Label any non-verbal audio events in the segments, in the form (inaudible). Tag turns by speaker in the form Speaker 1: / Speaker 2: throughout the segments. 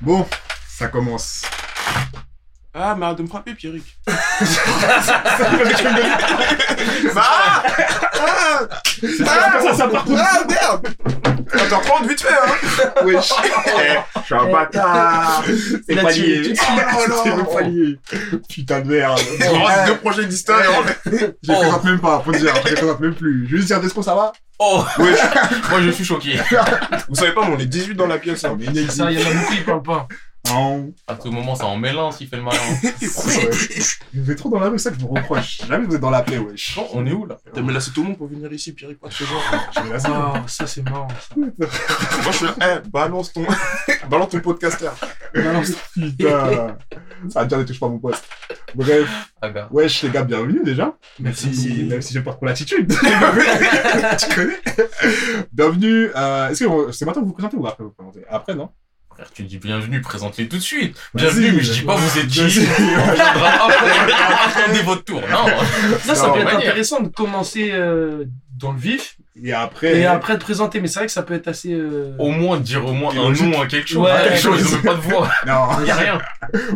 Speaker 1: Bon, ça commence.
Speaker 2: Ah, mais arrête de me frapper, Pierrick.
Speaker 1: Ah Ah Ah
Speaker 3: ça part
Speaker 1: Ah, merde On t'en prendre vite fait, hein Wesh Eh, Je suis un bâtard
Speaker 3: C'est pas lié.
Speaker 1: (laughs) Oh non
Speaker 3: C'est même pas lié.
Speaker 1: Putain de merde
Speaker 3: Ouais.
Speaker 1: On c'est deux projets distincts et on- Je les
Speaker 3: Oh.
Speaker 1: présente même pas, faut dire, je les présente même plus. Je vais juste dire Despo, ça va
Speaker 3: Oh,
Speaker 1: Wesh
Speaker 3: (laughs) moi je suis choqué.
Speaker 2: Vous savez pas, mais on est 18 dans la pièce. hein.
Speaker 1: Mais
Speaker 4: Ça, il y en a beaucoup, ils parlent pas.
Speaker 1: Non
Speaker 3: À tout moment, ça en mélange, il fait le malin.
Speaker 1: (laughs) Ouais. Vous êtes trop dans la rue, ça que je vous reproche. Jamais vous êtes dans la paix, wesh.
Speaker 3: On est où là
Speaker 2: Putain, mais là, c'est tout le monde pour venir ici, Pierrick, pas de ce genre.
Speaker 1: Je vais la suivre.
Speaker 4: Ah, ça, c'est marrant. ça.
Speaker 2: Moi, je suis là, eh,
Speaker 1: (laughs)
Speaker 2: balance ton, balance ton podcaster.
Speaker 1: Balance, Putain Ça va dire ne touche pas mon pote. Bref.
Speaker 3: Ah, gars.
Speaker 1: Wesh les gars, bienvenue déjà.
Speaker 4: Merci.
Speaker 1: Même si j'aime pas trop l'attitude. (laughs) tu connais Bienvenue. euh, Est-ce que vous- c'est maintenant que vous vous présentez ou après vous vous présentez Après, non
Speaker 3: Frère, tu dis bienvenue, présente-les tout de suite.
Speaker 1: Vas-y.
Speaker 3: Bienvenue, mais je dis pas vous êtes qui.
Speaker 1: Vas-y.
Speaker 3: On viendra après. Attendez votre tour. Non.
Speaker 4: Ça, ça
Speaker 1: Non,
Speaker 4: peut être
Speaker 3: manière.
Speaker 4: intéressant de commencer euh, dans le vif
Speaker 1: Et après.
Speaker 4: et après de présenter. Mais c'est vrai que ça peut être assez. euh,
Speaker 3: Au moins, dire au moins
Speaker 1: Et
Speaker 3: un
Speaker 1: ensuite-
Speaker 3: nom à quelque chose.
Speaker 4: Ouais.
Speaker 3: À quelque chose, ils ont même pas de voix.
Speaker 1: Non,
Speaker 3: Y a rien.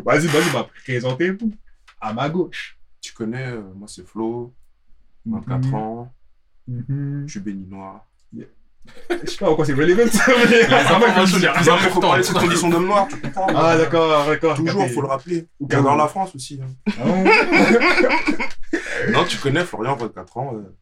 Speaker 1: vas-y, vas-y, bah, présentez-vous. À ma gauche.
Speaker 2: Tu connais, euh, moi, c'est Flo,
Speaker 1: Mm-hmm.
Speaker 2: 24 ans,
Speaker 1: Mhm.
Speaker 2: je suis béninois.
Speaker 1: Je sais pas en quoi c'est relevant ça, mais. (laughs) Ah, moi, je
Speaker 3: informations
Speaker 1: veux dire.
Speaker 3: les plus
Speaker 2: Non, mais faut parler de cette
Speaker 3: importantes.
Speaker 2: condition d'homme noir, tu comprends
Speaker 1: Ah, d'accord, d'accord.
Speaker 2: Toujours,
Speaker 1: capté.
Speaker 2: faut le rappeler.
Speaker 1: Ou
Speaker 2: Car dans
Speaker 1: Cameroun.
Speaker 2: la France aussi. hein.
Speaker 1: Ah bon
Speaker 2: Non, tu connais Florian, 24 ans, euh,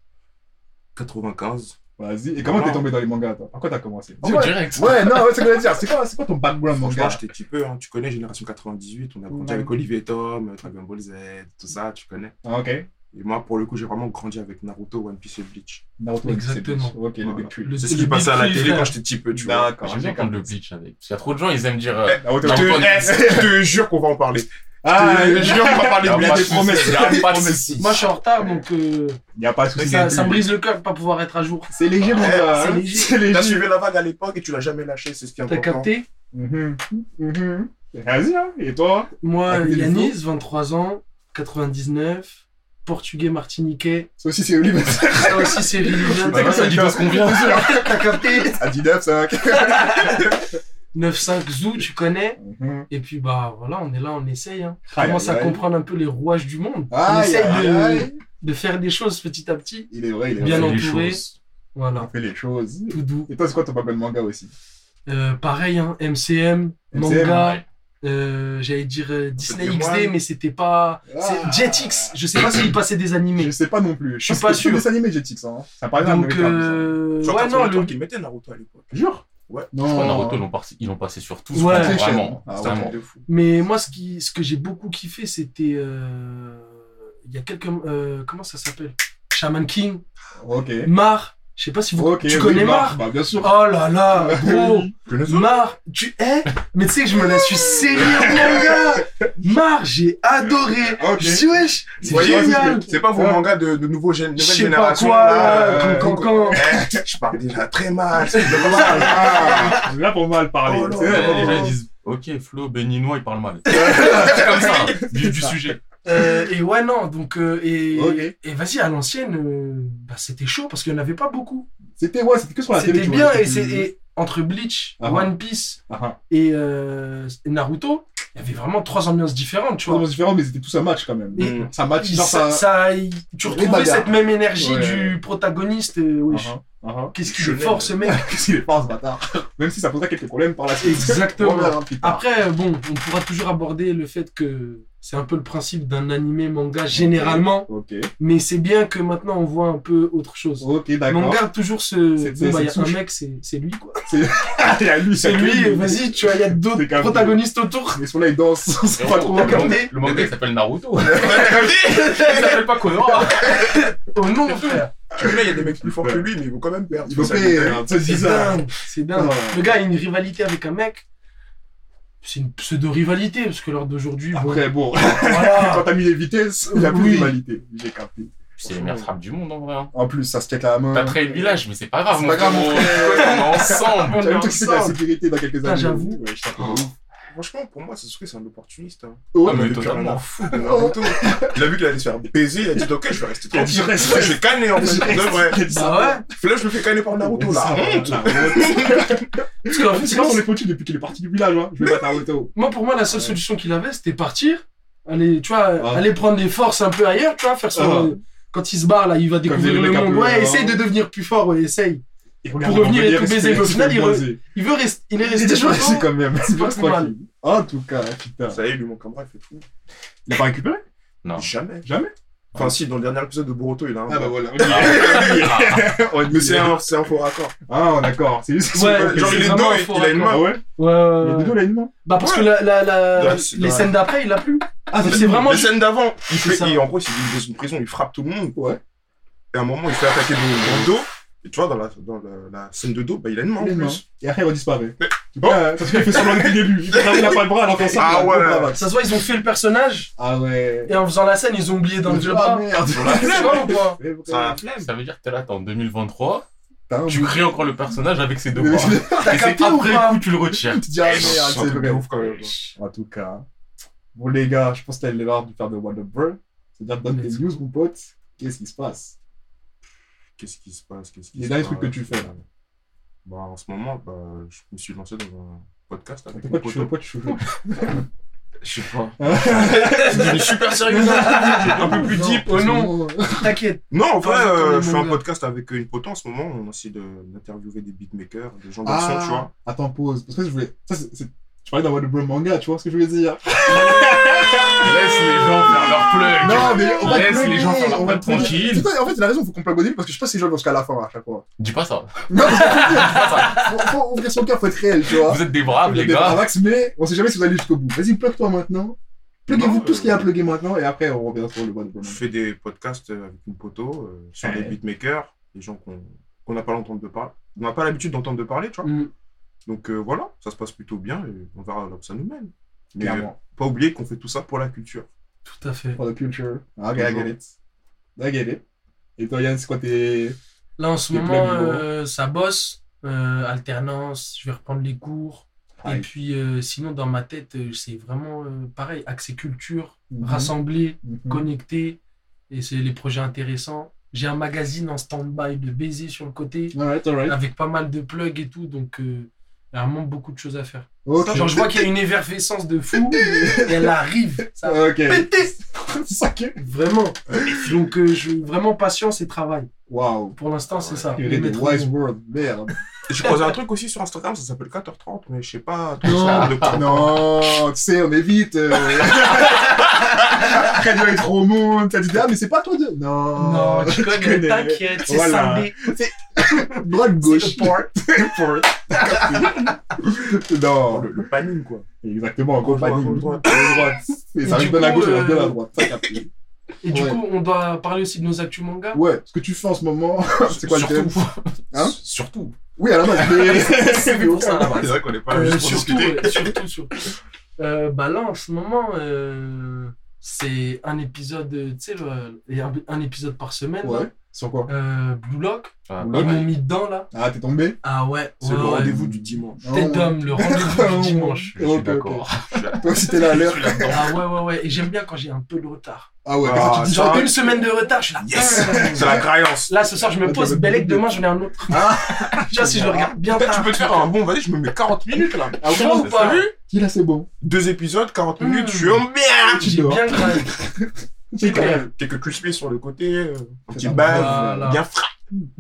Speaker 2: 95.
Speaker 1: Vas-y. Et comment t'es tombé dans les mangas, toi Par quoi t'as commencé
Speaker 3: Dis-le direct.
Speaker 1: Ouais, non, ouais, c'est ce que je veux dire. C'est quoi, c'est quoi ton background
Speaker 2: Franchement,
Speaker 1: manga
Speaker 2: j'étais petit peu, hein. tu connais Génération 98, on a grandi
Speaker 1: Ouais.
Speaker 2: avec Olivier et Tom, euh, Dragon Ball Z, tout ça, tu connais.
Speaker 1: Ah, ok.
Speaker 2: Et moi, pour le coup, j'ai vraiment grandi avec Naruto, One Piece et Bleach.
Speaker 1: Naruto.
Speaker 4: Exactement.
Speaker 1: c'est- Ok, le
Speaker 2: Voilà.
Speaker 1: big tree.
Speaker 4: le-
Speaker 2: C'est ce
Speaker 4: le
Speaker 2: qui passait à la
Speaker 4: Big Three,
Speaker 2: télé quand
Speaker 4: frère.
Speaker 2: j'étais petit peu, tu vois.
Speaker 1: D'accord.
Speaker 3: J'aime bien
Speaker 1: d'accord.
Speaker 3: qu'on le bleach avec. Parce qu'il y a trop de gens, ils aiment dire. euh,
Speaker 1: Naruto.
Speaker 2: Je te,
Speaker 3: Naruto.
Speaker 2: eh, je te jure qu'on va en parler.
Speaker 1: Ah,
Speaker 2: je te jure qu'on va parler
Speaker 1: y a
Speaker 2: de
Speaker 1: pas de
Speaker 2: Bleach.
Speaker 1: promesse.
Speaker 3: y a Ah, pas de
Speaker 1: promesse.
Speaker 3: soucis.
Speaker 4: Moi, je suis en retard, donc euh,
Speaker 1: Il n'y a pas de souci.
Speaker 4: ça, ça me brise le cœur de pas pouvoir être à jour.
Speaker 1: C'est léger, mon
Speaker 2: Eh,
Speaker 1: gars.
Speaker 4: c'est
Speaker 1: hein.
Speaker 4: léger.
Speaker 1: C'est
Speaker 2: T'as
Speaker 1: léger.
Speaker 2: suivi la vague à l'époque et tu l'as jamais lâché, c'est ce qui est
Speaker 4: T'as
Speaker 2: important.
Speaker 4: capté
Speaker 1: Mhm. Mhm. Vas-y, hein. Et toi
Speaker 4: Moi,
Speaker 1: Capté le
Speaker 4: Yanis, 23 ans, 99, portugais martiniquais.
Speaker 1: Ça aussi, c'est
Speaker 4: (laughs)
Speaker 1: Olive.
Speaker 4: Ça aussi, c'est religion.
Speaker 3: Bah, vas-y, dis-toi ce qu'on vient.
Speaker 4: T'as capté
Speaker 1: Adidas, 5.
Speaker 4: 9-5 Zou, tu connais. Et puis, bah voilà, on est là, on essaye. Hein. On
Speaker 1: Mhm. Aïe,
Speaker 4: commence à
Speaker 1: aïe, aïe.
Speaker 4: comprendre un peu les rouages du monde. on
Speaker 1: Aïe,
Speaker 4: essaye
Speaker 1: aïe,
Speaker 4: de,
Speaker 1: aïe.
Speaker 4: de faire des choses petit à petit.
Speaker 1: Il est vrai, il est
Speaker 4: Bien
Speaker 1: vrai.
Speaker 3: C'est les
Speaker 4: entouré.
Speaker 3: choses.
Speaker 1: On
Speaker 4: Voilà,
Speaker 1: fait les choses.
Speaker 4: tout doux.
Speaker 1: Et toi, c'est quoi ton background manga aussi
Speaker 4: Euh, pareil, hein, MCM, manga,
Speaker 3: Ouais.
Speaker 4: euh, j'allais dire euh, Disney
Speaker 2: C'était
Speaker 4: XD,
Speaker 2: moi.
Speaker 4: mais c'était pas.
Speaker 1: Ah.
Speaker 4: C'est Jetix. Je sais pas s'il passait des animés.
Speaker 1: Je sais pas non plus.
Speaker 4: suis pas sûr.
Speaker 1: des animés Jetix, hein. Ça paraît un
Speaker 4: Donc,
Speaker 1: American, ça.
Speaker 4: euh,
Speaker 2: Genre,
Speaker 4: ouais,
Speaker 2: t'as
Speaker 4: non,
Speaker 2: trouvé
Speaker 4: le-
Speaker 2: toi qui mettait Naruto à l'époque.
Speaker 1: Jure
Speaker 2: Ouais.
Speaker 3: Je crois
Speaker 1: Non.
Speaker 3: que Naruto, ils l'ont passé- ils l'ont passé sur tous.
Speaker 4: Ouais.
Speaker 3: je
Speaker 1: Les
Speaker 3: crois,
Speaker 1: chaînes.
Speaker 3: Vraiment.
Speaker 1: Ah, ouais.
Speaker 2: C'est un
Speaker 3: Vraiment.
Speaker 2: truc de fou.
Speaker 4: mais moi, ce, qui, ce que j'ai beaucoup kiffé, c'était. euh, Il y a quelques. euh, comment ça s'appelle Shaman King,
Speaker 1: Ok.
Speaker 4: Mar. Je sais pas si vous.
Speaker 1: Ok,
Speaker 4: tu
Speaker 1: oui,
Speaker 4: connais
Speaker 1: Mar,
Speaker 4: Mar
Speaker 1: Bah, bien sûr.
Speaker 4: Oh là là, gros
Speaker 2: Je ne sais
Speaker 4: Mar, tu es Mais tu sais que je me la suis saignée au manga Mar, j'ai adoré
Speaker 1: Ok.
Speaker 4: Je me suis dit, wesh,
Speaker 2: Vous
Speaker 4: c'est
Speaker 2: voyez,
Speaker 4: génial
Speaker 2: C'est pas vos
Speaker 1: Ouais.
Speaker 2: mangas de, de nouveau gén-
Speaker 4: Je
Speaker 2: nouvelle
Speaker 4: sais pas
Speaker 2: génération.
Speaker 4: quoi,
Speaker 2: là,
Speaker 4: là,
Speaker 2: euh,
Speaker 4: quand, quand, quand.
Speaker 2: Eh, je parle déjà très mal. c'est dommage.
Speaker 1: Ah, là pour mal parler.
Speaker 2: Oh non,
Speaker 1: C'est vrai,
Speaker 3: Ouais,
Speaker 1: les
Speaker 3: les
Speaker 1: gens,
Speaker 3: gens ils disent Ok, Flo, béninois, il parle mal. C'est comme ça, (laughs) du, du sujet.
Speaker 4: Euh, Et ouais, non, donc, euh, et,
Speaker 1: Ok.
Speaker 4: et vas-y, à l'ancienne, euh, bah, c'était chaud parce qu'il n'y en avait pas beaucoup.
Speaker 1: C'était ouais, c'était que sur la télé.
Speaker 4: C'était
Speaker 1: tu
Speaker 4: bien,
Speaker 1: vois,
Speaker 4: et,
Speaker 1: c'était-
Speaker 4: c'est- et entre Bleach,
Speaker 1: Ah.
Speaker 4: One Piece
Speaker 1: Ah, ah.
Speaker 4: et euh, Naruto, il y avait vraiment trois ambiances différentes, tu
Speaker 1: Trois
Speaker 4: vois.
Speaker 1: ambiances différentes, mais c'était tous un match quand même.
Speaker 4: Et-
Speaker 1: Ça match,
Speaker 4: Il-
Speaker 1: genre ça.
Speaker 4: ça, ça- il- tu
Speaker 1: Les
Speaker 4: retrouvais
Speaker 1: bagarres.
Speaker 4: cette même énergie
Speaker 1: Ouais.
Speaker 4: du protagoniste. euh,
Speaker 1: Ah,
Speaker 4: wesh.
Speaker 1: ah, ah, ah. (laughs)
Speaker 4: Qu'est-ce
Speaker 2: Je
Speaker 4: qu'il est
Speaker 2: l'aime.
Speaker 4: fort ce mec
Speaker 1: Qu'est-ce qu'il est fort ce bâtard. Même si ça posera quelques problèmes par la suite.
Speaker 4: Exactement.
Speaker 1: Oh, merde, putain.
Speaker 4: Après, bon, on pourra toujours aborder le fait que c'est un peu le principe d'un animé manga généralement,
Speaker 1: Ok.
Speaker 4: mais c'est bien que maintenant on voit un peu autre chose.
Speaker 1: Ok,
Speaker 4: Mais on (laughs)
Speaker 1: d'accord.
Speaker 4: garde toujours ce.
Speaker 1: C'est-
Speaker 4: Bon,
Speaker 1: c'est-
Speaker 4: bah, il y
Speaker 1: cette
Speaker 4: a un
Speaker 1: touche.
Speaker 4: mec, c'est c'est lui quoi.
Speaker 1: Ah, il y a lui,
Speaker 4: C'est lui, euh, vas-y, tu vois, il y a d'autres
Speaker 1: C'est capté.
Speaker 4: protagonistes autour.
Speaker 1: Mais son là, il danse. (laughs) C'est pas trop
Speaker 3: le,
Speaker 1: mal.
Speaker 3: manga, le manga, il s'appelle Naruto. il s'appelle pas Konoha.
Speaker 4: (laughs) Oh non, frère
Speaker 2: Tu connais, il y a des mecs plus forts que lui, mais ils vont quand même perdre.
Speaker 1: Il faut faire un peu
Speaker 4: C'est
Speaker 1: bizarre.
Speaker 4: dingue, c'est dingue. Le gars a une rivalité avec un mec. C'est une pseudo-rivalité, parce que l'heure d'aujourd'hui, bon,
Speaker 1: Après, bon.
Speaker 4: voilà.
Speaker 1: (laughs) Quand t'as mis les vitesses, il y a plus de
Speaker 4: Oui.
Speaker 1: rivalité. J'ai capté.
Speaker 3: C'est les meilleures frappes du monde en vrai. hein.
Speaker 1: En plus, ça se tient la main.
Speaker 3: T'as trahi le village, mais c'est pas grave.
Speaker 1: C'est
Speaker 3: mon
Speaker 1: pas grave, mon
Speaker 3: frérot.
Speaker 1: frère.
Speaker 4: (laughs)
Speaker 3: On est ensemble.
Speaker 4: On
Speaker 1: J'avais (laughs)
Speaker 4: est
Speaker 1: tout de suite la
Speaker 4: ensemble.
Speaker 1: sécurité dans quelques
Speaker 4: Ah,
Speaker 1: années.
Speaker 4: j'avoue.
Speaker 1: Ouais, je t'en prie.
Speaker 2: Franchement, pour moi, Sasuke, c'est un opportuniste. Hein.
Speaker 1: Oh,
Speaker 3: Ah, mais
Speaker 1: mais
Speaker 2: depuis
Speaker 3: totalement.
Speaker 2: rien à (laughs) foutre de Naruto. il a vu qu'il allait se faire baiser, il a dit Ok, je vais rester tranquille.
Speaker 1: Je reste.
Speaker 2: Ouais, je vais canner en fait. De vrai.
Speaker 4: Bah ouais
Speaker 2: Là, je me fais canner par Naruto,
Speaker 1: Ça,
Speaker 2: là. Ah,
Speaker 1: la
Speaker 2: Honte.
Speaker 4: Parce qu'en fait,
Speaker 1: C'est
Speaker 4: moi,
Speaker 1: pas son écoutille depuis qu'il est parti du village, hein. Je vais battre Naruto.
Speaker 4: moi, pour moi, la seule
Speaker 1: Ouais.
Speaker 4: solution qu'il avait, c'était partir, aller, tu vois,
Speaker 1: Ah.
Speaker 4: aller prendre des forces un peu ailleurs, tu vois, faire son...
Speaker 1: Ah.
Speaker 4: Quand il se barre, là, il va
Speaker 1: Comme
Speaker 4: découvrir
Speaker 1: des
Speaker 4: le
Speaker 1: mecs un
Speaker 4: monde.
Speaker 1: peu,
Speaker 4: Ouais,
Speaker 1: hein.
Speaker 4: essaye de devenir plus fort, ouais, essaye.
Speaker 1: Et
Speaker 4: Pour revenir et
Speaker 1: il
Speaker 4: tout baiser, mais au final, il re- Il veut rester, il est
Speaker 1: Il est
Speaker 4: resté
Speaker 1: toujours
Speaker 4: sur
Speaker 1: resté quand même.
Speaker 4: C'est pas trop mal.
Speaker 1: Tranquille. En tout cas, putain.
Speaker 2: Ça y est, il lui manque un bras, il fait tout.
Speaker 1: Il a pas récupéré
Speaker 3: Non.
Speaker 2: Jamais.
Speaker 1: Jamais
Speaker 2: Enfin, si, dans le dernier épisode de Boruto, il a un. bras.
Speaker 1: Ah, bah voilà. On y est. (laughs) On y est.
Speaker 2: Mais c'est un, c'est un faux raccord.
Speaker 1: Ah, on est d'accord. C'est juste.
Speaker 4: Ouais,
Speaker 1: c'est-
Speaker 2: Genre, il est
Speaker 4: vraiment
Speaker 2: dos,
Speaker 4: un
Speaker 2: il-
Speaker 4: faux
Speaker 2: il a une main.
Speaker 1: Ah ouais
Speaker 4: Ouais, ouais,
Speaker 1: Il est
Speaker 4: ouais.
Speaker 1: dedans, il a une main.
Speaker 4: Bah parce
Speaker 2: Ouais.
Speaker 4: que la, la, la,
Speaker 2: Ouais, c'est
Speaker 4: les
Speaker 2: vrai.
Speaker 4: scènes d'après, il l'a plus.
Speaker 1: Ah,
Speaker 4: Donc c'est vraiment...
Speaker 2: Les scènes d'avant, il
Speaker 4: C'est
Speaker 2: fait,
Speaker 4: ça.
Speaker 2: et en gros, il est dans une prison, il frappe tout le monde.
Speaker 1: Ouais.
Speaker 2: Et à un moment, il fait attaquer le, le dos. Et tu vois, dans la, dans la, la scène de dos, bah, il a une main en
Speaker 1: Il a une
Speaker 2: plus.
Speaker 1: Et après, il redisparaît.
Speaker 2: Mais-
Speaker 1: Tu vois, euh, Parce qu'il fait semblant depuis le début. Il fait, il a pas le bras, alors qu'en
Speaker 2: Ah ouais.
Speaker 4: Ça se voit, ils ont fait le personnage,
Speaker 1: Ah ouais.
Speaker 4: et en faisant la scène, ils ont oublié dans le
Speaker 1: Ah
Speaker 4: bras.
Speaker 1: merde.
Speaker 4: Tu vois ou pas
Speaker 1: Mais vrai.
Speaker 2: Ça-
Speaker 3: Ça veut dire que t'es là, t'es en 2023,
Speaker 1: Putain,
Speaker 3: tu crées encore le personnage avec ses deux
Speaker 1: mais- (laughs)
Speaker 3: bras.
Speaker 4: T'as
Speaker 3: Et c'est
Speaker 4: capté ou
Speaker 3: après
Speaker 4: pas
Speaker 3: coup, tu le retires.
Speaker 1: Tu te dis, ah
Speaker 2: Eh,
Speaker 1: merde,
Speaker 2: non, c'est un
Speaker 1: c'est
Speaker 2: truc
Speaker 1: vrai.
Speaker 2: de ouf, quand même.
Speaker 1: En tout cas. Bon, les gars, je pense que t'as l'heure de faire de What the Bird. C'est-à-dire, donne tes
Speaker 4: Let's
Speaker 1: news, mon pote. Qu'est-ce qui se passe
Speaker 2: Qu'est-ce qui se passe Qu'est-ce qui
Speaker 1: Les
Speaker 2: se
Speaker 1: derniers
Speaker 2: passe
Speaker 1: trucs que tu fais, là.
Speaker 2: Bah, en ce moment, bah, je me suis lancé dans un podcast avec
Speaker 1: Pourquoi
Speaker 2: mon
Speaker 1: tu fais
Speaker 2: pote.
Speaker 1: Pourquoi tu fais
Speaker 2: Je sais
Speaker 1: (laughs)
Speaker 2: pas.
Speaker 3: C'est devenu super sérieux.
Speaker 2: Un peu plus deep.
Speaker 4: Oh non, t'inquiète.
Speaker 2: Non,
Speaker 1: Ah,
Speaker 2: en vrai,
Speaker 4: Vas-y,
Speaker 2: euh,
Speaker 4: tourne,
Speaker 2: je
Speaker 4: mon
Speaker 2: fais un
Speaker 4: gars.
Speaker 2: podcast avec une pote en ce moment. On essaie de- d'interviewer des beatmakers, des gens de son, tu
Speaker 1: Ah,
Speaker 2: vois.
Speaker 1: attends, pause. Parce que je voulais. Ça, c'est. c'est- Je parlais d'un What the Bird manga, tu vois ce que je voulais dire
Speaker 3: Laisse les gens faire leur plug.
Speaker 1: Non, mais on va
Speaker 3: Laisse
Speaker 1: te
Speaker 3: les gens
Speaker 1: plugger,
Speaker 3: faire leur
Speaker 1: on va
Speaker 3: plug
Speaker 1: te plugger.
Speaker 3: tranquille.
Speaker 1: Putain, en fait, il a raison, faut qu'on plaque au début parce que je sais pas si les gens vont jusqu'à la fin à chaque fois.
Speaker 3: Dis pas ça.
Speaker 1: Non, parce que faut, faut, faut ouvrir son cœur, faut être réel, tu vois.
Speaker 3: Vous êtes des braves,
Speaker 1: Il y a
Speaker 3: les
Speaker 1: des
Speaker 3: gars.
Speaker 1: bravax, mais on sait jamais si vous allez jusqu'au bout. Vas-y, plug-toi maintenant. Pluguez-vous
Speaker 2: Non,
Speaker 1: tout ce qu'il y a à
Speaker 2: euh,
Speaker 1: plugger maintenant et après on revient sur le bon
Speaker 2: Je fais des podcasts euh, avec une poteau euh, sur des
Speaker 1: Ouais.
Speaker 2: beatmakers, des gens qu'on qu'on n'a pas l'entendre de parler. On n'a pas l'habitude d'entendre de parler, tu vois.
Speaker 4: Mm.
Speaker 2: Donc euh, voilà, ça se passe plutôt bien et on verra là où ça nous mène. Mais euh,
Speaker 1: Clairement.
Speaker 2: pas oublier qu'on fait tout ça pour la culture.
Speaker 4: Tout à fait.
Speaker 1: For the culture. Ah, Ok, I get it. I get it. Et toi, Yann, c'est quoi tes.
Speaker 4: Là, en ce
Speaker 1: Des
Speaker 4: moment,
Speaker 1: plugs,
Speaker 4: euh, ça bosse. euh, alternance, je vais reprendre les cours. Et
Speaker 1: Aïe.
Speaker 4: puis, euh, sinon, dans ma tête, euh, c'est vraiment euh, pareil. Accès culture,
Speaker 1: Mhm.
Speaker 4: rassembler,
Speaker 1: Mhm.
Speaker 4: connecter. Et c'est les projets intéressants. J'ai un magazine en stand-by de baiser sur le côté,
Speaker 1: Alright, alright.
Speaker 4: avec pas mal de plugs et tout. Donc, euh, il y a vraiment beaucoup de choses à faire.
Speaker 1: Ok.
Speaker 4: Genre, je vois qu'il y a une effervescence de fou. et elle arrive. Ça va
Speaker 1: Ok.
Speaker 4: péter.
Speaker 1: C'est (laughs) ça que.
Speaker 4: Vraiment. Donc, euh, je vraiment patience et travail.
Speaker 1: Waouh.
Speaker 4: Pour l'instant, c'est ça.
Speaker 1: Il
Speaker 4: Les
Speaker 1: est des
Speaker 4: maîtres
Speaker 1: wise
Speaker 4: mots.
Speaker 1: world, merde.
Speaker 2: Et J'ai croisé un truc aussi sur Instagram, ça s'appelle 4h30, mais je sais pas trop
Speaker 4: Non.
Speaker 2: ça. de quoi.
Speaker 1: Non, tu sais, on évite.
Speaker 4: (laughs)
Speaker 1: euh. Après, il y a trop monde. T'as dit, ah, mais c'est pas toi de. Non.
Speaker 4: Non, Oh, tu connais, t'inquiète, c'est
Speaker 1: Voilà.
Speaker 4: scindé.
Speaker 1: Droite, gauche.
Speaker 4: C'est le
Speaker 2: (laughs)
Speaker 4: port.
Speaker 1: Port.
Speaker 2: Oh,
Speaker 4: Oh,
Speaker 1: non.
Speaker 2: Le, le panning, quoi.
Speaker 1: Exactement, gauche,
Speaker 2: Droite,
Speaker 1: droite,
Speaker 2: droite.
Speaker 1: droite. droite. Et ça
Speaker 4: Et
Speaker 1: arrive
Speaker 4: du
Speaker 1: bien à
Speaker 4: coup,
Speaker 1: gauche, ça arrive bien à
Speaker 4: euh,
Speaker 1: droite. Ça capte.
Speaker 4: Et du
Speaker 1: Ouais.
Speaker 4: coup, on doit parler aussi de nos actus manga.
Speaker 1: Ouais, ce que tu fais en ce moment, (laughs) c'est quoi le thème
Speaker 3: Surtout.
Speaker 1: Hein
Speaker 3: Surtout.
Speaker 1: Oui, à la
Speaker 4: (laughs)
Speaker 1: base, mais...
Speaker 4: C'est fait pour ça, là-bas.
Speaker 2: C'est vrai qu'on est pas là
Speaker 4: Euh,
Speaker 2: juste pour
Speaker 4: surtout,
Speaker 2: discuter.
Speaker 4: ouais, surtout, surtout. Euh, bah là, en ce moment, euh, c'est un épisode, euh, tu sais, le- et un, un épisode par semaine.
Speaker 1: (laughs)
Speaker 4: là.
Speaker 1: Ouais, sur quoi
Speaker 4: Euh, Blue Lock,
Speaker 3: Ah,
Speaker 1: Ouais.
Speaker 4: ils m'ont
Speaker 3: ouais.
Speaker 4: mis dedans là.
Speaker 1: Ah, t'es tombé
Speaker 4: Ah ouais,
Speaker 2: C'est
Speaker 4: ouais,
Speaker 2: le
Speaker 4: ouais.
Speaker 2: rendez-vous du dimanche.
Speaker 4: Tête d'homme, le rendez-vous du dimanche.
Speaker 3: Je
Speaker 1: Ok,
Speaker 3: suis
Speaker 1: ok.
Speaker 3: d'accord.
Speaker 1: Toi aussi, t'es là à l'heure.
Speaker 4: Ah ouais, ouais, ouais. Et j'aime bien quand j'ai un peu de retard.
Speaker 1: Ah ouais,
Speaker 2: Ah,
Speaker 1: quand tu dis
Speaker 2: ça-
Speaker 1: genre...
Speaker 4: Genre une semaine de retard, je suis là.
Speaker 2: Yes C'est la croyance.
Speaker 4: Là, ce soir, je me
Speaker 1: Ouais,
Speaker 4: pose
Speaker 1: t'as-
Speaker 4: Belek, demain, j'en ai un autre. (laughs) Tu vois, si je le regarde bien
Speaker 2: Peut-être
Speaker 4: tard.
Speaker 2: tu peux te faire un bon, vas-y, je me mets 40 minutes là.
Speaker 1: Ah,
Speaker 4: Tu vois ou
Speaker 1: ouais,
Speaker 4: pas
Speaker 1: qui là, c'est bon.
Speaker 2: Deux épisodes, 40 minutes,
Speaker 4: Mm.
Speaker 2: je suis en bien.
Speaker 1: Tu
Speaker 4: J'ai
Speaker 1: dors.
Speaker 4: bien grave.
Speaker 1: C'est clair.
Speaker 2: Quelques crispés sur le côté, euh, un
Speaker 1: C'est
Speaker 2: petit
Speaker 1: ça.
Speaker 2: bave,
Speaker 4: Voilà.
Speaker 2: bien frais.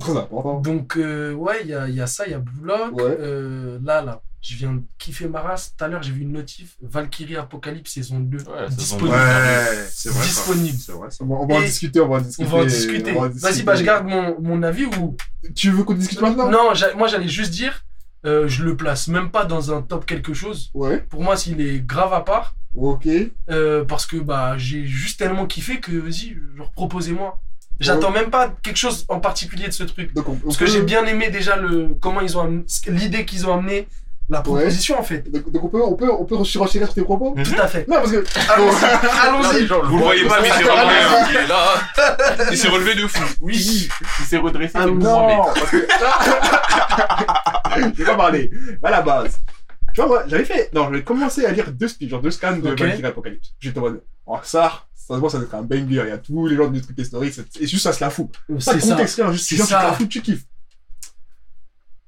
Speaker 1: Très important.
Speaker 4: Donc, euh, ouais, il y a, il y a ça, il y a Blue Lock.
Speaker 1: Ouais.
Speaker 4: Euh, là, là, je viens de kiffer ma race. Tout à l'heure, j'ai vu une notif Valkyrie Apocalypse saison 2.
Speaker 3: Ouais, saison
Speaker 4: disponible.
Speaker 3: deux.
Speaker 2: c'est
Speaker 4: vrai, ça. Disponible.
Speaker 2: Disponible. C'est vrai, ça.
Speaker 1: On va, on va en
Speaker 4: Et-
Speaker 1: discuter, on va en
Speaker 4: On
Speaker 1: discuter.
Speaker 4: va en discuter.
Speaker 1: on va en
Speaker 4: Vas-y, bah, je garde mon, mon avis ou.
Speaker 1: Tu veux qu'on discute maintenant
Speaker 4: Non, j'a- moi, j'allais juste dire, euh, je le place même pas dans un top quelque chose.
Speaker 1: Ouais,
Speaker 4: Pour moi, s'il est grave à part.
Speaker 1: ok.
Speaker 4: Euh, parce que bah j'ai juste tellement kiffé que vas-y, genre proposez-moi. J'attends même pas quelque chose en particulier de ce truc.
Speaker 1: Donc, on, on
Speaker 4: Parce que
Speaker 1: peut-
Speaker 4: j'ai bien aimé déjà le comment ils ont amené- l'idée qu'ils ont amené la proposition en fait.
Speaker 1: Donc, donc on peut, on peut, on peut surenchérir sur tes propos
Speaker 2: Mhm.
Speaker 4: Tout à fait.
Speaker 1: Non, parce que...
Speaker 3: Là, les
Speaker 4: Allons-y.
Speaker 3: gens,
Speaker 2: Vous le voyez pas, mais c'est
Speaker 3: vraiment
Speaker 2: vraiment-
Speaker 3: Il est là.
Speaker 2: hein. (laughs) Il s'est relevé de fou.
Speaker 3: Oui. Il s'est redressé.
Speaker 4: Ah
Speaker 3: il est
Speaker 4: non.
Speaker 3: bon, mais-
Speaker 1: parce que... je vais pas parler. À la base, Tu vois, moi, j'avais fait. Non, j'avais commencé à lire deux speeches, genre deux scans de
Speaker 4: Ok.
Speaker 1: Valkyrie Apocalypse. J'étais en mode, oh, ça, sérieusement, ça doit être un banger. Il y a tous les gens du truc story, c'est et juste ça se la fout. Pas
Speaker 4: Euh, C'est
Speaker 1: de
Speaker 4: ça.
Speaker 1: contexte, rien, juste
Speaker 4: C'est
Speaker 1: tu viens, tu te
Speaker 4: ça.
Speaker 1: la fous, tu kiffes.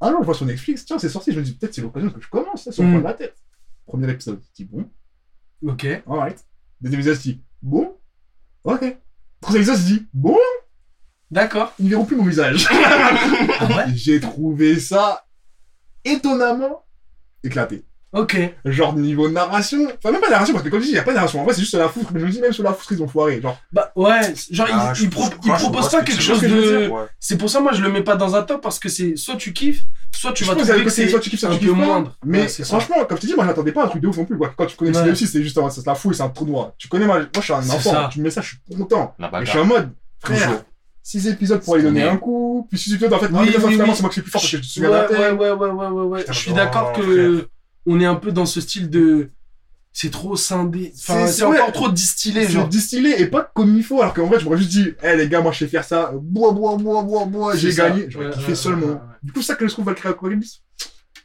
Speaker 1: Un jour, je vois sur Netflix, tiens, c'est sorti, je me dis, peut-être c'est l'occasion que je commence, ça, sur
Speaker 4: Mm.
Speaker 1: prendre la tête. Premier épisode, je dis, bon,
Speaker 4: Ok.
Speaker 1: alright. Deuxième épisode, je dis, bon, ok. Troisième épisode, je dis, bon,
Speaker 4: D'accord.
Speaker 1: ils verront plus mon visage.
Speaker 4: Ah (laughs) ouais
Speaker 1: J'ai trouvé ça étonnamment éclaté.
Speaker 4: Ok.
Speaker 1: Genre niveau narration, enfin même pas narration parce que comme je dis, il n'y a pas de narration. En vrai, c'est juste la foutre, mais je me dis même sur la foutre, ils ont foiré. Genre,
Speaker 4: Bah ouais, genre
Speaker 2: Ah,
Speaker 4: il, il
Speaker 2: je-
Speaker 4: pro-
Speaker 2: je
Speaker 4: il
Speaker 2: crois que je vois
Speaker 4: propose
Speaker 2: ce
Speaker 4: pas
Speaker 2: que
Speaker 4: quelque
Speaker 2: tu-
Speaker 4: chose
Speaker 1: je vois ce que je veux
Speaker 4: de.
Speaker 1: dire.
Speaker 2: Ouais.
Speaker 4: C'est pour ça moi je le mets pas dans un top parce que c'est soit tu kiffes, soit tu
Speaker 1: je
Speaker 4: vas
Speaker 1: pense qu'il y a le
Speaker 4: trouver que
Speaker 1: côté,
Speaker 4: c'est
Speaker 1: soit tu kiffes, soit
Speaker 4: un
Speaker 1: tu
Speaker 4: peu
Speaker 1: kiffes pas.
Speaker 4: moindre.
Speaker 1: hein. Mais
Speaker 4: Ouais, c'est ça.
Speaker 1: franchement, comme je te dis, moi j'attendais pas un truc de ouf non plus. Quoi. Quand tu connais
Speaker 4: Ouais.
Speaker 1: le aussi, c'est juste un- ça se la fout et c'est un trou noir. Tu connais, moi, moi je suis un
Speaker 4: C'est
Speaker 1: enfant,
Speaker 4: ça.
Speaker 1: tu me mets ça, je suis content.
Speaker 3: La
Speaker 1: Mais je suis
Speaker 3: bagarre.
Speaker 1: en mode, frère,
Speaker 2: Toujours.
Speaker 1: 6 épisodes pour aller donner
Speaker 3: Mais-
Speaker 1: un coup, puis 6 épisodes en fait,
Speaker 4: Oui,
Speaker 1: non, mais ça,
Speaker 4: oui,
Speaker 1: finalement
Speaker 4: oui.
Speaker 1: c'est moi qui suis plus fort parce que je suis
Speaker 4: ouais,
Speaker 1: un
Speaker 4: ouais, ouais, ouais, ouais, ouais, ouais.
Speaker 2: Putain,
Speaker 4: Je suis
Speaker 2: non,
Speaker 4: d'accord que on est un peu dans ce style de. C'est trop scindé. Enfin,
Speaker 1: C'est-
Speaker 4: c'est
Speaker 1: ouais.
Speaker 4: encore trop distillé,
Speaker 1: genre
Speaker 4: genre.
Speaker 1: distillé et pas comme il faut alors qu'en vrai je m'aurais juste dit eh les gars moi je sais faire ça bois bois bois bois bois j'ai
Speaker 4: C'est ça.
Speaker 1: gagné j'aurais
Speaker 4: Ouais,
Speaker 1: kiffé
Speaker 4: ouais,
Speaker 1: seulement
Speaker 4: ouais, ouais, ouais.
Speaker 1: du coup c'est ça que je trouve Valkyrie Apocalypse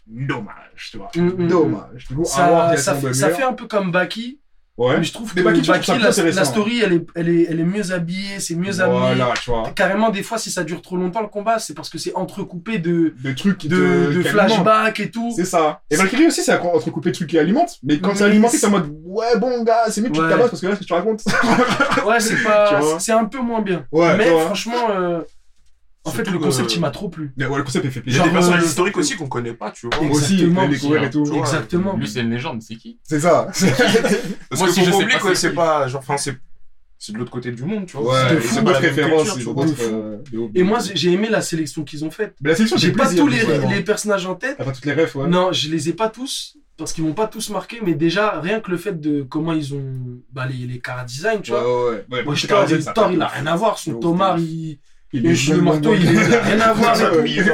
Speaker 1: dommage tu vois
Speaker 4: Mm, mm,
Speaker 1: dommage du coup à voir
Speaker 4: Ça,
Speaker 1: quel
Speaker 4: ça
Speaker 1: est
Speaker 4: fait,
Speaker 1: son
Speaker 4: ça
Speaker 1: meilleur.
Speaker 4: fait un peu comme Baki,
Speaker 1: ouais
Speaker 4: mais je trouve que
Speaker 1: Mais Baki, je trouve
Speaker 4: Baki,
Speaker 1: ça plus
Speaker 4: la,
Speaker 1: intéressant. hein.
Speaker 4: la story, elle est, elle, est, elle est mieux habillée, c'est mieux amené.
Speaker 1: voilà tu vois
Speaker 4: Carrément, des fois, si ça dure trop longtemps le combat, c'est parce que c'est entrecoupé de,
Speaker 1: de trucs qui
Speaker 4: de,
Speaker 1: te-
Speaker 4: de
Speaker 1: qui alimentent.
Speaker 4: flashbacks et tout.
Speaker 1: c'est ça et Valkyrie aussi c'est un entrecoupé de trucs qui alimentent mais quand c'est
Speaker 4: Mais
Speaker 1: alimenté c'est
Speaker 4: c'est-
Speaker 1: en mode ouais bon gars c'est mieux que tu
Speaker 4: Ouais.
Speaker 1: te tabasses parce que là ce que tu racontes (laughs)
Speaker 4: Ouais, c'est
Speaker 1: Tu
Speaker 4: pas.
Speaker 1: vois.
Speaker 4: C'est un peu moins bien.
Speaker 1: ouais euh,
Speaker 4: mais
Speaker 1: tu vois.
Speaker 4: franchement, euh, en fait,
Speaker 2: Surtout
Speaker 4: le concept,
Speaker 2: que-
Speaker 4: il m'a trop plu.
Speaker 1: Mais ouais le concept est fait
Speaker 2: Il y
Speaker 1: plaisir
Speaker 2: a
Speaker 4: Genre,
Speaker 2: des personnages
Speaker 4: euh,
Speaker 2: historiques aussi qu'on connaît pas, tu vois.
Speaker 1: Moi aussi
Speaker 4: exactement,
Speaker 1: les découvrir
Speaker 3: aussi,
Speaker 1: et tout
Speaker 2: Ouais.
Speaker 4: Exactement.
Speaker 3: Lui, c'est une légende, c'est qui
Speaker 1: c'est ça
Speaker 2: Parce
Speaker 3: Moi
Speaker 2: que
Speaker 3: aussi,
Speaker 2: pour
Speaker 3: je sais
Speaker 2: Mobley,
Speaker 3: pas
Speaker 2: quoi,
Speaker 3: c'est
Speaker 2: c'est
Speaker 3: qui.
Speaker 2: pas. Genre, enfin, c'est. C'est de l'autre côté du monde, tu vois.
Speaker 1: ouais
Speaker 4: de
Speaker 1: ils
Speaker 4: fou,
Speaker 1: ont
Speaker 2: pas
Speaker 1: d'autres
Speaker 2: la même
Speaker 1: références
Speaker 2: culture,
Speaker 1: ils
Speaker 2: tu
Speaker 1: ont
Speaker 2: vois.
Speaker 1: d'autres
Speaker 4: fou.
Speaker 1: euh, des hobbies.
Speaker 4: Et moi, j'ai- j'ai aimé la sélection qu'ils ont faite.
Speaker 1: Mais la sélection,
Speaker 4: J'ai
Speaker 1: fait
Speaker 4: pas
Speaker 1: plaisir,
Speaker 4: tous les,
Speaker 1: vraiment.
Speaker 4: les personnages en tête.
Speaker 1: T'as pas toutes les refs, ouais.
Speaker 4: Non, je les ai pas tous. Parce qu'ils m'ont pas tous marqué, mais déjà, rien que le fait de comment ils ont. Bah, les, les car design, tu vois.
Speaker 1: ouais, ouais. ouais.
Speaker 4: Moi,
Speaker 1: parce
Speaker 4: je
Speaker 1: que Guardian,
Speaker 4: Thor,
Speaker 1: ça
Speaker 4: Thor,
Speaker 1: fait-
Speaker 4: il a rien à voir.
Speaker 1: de
Speaker 4: Son
Speaker 1: ouf,
Speaker 4: Thomas,
Speaker 1: de ouf.
Speaker 4: il.
Speaker 1: Il
Speaker 4: Le
Speaker 1: est
Speaker 4: cheveu
Speaker 1: même
Speaker 4: marteau,
Speaker 1: dans-
Speaker 4: il a rien à voir.
Speaker 1: Ouais, ouais.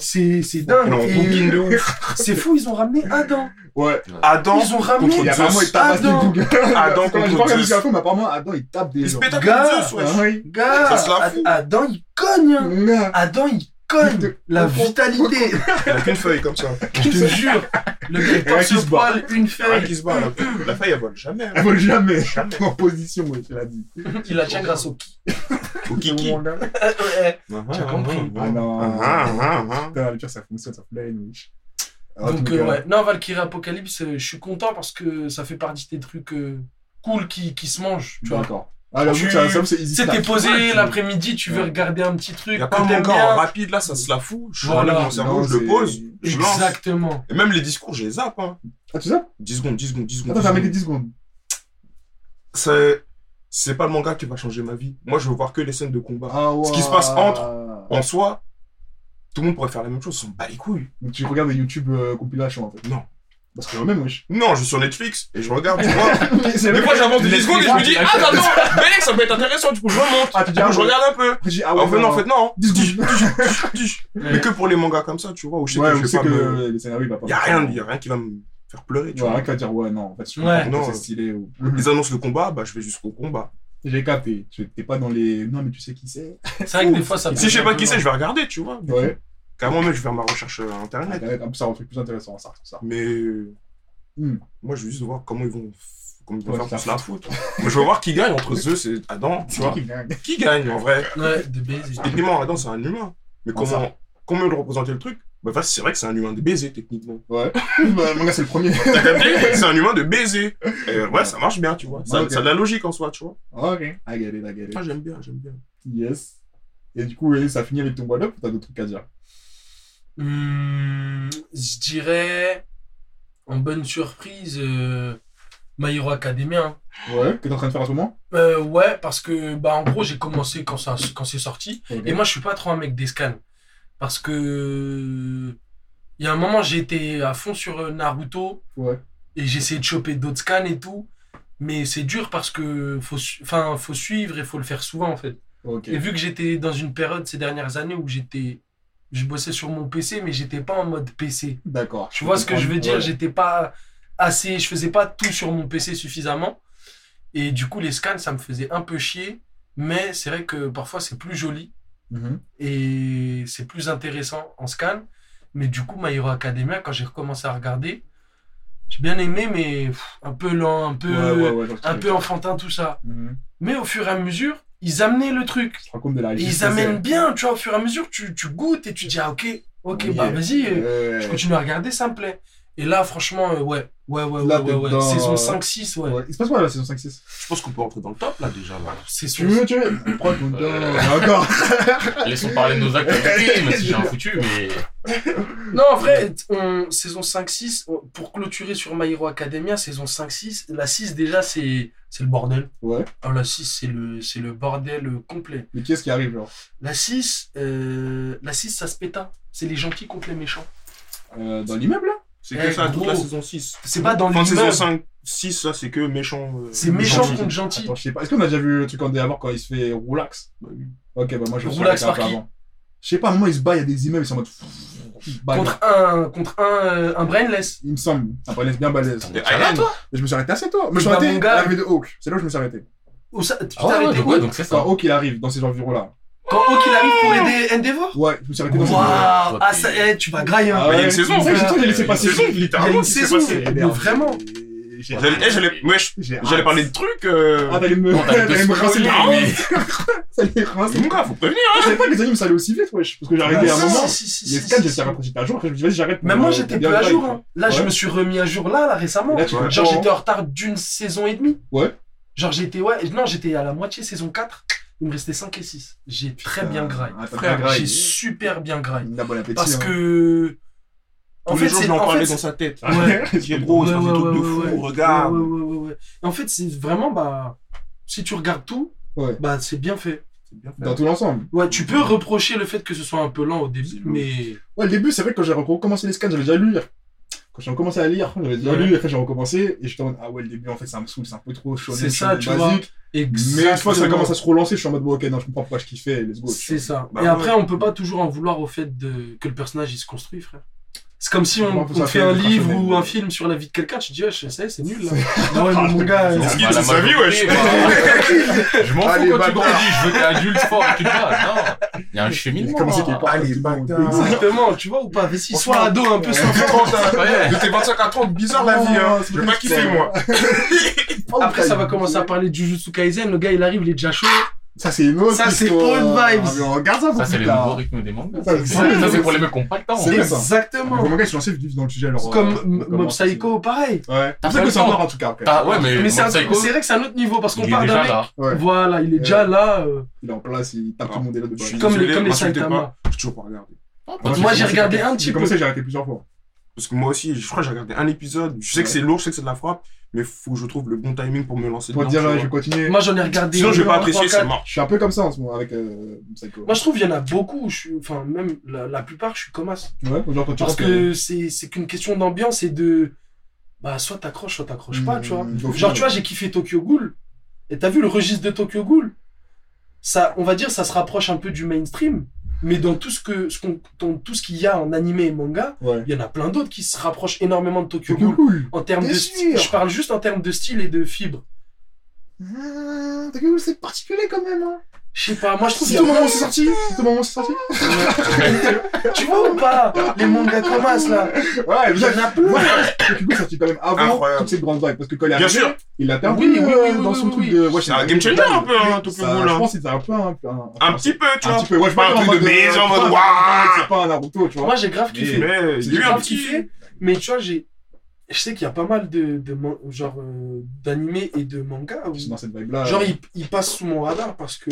Speaker 4: C'est c'est dingue.
Speaker 2: Non,
Speaker 4: Et
Speaker 2: bourguine de ouf.
Speaker 4: (laughs) C'est fou, ils ont ramené Adam.
Speaker 1: (laughs) Ouais,
Speaker 2: Adam.
Speaker 4: Ils ont ramené
Speaker 1: il y a vraiment, il tape des
Speaker 4: Adam.
Speaker 1: boules. (laughs)
Speaker 2: Adam
Speaker 1: Parce que J'ai
Speaker 2: contre
Speaker 1: pas regardé
Speaker 2: Zeus.
Speaker 1: jusqu'à la fin, mais apparemment, Adam, il tape des
Speaker 2: Il se
Speaker 1: gens.
Speaker 2: pète un
Speaker 4: Gars.
Speaker 2: peu Zeus,
Speaker 1: Ah
Speaker 2: ouais.
Speaker 1: oui.
Speaker 4: Gars,
Speaker 2: Ça se la fout.
Speaker 4: Ad- Adam, il cogne. hein.
Speaker 1: Nah.
Speaker 4: Adam, il cogne. La
Speaker 1: Pourquoi (laughs)
Speaker 4: vitalité.
Speaker 2: Il a qu'une feuille comme ça.
Speaker 4: Je te jure. Le gars, il
Speaker 1: Et là,
Speaker 4: porte
Speaker 1: qui se
Speaker 4: ce
Speaker 1: bat.
Speaker 4: poil, une
Speaker 2: Rien
Speaker 4: feuille.
Speaker 2: qui se bat, la feuille. La feuille, elle vole jamais. hein.
Speaker 1: Elle vole Ah, jamais.
Speaker 2: Jamais.
Speaker 1: (laughs) En position, ouais, tu l'as dit.
Speaker 4: Il la tient grâce au ki.
Speaker 2: Au kiki.
Speaker 1: Au moment là.
Speaker 4: Euh,
Speaker 2: T'as
Speaker 4: compris.
Speaker 1: Ah non.
Speaker 2: Ah, ah,
Speaker 1: Putain, le pire, ça fonctionne, ça fout la haine, wesh. Alors,
Speaker 4: Donc,
Speaker 1: tout le
Speaker 4: euh,
Speaker 1: monde,
Speaker 4: ouais. Non, Valkyrie Apocalypse, euh, je suis content parce que ça fait partie des trucs euh, cool qui, qui se mangent. Tu
Speaker 2: Bah,
Speaker 4: vois.
Speaker 1: D'accord. Ah, la
Speaker 4: Tu-
Speaker 1: boucle, ça- ça, c'est easy
Speaker 4: Tu sais, t'es
Speaker 1: start.
Speaker 4: posé
Speaker 1: Ouais,
Speaker 4: l'après-midi, tu veux regarder un petit truc.
Speaker 2: Il y a
Speaker 4: que
Speaker 2: pas mon
Speaker 4: t'aimes
Speaker 2: gars
Speaker 4: bien.
Speaker 2: en rapide, là, ça se la fout. Je
Speaker 4: Voilà.
Speaker 2: relève mon cerveau,
Speaker 1: Non,
Speaker 2: je
Speaker 1: c'est-
Speaker 2: le pose, je lance.
Speaker 4: Exactement.
Speaker 2: Et même les discours, je les zappe. Hein.
Speaker 1: Ah, tu sais
Speaker 2: 10 secondes, 10 secondes, 10 secondes.
Speaker 1: Attends,
Speaker 2: 10
Speaker 1: ça met les
Speaker 2: secondes.
Speaker 1: 10 secondes.
Speaker 2: C'est... c'est pas le manga qui va changer ma vie. Moi, je veux voir que les scènes de combat.
Speaker 1: Ah, ouais.
Speaker 2: Ce qui se passe entre- En soi, tout le monde pourrait faire la même chose, on s'en bat les couilles.
Speaker 1: Donc, tu regardes des YouTube euh, compilations, en fait.
Speaker 2: Non.
Speaker 1: Parce que même, wesh.
Speaker 2: Non, je suis sur Netflix et je regarde, tu vois.
Speaker 1: (laughs) C'est
Speaker 2: Des fois, j'avance de 10
Speaker 3: Netflix,
Speaker 2: secondes et je me dis,
Speaker 3: direct.
Speaker 2: ah, bah non, Belek, ça peut être intéressant, du coup, je remonte.
Speaker 1: Ah, tu
Speaker 2: Du
Speaker 1: dis,
Speaker 2: coup,
Speaker 1: ah,
Speaker 2: je
Speaker 1: ouais.
Speaker 2: regarde un peu.
Speaker 1: Après, j'ai- ah, ouais,
Speaker 2: En fait, non, en fait, non. hein.
Speaker 1: 10 secondes.
Speaker 2: Mais que pour les mangas comme ça, tu vois, où je sais
Speaker 1: Ouais,
Speaker 2: que
Speaker 1: on
Speaker 2: je vais
Speaker 1: sait
Speaker 2: pas
Speaker 1: que
Speaker 2: me...
Speaker 1: les scénarios, il va pas.
Speaker 2: Y a rien, y a rien qui va me faire pleurer, tu
Speaker 1: Tu vois,
Speaker 2: vois.
Speaker 1: rien qu'à dire, ouais, non, en fait, je
Speaker 4: Ouais.
Speaker 1: comprends
Speaker 2: Non.
Speaker 1: que c'est stylé. ou- (laughs)
Speaker 2: Ils annoncent le combat, bah je vais jusqu'au combat.
Speaker 1: J'ai capté. Tu t'es pas dans les. Non, mais tu sais qui c'est.
Speaker 4: C'est vrai que des fois, ça
Speaker 2: Si je sais
Speaker 4: devient
Speaker 2: pas qui
Speaker 4: violent.
Speaker 2: c'est, je vais regarder, tu vois.
Speaker 1: Ouais.
Speaker 2: Carrément, même, je vais faire ma recherche euh, internet.
Speaker 1: Internet, un peu, ça rend le truc plus intéressant, ça, tout ça.
Speaker 2: Mais euh,
Speaker 1: Hmm.
Speaker 2: moi, je veux juste voir comment ils vont, f- comment ils vont
Speaker 1: Ouais,
Speaker 2: faire pour
Speaker 1: ça
Speaker 2: se la foutre. Moi, je veux voir qui gagne entre Zeus et Adam,
Speaker 1: (laughs)
Speaker 2: tu vois.
Speaker 1: qui gagne
Speaker 2: Qui gagne en vrai
Speaker 4: Ouais, de baiser.
Speaker 2: Techniquement, Adam, c'est un humain. Mais
Speaker 1: Ouais,
Speaker 2: comment, comment il représentait le truc bah, enfin, c'est vrai que c'est un humain de baiser,
Speaker 1: (laughs)
Speaker 2: techniquement.
Speaker 1: Ouais. bah, mon gars, c'est le
Speaker 4: (laughs)
Speaker 1: premier.
Speaker 2: T'as capté C'est un humain de baiser. Et ouais, ça marche bien, tu vois. Ça,
Speaker 1: Ok.
Speaker 2: ça a de la logique en soi, tu vois.
Speaker 1: ok. I get it, I get it.
Speaker 2: Ah, j'aime bien, j'aime bien.
Speaker 1: Yes. Et du coup, ouais, ça finit avec ton what up ou t'as d'autres trucs à dire
Speaker 4: Hmm, je dirais, en bonne surprise, euh, My Hero Academia. hein.
Speaker 1: Ouais. Que t'es en train de faire en ce moment
Speaker 4: Euh, ouais, parce que, bah, en gros, j'ai commencé quand, ça, quand c'est sorti.
Speaker 1: Ok.
Speaker 4: Et moi, je suis pas trop un mec des scans. Parce que, il y a un moment, j'étais à fond sur euh, Naruto.
Speaker 1: Ouais.
Speaker 4: Et j'essayais de choper d'autres scans et tout. Mais c'est dur parce que faut, su- enfin, faut suivre et faut le faire souvent, en fait.
Speaker 1: Ok.
Speaker 4: Et vu que j'étais dans une période ces dernières années où j'étais. Je bossais sur mon PC, mais j'étais pas en mode PC.
Speaker 1: D'accord.
Speaker 4: Tu vois ce que je veux dire
Speaker 1: Ouais.
Speaker 4: J'étais pas assez, je faisais pas tout sur mon PC suffisamment. Et du coup, les scans, ça me faisait un peu chier. Mais c'est vrai que parfois, c'est plus joli
Speaker 1: Mhm.
Speaker 4: et c'est plus intéressant en scan. Mais du coup, My Hero Academia, quand j'ai recommencé à regarder, J'ai bien aimé, mais pff, un peu lent, un peu,
Speaker 1: Ouais, ouais, ouais, genre,
Speaker 4: un
Speaker 1: tu-
Speaker 4: peu enfantin, tout ça.
Speaker 1: Mhm.
Speaker 4: Mais au fur et à mesure, ils amenaient le truc.
Speaker 1: Tu te rends compte de la
Speaker 4: Et
Speaker 1: richesse
Speaker 4: ils
Speaker 1: que c'est.
Speaker 4: amènent bien, tu vois, au fur et à mesure, tu, tu goûtes et tu dis, ah ok, ok,
Speaker 1: Yeah.
Speaker 4: bah vas-y, euh,
Speaker 1: Ouais.
Speaker 4: je continue à regarder, ça me plaît. Et là, franchement, euh, ouais, ouais, ouais,
Speaker 1: Là,
Speaker 4: ouais,
Speaker 1: t'es
Speaker 4: ouais, ouais.
Speaker 1: dans-
Speaker 4: Saison 5-6, ouais.
Speaker 1: Ouais. Il se passe quoi la saison 5-6
Speaker 3: Je pense qu'on peut rentrer dans le top, là, déjà. Là.
Speaker 1: Tu
Speaker 4: Saison
Speaker 1: veux, tu veux Prends ton
Speaker 2: Euh.
Speaker 1: temps. Ah, Encore
Speaker 3: Laissons parler de nos
Speaker 2: (laughs)
Speaker 3: activités, mais si j'ai un foutu, mais.
Speaker 4: Non, en vrai, on- saison 5-6, on- pour clôturer sur My Hero Academia, saison 5-6, la 6 déjà, c'est c'est le bordel.
Speaker 1: Ouais.
Speaker 4: Alors, la 6, c'est le, c'est le bordel euh, complet.
Speaker 1: Mais qui est-ce qui arrive, genre
Speaker 4: La 6, euh, la 6 ça se péta. C'est les gentils contre les méchants.
Speaker 1: Euh, Dans l'immeuble, là
Speaker 2: C'est
Speaker 4: Eh,
Speaker 2: que ça, toute
Speaker 4: gros.
Speaker 2: la saison 6.
Speaker 4: C'est pas dans
Speaker 2: Fin de saison
Speaker 4: l'immeuble.
Speaker 2: 5, 6, ça, c'est que méchant. euh,
Speaker 4: C'est méchant
Speaker 2: gentil.
Speaker 4: contre gentil.
Speaker 1: Attends, je sais pas. Est-ce qu'on a déjà vu le truc en dé avant quand il se fait roulax Ok, bah moi je
Speaker 4: Roulax
Speaker 1: sais pas,
Speaker 4: par qui
Speaker 1: avant. Je sais pas, à un moment il se bat, il y a des immeubles, ils sont en mode. Il se bat,
Speaker 4: Contre un, contre un, euh, un brainless.
Speaker 1: Il me semble. Un bonnet bien
Speaker 2: Ah,
Speaker 1: balèze.
Speaker 3: T'en
Speaker 1: Mais
Speaker 3: es là, toi
Speaker 1: je me suis arrêté assez tôt. Mais je me suis
Speaker 4: Bah,
Speaker 1: arrêté
Speaker 4: mon gars.
Speaker 1: à l'arrivée de Hawk. C'est là où je me suis arrêté.
Speaker 4: Oh, ça, tu
Speaker 3: Ah ouais,
Speaker 4: t'es arrêté
Speaker 3: donc,
Speaker 4: où
Speaker 3: ouais, donc c'est
Speaker 1: Quand
Speaker 3: ça.
Speaker 2: Bah, Ah.
Speaker 1: Hawk il arrive dans ces environs-là.
Speaker 4: Quand Hawk il arrive pour aider Endeavor
Speaker 1: Ouais, je me suis arrêté dans ces environs-là.
Speaker 4: Waouh
Speaker 3: Toi,
Speaker 4: Ah,
Speaker 3: t'es-
Speaker 4: ça, eh, tu vas grailler. hein.
Speaker 1: Ah
Speaker 2: Mais il y a une
Speaker 1: Ouais,
Speaker 2: saison,
Speaker 1: c'est
Speaker 2: frère.
Speaker 1: vrai que j'ai laissé
Speaker 2: Il y a une
Speaker 1: passer.
Speaker 2: saison,
Speaker 4: Il y a
Speaker 2: littéralement,
Speaker 4: une
Speaker 2: qui s'est
Speaker 4: saison.
Speaker 2: passée.
Speaker 4: Mais vraiment.
Speaker 1: J'ai-
Speaker 2: J'allais eh, j'allais- ouais, je-
Speaker 1: j'ai-
Speaker 2: j'allais parler de trucs. euh,
Speaker 1: Ah,
Speaker 4: bah,
Speaker 1: t'allais me.
Speaker 3: Non, t'as
Speaker 1: T'allais me rincer les
Speaker 3: spoiler,
Speaker 1: reins.
Speaker 4: (laughs)
Speaker 3: mais-
Speaker 1: T'allais me rincer.
Speaker 2: Mon gars, faut prévenir. hein.
Speaker 1: Je savais pas que les animes ça allait aussi vite, wesh. Parce que j'ai
Speaker 4: Ah,
Speaker 1: arrêté à un
Speaker 4: si,
Speaker 1: moment.
Speaker 4: si, si,
Speaker 1: Il y a
Speaker 4: si,
Speaker 1: Scan,
Speaker 4: si,
Speaker 1: j'étais
Speaker 4: si.
Speaker 1: rapproché de à jour. Après, je me dis, vas-y, j'arrête. pour,
Speaker 4: Même moi,
Speaker 1: euh,
Speaker 4: j'étais
Speaker 1: bien
Speaker 4: peu à
Speaker 1: le
Speaker 4: jour.
Speaker 1: time.
Speaker 4: hein. Là, je
Speaker 1: Ouais.
Speaker 4: me suis remis à jour là, là récemment.
Speaker 1: Là, tu
Speaker 2: Ouais.
Speaker 1: peux
Speaker 4: Genre,
Speaker 1: pas,
Speaker 4: j'étais
Speaker 1: hein.
Speaker 4: en retard d'une saison et demie.
Speaker 1: Ouais.
Speaker 4: Genre, j'étais, ouais, non, j'étais à la moitié saison 4. Il me restait 5 et 6. J'ai très bien graille.
Speaker 1: Ah, t'as
Speaker 3: Frère,
Speaker 1: bien graille. hein.
Speaker 4: J'ai super bien graille.
Speaker 1: Bon appétit.
Speaker 4: Parce que. En
Speaker 2: Tous
Speaker 4: fait,
Speaker 2: les jours,
Speaker 4: c'est.
Speaker 2: je l'en
Speaker 4: en
Speaker 2: parlais
Speaker 4: fait,
Speaker 2: dans sa tête.
Speaker 1: hein. (laughs)
Speaker 4: ouais.
Speaker 2: J'ai gros, c'est un
Speaker 4: Ouais,
Speaker 2: truc de
Speaker 4: ouais, ouais, ouais.
Speaker 2: fou, regarde.
Speaker 4: Ouais, ouais, ouais, ouais. Et en fait, c'est vraiment, bah. Si tu regardes tout,
Speaker 1: Ouais.
Speaker 4: bah, c'est bien fait.
Speaker 2: C'est bien fait.
Speaker 1: Dans tout l'ensemble.
Speaker 4: Ouais, tu peux reprocher le fait que ce soit un peu lent au début, mais.
Speaker 1: Ouais, le début, c'est vrai que quand j'ai recommencé les scans, j'avais déjà lu. Quand j'ai recommencé à lire, j'avais déjà
Speaker 4: Ouais.
Speaker 1: lu, et après j'ai recommencé, et j'étais en mode, ah ouais, le début, en fait, ça me saoule, c'est un peu trop shonen,
Speaker 4: C'est ça,
Speaker 1: shonen
Speaker 4: tu vois.
Speaker 1: basique. Mais une fois que ça commence à se relancer, je suis en mode, bon, ok, non, je comprends pourquoi je kiffais, let's go. (laughs)
Speaker 4: C'est ça.
Speaker 2: Bah
Speaker 4: et
Speaker 2: ouais.
Speaker 4: après, on peut pas toujours en vouloir au fait de... que le personnage il se construit, frère. C'est comme si on,
Speaker 1: Moi, faut
Speaker 4: on
Speaker 1: ça
Speaker 4: fait
Speaker 1: faire
Speaker 4: un
Speaker 1: des
Speaker 4: livre
Speaker 1: crachonnets.
Speaker 4: ou un film sur la vie de quelqu'un, tu te dis, ouais, je sais, c'est nul là. Ah (laughs) ouais, mais mon gars. euh,
Speaker 2: C'est
Speaker 3: (laughs)
Speaker 2: ce qui est
Speaker 3: Bah, la
Speaker 2: de sa vie,
Speaker 3: majorité,
Speaker 2: wesh. (laughs)
Speaker 3: bah, Je m'en
Speaker 1: Allez,
Speaker 3: fous quand tu
Speaker 1: bâtard.
Speaker 3: grandis, je veux que t'es adulte fort et tu te bats. Non, il y a un
Speaker 1: Mais
Speaker 4: (laughs)
Speaker 3: cheminement.
Speaker 1: comment c'est
Speaker 3: hein.
Speaker 1: qu'il
Speaker 4: Ah,
Speaker 1: part
Speaker 2: Allez,
Speaker 1: tout le monde,
Speaker 2: bâtard.
Speaker 1: exact.
Speaker 4: Exactement, tu vois ou pas Vas-y,
Speaker 2: Franchement,
Speaker 4: sois ado un peu, sois
Speaker 2: De 30 à-
Speaker 3: Ouais.
Speaker 2: de tes 25 à 30, bizarre la vie, hein. Je vais pas kiffer, moi.
Speaker 4: Après, ça va commencer à parler du Jujutsu Kaisen, le gars il arrive, il est déjà chaud.
Speaker 1: Ça, c'est une autre
Speaker 4: Ça, c'est
Speaker 1: histoire.
Speaker 4: old vibes.
Speaker 1: Ah, mais on regarde ça pour
Speaker 3: Ça, c'est
Speaker 1: plus
Speaker 3: les
Speaker 1: tard.
Speaker 3: nouveaux rythmes des mangas.
Speaker 1: Ça,
Speaker 3: Ça,
Speaker 1: c'est-
Speaker 3: ça, c'est pour les mecs qui ont pas le temps.
Speaker 1: C'est
Speaker 3: hein.
Speaker 1: ça.
Speaker 4: Exactement.
Speaker 1: Les mangas, ils sont lancés vivent dans le sujet, alors.
Speaker 4: C'est Comme
Speaker 1: euh,
Speaker 4: M-
Speaker 1: comment
Speaker 4: Mob
Speaker 1: c'est-
Speaker 4: Psycho, pareil.
Speaker 1: Ouais.
Speaker 3: T'as
Speaker 1: C'est ça
Speaker 3: pas
Speaker 1: que
Speaker 3: le
Speaker 1: ça
Speaker 3: temps.
Speaker 1: noir, en tout cas, après.
Speaker 3: T'as- Ah, Ouais, mais
Speaker 4: Mais c'est
Speaker 3: Mob
Speaker 4: un-
Speaker 3: Psycho,
Speaker 4: c'est vrai que c'est un autre niveau parce qu'on
Speaker 3: il est
Speaker 4: part d'un
Speaker 3: déjà
Speaker 4: mec.
Speaker 3: là.
Speaker 1: Ouais.
Speaker 4: Voilà, il est déjà là, euh,
Speaker 1: Il est en place, il tape tout le monde et là de
Speaker 2: Je suis
Speaker 1: base.
Speaker 4: comme les
Speaker 2: désolé,
Speaker 4: comme les
Speaker 2: m'insultez
Speaker 4: Saitama.
Speaker 2: J'ai toujours pas regardé.
Speaker 4: Moi j'ai regardé un
Speaker 1: J'ai
Speaker 4: petit peu.
Speaker 1: commencé, j'ai arrêté plusieurs fois.
Speaker 2: Parce que moi aussi, je crois que j'ai regardé un épisode. Je sais que
Speaker 1: Ouais.
Speaker 2: c'est lourd, je sais que c'est de la frappe, mais faut que je trouve le bon timing pour me lancer
Speaker 1: Pour
Speaker 2: dedans,
Speaker 1: dire,
Speaker 2: tu
Speaker 1: euh,
Speaker 2: vois.
Speaker 1: je vais continuer.
Speaker 4: Moi j'en ai regardé.
Speaker 2: Sinon, je vais
Speaker 4: un,
Speaker 2: pas apprécier,
Speaker 4: trois,
Speaker 2: c'est
Speaker 4: quatre.
Speaker 2: mort.
Speaker 1: Je suis un peu comme ça en ce moment avec euh, Psycho.
Speaker 4: Moi je trouve il y en a beaucoup. Je suis... Enfin même la, la plupart, je suis comme as.
Speaker 1: Ouais, genre quand tu
Speaker 4: Parce
Speaker 1: rentres, euh,
Speaker 4: que c'est c'est qu'une question d'ambiance et de bah soit t'accroches soit t'accroches pas, tu vois.
Speaker 1: Mm, au
Speaker 4: Genre
Speaker 1: final.
Speaker 4: tu vois j'ai kiffé Tokyo Ghoul. Et t'as vu le registre de Tokyo Ghoul Ça, on va dire ça se rapproche un peu du mainstream. Mais dans tout ce que ce qu'on dans tout ce qu'il y a en animé et manga,
Speaker 1: Ouais.
Speaker 4: il y en a plein d'autres qui se rapprochent énormément de Tokyo
Speaker 1: C'est
Speaker 4: Ghoul.
Speaker 1: cool.
Speaker 4: En termes
Speaker 1: T'es
Speaker 4: de style,
Speaker 1: sûr
Speaker 4: je parle juste en termes de style et de fibre.
Speaker 1: Ah, Tokyo Ghoul, c'est particulier quand même. Hein.
Speaker 4: Je sais pas, moi je trouve
Speaker 1: C'est
Speaker 4: qu'il y
Speaker 1: au
Speaker 4: a
Speaker 1: moment où
Speaker 4: plein-
Speaker 1: c'est sorti. C'est au moment où c'est sorti.
Speaker 4: Tu vois ou pas Les mangas comas là
Speaker 1: Ouais,
Speaker 4: Il y en a plein.
Speaker 1: Ouais, Tokyo Ghoul est sorti quand même avant
Speaker 2: Incroyable.
Speaker 1: toutes ces grandes vagues. Parce que quand il est
Speaker 2: Bien
Speaker 1: arrivé,
Speaker 2: sûr,
Speaker 1: il a été un
Speaker 4: Oui,
Speaker 1: peu
Speaker 4: oui,
Speaker 1: euh,
Speaker 4: oui,
Speaker 1: dans
Speaker 4: oui,
Speaker 1: son
Speaker 4: oui,
Speaker 1: truc
Speaker 4: oui.
Speaker 1: de. Ouais,
Speaker 2: c'est un game changer un peu, hein, Tokyo
Speaker 1: Ça,
Speaker 2: Ghoul.
Speaker 1: Je
Speaker 2: hein.
Speaker 1: pense que c'était un peu un. Un,
Speaker 2: Un petit peu, tu
Speaker 1: Un
Speaker 2: vois.
Speaker 1: petit peu. Ouais, je
Speaker 2: Pas un
Speaker 1: parle en
Speaker 2: truc de
Speaker 1: mode, euh,
Speaker 2: maison, en
Speaker 1: pas
Speaker 2: mode,
Speaker 1: un
Speaker 2: waouh.
Speaker 1: Naruto, C'est pas un Naruto, tu vois.
Speaker 4: Moi j'ai grave
Speaker 1: Mais-
Speaker 4: kiffé.
Speaker 2: Mais
Speaker 1: C'est
Speaker 2: il y
Speaker 4: J'ai
Speaker 2: a eu un
Speaker 4: grave
Speaker 2: petit.
Speaker 4: kiffé. Mais tu vois, j'ai. Je sais qu'il y a pas mal de, de man- genre euh, d'animés et de mangas où
Speaker 1: Je suis dans cette vibe-là.
Speaker 4: genre
Speaker 1: euh,
Speaker 4: ils ils passent sous mon radar parce que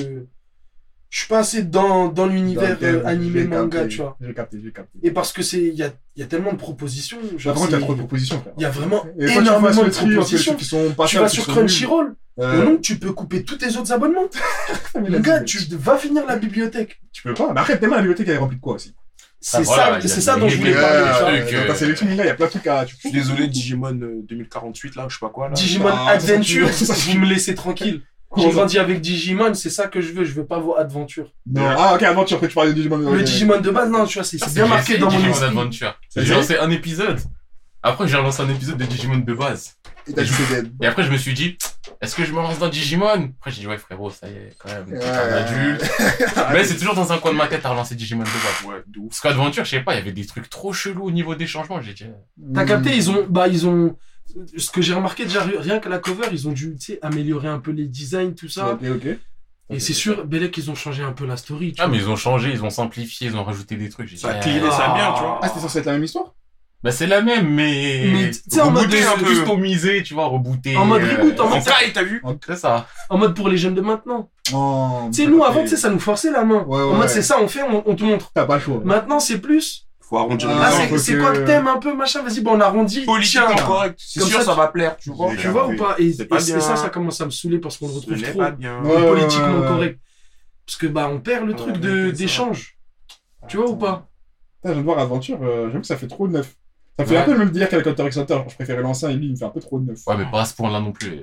Speaker 4: je suis pas assez dans, dans l'univers
Speaker 1: dans le thème,
Speaker 4: euh, animé
Speaker 1: j'ai capté,
Speaker 4: manga, tu vois.
Speaker 1: J'ai capté, j'ai capté.
Speaker 4: Et parce que c'est il y a, il y a tellement de propositions.
Speaker 1: Par
Speaker 4: Genre,
Speaker 1: contre, t'as
Speaker 4: c'est-
Speaker 1: trop de propositions, frère.
Speaker 4: il y a vraiment
Speaker 1: Et quand tu
Speaker 4: énormément
Speaker 1: fasses
Speaker 4: de
Speaker 1: le tri entre les
Speaker 4: propositions.
Speaker 1: trucs qui sont pas
Speaker 4: Tu
Speaker 1: faits,
Speaker 4: vas
Speaker 1: qui
Speaker 4: sur
Speaker 1: sont
Speaker 4: Crunchyroll,
Speaker 1: nuls.
Speaker 4: Au
Speaker 1: Euh,
Speaker 4: nom, tu peux couper tous tes autres
Speaker 1: (laughs)
Speaker 4: abonnements. Mon gars, tu vas finir la bibliothèque.
Speaker 1: Tu peux pas. Mais après, tellement la bibliothèque, elle est remplie de quoi aussi
Speaker 4: C'est
Speaker 3: Ah, voilà,
Speaker 4: ça,
Speaker 3: il y a
Speaker 4: c'est ça
Speaker 3: des
Speaker 4: dont je voulais
Speaker 3: règles,
Speaker 4: parler.
Speaker 3: euh,
Speaker 4: tu vois.
Speaker 3: trucs,
Speaker 1: Dans ta sélection, mon gars, il y a plein de trucs à. Tu
Speaker 2: Je suis désolé, Digimon euh, 2048, là, je sais pas quoi, là.
Speaker 4: Digimon
Speaker 1: Ah,
Speaker 4: Adventure,
Speaker 1: ça, c'est-
Speaker 4: vous me laissez tranquille. J'ai grandi avec Digimon, c'est ça que je veux, je veux pas vos adventures.
Speaker 1: Non. Ah, ok, avant, tu refais, tu parlais de Digimon.
Speaker 4: Le Digimon de base, non, tu vois, c'est c'est bien
Speaker 3: J'ai
Speaker 4: marqué
Speaker 3: essayé
Speaker 4: dans mon
Speaker 3: Digimon
Speaker 4: esprit.
Speaker 3: Adventure.
Speaker 1: C'est
Speaker 3: J'ai
Speaker 1: vrai
Speaker 3: lancé un épisode. Après, j'ai relancé un épisode de Digimon de base.
Speaker 1: Et t'as juste des.
Speaker 3: Et après, je me suis dit, est-ce que je me lance dans Digimon Après, j'ai dit, ouais, frérot, ça y est, quand même, t'es un (laughs) adulte. Mais c'est toujours dans un coin de ma tête à relancer Digimon de base.
Speaker 2: Ouais, de ouf.
Speaker 3: Parce qu'Adventure, je sais pas, il y avait des trucs trop chelous au niveau des changements. J'ai dit,
Speaker 4: T'as capté, ils ont, bah, ils ont, ce que j'ai remarqué déjà, rien que la cover, ils ont dû tu sais, améliorer un peu les designs, tout ça.
Speaker 1: Ok, ok.
Speaker 4: Et c'est sûr, Belek, ils ont changé un peu la story. tu
Speaker 3: Ah,
Speaker 4: vois.
Speaker 3: mais ils ont changé, ils ont simplifié, ils ont rajouté des trucs. J'ai dit,
Speaker 2: Ça a
Speaker 3: eh,
Speaker 2: cligné, ça a bien, tu vois.
Speaker 1: Ah, c'était censé être la même histoire
Speaker 3: Bah, c'est la même, mais.
Speaker 4: Mais, tu sais, en mode
Speaker 3: Rebooté
Speaker 4: de-
Speaker 3: un peu.
Speaker 4: de-
Speaker 3: Customisé, tu vois, rebooté.
Speaker 4: En mode
Speaker 3: euh,
Speaker 4: reboot, en mode ça-
Speaker 3: taille, t'as vu C'est ça.
Speaker 4: En mode pour les jeunes de maintenant.
Speaker 1: Non.
Speaker 3: Oh,
Speaker 4: Tu sais, nous, avant, tu sais, ça nous forçait la main.
Speaker 1: Ouais, ouais,
Speaker 4: en mode,
Speaker 1: ouais.
Speaker 4: c'est ça, on fait, on, on te montre.
Speaker 1: T'as pas le choix.
Speaker 4: Maintenant, c'est plus.
Speaker 2: Faut arrondir les
Speaker 1: Ah,
Speaker 4: Ah,
Speaker 1: non,
Speaker 4: c'est-
Speaker 2: angles.
Speaker 1: parce
Speaker 4: c'est
Speaker 1: que-
Speaker 4: quoi le thème un peu, machin Vas-y, bon, on arrondit. Tiens,
Speaker 2: Politiquement correct. C'est
Speaker 4: Comme
Speaker 2: sûr,
Speaker 4: ça,
Speaker 2: ça
Speaker 4: tu-
Speaker 2: va plaire, tu vois.
Speaker 4: tu vois ou pas Et,
Speaker 2: C'est
Speaker 4: et-
Speaker 2: pas
Speaker 4: et
Speaker 2: bien.
Speaker 4: ça, ça commence à me saouler parce qu'on le
Speaker 2: Ce
Speaker 4: retrouve
Speaker 2: n'est
Speaker 4: trop.
Speaker 2: pas bien.
Speaker 1: Ouais, ouais, ouais,
Speaker 4: politiquement
Speaker 1: ouais.
Speaker 4: correct. Parce que, bah, on perd le
Speaker 2: Ouais,
Speaker 4: truc
Speaker 2: on
Speaker 4: de
Speaker 2: était ça.
Speaker 4: d'échange. Tu vois ou pas
Speaker 1: Putain, je viens de voir Aventure, euh, j'avoue que ça fait trop de neuf. Ça fait
Speaker 3: Ouais.
Speaker 1: un peu le même délire qu'avec Hunter x Hunter. genre, Je préférais l'ancien et lui, il me fait un peu trop de neuf.
Speaker 3: Ouais, mais pas à ce point-là non plus. euh.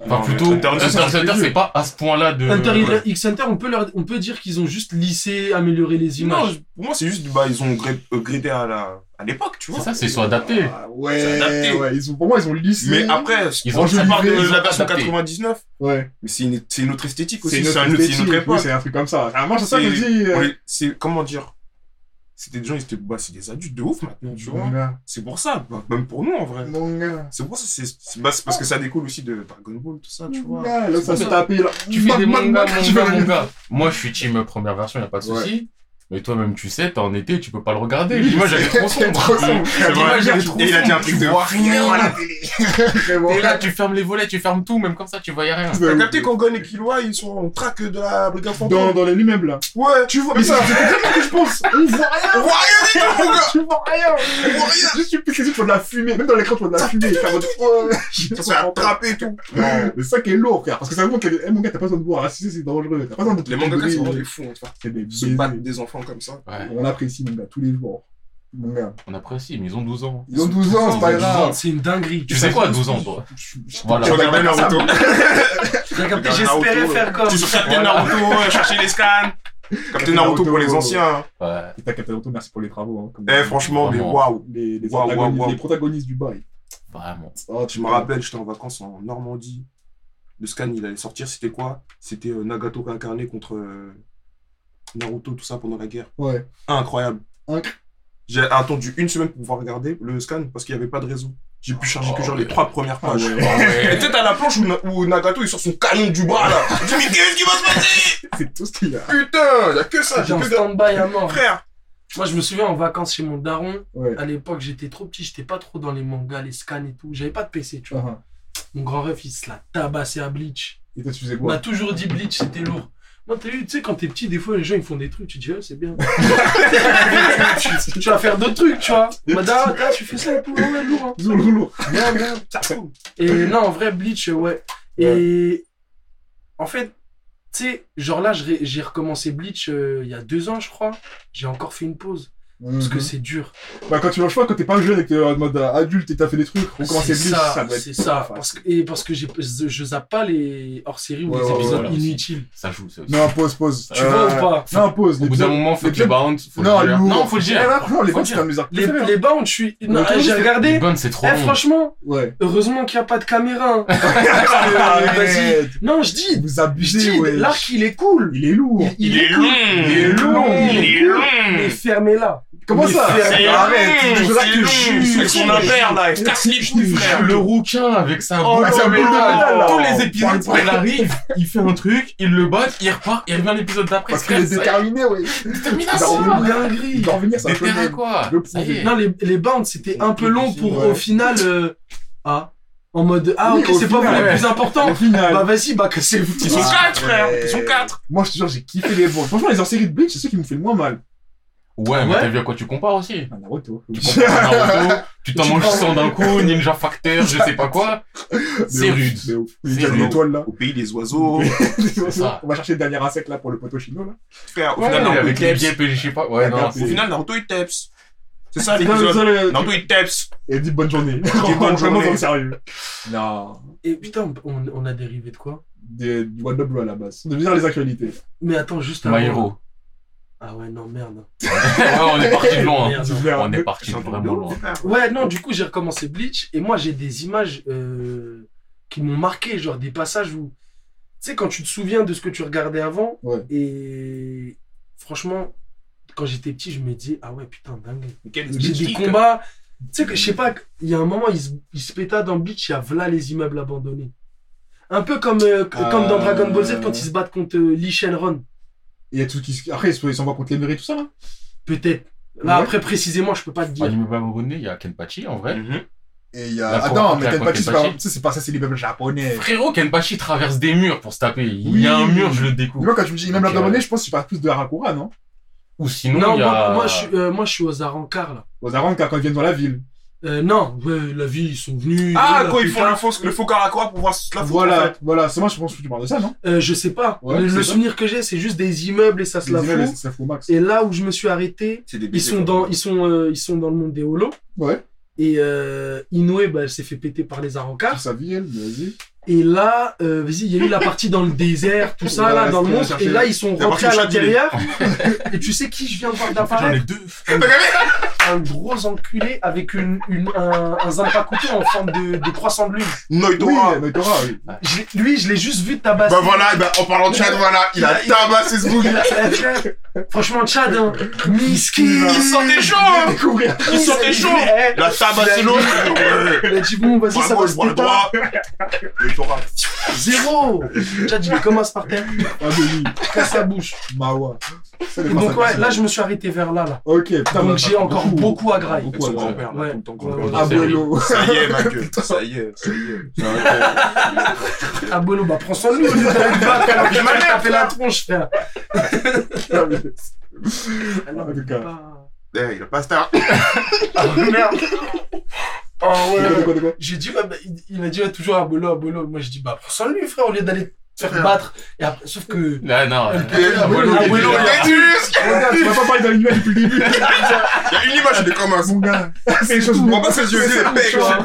Speaker 2: Non,
Speaker 3: Enfin,
Speaker 2: mais
Speaker 3: plutôt.
Speaker 2: Hunter
Speaker 3: Hunter
Speaker 2: x
Speaker 3: x
Speaker 1: Hunter,
Speaker 3: Hunter, c'est pas à ce point-là de.
Speaker 4: Hunter
Speaker 3: Ouais.
Speaker 4: X Hunter, on peut, leur, on peut dire qu'ils ont juste lissé, amélioré les
Speaker 2: Non,
Speaker 4: images.
Speaker 2: je- pour moi, c'est juste, bah, ils ont gré- upgradé à la, à l'époque, tu
Speaker 3: C'est
Speaker 2: vois.
Speaker 3: ça, c'est ils sont adaptés.
Speaker 1: Ah, ouais,
Speaker 2: C'est adapté.
Speaker 1: ouais, ils ont, pour moi, ils ont lissé.
Speaker 2: Mais après,
Speaker 3: Ils
Speaker 2: ils
Speaker 3: ont
Speaker 2: ont tu parles
Speaker 1: enjolivé,
Speaker 2: de
Speaker 3: ils
Speaker 2: la
Speaker 3: ont
Speaker 2: version
Speaker 3: adapté.
Speaker 2: 99,
Speaker 1: ouais.
Speaker 2: mais c'est une, c'est une autre esthétique
Speaker 1: C'est
Speaker 2: aussi,
Speaker 1: une
Speaker 2: c'est
Speaker 1: autre
Speaker 2: un- c'est une,
Speaker 1: esthétique,
Speaker 2: autre
Speaker 1: oui,
Speaker 2: époque.
Speaker 1: c'est un truc comme ça. Ah, moi, c'est ça que je dis.
Speaker 2: On
Speaker 1: euh,
Speaker 2: les- c'est- comment dire C'était des gens, ils étaient, bah, c'est des adultes de ouf maintenant, tu vois.
Speaker 1: Mon gars,
Speaker 2: C'est pour ça, bah, même pour nous en vrai.
Speaker 1: mon gars.
Speaker 2: C'est pour ça, c'est c'est- bah, c'est parce que ça découle aussi de Dragon Ball, tout ça, tu vois.
Speaker 1: Là, là, ça
Speaker 3: C'est
Speaker 1: se
Speaker 3: ça.
Speaker 1: tapait, là.
Speaker 3: Tu fais
Speaker 1: Mac,
Speaker 3: des
Speaker 1: Mac,
Speaker 3: mangas,
Speaker 1: Mac, tu fais
Speaker 3: manga,
Speaker 1: des-
Speaker 3: manga. Moi, je suis team première version, y a pas de
Speaker 1: Ouais.
Speaker 3: souci. Mais toi-même, tu sais, t'es en été, tu peux pas le regarder. L'image, elle est trop
Speaker 1: C'est
Speaker 3: sombre.
Speaker 1: sombre.
Speaker 2: C'est vrai.
Speaker 3: L'image, elle est trop
Speaker 2: Et il a dit un
Speaker 3: sombre,
Speaker 2: truc
Speaker 3: tu
Speaker 2: de
Speaker 3: vois rien à la
Speaker 1: Vraiment.
Speaker 3: Et là, tu fermes les volets, tu fermes tout, même comme ça, tu voyais rien.
Speaker 2: T'as capté qu'Angon et Killua, ils sont en traque de la brigade
Speaker 1: Dans,
Speaker 2: fantôme
Speaker 1: dans les lui-même, là.
Speaker 2: Ouais, tu
Speaker 1: Oh,
Speaker 2: vois,
Speaker 1: Mais
Speaker 2: mais
Speaker 1: ça,
Speaker 2: ça,
Speaker 1: c'est exactement ce que je (laughs) pense. On voit rien.
Speaker 2: on voit rien du tout, mon gars
Speaker 1: Tu vois rien.
Speaker 2: On voit rien
Speaker 1: Juste, tu piques les yeux, tu vois de la fumée. Même dans l'écran, tu vois de la fumée. T'es en mode, oh, (laughs) je
Speaker 2: Ça se fait
Speaker 1: comprends pas.
Speaker 2: attraper et tout.
Speaker 1: Mais c'est ça qui est lourd, frère. Parce que ça montre que, eh, mon gars, t'as pas besoin de boire. Ah, si, si, c'est dangereux. T'as pas besoin de te
Speaker 2: Les mangakas
Speaker 1: briller.
Speaker 2: sont des fous, en fait.
Speaker 1: C'est des
Speaker 2: Ils se
Speaker 1: baisers.
Speaker 2: battent des enfants comme ça.
Speaker 3: Ouais,
Speaker 1: On apprécie, mon gars, tous les jours. Mon gars.
Speaker 3: on apprécie, mais ils ont 12 ans.
Speaker 1: Ils ont 12 ans, c'est pas
Speaker 3: Ils ont 12 ans.
Speaker 1: grave.
Speaker 4: C'est une dinguerie.
Speaker 3: Tu sais quoi, 12 ans, toi Voilà.
Speaker 2: Tu regardes Naruto.
Speaker 4: T'as capté,
Speaker 2: Regarde Naruto,
Speaker 4: J'espérais
Speaker 2: ouais.
Speaker 4: faire comme.
Speaker 2: (laughs) Tu sur Captain
Speaker 4: Voilà.
Speaker 2: Naruto, euh, chercher les scans. Captain Naruto pour les anciens. hein.
Speaker 3: Ouais.
Speaker 1: Et t'as Captain Auto, merci pour les travaux. hein, comme-
Speaker 2: Eh, franchement, mais
Speaker 3: Vraiment.
Speaker 2: waouh.
Speaker 1: Les, les,
Speaker 2: Waouh, waouh,
Speaker 1: antagonistes-
Speaker 2: waouh.
Speaker 1: les protagonistes du bail.
Speaker 3: Vraiment.
Speaker 1: Oh,
Speaker 2: Je me rappelle, j'étais en vacances en Normandie. Le scan, il allait sortir, c'était quoi C'était euh, Nagato réincarné contre euh, Naruto, tout ça pendant la guerre.
Speaker 1: Ouais. (laughs)
Speaker 2: Incroyable.
Speaker 1: Inc-
Speaker 2: J'ai attendu une semaine pour pouvoir regarder le scan parce qu'il n'y avait pas de réseau. J'ai pu charger que genre les trois premières
Speaker 1: Ah
Speaker 2: pages.
Speaker 1: ouais.
Speaker 2: (laughs) Et peut-être à la planche où, Na- où Nagato il sort son canon du bras là. Je dis, mais qu'est-ce qui va se passer
Speaker 1: c'est tout ce qu'il y a.
Speaker 2: Putain, y a que ça,
Speaker 4: J'étais
Speaker 2: j'ai
Speaker 4: en
Speaker 2: que ça.
Speaker 4: stand-by à mort.
Speaker 2: Frère,
Speaker 4: Moi, je me souviens en vacances chez mon daron.
Speaker 1: Ouais.
Speaker 4: À l'époque, j'étais trop petit, j'étais pas trop dans les mangas, les scans et tout. J'avais pas de PC, tu
Speaker 1: Ah,
Speaker 4: vois.
Speaker 1: ah.
Speaker 4: Mon grand ref, il se l'a tabassé à Bleach.
Speaker 1: Et toi, tu faisais
Speaker 4: On m'a
Speaker 1: quoi
Speaker 4: toujours dit Bleach, c'était lourd. Moi, t'as vu, tu sais, quand t'es petit, des fois, les gens, ils font des trucs, tu dis, Eh, c'est
Speaker 1: (laughs)
Speaker 4: bien. tu vas faire d'autres trucs, tu vois. On m'a dit, ah, t'as- tu fais ça et tout, ouais, ouais, lourd. hein.
Speaker 1: Zoulou, loulou.
Speaker 4: Merde, merde.
Speaker 2: ça se trouve.
Speaker 4: Et non, en vrai, Bleach, euh, ouais. Et en fait, tu sais, genre là, je ré- j'ai recommencé Bleach euh, il y a deux ans, je crois. J'ai encore fait une pause. Parce que
Speaker 1: Mhm.
Speaker 4: c'est dur.
Speaker 1: Bah, quand tu lances pas, quand t'es pas jeune et que t'es en mode euh, adulte et t'as fait des trucs, on commence à
Speaker 4: C'est
Speaker 1: blitz, ça
Speaker 4: ça,
Speaker 1: doit être.
Speaker 4: c'est ça.
Speaker 1: enfin,
Speaker 4: Parce que, et parce que j'ai- je, je zappe pas les hors-séries ou
Speaker 1: Ouais,
Speaker 4: les
Speaker 1: ouais,
Speaker 4: épisodes
Speaker 3: ouais, ouais.
Speaker 4: inutiles.
Speaker 3: Ça joue, ça aussi.
Speaker 1: Non, pause, pause. Euh,
Speaker 4: Tu vois ou pas
Speaker 1: Non, pause.
Speaker 3: Au bout d'un moment, faut
Speaker 1: les
Speaker 3: que tu
Speaker 1: clubs-
Speaker 3: bounce. faut
Speaker 1: Non,
Speaker 3: le dire.
Speaker 1: lourd.
Speaker 3: Non, faut le
Speaker 1: Eh,
Speaker 3: dire.
Speaker 1: bah, franchement, les
Speaker 3: Faut
Speaker 1: bounces, c'est
Speaker 3: dire.
Speaker 1: un de mes arcs
Speaker 4: Les,
Speaker 1: préférés, hein.
Speaker 4: les bandes, je suis.
Speaker 1: Mais
Speaker 4: Non,
Speaker 1: attends,
Speaker 4: j'ai
Speaker 1: mais-
Speaker 4: regardé.
Speaker 3: Les bonnes, c'est trop
Speaker 4: Eh,
Speaker 3: long.
Speaker 4: franchement,
Speaker 1: Ouais.
Speaker 4: heureusement qu'il n'y a pas de caméra. hein.
Speaker 1: Ah,
Speaker 4: Parce que, vas-y.
Speaker 1: arrête.
Speaker 4: Non, je dis,
Speaker 1: Vous
Speaker 4: je
Speaker 1: abusez,
Speaker 4: dis,
Speaker 1: ouais.
Speaker 4: l'arc, il est cool.
Speaker 1: Il est lourd.
Speaker 2: Il est
Speaker 4: cool.
Speaker 2: long
Speaker 1: Il est long.
Speaker 4: Il est
Speaker 2: long
Speaker 4: Mais fermez-la.
Speaker 1: Comment
Speaker 4: Mais
Speaker 1: ça
Speaker 4: c'est
Speaker 1: Arrête.
Speaker 2: C'est
Speaker 1: Je Eh,
Speaker 2: long,
Speaker 1: là que
Speaker 2: c'est long. Avec son
Speaker 1: je
Speaker 2: impair là, il se casse les couilles, frère
Speaker 3: Le rouquin avec sa
Speaker 2: Oh,
Speaker 3: boule-
Speaker 2: c'est un
Speaker 3: mais
Speaker 2: boule de
Speaker 3: non,
Speaker 1: métal, là.
Speaker 3: Tous les épisodes
Speaker 1: Ouais.
Speaker 3: où il arrive, il fait un truc, il le bat, il repart, il revient à l'épisode d'après.
Speaker 1: Parce qu'il
Speaker 3: frère,
Speaker 1: est
Speaker 3: ça-
Speaker 1: déterminé, ouais.
Speaker 3: Détermination.
Speaker 1: Il va revenir.
Speaker 4: Dinguerie.
Speaker 1: Il doit revenir, c'est un peu
Speaker 3: Déterre à
Speaker 1: le-
Speaker 3: quoi
Speaker 1: le
Speaker 3: Ça y est.
Speaker 4: Non, les, les bandes, c'était un peu long pour
Speaker 1: Ouais.
Speaker 4: au final. euh, ah, en mode Ah,
Speaker 1: Oui,
Speaker 4: ok,
Speaker 1: au
Speaker 4: c'est pas
Speaker 1: final,
Speaker 4: vous les
Speaker 3: ouais.
Speaker 4: plus importants.
Speaker 1: Le final.
Speaker 4: Bah, vas-y, bah, cassez-vous.
Speaker 2: Ils sont
Speaker 1: Ah,
Speaker 2: quatre, frère
Speaker 1: ouais.
Speaker 2: Ils sont quatre
Speaker 1: Moi, je te jure, j'ai kiffé les bons. Franchement, les hors-séries de Bleach, c'est ceux qui me fait le moins mal.
Speaker 3: Ouais, mais
Speaker 4: Ouais.
Speaker 3: t'as vu à quoi tu compares aussi
Speaker 1: Ah, Naruto. (laughs)
Speaker 3: Tu compares à Naruto, tu t'en
Speaker 4: Tu
Speaker 3: manges
Speaker 4: prends-
Speaker 3: 100 d'un coup, Ninja Factor, je sais pas quoi. C'est rude.
Speaker 1: C'est ouf. Il y
Speaker 3: C'est
Speaker 1: a des
Speaker 3: rude.
Speaker 1: étoiles, là.
Speaker 2: Au pays des oiseaux,
Speaker 3: ça.
Speaker 1: On va chercher le dernier insecte, là, pour le poteau chino, là.
Speaker 2: frère, au
Speaker 3: Ouais,
Speaker 2: final Naruto
Speaker 3: avec
Speaker 2: il
Speaker 3: les
Speaker 2: taps.
Speaker 3: biais, je sais pas. Ouais, non.
Speaker 2: Au
Speaker 1: c'est-
Speaker 2: final Naruto il taps. C'est ça
Speaker 1: Non, mais
Speaker 2: l'épisode.
Speaker 1: ça, le-
Speaker 2: Naruto il taps.
Speaker 1: Et dit bonne journée.
Speaker 2: bonne
Speaker 1: Vraiment
Speaker 2: journée.
Speaker 1: dans le sérieux. Non.
Speaker 4: Et putain, on, on a dérivé de quoi
Speaker 1: Des, du One Blue à la base. On devait dire les actualités.
Speaker 4: Mais attends, juste avant.
Speaker 3: My
Speaker 4: (laughs)
Speaker 3: Hero.
Speaker 4: Ah, ouais, non, merde.
Speaker 3: Ouais, on est parti de loin.
Speaker 4: Merde.
Speaker 1: Tu verras.
Speaker 3: On est parti
Speaker 2: C'est un
Speaker 3: de
Speaker 2: truc
Speaker 3: vraiment
Speaker 2: de ouf,
Speaker 3: loin.
Speaker 2: frère.
Speaker 4: Ouais, non, du coup, j'ai recommencé Bleach et moi, j'ai des images euh, qui m'ont marqué, genre des passages où. Tu sais, quand tu te souviens de ce que tu regardais avant,
Speaker 1: Ouais.
Speaker 4: et franchement, quand j'étais petit, je me dis Ah, ouais, putain, dingue.
Speaker 2: Mais quelle
Speaker 4: J'ai des
Speaker 2: esthétique.
Speaker 4: combats, sais que je sais pas, il y a un moment, il se, il se péta dans Bleach, il y a v'là les immeubles abandonnés. Un peu comme, euh,
Speaker 3: Ah.
Speaker 4: que- comme dans Dragon Ball Z quand ils se battent contre euh, Lee Shenron.
Speaker 1: Il y a tout qui se- Après, ils s'envoient contre les murs et tout ça, là.
Speaker 4: Peut-être. Là,
Speaker 1: Ouais.
Speaker 4: après, précisément, je peux pas te
Speaker 3: Ah,
Speaker 4: dire.
Speaker 3: il me va abandonné, il y a Kenpachi en vrai.
Speaker 2: Mhm.
Speaker 1: Et il y a.
Speaker 3: Bah, pour
Speaker 1: Attends,
Speaker 3: raconter
Speaker 1: mais
Speaker 3: à quoi
Speaker 1: Kenpachi, c'est pas...
Speaker 3: Kenpachi
Speaker 1: tu sais, c'est pas ça, c'est les mêmes japonais.
Speaker 3: Frérot, Kenpachi traverse des murs pour se taper. Il y a
Speaker 1: Oui.
Speaker 3: un mur, je le
Speaker 1: Mais
Speaker 3: découvre.
Speaker 1: moi, quand tu me dis même
Speaker 3: Ok,
Speaker 1: l'abandonné, je pense que tu parles plus de Harakura, non
Speaker 3: Ou sinon,
Speaker 4: Non,
Speaker 3: il y a.
Speaker 4: moi, moi, je, suis- euh, moi, je suis aux Arancars, là.
Speaker 1: Aux Arans, quand quand ils viennent dans la ville.
Speaker 4: Euh, non, ouais, la vie, ils sont venus.
Speaker 2: Ah,
Speaker 4: voilà,
Speaker 2: quand ils font
Speaker 4: putain.
Speaker 2: le faux, le faux caracroix pour voir la photo.
Speaker 1: Voilà, voilà. C'est moi, je pense que tu parles de ça, non
Speaker 4: Euh, je sais pas.
Speaker 1: Ouais,
Speaker 4: le
Speaker 1: je sais
Speaker 4: le
Speaker 1: pas.
Speaker 4: souvenir que j'ai, c'est juste des immeubles et ça se la
Speaker 1: Les immeubles,
Speaker 4: fout.
Speaker 1: c'est ça fout au max.
Speaker 4: Et là où je me suis arrêté,
Speaker 2: C'est des
Speaker 4: ils
Speaker 2: baisers,
Speaker 4: sont
Speaker 2: quoi.
Speaker 4: dans, ils sont, euh, ils sont dans le monde des holos.
Speaker 1: Ouais.
Speaker 4: Et euh, Inoue, bah, elle s'est fait péter par les arancars.
Speaker 1: Tout ça vie, elle, mais vas-y.
Speaker 4: Et là, euh, vas-y, il y a eu la partie dans le désert, tout ça,
Speaker 1: Ouais,
Speaker 4: là, dans le
Speaker 1: c'est
Speaker 4: monde.
Speaker 1: cherché.
Speaker 4: Et là, ils sont
Speaker 2: La
Speaker 4: rentrés à
Speaker 2: partie où Chad, il est.
Speaker 1: (laughs)
Speaker 4: l'intérieur. et tu sais qui je viens de voir
Speaker 3: J'en ai
Speaker 4: d'apparaître
Speaker 3: deux.
Speaker 4: Un gros enculé avec une, une, un, un zanpakuto en forme de, de croissant de lune.
Speaker 2: Noidora.
Speaker 1: Oui, Noitora, oui.
Speaker 4: Je l'ai- lui, je l'ai juste vu tabasser.
Speaker 2: Bah voilà, bah, en parlant de Chad, voilà, il a
Speaker 4: Il a-
Speaker 2: tabassé ce bouc.
Speaker 4: (laughs) Franchement, Tchad, hein, miskin.
Speaker 2: Il sentait chaud, hein
Speaker 1: Découvrir.
Speaker 2: Il sentait chaud
Speaker 4: Eh,
Speaker 2: Il a tabassé l'autre.
Speaker 4: Il a dit, bon, vas-y,
Speaker 2: Bras
Speaker 4: ça va
Speaker 2: gauche,
Speaker 4: se
Speaker 2: bras
Speaker 4: détendre.
Speaker 2: droit. Noidora.
Speaker 4: Zéro Tchad, il commence par terre,
Speaker 1: Ah, mais oui.
Speaker 4: casse sa bouche.
Speaker 1: Mawa. Ça, les
Speaker 4: Et
Speaker 1: Français,
Speaker 4: donc, ouais,
Speaker 1: c'est-
Speaker 4: là, je me suis arrêté vers là, là.
Speaker 1: Ok, putain.
Speaker 4: Donc,
Speaker 1: bah,
Speaker 4: j'ai encore beaucoup à grailler.
Speaker 2: Avec son
Speaker 1: Beaucoup à grailler. Ah,
Speaker 2: grand-père, là,
Speaker 4: Ouais.
Speaker 2: tout le temps
Speaker 4: Ouais,
Speaker 2: grand-père.
Speaker 1: bah, (laughs)
Speaker 3: ouais.
Speaker 1: Abuelo.
Speaker 2: Ça y est, ma gueule. Ça y est, ça y est. C'est un-
Speaker 4: Abuelo, bah, prends soin de nous, au lieu d'aller te battre, alors que je vais te taper la tronche, frère. Ah non,
Speaker 1: En tout
Speaker 4: mais
Speaker 1: cas.
Speaker 4: pas-
Speaker 2: Eh, Il a pas star.
Speaker 4: Ah, merde Oh,
Speaker 1: De quoi, de
Speaker 4: ouais.
Speaker 1: quoi, de quoi
Speaker 4: J'ai dit, ouais, bah, il, il m'a dit ouais, toujours Abolo, Abolo. Moi, je dis, bah, prends soin de lui, frère, au lieu d'aller te faire
Speaker 2: Frère.
Speaker 4: battre. Et après, sauf que.
Speaker 3: Là, non.
Speaker 4: Elle
Speaker 3: euh,
Speaker 4: peut-
Speaker 3: ah, voilà,
Speaker 4: Ah,
Speaker 3: il est
Speaker 4: voilà,
Speaker 3: là.
Speaker 4: il est-
Speaker 2: Il
Speaker 1: Regarde, tu m'as pas parlé d'un animal depuis le début.
Speaker 2: y a une image, il est comme un
Speaker 1: Mon
Speaker 2: (laughs)
Speaker 1: gars, c'est les choses.
Speaker 2: On voit pas ses yeux, c'est les
Speaker 4: Tu
Speaker 2: pecs.
Speaker 4: vois,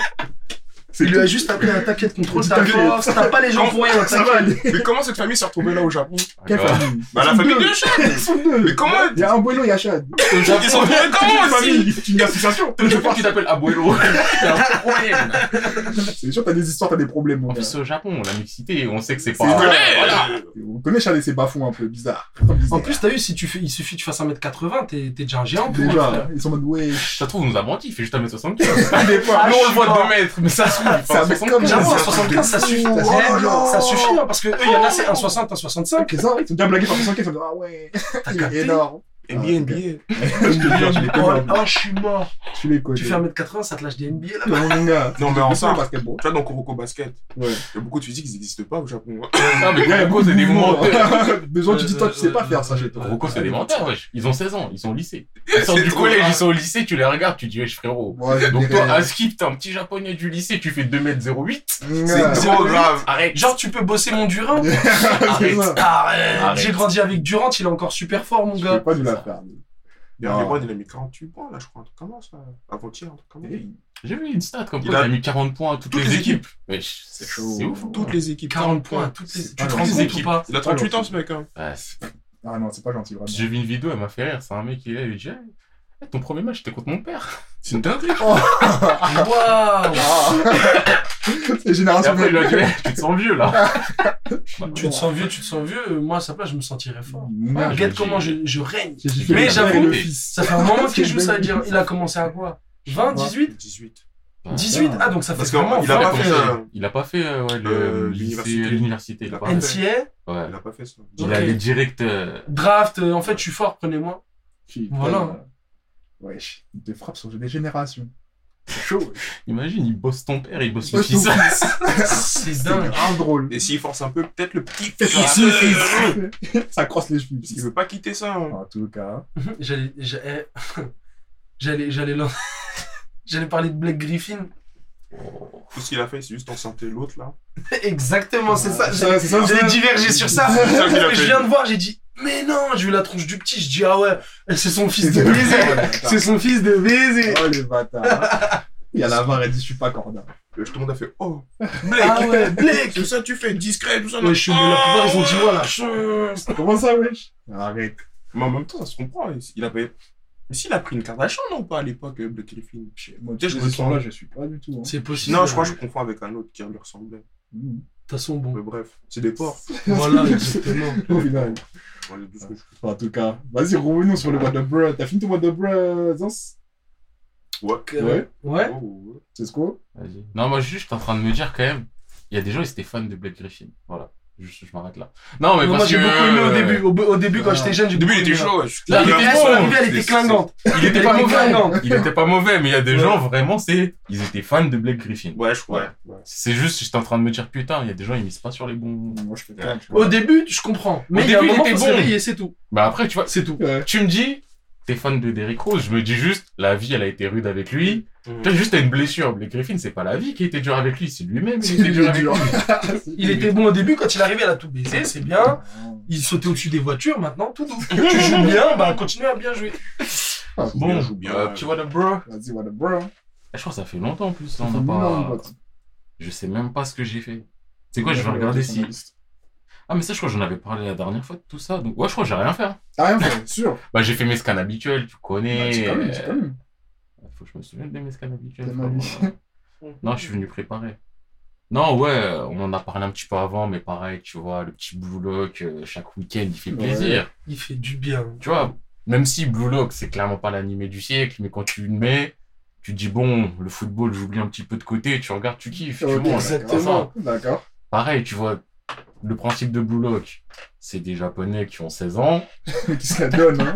Speaker 4: il lui a juste appelé un taquet de contrôle,
Speaker 1: Tout
Speaker 4: ta
Speaker 1: à fait.
Speaker 4: force, t'as pas les gens pour rien,
Speaker 1: Ça va aller.
Speaker 2: Mais comment cette famille s'est retrouvée là au Japon
Speaker 1: Quelle
Speaker 3: Ouais.
Speaker 1: famille
Speaker 2: Bah la
Speaker 1: Ils sont
Speaker 2: famille
Speaker 1: deux.
Speaker 2: de Chad
Speaker 1: Ils sont deux.
Speaker 2: Mais comment
Speaker 1: Il y a un Abuelo, il y a Chad.
Speaker 2: Ils sont retrouvés comment aussi
Speaker 1: C'est une association.
Speaker 3: Je pense qu'il t'appelle Abuelo. Il y a un problème.
Speaker 1: C'est sûr, t'as des histoires, t'as des problèmes, mon
Speaker 3: En
Speaker 1: gars.
Speaker 3: plus, c'est au Japon, la mixité, on sait que
Speaker 1: C'est
Speaker 3: c'est
Speaker 2: Tu
Speaker 3: pas.
Speaker 1: vrai.
Speaker 2: connais
Speaker 3: Voilà.
Speaker 2: euh,
Speaker 1: On connaît Chad et ses bafons un peu bizarres.
Speaker 4: En plus, t'as vu, si tu fais, il suffit que tu fasses 1m80, t'es t'es déjà un géant pour eux, frère.
Speaker 1: Déjà, ils sont en mode ouais.
Speaker 3: Ça se trouve, on nous a menti, il fait juste 1m75.
Speaker 1: Des fois,
Speaker 3: Nous, on le voit
Speaker 4: Ah, pas.
Speaker 3: 2 mètres, mais ça se trouve, il fait
Speaker 1: Ça met comme
Speaker 3: 1m75.
Speaker 4: J'avoue,
Speaker 1: c'est
Speaker 4: un
Speaker 1: un
Speaker 4: 75, ça suffit.
Speaker 1: fou.
Speaker 4: Ouais,
Speaker 1: Oh non.
Speaker 4: ça suffit, hein, parce que eux, il y en a, c'est un 60, un 65.
Speaker 1: Ok, ça, ils sont bien blagués par 75, ils sont en mode, ah ouais, il est
Speaker 4: capté
Speaker 1: énorme.
Speaker 2: NBA, NBA.
Speaker 1: Je te jure, je les
Speaker 4: Oh,
Speaker 1: connais.
Speaker 4: oh, je suis mort.
Speaker 1: Tu les connais.
Speaker 4: Tu fais 1m80, ça te lâche des NBA, là.
Speaker 1: Mon gars.
Speaker 2: Non mais en ça,
Speaker 1: le basketball.
Speaker 2: tu vois dans Kuroko Basket,
Speaker 1: Ouais.
Speaker 2: il y a beaucoup de physiques qui n'existent pas au Japon. hein.
Speaker 4: (laughs)
Speaker 3: Non, mais
Speaker 1: Il y a un
Speaker 3: Kuroko, c'est des
Speaker 1: mouvement.
Speaker 3: menteurs.
Speaker 1: (laughs) Des gens, tu dis, toi, tu sais pas faire ça chez toi.
Speaker 3: Kuroko, c'est des menteurs, wesh. Ils ont 16 ans, ils sont au lycée. Ils sortent
Speaker 2: C'est
Speaker 3: du
Speaker 2: trop
Speaker 3: collège,
Speaker 2: rare.
Speaker 3: ils sont au lycée, tu les regardes, tu dis, wesh, frérot.
Speaker 1: Ouais, je
Speaker 3: Donc,
Speaker 1: dirais- euh,
Speaker 3: toi, Askip, t'es un petit japonais du lycée, tu fais 2m08.
Speaker 2: C'est
Speaker 1: Ouais.
Speaker 2: trop grave.
Speaker 3: Arrête.
Speaker 4: Genre, tu peux bosser mon Durin
Speaker 1: (laughs) C'est ça.
Speaker 4: Arrête.
Speaker 3: Arrête.
Speaker 4: J'ai grandi avec Durant, il est encore super fort, mon
Speaker 1: Je
Speaker 4: gars.
Speaker 1: peux pas nous la faire.
Speaker 2: Dernier mois, il a mis 48 points là, je crois, un truc comme ça. Avant-hier, un truc comme ça.
Speaker 3: J'ai vu une stat comme
Speaker 2: Il
Speaker 3: quoi il
Speaker 2: a-
Speaker 3: a mis 40 points à toutes,
Speaker 2: Toutes
Speaker 3: les
Speaker 2: les
Speaker 3: équipes. Wesh, c'est
Speaker 1: C'est chaud.
Speaker 3: c'est ouf.
Speaker 2: Toutes les équipes.
Speaker 4: 40 points, toutes les... tu
Speaker 2: C'est
Speaker 3: Ah,
Speaker 1: pas
Speaker 4: te rends
Speaker 1: gentil.
Speaker 4: compte ou pas
Speaker 2: Il a 38 ans ce mec. hein.
Speaker 3: Bah, c'est-
Speaker 1: Ah non, c'est pas gentil, vraiment.
Speaker 3: J'ai vu une vidéo, elle m'a fait rire. C'est un mec qui est là, il dit Eh, Ton premier match, c'était contre mon père.
Speaker 2: C'est une dinguerie.
Speaker 4: Waouh
Speaker 1: Ah. (laughs) C'est
Speaker 3: Et
Speaker 1: génération
Speaker 3: après, il lui a dit Eh, Tu te sens vieux là.
Speaker 4: Tu te sens vieux, tu te sens vieux. Moi, à sa place, je me sentirais fort.
Speaker 1: Merde.
Speaker 3: je
Speaker 4: Regarde
Speaker 3: dis-
Speaker 4: comment je, je règne.
Speaker 1: J'ai juste
Speaker 3: Mais
Speaker 1: fait le
Speaker 4: j'avoue-
Speaker 1: père et le fils.
Speaker 4: Ça fait un moment qu'il joue ça. il dit- Il a commencé à quoi 20, 18
Speaker 2: 18.
Speaker 4: 18 Ah, donc ça fait
Speaker 2: Parce
Speaker 4: vraiment
Speaker 2: qu'il a
Speaker 3: Ouais,
Speaker 2: pas
Speaker 3: comme
Speaker 2: fait.
Speaker 3: ça,
Speaker 2: euh,
Speaker 3: Il a pas fait euh, ouais, le-
Speaker 2: Euh,
Speaker 3: lycée-
Speaker 2: l'université.
Speaker 3: l'université. Il a pas
Speaker 2: Ouais.
Speaker 3: fait.
Speaker 4: NCA,
Speaker 3: Ouais.
Speaker 2: Il a pas fait ça.
Speaker 3: Il
Speaker 4: Ok.
Speaker 3: allait direct. euh,
Speaker 4: draft, euh, en fait, je suis fort, prenez-moi.
Speaker 1: Qui- euh,
Speaker 4: Voilà.
Speaker 1: Wesh, il te frappe sur des générations. C'est chaud.
Speaker 3: Imagine, il bosse ton père, il bosse
Speaker 1: C'est
Speaker 3: ton fils.
Speaker 4: (laughs) C'est
Speaker 1: C'est
Speaker 4: dingue.
Speaker 1: grave drôle.
Speaker 2: Et s'il force un peu, peut-être le petit
Speaker 1: (laughs) Ça crosse les
Speaker 2: Parce qu'il
Speaker 1: chevilles.
Speaker 2: veut pas quitter ça. hein.
Speaker 1: En tout cas.
Speaker 4: (laughs) J'allais, j'allais, (laughs) j'allais, j'allais, lan- (laughs) j'allais parler de Blake Griffin.
Speaker 2: Tout ce qu'il a fait, c'est juste encenter l'autre là.
Speaker 4: (laughs) Exactement, c'est ça. J'ai-
Speaker 1: c'est ça.
Speaker 4: J'ai (laughs) divergé sur ça.
Speaker 2: C'est ça qu'il a
Speaker 4: Je
Speaker 2: fait.
Speaker 4: viens de voir, j'ai dit, mais non, j'ai eu la tronche du petit. Je dis, ah ouais, c'est son fils de
Speaker 1: C'est
Speaker 4: baiser. (laughs)
Speaker 1: baiser.
Speaker 4: C'est son fils de baiser.
Speaker 1: Oh les bâtards. Il y a la VAR, elle dit je suis pas corda.
Speaker 2: Euh, Tout le monde a fait Oh,
Speaker 4: Ah
Speaker 2: Blake
Speaker 4: ouais, Blake.
Speaker 2: Tout ça, tu fais discret, tout ça.
Speaker 4: (laughs) Ouais, je suis, mais la plupart, ils ont dit, voilà, (laughs) chance.
Speaker 1: Comment ça, wesh Arrête.
Speaker 2: Mais en même temps, ça se comprend. il- Il avait. Mais s'il a pris une Kardashian, non pas à l'époque, euh, Blake Griffin
Speaker 1: Moi, toutes
Speaker 2: Peut-être je
Speaker 1: ces
Speaker 2: me
Speaker 1: histoires-là, je suis pas du tout. hein.
Speaker 4: C'est possible.
Speaker 2: Non, je crois que je confonds avec un autre qui lui ressemblait.
Speaker 1: Mmh.
Speaker 4: De toute façon,
Speaker 2: Mais (laughs)
Speaker 4: bon.
Speaker 2: bref, c'est des porcs.
Speaker 4: Voilà,
Speaker 1: (laughs)
Speaker 4: exactement.
Speaker 1: Au final.
Speaker 2: Ouais, tout ce que je-
Speaker 1: En tout cas, vas-y, revenons sur le mois de Bruh. T'as fini ton mois de Bruh, Zans
Speaker 2: Ouais.
Speaker 1: Ouais.
Speaker 4: Ouais.
Speaker 2: Oh, ouais.
Speaker 1: C'est ce qu'on.
Speaker 3: Vas-y. Non, moi, juste, je suis en train de me dire quand même, il y a des gens, ils étaient fans de Blake Griffin. Voilà. Juste, je m'arrête là. Non, mais
Speaker 4: Non, moi
Speaker 3: parce
Speaker 4: j'ai
Speaker 3: que. euh,
Speaker 4: beaucoup aimé au début. Au, au début, quand
Speaker 2: Ah.
Speaker 4: j'étais jeune, j'ai
Speaker 2: Au début, il
Speaker 4: beaucoup
Speaker 2: était
Speaker 4: aimé.
Speaker 2: chaud. ouais.
Speaker 3: Là, il
Speaker 4: La
Speaker 3: était
Speaker 4: révélation
Speaker 3: bon.
Speaker 4: arrivée, elle
Speaker 2: C'est-
Speaker 4: était
Speaker 2: c'est-
Speaker 4: clingante.
Speaker 3: Il était pas
Speaker 4: Elle était
Speaker 3: mauvais.
Speaker 4: clingante.
Speaker 3: Il était pas mauvais, mais il y a des
Speaker 4: Ouais.
Speaker 3: gens, vraiment, c'est. Ils étaient fans de Blake Griffin.
Speaker 2: Ouais, je crois.
Speaker 3: C'est juste, j'étais en train de me dire, putain, il y a des gens, ils misent pas sur les bons.
Speaker 1: Moi, je fais
Speaker 2: Ouais.
Speaker 4: Au début, je comprends. Mais il y a un
Speaker 3: début, il
Speaker 4: moment,
Speaker 3: était
Speaker 4: faut se
Speaker 3: bon.
Speaker 4: réveiller, c'est tout.
Speaker 3: Bah après, tu vois,
Speaker 4: C'est tout.
Speaker 3: (laughs)
Speaker 1: Ouais.
Speaker 3: tu me dis, t'es fan de Derrick Rose, je me dis juste, la vie, elle a été rude avec lui.
Speaker 2: Mhm.
Speaker 3: T'as juste t'as une blessure. Blake Griffin, c'est pas la vie qui était dure avec lui, c'est lui-même qui
Speaker 1: C'est
Speaker 3: était
Speaker 1: lui,
Speaker 3: dur
Speaker 1: (laughs)
Speaker 3: avec
Speaker 1: dur.
Speaker 3: lui.
Speaker 4: Il était bon au début, quand il arrivait, elle a tout baisé, c'est bien. Il sautait au-dessus des voitures, maintenant, tout
Speaker 3: (laughs)
Speaker 4: doux. tu joues bien, bah continue à bien jouer.
Speaker 3: Bon,
Speaker 1: Ah,
Speaker 2: Bien, joue bien.
Speaker 3: euh, petit what up, bro.
Speaker 1: Vas-y, what up, bro.
Speaker 3: Eh, Je crois que ça fait longtemps en plus.
Speaker 1: Ça
Speaker 3: on
Speaker 1: fait
Speaker 3: n'a
Speaker 1: mille ans,
Speaker 3: pas...
Speaker 1: pote.
Speaker 3: Je sais même pas ce que j'ai fait. C'est quoi, je vais regarder si. Ah, mais ça, je crois que j'en avais parlé la dernière fois de tout ça. Donc, ouais, je crois que j'ai rien fait. hein.
Speaker 1: T'as rien fait, (laughs) sûr.
Speaker 3: Bah, j'ai fait mes scans habituels, tu
Speaker 1: Bah,
Speaker 3: connais.
Speaker 1: dis quand même, dis quand même.
Speaker 3: Euh, Faut que je me souvienne de mes scans habituels.
Speaker 1: T'as mal
Speaker 3: frérot.
Speaker 1: (laughs)
Speaker 3: Non, je suis venu préparer. Non, ouais, euh, on en a parlé un petit peu avant, mais pareil, tu vois, le petit Blue Lock, euh, chaque week-end, il fait
Speaker 1: Ouais.
Speaker 3: plaisir.
Speaker 4: Il fait du bien.
Speaker 3: Tu vois, même si Blue Lock, c'est clairement pas l'animé du siècle, mais quand tu le mets, tu te dis, bon, le football, j'oublie un petit peu de côté, tu regardes, tu kiffes, tu
Speaker 1: Ok,
Speaker 3: manges.
Speaker 1: Exactement. D'accord. (laughs)
Speaker 3: Pareil, tu vois, le principe de Blue Lock, c'est des Japonais qui ont
Speaker 4: (laughs)
Speaker 3: 16 ans.
Speaker 1: Qui se la donne, hein.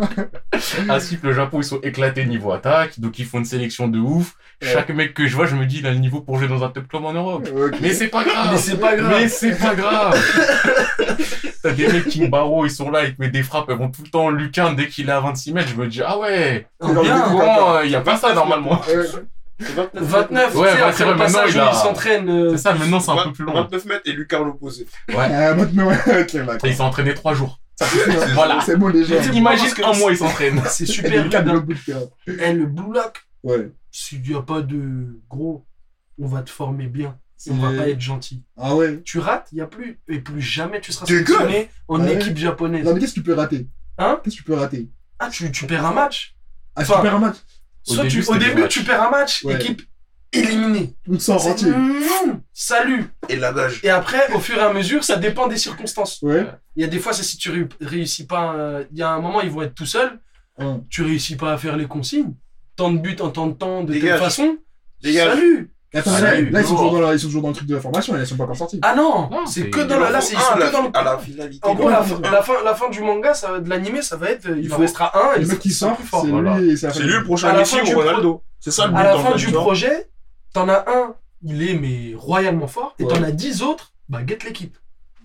Speaker 3: Ainsi que le Japon, ils sont éclatés niveau attaque, donc ils font une sélection de ouf.
Speaker 1: Ouais.
Speaker 3: Chaque mec que je vois, je me dis, il a le niveau pour jouer dans un top club en Europe.
Speaker 1: Ok.
Speaker 3: Mais c'est pas grave
Speaker 4: Mais c'est pas grave.
Speaker 3: Mais c'est pas grave (laughs) T'as des mecs qui me barreau, ils sont là, ils te mettent des frappes, elles vont tout le temps en lucarne dès qu'il est à 26 mètres, je me dis, ah ouais
Speaker 1: Dans le
Speaker 4: Bien.
Speaker 1: début,
Speaker 3: Bon, il y a pas ça normalement
Speaker 1: Euh,
Speaker 4: 29,
Speaker 3: Ouais,
Speaker 4: tu sais,
Speaker 3: bah,
Speaker 4: après
Speaker 3: c'est vrai,
Speaker 4: le
Speaker 3: maintenant,
Speaker 4: passage
Speaker 3: il
Speaker 4: où
Speaker 3: a-
Speaker 4: il s'entraîne. euh,
Speaker 3: C'est ça, maintenant c'est un peu plus long.
Speaker 2: 29 mètres et Lucarne opposé.
Speaker 1: euh, maintenant, ouais, (laughs) ok, d'accord.
Speaker 3: Et Ils sont entraînés 3 jours.
Speaker 1: Ça suffit, hein.
Speaker 3: Voilà.
Speaker 1: C'est bon, les gens.
Speaker 4: C'est
Speaker 3: Imagine
Speaker 4: parce que
Speaker 3: un
Speaker 4: c'est-
Speaker 3: mois, ils s'entraînent.
Speaker 4: (laughs) C'est
Speaker 1: Et
Speaker 4: super
Speaker 1: le
Speaker 4: bien.
Speaker 1: câble au bout de terrain.
Speaker 4: Eh, le Blue Lock,
Speaker 1: Ouais.
Speaker 4: s'il n'y a pas de gros, on va te former bien. On va pas être gentil.
Speaker 1: Ah ouais.
Speaker 4: Tu rates, il n'y a plus. Et plus jamais tu seras
Speaker 1: Dégueulasse.
Speaker 4: sélectionné en
Speaker 1: Ah ouais.
Speaker 4: équipe japonaise.
Speaker 1: Non, mais qu'est-ce que tu peux rater
Speaker 4: Hein
Speaker 1: Qu'est-ce que tu peux rater
Speaker 4: Ah, tu, tu perds un match.
Speaker 1: Ah, si
Speaker 4: Enfin,
Speaker 1: tu perds un match,
Speaker 3: Au
Speaker 4: Soit
Speaker 3: début,
Speaker 4: tu, au
Speaker 3: c'était des
Speaker 4: début
Speaker 3: matchs.
Speaker 4: tu perds un match,
Speaker 1: Ouais.
Speaker 4: équipe éliminée.
Speaker 1: tu te sens
Speaker 4: C'est-
Speaker 1: rentier.
Speaker 4: Mmh, Salut.
Speaker 2: Et la nage.
Speaker 4: Et après, au fur et à mesure, ça dépend des circonstances.
Speaker 1: Ouais.
Speaker 4: Il y a des fois, c'est si tu ré- réussis pas. euh, Il y a un moment, ils vont être tout seuls.
Speaker 1: Hein.
Speaker 4: Tu réussis pas à faire les consignes. Tant de buts en tant de temps, de telle
Speaker 2: Dégage.
Speaker 4: façon.
Speaker 2: Dégage.
Speaker 4: Salut.
Speaker 1: Attends, là,
Speaker 4: Salut,
Speaker 1: là, ils sont
Speaker 4: lourd.
Speaker 1: toujours dans la- ils sont toujours dans le truc de la formation, là, ils sont pas encore sortis.
Speaker 4: Ah non,
Speaker 3: Non,
Speaker 4: c'est
Speaker 3: c'est-
Speaker 4: que dans la. Là, c'est ils sont que dans le.
Speaker 2: À Ah, la finalité.
Speaker 4: En gros, la, fin-
Speaker 1: Ouais.
Speaker 4: la fin, la fin du manga, ça va, de l'animé, ça va être. euh, Il,
Speaker 1: Il
Speaker 4: en
Speaker 1: faut-
Speaker 4: restera un et
Speaker 1: le
Speaker 4: ça
Speaker 1: mec qui
Speaker 4: sera
Speaker 1: sort,
Speaker 4: plus
Speaker 1: c'est
Speaker 4: fort.
Speaker 1: lui
Speaker 3: Voilà.
Speaker 1: et c'est la
Speaker 2: C'est
Speaker 1: famille.
Speaker 2: lui le prochain
Speaker 4: À la
Speaker 2: Messi
Speaker 4: fin du
Speaker 2: ou Ronaldo. C'est ça le but
Speaker 4: À la
Speaker 2: dans
Speaker 4: fin
Speaker 2: le
Speaker 4: du
Speaker 2: match, hein.
Speaker 4: projet, t'en as un, il est mais royalement fort, et
Speaker 1: Ouais.
Speaker 4: t'en as dix autres, bah guette l'équipe.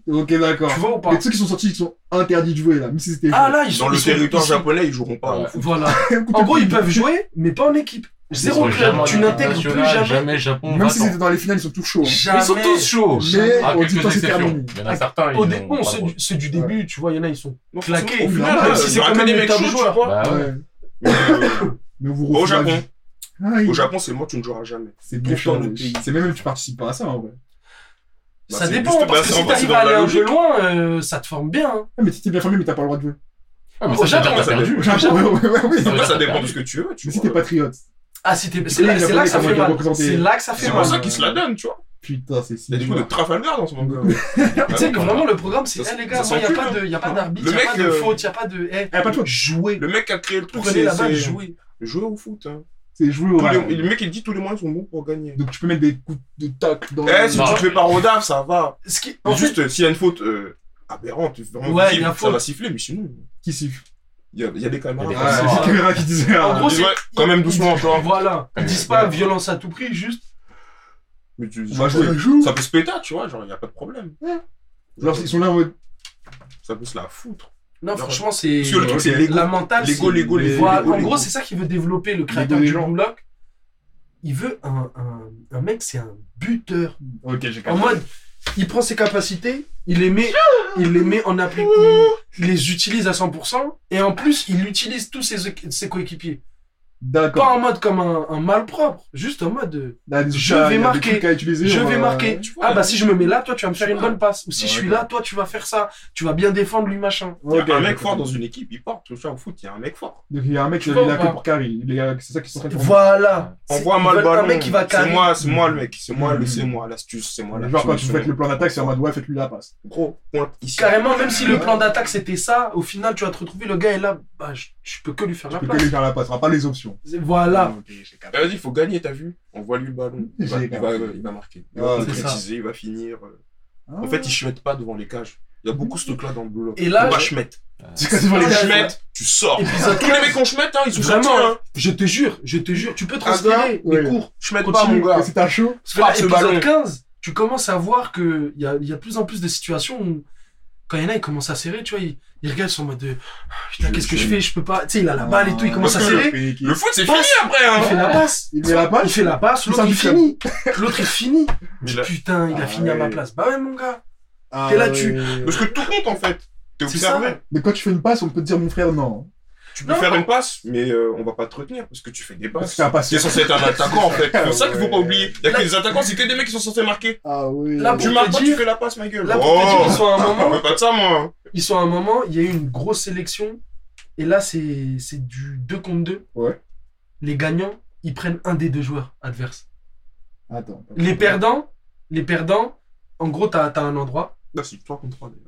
Speaker 1: Ok, d'accord.
Speaker 4: Tu vois ou pas
Speaker 1: Et ceux qui sont sortis, ils sont interdits de jouer, là, même si c'était.
Speaker 4: Ah là, ils sont
Speaker 2: Dans le
Speaker 4: ils sont-
Speaker 2: territoire
Speaker 4: ils sont-
Speaker 2: japonais, ils joueront pas. hein.
Speaker 3: Ouais.
Speaker 4: Voilà.
Speaker 1: (laughs)
Speaker 4: En gros, ils peuvent jouer, mais pas en équipe. Zéro
Speaker 3: Ils sont
Speaker 4: club,
Speaker 3: jamais
Speaker 4: tu
Speaker 3: en
Speaker 4: n'intègres plus
Speaker 3: international,
Speaker 4: jamais.
Speaker 3: Jamais Japon,
Speaker 1: Même s'ils
Speaker 3: va-t'en.
Speaker 1: étaient dans les finales, ils sont toujours chauds. hein.
Speaker 4: Jamais.
Speaker 3: Ils sont tous chauds
Speaker 1: Mais
Speaker 3: À
Speaker 1: on dit
Speaker 3: quelques
Speaker 1: quand c'est
Speaker 3: exceptions.
Speaker 1: terminé.
Speaker 3: Il y en a certains, Ah, ils
Speaker 4: Au dé-
Speaker 3: n'ont
Speaker 4: bon,
Speaker 3: pas
Speaker 4: c'est
Speaker 3: le droit.
Speaker 4: du, c'est du début, tu vois, il y en a, ils sont
Speaker 2: Non,
Speaker 4: claqués.
Speaker 2: forcément,
Speaker 1: Au
Speaker 2: au
Speaker 1: final,
Speaker 2: final,
Speaker 1: même
Speaker 2: euh,
Speaker 4: si c'est
Speaker 2: il y aura
Speaker 4: quand
Speaker 2: que
Speaker 4: même
Speaker 2: des
Speaker 4: le
Speaker 2: mecs
Speaker 4: top
Speaker 2: chauds,
Speaker 4: joueur.
Speaker 2: tu vois.
Speaker 3: Bah ouais.
Speaker 1: Ouais.
Speaker 2: Mais, euh,
Speaker 1: Mais vous
Speaker 2: Au
Speaker 1: refusez la
Speaker 2: Japon.
Speaker 1: vie. Ah,
Speaker 2: Au
Speaker 1: il-
Speaker 2: Japon, c'est mort, tu ne joueras jamais.
Speaker 1: C'est
Speaker 2: Pourtant,
Speaker 1: méchant,
Speaker 2: le
Speaker 1: wesh.
Speaker 2: pays.
Speaker 1: C'est même, tu participes pas à ça, en vrai.
Speaker 2: Bah,
Speaker 4: ça
Speaker 2: c'est
Speaker 4: dépend,
Speaker 2: juste-
Speaker 4: parce
Speaker 2: bah,
Speaker 4: que
Speaker 2: c'est-
Speaker 4: si
Speaker 2: bah, c'est
Speaker 4: t'arrives
Speaker 2: dans
Speaker 4: à aller
Speaker 2: la
Speaker 4: un
Speaker 2: logique.
Speaker 4: peu loin, euh, ça te forme bien. hein.
Speaker 1: Ah, mais si t'es bien formé, mais t'as pas le droit de jouer.
Speaker 3: Ah, mais
Speaker 4: Au
Speaker 3: ça,
Speaker 4: Japon,
Speaker 3: déjà,
Speaker 2: ça
Speaker 3: t'as perdu.
Speaker 1: Au Japon, ouais, ouais, ouais, ouais.
Speaker 3: Ça veut
Speaker 2: Après,
Speaker 3: dire
Speaker 2: ça
Speaker 3: que t'as
Speaker 2: dépend de
Speaker 3: perdu.
Speaker 2: ce que tu veux, tu
Speaker 1: Mais si t'es
Speaker 2: vois.
Speaker 1: patriote.
Speaker 4: Ah, si t'es- c'est
Speaker 1: Oui,
Speaker 4: là,
Speaker 1: les
Speaker 4: c'est là que ça
Speaker 1: Japonais,
Speaker 4: fait
Speaker 1: comment ils
Speaker 4: mal.
Speaker 1: représentent-
Speaker 4: C'est là que ça fait
Speaker 2: C'est pour
Speaker 4: mal.
Speaker 2: ça qu'ils se la donnent, tu vois.
Speaker 1: Putain, c'est si. hein.
Speaker 2: Il y a des
Speaker 1: dur.
Speaker 2: coups de Trafalgar dans ce manga.
Speaker 4: Tu sais que vraiment, le programme, c'est
Speaker 2: Ça-
Speaker 4: Eh, les
Speaker 2: ça
Speaker 4: gars,
Speaker 2: sent
Speaker 4: il n'y a,
Speaker 2: plus,
Speaker 4: pas
Speaker 2: hein.
Speaker 4: de- y a pas d'arbitre,
Speaker 2: Le
Speaker 4: il n'y a
Speaker 2: mec,
Speaker 4: pas de
Speaker 2: euh,
Speaker 4: faute, il n'y a pas de. eh,
Speaker 1: Ah, pas de faute.
Speaker 4: Jouer.
Speaker 2: Le mec qui a créé le truc,
Speaker 4: Prenez
Speaker 2: c'est
Speaker 4: la balle,
Speaker 2: c'est-
Speaker 4: jouez.
Speaker 2: jouer au foot. hein.
Speaker 1: C'est jouer au
Speaker 2: Tous les-
Speaker 1: rail.
Speaker 2: Le mec, il dit tous les moyens sont bons pour gagner.
Speaker 1: Donc tu peux mettre des coups de tacle dans
Speaker 2: Eh, si
Speaker 3: Non.
Speaker 2: tu te fais par au daf, ça va.
Speaker 4: Ce qui,
Speaker 2: Mais
Speaker 4: en fait,
Speaker 2: juste, euh, s'il y a une faute euh, aberrante, vraiment
Speaker 4: Ouais,
Speaker 2: visible,
Speaker 4: il y a
Speaker 2: ça
Speaker 4: faute.
Speaker 2: va siffler, mais sinon,
Speaker 1: qui siffle.
Speaker 2: il y a, il y a des caméras.
Speaker 3: Il y a
Speaker 1: Ah,
Speaker 3: des
Speaker 1: c'est
Speaker 3: ouais.
Speaker 1: les caméras qui disaient.
Speaker 4: En
Speaker 1: ah,
Speaker 4: gros,
Speaker 2: Mais
Speaker 4: c'est-
Speaker 2: ouais, quand même
Speaker 4: (laughs)
Speaker 2: doucement, tu vois.
Speaker 4: voilà. Ils disent pas violence à tout prix, juste.
Speaker 2: Mais tu-
Speaker 1: On va jouer.
Speaker 2: Ça peut se péter, tu vois, genre, il n'y a pas de problème.
Speaker 1: Genre, ils sont là en mode.
Speaker 2: Ça peut se la foutre.
Speaker 4: Non,
Speaker 2: Ouais.
Speaker 4: franchement, c'est.
Speaker 2: Parce que le truc, c'est l'ego.
Speaker 4: La mentale,
Speaker 2: Lego,
Speaker 4: Ah, c'est-
Speaker 2: Lego,
Speaker 1: Lego,
Speaker 4: Voilà,
Speaker 1: Lego,
Speaker 4: En
Speaker 1: Lego.
Speaker 4: gros, c'est ça qu'il veut développer, le créateur
Speaker 1: des
Speaker 4: du
Speaker 1: gens.
Speaker 4: Blue Lock. Il veut un, un, un mec, c'est un buteur.
Speaker 1: Ok, j'ai
Speaker 4: En mode, il prend ses capacités, il les met, il les met en
Speaker 2: (laughs)
Speaker 4: appli, il les utilise à 100%, et en plus, il utilise tous ses, ses coéquipiers. Pas
Speaker 1: D'accord.
Speaker 4: en mode comme un, un malpropre, juste en mode. euh,
Speaker 1: Là, des-
Speaker 4: Je
Speaker 1: il y a
Speaker 4: vais
Speaker 1: des
Speaker 4: marquer.
Speaker 1: trucs à utiliser,
Speaker 4: je
Speaker 1: on
Speaker 4: vais
Speaker 1: va-
Speaker 4: marquer.
Speaker 2: tu vois,
Speaker 4: Ah bah si je me mets là, toi tu vas me faire une
Speaker 2: Ah. Ouais.
Speaker 4: bonne passe. Ou si je
Speaker 1: Ouais,
Speaker 4: suis
Speaker 1: ok.
Speaker 4: là, toi tu vas faire ça. Tu vas bien défendre lui machin.
Speaker 2: Il y a
Speaker 1: Ok,
Speaker 2: un mec
Speaker 1: ok.
Speaker 2: fort dans une équipe, il porte, tu vois, au foot, il y a un mec fort.
Speaker 1: Donc il y a un mec qui
Speaker 4: Tu
Speaker 1: a
Speaker 4: vois
Speaker 1: mis la
Speaker 4: ou pas
Speaker 1: queue pour carry. Il est- C'est ça qu'ils sont en train de faire.
Speaker 4: hein. Voilà. C'est-
Speaker 2: Envoie
Speaker 4: ils
Speaker 2: mal le
Speaker 4: veulent
Speaker 2: ballon.
Speaker 4: Un mec qui va Mm-hmm.
Speaker 2: C'est
Speaker 4: carrer.
Speaker 2: moi, c'est moi le mec, c'est moi
Speaker 1: Mhm.
Speaker 2: le, c'est moi l'astuce, c'est moi la.
Speaker 1: Genre, quand tu
Speaker 2: solution.
Speaker 1: faites le plan d'attaque, c'est en mode ouais, faites-lui la passe.
Speaker 2: Gros, pointe ici.
Speaker 4: Carrément, même si le plan d'attaque c'était ça, au final tu vas te retrouver, le gars est là, bah je, je peux que lui faire
Speaker 1: Tu
Speaker 4: la
Speaker 1: peux
Speaker 4: place.
Speaker 1: que lui faire la passe, on aura pas les options. compétition.
Speaker 4: Voilà.
Speaker 1: Ok, j'ai
Speaker 2: Bah,
Speaker 1: capté.
Speaker 2: Vas-y, il faut gagner, t'as vu Envoie-lui le ballon. Il va,
Speaker 1: J'ai
Speaker 2: il va,
Speaker 1: compris.
Speaker 2: euh, il va marquer. Il
Speaker 1: Ah,
Speaker 2: va
Speaker 1: c'est
Speaker 2: concrétiser, il va finir. Euh, En fait, il chouette pas devant les cages. Il y a beaucoup ce truc-là dans le boulot.
Speaker 4: Mm-hmm. Et là,
Speaker 2: on va
Speaker 4: je-
Speaker 2: schmette.
Speaker 1: C'est quand tu vois les
Speaker 4: Ah,
Speaker 1: mecs,
Speaker 4: ouais.
Speaker 2: Schmette, tu sors.
Speaker 4: Épisode
Speaker 2: Tous (laughs) les mecs qu'on schmette, hein, ils sont
Speaker 4: Vraiment,
Speaker 2: gentils,
Speaker 4: hein. Je te jure, je te jure, tu peux transpirer,
Speaker 1: gars,
Speaker 4: mais
Speaker 1: ouais.
Speaker 4: cours.
Speaker 2: Schmette pas, mon
Speaker 4: Continue.
Speaker 2: gars.
Speaker 1: Et c'est un show.
Speaker 2: Parce que
Speaker 4: Par
Speaker 2: là, ce ballon.
Speaker 4: épisode 15, tu commences à voir qu'il y a, il y a de plus en plus de situations où, quand il y en a, il commence à serrer, tu vois, il, il regarde son mode de putain,
Speaker 2: Je-
Speaker 4: qu'est-ce que
Speaker 2: je-
Speaker 4: je fais, je peux pas. Tu sais, il a la balle et tout, il commence à
Speaker 2: Parce que
Speaker 4: serrer,
Speaker 2: Le foot, c'est fini
Speaker 4: Passe.
Speaker 2: après,
Speaker 4: hein. il fait la
Speaker 2: hein.
Speaker 4: passe.
Speaker 1: Il met la
Speaker 4: Il
Speaker 1: passe.
Speaker 4: fait la passe,
Speaker 1: Il
Speaker 4: l'autre il
Speaker 1: s'en
Speaker 4: finit. L'autre il finit.
Speaker 2: Mais là-
Speaker 4: Putain, il a
Speaker 1: Ah
Speaker 4: fini à ma
Speaker 1: ouais.
Speaker 4: place. Bah ouais, mon gars.
Speaker 1: Ah,
Speaker 4: T'es là, tu-
Speaker 1: ouais.
Speaker 2: Parce que tout compte, en fait. T'es
Speaker 4: C'est ça.
Speaker 2: observé.
Speaker 1: Mais quand tu fais une passe, on peut te dire mon frère, non.
Speaker 2: Tu peux
Speaker 4: Non.
Speaker 2: faire une passe, mais euh, on va pas te retenir parce que tu fais des
Speaker 1: Parce que
Speaker 2: passes.
Speaker 1: c'est un passe.
Speaker 2: T'es censé être un attaquant, en fait. C'est pour ça qu'il faut pas
Speaker 1: Ouais.
Speaker 2: oublier. Il y a que
Speaker 4: Là-
Speaker 2: les attaquants, c'est que des mecs qui sont censés marquer.
Speaker 1: Ah oui.
Speaker 4: Là,
Speaker 2: Tu
Speaker 4: Pour
Speaker 2: marques
Speaker 4: te
Speaker 2: pas, tu
Speaker 4: dire-
Speaker 2: fais la passe, ma gueule.
Speaker 4: Là, pour te dire, ils
Speaker 2: Oh.
Speaker 4: sont à un
Speaker 2: On
Speaker 4: moment,
Speaker 2: veut pas de ça, moi.
Speaker 4: ils sont à un moment, il y a eu une grosse sélection. Et là, c'est c'est du 2 contre 2.
Speaker 1: Ouais.
Speaker 4: Les gagnants, ils prennent un des deux joueurs adverses.
Speaker 1: Attends.
Speaker 4: Les perdants, les perdants, en gros, t'as t'as un endroit.
Speaker 2: Là, c'est toi contre trois, d'ailleurs.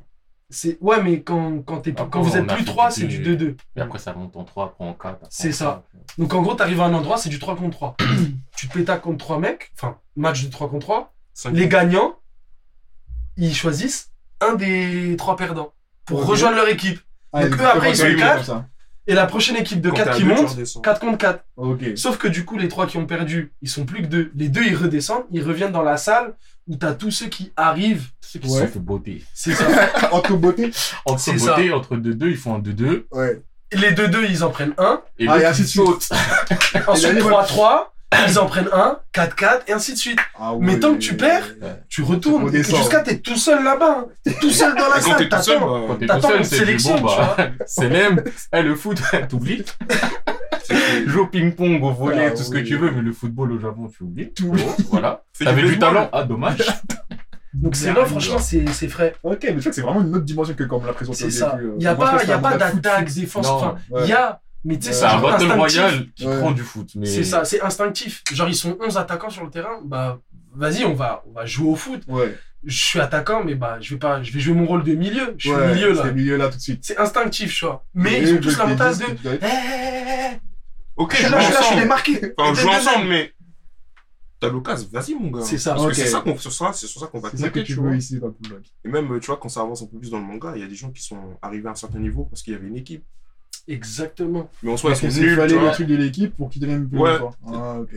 Speaker 4: C'est ouais, mais quand quand, t'es-
Speaker 3: Ah,
Speaker 4: quand vous
Speaker 3: on
Speaker 4: êtes
Speaker 3: a
Speaker 4: plus
Speaker 3: fait
Speaker 4: 3,
Speaker 3: du
Speaker 4: c'est du
Speaker 3: deux.
Speaker 4: 2-2.
Speaker 3: Et après, ça monte en 3, après en 4.
Speaker 4: C'est ça. Donc en gros, t'arrives à un endroit, c'est du 3 contre 3. (clears throat) tu te pétas contre 3 mecs, enfin, match de 3 contre 3.
Speaker 2: Cinq.
Speaker 4: Les gagnants, ils choisissent un des trois perdants pour
Speaker 1: Ok.
Speaker 4: rejoindre leur équipe.
Speaker 1: Ah,
Speaker 4: Donc, eux, après, ils sont
Speaker 1: comme
Speaker 4: quatre.
Speaker 1: ça.
Speaker 4: Et la prochaine équipe de
Speaker 2: Quand
Speaker 4: 4
Speaker 2: t'es à
Speaker 4: qui
Speaker 2: deux, tu
Speaker 4: monte,
Speaker 2: redescends.
Speaker 4: 4 contre 4.
Speaker 1: Ok.
Speaker 4: Sauf que du coup, les trois qui ont perdu, ils sont plus que deux. Les deux, ils redescendent, ils reviennent dans la salle où t'as tous ceux qui arrivent.
Speaker 3: Ceux qui
Speaker 1: Ouais.
Speaker 3: se sont fait botter.
Speaker 4: C'est (laughs) ça.
Speaker 1: Entre beauté.
Speaker 3: Entre
Speaker 4: C'est ça.
Speaker 3: botter, entre 2-2, ils font un 2-2.
Speaker 1: Ouais.
Speaker 4: les 2-2, ils en prennent un.
Speaker 3: Et
Speaker 1: Ah, et
Speaker 3: l'autre,
Speaker 1: ainsi
Speaker 3: il
Speaker 1: de suite.
Speaker 4: Ensuite,
Speaker 1: derniers,
Speaker 4: 3-3, ils en prennent un, 4-4, et ainsi de suite.
Speaker 1: Ah
Speaker 4: Mais
Speaker 1: ouais.
Speaker 4: tant que tu perds- Tu retournes,
Speaker 1: On descend.
Speaker 4: jusqu'à t'es tout seul là-bas. hein. T'es tout seul dans la
Speaker 2: Et quand
Speaker 4: salle,
Speaker 2: t'es tout seul,
Speaker 4: t'attends.
Speaker 3: Quand
Speaker 2: bah,
Speaker 3: t'es tout
Speaker 4: T'attends
Speaker 3: seul,
Speaker 4: une
Speaker 3: c'est du
Speaker 4: sélection,
Speaker 3: bon,
Speaker 4: tu
Speaker 3: bah. (laughs) C'est l'aime. Eh, le foot, (laughs) t'oublies.
Speaker 2: c'est-
Speaker 3: Jouer au ping-pong, au volley,
Speaker 1: Ah,
Speaker 3: tout ce
Speaker 1: oui.
Speaker 3: que tu veux, mais le football au Japon, tu oublies.
Speaker 1: Tout.
Speaker 3: Bon,
Speaker 2: (laughs)
Speaker 3: voilà.
Speaker 2: fais
Speaker 3: T'avais du
Speaker 2: baseball.
Speaker 3: talent. Ah, dommage.
Speaker 4: Donc c'est là, franchement, c'est c'est frais.
Speaker 1: Ok, mais je crois que c'est vraiment une autre dimension que euh, comme la présentation.
Speaker 4: C'est ça. Il n'y a pas, y a pas d'attaque, défense.
Speaker 3: Non,
Speaker 4: Enfin, il
Speaker 1: ouais.
Speaker 4: y a, mais tu sais,
Speaker 3: C'est un
Speaker 4: toujours
Speaker 3: battle
Speaker 4: instinctif.
Speaker 3: royal qui
Speaker 1: Ouais.
Speaker 3: prend du foot. mais-
Speaker 4: C'est ça, c'est instinctif. Genre, ils sont 11 attaquants sur le terrain. Bah, vas-y, on va, on va jouer au foot.
Speaker 1: Ouais.
Speaker 4: Je suis attaquant, mais bah, je vais pas, je vais jouer mon rôle de milieu. Je suis
Speaker 1: ouais,
Speaker 4: milieu là.
Speaker 1: C'est milieu là tout de suite.
Speaker 4: C'est instinctif, tu vois. Mais ils ont tous l'avantage de. Eh, eh, eh,
Speaker 2: Ok,
Speaker 4: eh,
Speaker 2: je
Speaker 4: là, je suis là, je
Speaker 2: ensemble.
Speaker 4: l'ai marqué.
Speaker 2: Enfin, on joue
Speaker 4: Deuxième.
Speaker 2: ensemble, mais t'as l'occasion, vas-y mon gars.
Speaker 4: C'est ça.
Speaker 2: Parce
Speaker 1: Ok.
Speaker 2: que c'est ça qu'on sur ça, c'est sur ça qu'on va
Speaker 1: C'est ça que
Speaker 2: compter, tu
Speaker 1: tu
Speaker 2: vois.
Speaker 1: veux ici dans le blog.
Speaker 2: Et même, tu vois, quand ça avance un peu plus dans le manga, il y a des gens qui sont arrivés à un certain niveau parce qu'il y avait une équipe.
Speaker 4: Exactement.
Speaker 2: Mais en soi, ils
Speaker 1: Parce
Speaker 2: sont
Speaker 1: que c'est
Speaker 2: nuls, tu
Speaker 1: fallait le
Speaker 2: vois.
Speaker 1: truc de l'équipe pour qu'il devienne plus
Speaker 2: Ouais.
Speaker 1: fort. Ah, ok.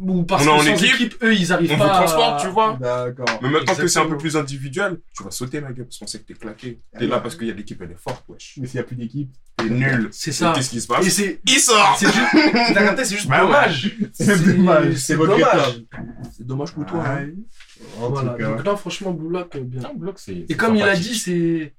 Speaker 4: Ou parce
Speaker 2: On est en
Speaker 4: que sans
Speaker 2: équipe,
Speaker 4: équipe, eux, ils
Speaker 2: On
Speaker 4: arrivent
Speaker 2: vous
Speaker 4: pas. à-
Speaker 2: transporte, tu
Speaker 4: Ah.
Speaker 2: vois.
Speaker 1: D'accord.
Speaker 2: Mais maintenant que c'est un
Speaker 4: Exactement.
Speaker 2: peu
Speaker 4: Ah
Speaker 2: plus individuel, tu vas sauter, ma gueule, parce qu'on sait que t'es claqué. T'es là parce qu'il y a l'équipe, elle est forte, wesh.
Speaker 1: Mais s'il n'y a plus d'équipe.
Speaker 2: T'es nul.
Speaker 4: C'est
Speaker 2: Et
Speaker 4: ça.
Speaker 2: Qu'est-ce qui se
Speaker 4: Et
Speaker 2: passe
Speaker 4: c'est.
Speaker 2: Il sort
Speaker 4: C'est juste. T'as capté, c'est juste
Speaker 3: Bah ouais.
Speaker 4: dommage.
Speaker 1: C'est dommage.
Speaker 4: c'est
Speaker 1: C'est regrettable.
Speaker 2: C'est dommage pour toi. hein.
Speaker 1: Ouais. En
Speaker 4: Voilà.
Speaker 1: tout cas.
Speaker 4: Donc là, franchement, Boulac, euh, bien.
Speaker 3: Putain, bloc, c'est-
Speaker 4: Et
Speaker 3: c'est
Speaker 4: comme il a
Speaker 3: sympathique.
Speaker 4: dit, c'est.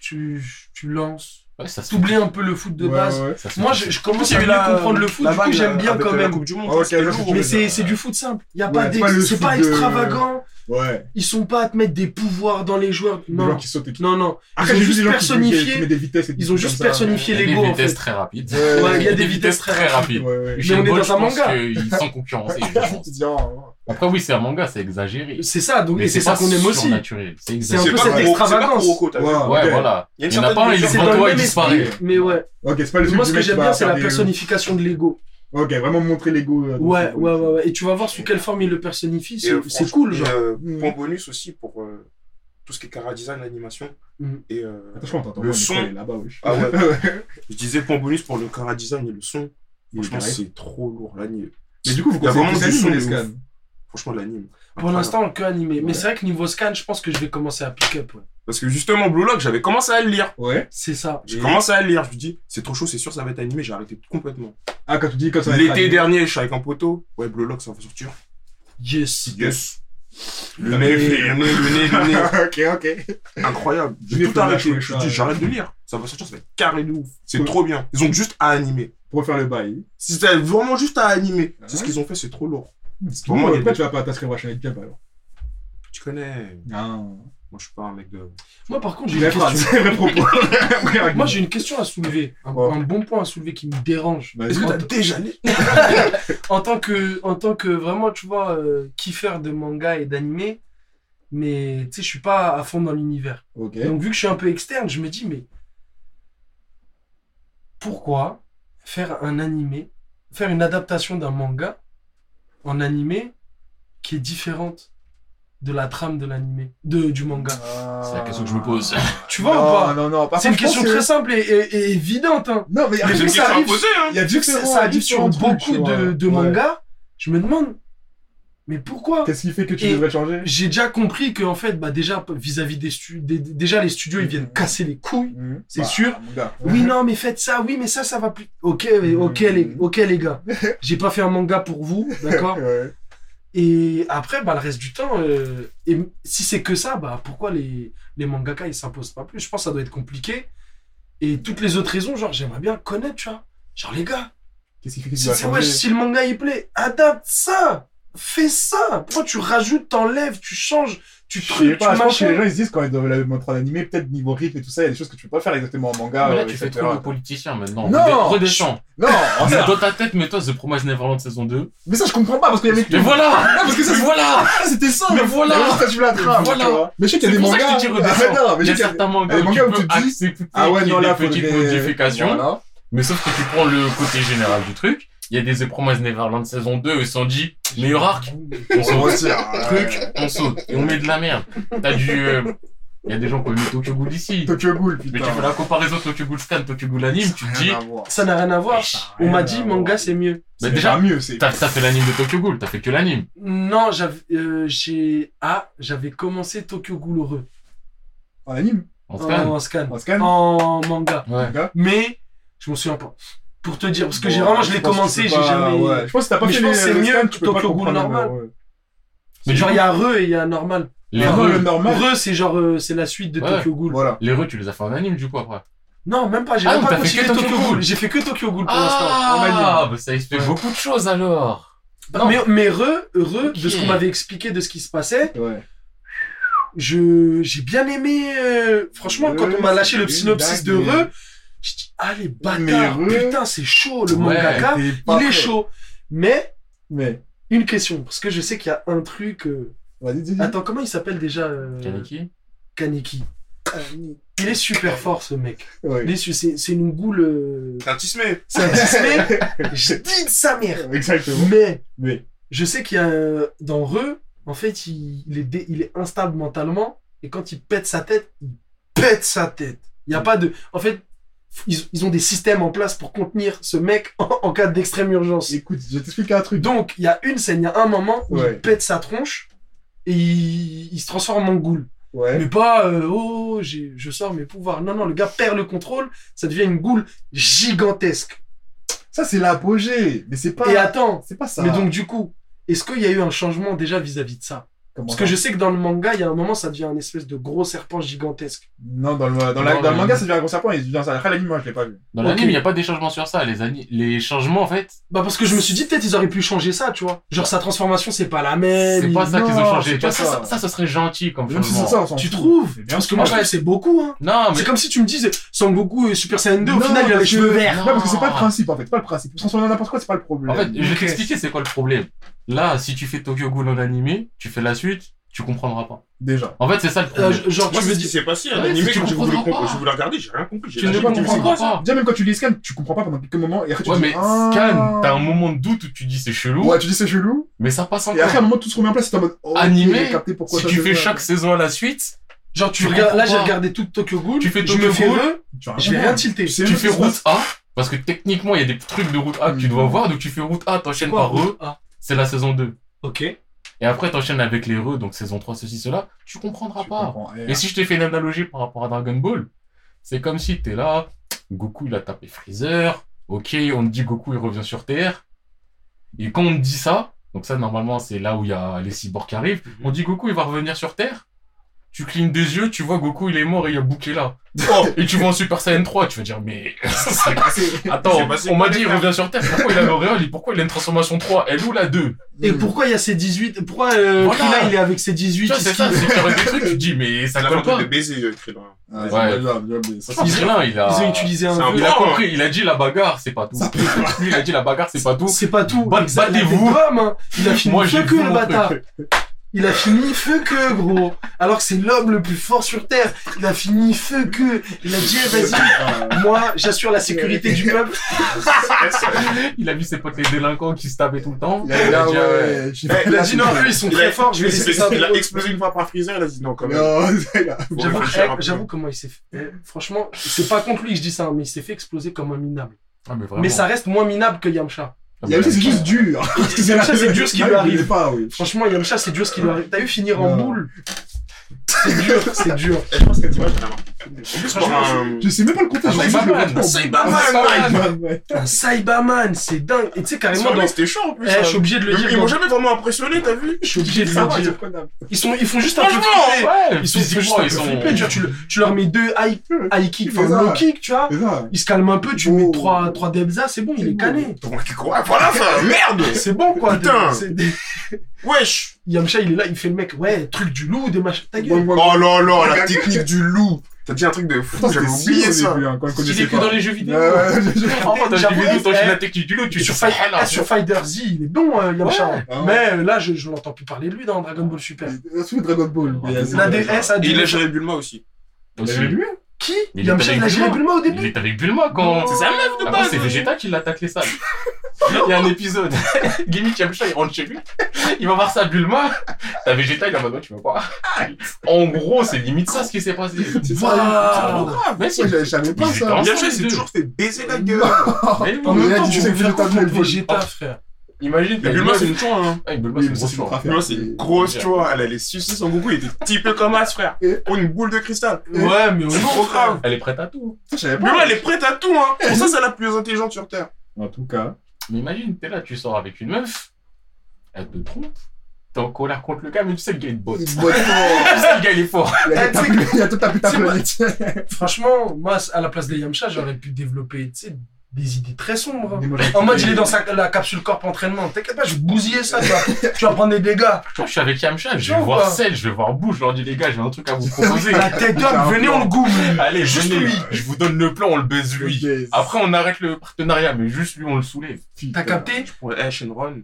Speaker 4: Tu, tu lances.
Speaker 3: Ouais, ça se
Speaker 4: T'oublies un peu le foot de
Speaker 1: Ouais,
Speaker 4: base.
Speaker 1: ouais.
Speaker 3: Ça se
Speaker 4: Moi,
Speaker 3: fait.
Speaker 4: je, je commence
Speaker 2: Il y
Speaker 4: à
Speaker 2: a eu
Speaker 4: mieux
Speaker 2: la-
Speaker 4: comprendre le foot.
Speaker 2: La
Speaker 4: Du coup,
Speaker 2: vague,
Speaker 4: j'aime
Speaker 2: euh,
Speaker 4: bien
Speaker 2: avec,
Speaker 4: quand
Speaker 2: euh, La
Speaker 4: même.
Speaker 2: Coupe du Monde,
Speaker 1: Ok,
Speaker 2: c'était
Speaker 1: là,
Speaker 2: lourd.
Speaker 1: c'est-
Speaker 4: Mais
Speaker 1: Ouais,
Speaker 4: c'est
Speaker 1: bah,
Speaker 4: c'est du foot simple. Y a
Speaker 1: ouais,
Speaker 4: pas
Speaker 1: c'est
Speaker 4: des.
Speaker 1: pas le
Speaker 4: C'est
Speaker 1: foot
Speaker 4: pas
Speaker 1: de-
Speaker 4: extravagant.
Speaker 1: Ouais.
Speaker 4: Ils sont pas à te mettre des pouvoirs dans les joueurs.
Speaker 1: Des gens
Speaker 4: Non.
Speaker 1: qui sautent et qui.
Speaker 4: Non, non.
Speaker 1: Après,
Speaker 4: ont
Speaker 1: j'ai vu
Speaker 4: juste
Speaker 1: des gens qui- qui-
Speaker 4: personnifié-
Speaker 1: qui mettent des vitesses et des
Speaker 4: Ils ont
Speaker 1: trucs
Speaker 4: juste
Speaker 1: comme ça.
Speaker 4: personnifié
Speaker 3: Il y a
Speaker 4: les
Speaker 3: des
Speaker 4: gos. en
Speaker 3: vitesses
Speaker 4: fait.
Speaker 3: très rapides.
Speaker 1: Ouais,
Speaker 4: Ouais, il y a
Speaker 3: Des
Speaker 4: des
Speaker 3: vitesses
Speaker 4: vitesses
Speaker 3: très
Speaker 4: très
Speaker 3: rapides.
Speaker 1: Ouais, ouais.
Speaker 4: Mais on est
Speaker 3: Ball,
Speaker 4: dans
Speaker 3: je
Speaker 4: un
Speaker 3: pense
Speaker 4: manga.
Speaker 3: qu'ils sont concurrencés. je (laughs) pense.
Speaker 1: Tu te dis, oh,
Speaker 3: Après, oui, c'est un manga, c'est exagéré.
Speaker 4: C'est ça, donc, et c'est ça
Speaker 3: pas
Speaker 4: qu'on aime aussi.
Speaker 3: surnaturel, C'est
Speaker 4: un
Speaker 3: exagéré.
Speaker 4: peu cette
Speaker 2: Kuroko-
Speaker 4: extravagance.
Speaker 2: C'est pas Kuroko, t'as
Speaker 1: ouais.
Speaker 2: vu.
Speaker 1: Wow,
Speaker 3: Ouais,
Speaker 1: ok.
Speaker 3: voilà.
Speaker 2: Il y a une
Speaker 3: Il y en a
Speaker 2: certaine
Speaker 3: pas un, il
Speaker 2: mesure.
Speaker 4: C'est
Speaker 3: prend
Speaker 4: dans le
Speaker 3: toi,
Speaker 4: même
Speaker 3: il disparaît.
Speaker 4: esprit, mais ouais.
Speaker 1: Ok, c'est pas le
Speaker 4: Moi,
Speaker 1: truc
Speaker 4: ce
Speaker 1: du
Speaker 4: que
Speaker 1: mec qui
Speaker 4: j'aime
Speaker 1: va
Speaker 4: bien, c'est la
Speaker 1: faire des-
Speaker 4: personnification de l'ego.
Speaker 1: Ok, vraiment montrer l'ego. euh, dans
Speaker 4: Ouais,
Speaker 1: le
Speaker 4: ouais,
Speaker 1: football.
Speaker 4: ouais, ouais. Et tu vas voir sous quelle forme il le personnifie.
Speaker 2: Et,
Speaker 4: C'est
Speaker 2: euh,
Speaker 4: c'est
Speaker 2: franchement,
Speaker 4: cool,
Speaker 2: et,
Speaker 4: genre. Mm.
Speaker 2: euh,
Speaker 1: Mhm.
Speaker 2: Point bonus aussi pour euh, tout ce qui est cara design, animation.
Speaker 4: Mhm.
Speaker 2: Et euh,
Speaker 1: Attends, je crois qu'on t'entend
Speaker 2: Le
Speaker 1: pas, mais
Speaker 2: son.
Speaker 1: quoi, il est là-bas, wesh. (laughs)
Speaker 4: (laughs)
Speaker 2: Ah ouais. je disais point bonus pour le cara design et le son.
Speaker 1: Il est
Speaker 2: Franchement,
Speaker 1: carré.
Speaker 2: c'est trop lourd l'anime.
Speaker 1: Mais du coup, vous
Speaker 2: Il y a
Speaker 1: conseillez
Speaker 2: vraiment
Speaker 1: tous
Speaker 2: du
Speaker 1: les
Speaker 2: son
Speaker 1: animes,
Speaker 2: de
Speaker 1: les
Speaker 2: ouf.
Speaker 1: scans.
Speaker 2: Franchement, l'anime.
Speaker 4: Pour l'instant, que animé.
Speaker 1: Ouais.
Speaker 4: Mais c'est vrai que niveau scan, je pense que je vais commencer à pick up. ouais.
Speaker 2: Parce que justement, Blue Lock, j'avais commencé à le lire.
Speaker 1: Ouais.
Speaker 4: C'est ça.
Speaker 2: J'ai
Speaker 1: Et-
Speaker 2: commencé à le lire. Je me dis, c'est trop chaud, c'est sûr, ça va être animé. J'ai arrêté complètement.
Speaker 1: Ah, quand tu dis comme ça.
Speaker 2: L'été dernier, je suis avec un poteau. Ouais, Blue Lock, ça va sortir.
Speaker 4: Yes.
Speaker 2: Yes. Le nez, le nez, le nez, le
Speaker 1: ok, (laughs) ok.
Speaker 2: nez. (laughs) Incroyable.
Speaker 1: Je l'ai
Speaker 2: J'ai tout
Speaker 1: fait
Speaker 2: arrêté. Je
Speaker 1: lâcher,
Speaker 2: me suis
Speaker 1: ça,
Speaker 2: dit,
Speaker 1: ouais.
Speaker 2: j'arrête de lire. Ça va sortir, ça va être carré de ouf. C'est
Speaker 1: Ouais.
Speaker 2: trop bien. Ils ont juste à animer.
Speaker 1: Pour faire le bail.
Speaker 2: Si t'as vraiment juste à animer.
Speaker 1: Ah
Speaker 2: C'est ce qu'ils ont fait, c'est trop lourd.
Speaker 1: Pour
Speaker 2: Pour
Speaker 1: moi,
Speaker 2: moi, il y a
Speaker 1: pourquoi
Speaker 2: des-
Speaker 1: tu vas pas t'inscrire à Shonen Jump alors
Speaker 2: Tu connais.
Speaker 1: Non.
Speaker 2: Moi, je suis pas un mec de.
Speaker 4: Moi, par contre, j'ai
Speaker 1: Vraie
Speaker 4: une (laughs)
Speaker 1: phrase,
Speaker 4: question.
Speaker 1: vrai propos. (laughs)
Speaker 4: Moi, j'ai une question à soulever. Un,
Speaker 1: Ouais.
Speaker 4: un bon point à soulever qui me dérange.
Speaker 1: Vas-y.
Speaker 2: Est-ce que
Speaker 4: En-
Speaker 2: t'as déjà lu
Speaker 4: en tant que en tant que vraiment tu vois euh, kiffeur de manga et d'animé mais tu sais je suis pas à fond dans l'univers
Speaker 1: Ok.
Speaker 4: donc vu que je suis un peu externe je me dis mais pourquoi faire un animé faire une adaptation d'un manga en animé qui est différente de la trame de l'animé, de du manga.
Speaker 3: C'est la question que je me pose.
Speaker 4: (laughs) Tu vois ou pas
Speaker 1: Ah. Non, non, non. par
Speaker 4: C'est une
Speaker 1: contre, je pense
Speaker 4: question très simple et, et- et évidente. Hein.
Speaker 1: Non, mais
Speaker 4: Mais
Speaker 1: vu
Speaker 4: je
Speaker 1: que
Speaker 4: me
Speaker 1: ça
Speaker 4: suis
Speaker 1: arrive,
Speaker 3: posé, hein.
Speaker 1: il y a vu que
Speaker 4: Ça, ça arrive sur beaucoup de,
Speaker 1: euh,
Speaker 4: de mangas. Je me demande, mais pourquoi
Speaker 1: Qu'est-ce qui fait que tu
Speaker 4: Et-
Speaker 1: devrais changer
Speaker 4: J'ai déjà compris que en fait, bah déjà vis-à-vis des studios, déjà les studios ils viennent casser les couilles.
Speaker 1: Hmm.
Speaker 4: C'est
Speaker 1: Bah,
Speaker 4: sûr. Oui, non, mais faites ça, oui, mais ça, ça va plus. Ok, ok, les, ok, les gars. J'ai pas fait un manga pour vous,
Speaker 1: (laughs) (laughs)
Speaker 4: d'accord
Speaker 1: Ouais.
Speaker 4: Et après, bah, le reste du temps, euh, et si c'est que ça, bah, pourquoi les, les mangaka ils s'imposent pas plus Je pense que ça doit être compliqué. Et toutes les autres raisons, genre, j'aimerais bien connaître, tu vois. Genre, les gars,
Speaker 1: Qu'est-ce qui fait que tu
Speaker 4: si,
Speaker 1: vas
Speaker 4: si- ouais,
Speaker 1: changer
Speaker 4: si le manga il plaît, adapte ça Fais ça Pourquoi tu rajoutes, t'enlèves, tu changes, tu
Speaker 1: Je sais
Speaker 4: trucs, tu
Speaker 1: pas, je pense que les
Speaker 4: machins
Speaker 1: gens ils se disent quand ils doivent la montrer en animé, peut-être niveau rythme et tout ça, il y a des choses que tu peux pas faire exactement en manga.
Speaker 3: Mais là,
Speaker 1: euh,
Speaker 3: tu fais
Speaker 1: etc.
Speaker 3: trop le politicien maintenant.
Speaker 1: Non.
Speaker 3: Redé- Redescends.
Speaker 1: Non,
Speaker 3: (laughs)
Speaker 1: en fait,
Speaker 3: Dans ta tête, mets-toi The Promise Neverland saison 2.
Speaker 1: mais ça je comprends pas parce qu'il y avait que.
Speaker 3: Mais voilà
Speaker 1: Ah, parce que ça
Speaker 3: Mais
Speaker 1: c'est-
Speaker 3: voilà
Speaker 1: Ah, c'était ça
Speaker 4: hein.
Speaker 3: Mais
Speaker 1: le-
Speaker 3: voilà
Speaker 1: Il y avait juste quand tu veux la trame,
Speaker 3: Voilà.
Speaker 1: tu vois. Mais je sais qu'il y a
Speaker 3: C'est
Speaker 1: des
Speaker 3: pour ça
Speaker 1: mangas.
Speaker 3: que je dis redescends.
Speaker 1: (laughs) Ah, non, mais
Speaker 3: Il
Speaker 1: je sais
Speaker 3: y a
Speaker 1: qu'il y a-
Speaker 3: certains mangas
Speaker 1: des
Speaker 3: où tu
Speaker 1: mangas où
Speaker 3: peux
Speaker 1: tu te dis,
Speaker 3: accepter
Speaker 1: Ah ouais,
Speaker 3: qu'il y
Speaker 1: non,
Speaker 3: ait
Speaker 1: là,
Speaker 3: des
Speaker 1: faut
Speaker 3: petites
Speaker 1: des-
Speaker 3: modifications.
Speaker 1: Voilà.
Speaker 3: Mais sauf que tu prends le côté général du truc, il y a des The Promise Neverland saison 2 et ils se sont dit, meilleur arc, on
Speaker 1: On
Speaker 3: saute.
Speaker 1: retire.
Speaker 3: Truc, on saute. Et on met de la merde. T'as du... euh, Il y a des gens qui ont mis Tokyo Ghoul ici.
Speaker 1: Tokyo Ghoul,
Speaker 3: Mais
Speaker 1: putain.
Speaker 3: tu fais la comparaison Tokyo Ghoul Scan, Tokyo Ghoul Anime, tu te dis...
Speaker 1: Rien à voir.
Speaker 4: Ça n'a rien à voir.
Speaker 3: wesh.
Speaker 4: On m'a
Speaker 1: Rien
Speaker 4: dit,
Speaker 1: à
Speaker 4: manga,
Speaker 1: voir.
Speaker 4: c'est mieux.
Speaker 3: Bah,
Speaker 1: C'est
Speaker 3: déjà,
Speaker 1: déjà mieux, c'est.
Speaker 3: t'as t'as fait l'anime de Tokyo Ghoul, t'as fait que l'anime.
Speaker 4: Non, j'avais, euh, j'ai, ah, j'avais commencé Tokyo Ghoul Heureux
Speaker 1: En anime
Speaker 3: En
Speaker 4: en,
Speaker 3: scan.
Speaker 4: en scan,
Speaker 1: En
Speaker 3: Oh,
Speaker 1: scan
Speaker 4: en manga.
Speaker 3: Ouais.
Speaker 4: Mais je m'en souviens pas. Pour te dire, parce que
Speaker 1: Bon,
Speaker 4: j'ai vraiment, je
Speaker 1: pense
Speaker 4: l'ai
Speaker 1: que tu
Speaker 4: commencé,
Speaker 1: peux
Speaker 4: j'ai
Speaker 1: pas-
Speaker 4: jamais.
Speaker 1: ouais. Je pense que t'as pas
Speaker 4: Mais
Speaker 1: fait
Speaker 4: je pense
Speaker 1: les-
Speaker 4: que c'est
Speaker 1: les
Speaker 4: mieux
Speaker 1: scans,
Speaker 4: que
Speaker 1: tu peux pas
Speaker 4: Tokyo Ghoul
Speaker 1: comprendre,
Speaker 4: normal.
Speaker 1: ouais.
Speaker 3: Mais du
Speaker 4: genre,
Speaker 3: coup,
Speaker 4: il y a Heureux et il y a Normal.
Speaker 3: les
Speaker 1: Ah, non,
Speaker 3: re-
Speaker 1: le normal.
Speaker 4: Heureux, c'est genre, euh, c'est la suite de
Speaker 3: Ouais.
Speaker 4: Tokyo Ghoul.
Speaker 1: Voilà.
Speaker 3: Les re, tu les as fait en anime du coup après.
Speaker 4: Non, même pas, j'ai
Speaker 3: Ah,
Speaker 4: même
Speaker 3: mais
Speaker 4: pas
Speaker 3: t'as fait
Speaker 4: continué
Speaker 3: que Tokyo
Speaker 4: Tokyo Ghoul.
Speaker 3: Ghoul.
Speaker 4: J'ai fait que Tokyo Ghoul pour
Speaker 3: Ah, bah ça explique
Speaker 1: Ouais.
Speaker 3: beaucoup de choses alors.
Speaker 4: l'instant.
Speaker 3: Non.
Speaker 4: Mais, mais Heureux, Heureux, de ce
Speaker 3: Ok.
Speaker 4: qu'on m'avait expliqué, de ce qui se passait,
Speaker 1: Ouais.
Speaker 4: je, j'ai bien aimé, euh, franchement, quand
Speaker 1: Heureux,
Speaker 4: on m'a lâché
Speaker 1: c'est
Speaker 4: le
Speaker 1: une
Speaker 4: synopsis de
Speaker 1: dingue, mais-
Speaker 4: Heureux, je dis, ah les
Speaker 1: Mais
Speaker 4: bâtards,
Speaker 1: Heureux-
Speaker 4: putain, c'est chaud le
Speaker 3: Ouais,
Speaker 4: mangaka.
Speaker 1: T'es
Speaker 4: Il
Speaker 1: pas
Speaker 4: est
Speaker 1: prêt.
Speaker 4: chaud. Mais,
Speaker 1: Mais,
Speaker 4: une question, parce que je sais qu'il y a un truc. euh,
Speaker 1: vas-y,
Speaker 3: Mm.
Speaker 1: dis.
Speaker 4: Attends, comment il s'appelle déjà euh,
Speaker 3: Kaneki
Speaker 4: Kaneki. Il est super fort ce mec. Il
Speaker 1: Ouais.
Speaker 4: est su- C'est c'est une goule. euh,
Speaker 2: C'est un tismé.
Speaker 4: C'est un
Speaker 3: (laughs)
Speaker 4: display. Je dis de sa mère.
Speaker 1: Exactement.
Speaker 4: Mais
Speaker 1: Mais,
Speaker 4: je sais qu'il y a euh, dans Re, en fait, il, il est dé- il est instable mentalement. Et quand il pète sa tête, il pète sa tête. Il
Speaker 1: Mm.
Speaker 4: n'y a pas de. En fait, ils, ils ont des systèmes en place pour contenir ce mec en, en cas d'extrême urgence.
Speaker 1: écoute, je vais t'expliquer un truc.
Speaker 4: Donc, il y a une scène, il y a un moment où
Speaker 1: Ouais.
Speaker 4: il pète sa tronche et il, il se transforme en goule.
Speaker 1: Ouais.
Speaker 4: Mais pas, euh, oh, j'ai- je sors mes pouvoirs. Non, non, le gars perd le contrôle, ça devient une goule gigantesque.
Speaker 1: Ça, c'est l'apogée. Mais c'est pas.
Speaker 4: Et attends,
Speaker 1: C'est pas ça.
Speaker 4: mais donc du coup, est-ce qu'il y a eu un changement déjà vis-à-vis de ça
Speaker 1: Comment
Speaker 4: Parce
Speaker 1: ça
Speaker 4: que je sais que dans le manga, il y a un moment, ça devient un espèce de gros serpent gigantesque.
Speaker 1: Non, dans le, dans la-
Speaker 3: Non,
Speaker 1: dans le
Speaker 3: mais-
Speaker 1: manga, ça devient un gros serpent. Il devient ça. Après l'anime, moi, je l'ai pas vu.
Speaker 3: Dans l'anime, il
Speaker 4: Ok.
Speaker 3: n'y a pas des changements sur ça. Les, ani- les changements, en fait,
Speaker 4: Bah parce que je me suis dit, peut-être ils auraient pu changer ça, tu vois. Genre sa transformation, c'est pas la même.
Speaker 3: c'est pas
Speaker 4: il-
Speaker 3: ça qu'ils ont
Speaker 1: Eh, non,
Speaker 3: changé.
Speaker 1: c'est
Speaker 3: Tu vois,
Speaker 1: pas
Speaker 3: ça,
Speaker 1: ça.
Speaker 3: ça, ça, ce serait gentil comme
Speaker 1: Même si
Speaker 3: changement.
Speaker 1: c'est ça, on s'en
Speaker 4: Tu
Speaker 1: fout.
Speaker 4: trouves
Speaker 1: Mais bien
Speaker 4: Parce que
Speaker 1: sûr.
Speaker 4: moi, je c'est beaucoup, hein.
Speaker 3: Non, mais
Speaker 4: C'est comme si tu me disais, Son Goku et Super Saiyan 2, au
Speaker 1: Non,
Speaker 4: final, il a les
Speaker 1: parce
Speaker 4: cheveux
Speaker 1: que-
Speaker 4: verts.
Speaker 1: Non, parce que c'est pas le principe, en fait. Pas le principe. Transformer en n'importe quoi, c'est pas le problème.
Speaker 3: En fait, je vais
Speaker 4: Ok.
Speaker 3: t'expliquer c'est quoi le problème. Là, si tu fais Tokyo Ghoul en animé, tu fais la suite, tu comprendras pas.
Speaker 1: Déjà.
Speaker 3: En fait, c'est ça le
Speaker 4: Euh,
Speaker 3: problème.
Speaker 4: je- genre,
Speaker 2: Moi,
Speaker 4: tu
Speaker 2: c'est
Speaker 4: veux
Speaker 2: ce qui
Speaker 4: dire.
Speaker 2: s'est passé. Un
Speaker 3: Ouais,
Speaker 2: animé,
Speaker 3: si tu
Speaker 2: quand je voulais
Speaker 3: comprends
Speaker 2: comp-
Speaker 3: pas.
Speaker 2: je voulais regarder, j'ai rien compris. j'ai
Speaker 3: Tu
Speaker 2: rien
Speaker 3: ne
Speaker 1: j'ai pas
Speaker 2: compris.
Speaker 1: compris.
Speaker 3: comprends pas.
Speaker 1: Déjà, même quand tu lis scan, tu comprends pas pendant quelques moments. Et après, tu
Speaker 3: Ouais,
Speaker 1: dis,
Speaker 3: mais
Speaker 1: ah.
Speaker 3: scan, t'as un moment de doute où tu dis c'est chelou,
Speaker 1: Ouais, tu dis c'est chelou.
Speaker 3: mais ça passe
Speaker 1: Et
Speaker 3: encore.
Speaker 1: après, à un moment, tout se remet en place. C'est en mode. ok,
Speaker 3: Animé,
Speaker 1: j'ai capté pourquoi
Speaker 3: Si
Speaker 1: ça
Speaker 3: tu
Speaker 1: se
Speaker 3: fais
Speaker 1: fait.
Speaker 3: chaque saison à la suite,
Speaker 4: Genre, tu
Speaker 3: Tu
Speaker 4: regardes.
Speaker 3: comprends
Speaker 4: Là, j'ai
Speaker 3: pas.
Speaker 4: regardé tout Tokyo Ghoul.
Speaker 3: Tu fais
Speaker 4: je
Speaker 3: Tokyo
Speaker 4: me fais
Speaker 3: Ghoul,
Speaker 4: heureux,
Speaker 1: Tu
Speaker 4: Je vais rien tilter.
Speaker 1: Tu sais
Speaker 3: tu
Speaker 1: même
Speaker 3: fais
Speaker 1: pas ce qui se
Speaker 3: route A, parce que techniquement, il y a des trucs de route A que tu dois
Speaker 1: Mhm.
Speaker 3: voir, donc tu fais route A, t'enchaînes
Speaker 4: Quoi,
Speaker 3: par
Speaker 4: Re
Speaker 3: Re,
Speaker 4: Ah,
Speaker 3: c'est la saison 2.
Speaker 4: ok.
Speaker 1: Hmm.
Speaker 3: Et après, t'enchaînes avec les re, donc saison 3, ceci, cela, tu comprendras
Speaker 1: Tu
Speaker 3: pas.
Speaker 1: comprends. Et-
Speaker 3: Et si je t'ai fait une analogie par rapport à Dragon Ball, c'est comme si t'es là, Goku il a tapé Freezer, ok, on te dit Goku il revient sur Terre, et quand on te dit ça, donc ça normalement c'est là où il y a les cyborgs qui arrivent,
Speaker 2: Mhm.
Speaker 3: on dit Goku il va revenir sur Terre, tu clignes des yeux, tu vois Goku il est mort et il y a bouclé là.
Speaker 2: Oh.
Speaker 3: (laughs) Et tu vois en Super Saiyan 3, tu vas dire mais (laughs) attends,
Speaker 2: C'est passé
Speaker 3: on
Speaker 2: quoi,
Speaker 3: m'a dit
Speaker 2: les
Speaker 3: il
Speaker 2: frères
Speaker 3: revient sur Terre, pourquoi il a l'auréole et pourquoi il a une transformation 3, elle où la 2
Speaker 4: Et pourquoi il y a ces 18 Pourquoi euh,
Speaker 3: Voilà.
Speaker 4: Krillin, il est avec ses
Speaker 3: Tu
Speaker 4: 18
Speaker 3: vois,
Speaker 4: il
Speaker 3: c'est
Speaker 4: se
Speaker 3: ça,
Speaker 4: kiffe
Speaker 3: c'est qu'il y aurait des trucs, tu te dis mais ça
Speaker 2: C'est la
Speaker 3: colle
Speaker 2: photo
Speaker 3: pas.
Speaker 2: de baiser, euh, écrit dans-
Speaker 1: Ah,
Speaker 2: Ouais.
Speaker 1: c'est pas grave, mais ça, c'est-
Speaker 3: Ils ont, il a...
Speaker 4: Ils ont utilisé
Speaker 2: C'est
Speaker 4: un
Speaker 2: un
Speaker 4: peu.
Speaker 3: Il a
Speaker 2: Non.
Speaker 3: compris, il a dit la bagarre, c'est pas tout. Lui, il a dit la bagarre, c'est pas tout.
Speaker 4: C'est pas tout.
Speaker 3: Bat-
Speaker 4: Exact-
Speaker 3: battez-vous.
Speaker 4: la tête d'homme, hein. Il a fini
Speaker 3: Moi,
Speaker 4: le
Speaker 3: j'ai
Speaker 4: feu que
Speaker 3: vu
Speaker 4: le
Speaker 3: mon
Speaker 4: bâtard. Il a fini feu que, gros. Alors que c'est l'homme le plus fort sur Terre. Il a fini feu que. Il a dit, eh, vas-y, moi, j'assure la sécurité du peuple.
Speaker 2: Eh,
Speaker 3: Il a vu ses potes les délinquants qui se tapaient tout le temps.
Speaker 1: Il a,
Speaker 3: Il a
Speaker 1: là,
Speaker 3: dit, euh,
Speaker 1: ouais, j'ai-
Speaker 4: Il a dit, non, eux, ils sont
Speaker 2: Il
Speaker 4: très
Speaker 2: a-
Speaker 4: forts, je vais laisser ça.
Speaker 2: Il a explosé une fois par Freezer, il a dit non, quand même.
Speaker 1: Non, il a-
Speaker 2: Faut
Speaker 4: J'avoue,
Speaker 2: réfléchir
Speaker 4: eh,
Speaker 2: un peu.
Speaker 4: j'avoue comment il s'est fait. eh, Franchement, c'est pas contre lui que je dis ça, hein, mais il s'est fait exploser comme un minable.
Speaker 3: Ah, mais vraiment.
Speaker 4: Mais ça reste moins minable que Yamcha.
Speaker 3: Ah,
Speaker 1: Il a
Speaker 3: mais
Speaker 1: aussi, c'est juste dur.
Speaker 4: Yamcha, c'est dur ce qui
Speaker 1: Non,
Speaker 4: lui
Speaker 1: il voulait
Speaker 4: arrive.
Speaker 1: pas, oui.
Speaker 4: Franchement, Yamcha, c'est dur ce qui lui arrive. T'as vu finir en
Speaker 1: Non.
Speaker 4: boule C'est dur, c'est dur.
Speaker 2: Je pense que tu vois, vraiment. En plus, pour un.
Speaker 1: Je sais même pas le compter.
Speaker 3: Ah,
Speaker 1: je
Speaker 3: mais
Speaker 1: sais
Speaker 3: Batman,
Speaker 1: le compter.
Speaker 4: Cyberman,
Speaker 1: Cyberman, ouais.
Speaker 4: Un Saibaman, c'est dingue. Et tu sais, carrément, dans...
Speaker 2: Vraiment, c'était chaud en plus.
Speaker 4: Eh,
Speaker 2: hein.
Speaker 4: je suis obligé de le
Speaker 2: Ils
Speaker 4: dire.
Speaker 2: ils
Speaker 4: dans-
Speaker 2: m'ont jamais vraiment impressionné, t'as vu
Speaker 4: Je suis obligé de le dire. Ils, sont, ils font juste un peu
Speaker 2: Franchement,
Speaker 4: flipper.
Speaker 3: Ouais,
Speaker 4: Ils sont ils font juste un
Speaker 3: physiquement,
Speaker 4: peu
Speaker 3: ils sont.
Speaker 4: flipper. Tu, vois, tu, le- tu leur mets deux high, high kick, enfin
Speaker 1: C'est ça.
Speaker 4: low kick, tu vois.
Speaker 1: C'est ça.
Speaker 4: Ils se calment un peu, tu
Speaker 1: Oh.
Speaker 4: mets trois, trois DBZA, c'est bon, il
Speaker 1: C'est
Speaker 4: est
Speaker 1: bon.
Speaker 4: cané.
Speaker 2: T'en qui quoi Voilà, (laughs) ça, merde
Speaker 4: C'est bon, quoi.
Speaker 2: Putain.
Speaker 4: C'est-
Speaker 2: Wesh
Speaker 4: Yamcha, il est là, il fait le mec, ouais, truc du loup, des machins.
Speaker 1: (laughs)
Speaker 4: Ta gueule.
Speaker 1: Moi, moi,
Speaker 2: Oh là là, la technique du loup T'as dit un truc de fou,
Speaker 1: pourtant,
Speaker 2: j'avais
Speaker 1: c'était
Speaker 2: oublié
Speaker 1: si au
Speaker 2: ça
Speaker 1: début, hein, quand je
Speaker 3: Il
Speaker 1: connaissais
Speaker 3: est que dans
Speaker 1: pas.
Speaker 3: les jeux vidéo.
Speaker 1: Ouais, ouais, je-
Speaker 3: Franchement, dans les
Speaker 4: J'avoue,
Speaker 3: jeux vidéo, t'enchaînes
Speaker 4: eh,
Speaker 3: la technique du loup, tu
Speaker 4: sur,
Speaker 3: fais
Speaker 4: Fight-
Speaker 3: ça, là,
Speaker 4: ah, sur Fighter Z, il est bon, euh, Yamcha.
Speaker 3: hein. Ouais.
Speaker 1: Ah ouais.
Speaker 4: Mais euh, là, je, je l'entends plus parler de lui dans Dragon Ball Super.
Speaker 1: Il a suivi Dragon Ball. mais il y a-
Speaker 4: La DS a
Speaker 2: Et
Speaker 4: dit.
Speaker 2: il a géré Bulma aussi.
Speaker 1: Il
Speaker 3: Aussi.
Speaker 1: avait lu
Speaker 4: Qui
Speaker 3: Il est
Speaker 4: Yamcha, il a
Speaker 3: avec
Speaker 4: géré
Speaker 3: Bulma.
Speaker 4: Bulma au
Speaker 3: Il
Speaker 4: début
Speaker 3: est avec Bulma quand.
Speaker 4: Non.
Speaker 3: C'est ça Après,
Speaker 2: meuf
Speaker 3: Ah bah, c'est Vegeta qui l'attaque les salles. Il y a un épisode. (laughs) Gimmick Yamcha, il rentre chez lui. Il va voir sa Bulma. T'as Vegeta, il est en mode, ouais, tu vas voir. En gros, c'est limite ça ce qui s'est passé.
Speaker 1: C'est
Speaker 4: Waouh.
Speaker 1: ça.
Speaker 2: grave
Speaker 3: Mais
Speaker 1: c'est-
Speaker 3: si,
Speaker 1: Moi, je savais pas
Speaker 3: Ils étaient
Speaker 1: ça.
Speaker 3: ensemble.
Speaker 2: Bien sûr, il s'est
Speaker 3: les deux.
Speaker 2: toujours fait baiser la gueule
Speaker 3: mais oui.
Speaker 4: En
Speaker 1: Il
Speaker 4: même
Speaker 1: a
Speaker 4: temps,
Speaker 1: dit,
Speaker 4: tu
Speaker 1: c'est Vegeta
Speaker 4: sais Vegeta contre
Speaker 1: Dragon Ball.
Speaker 4: Vegeta,
Speaker 3: Ah.
Speaker 4: frère.
Speaker 3: imagine,
Speaker 2: Mais
Speaker 3: t'as
Speaker 2: Bulma,
Speaker 3: Bulma,
Speaker 2: c'est une chouin, hein
Speaker 3: Ah, une Bulma,
Speaker 1: Oui,
Speaker 3: c'est
Speaker 1: mais
Speaker 3: une
Speaker 1: c'est
Speaker 3: grosse
Speaker 1: une
Speaker 3: chouin.
Speaker 1: autre affaire.
Speaker 2: Bulma, c'est une grosse chouin. Elle allait sucer son Goku, il était petit peu comme as, frère.
Speaker 1: Et-
Speaker 2: Pour une boule de cristal.
Speaker 1: Et-
Speaker 4: Ouais, mais au
Speaker 2: C'est
Speaker 4: moins,
Speaker 2: trop
Speaker 4: frère.
Speaker 2: grave.
Speaker 3: Elle est prête à tout.
Speaker 1: Ça, je savais
Speaker 2: Bulma,
Speaker 1: pas.
Speaker 2: elle est prête à tout, hein Pour ça, c'est la plus intelligente sur Terre.
Speaker 1: En tout (laughs) cas.
Speaker 3: Mais imagine, t'es là, tu sors avec une meuf. Elle te trompe. T'es en colère contre le gars, mais tu sais, le gars, il
Speaker 1: (laughs)
Speaker 3: te botte. Tu sais,
Speaker 1: Bon, non.
Speaker 3: le gars, il est fort.
Speaker 1: Il y a
Speaker 4: Eh,
Speaker 1: toute
Speaker 4: tu
Speaker 1: ta- il y a toute ta putain de planète.
Speaker 4: Franchement, moi, à la place de Yamcha, j'aurais pu développer, tu sais, des idées très sombres. hein.
Speaker 1: Mais moi, j'ai-
Speaker 4: En mode, il est dans sa, la capsule corps entraînement. T'inquiète pas, je vais bousiller ça, tu
Speaker 1: (laughs)
Speaker 4: vas, tu vas prendre des dégâts.
Speaker 3: Je suis avec Yamcha, je
Speaker 4: Non,
Speaker 3: vais voir
Speaker 4: pas.
Speaker 3: Cell, je vais voir Bou, je leur dis, les gars, j'ai un truc à vous proposer.
Speaker 4: La tête d'homme, venez, on le goûme.
Speaker 3: Allez,
Speaker 4: Juste
Speaker 3: venez,
Speaker 4: lui.
Speaker 3: Je vous donne le plan, on le baise lui.
Speaker 1: Ok,
Speaker 3: Après, on arrête le partenariat, mais juste lui, on le soulève.
Speaker 1: putain.
Speaker 4: T'as capté
Speaker 2: Ouais, eh, Shenron.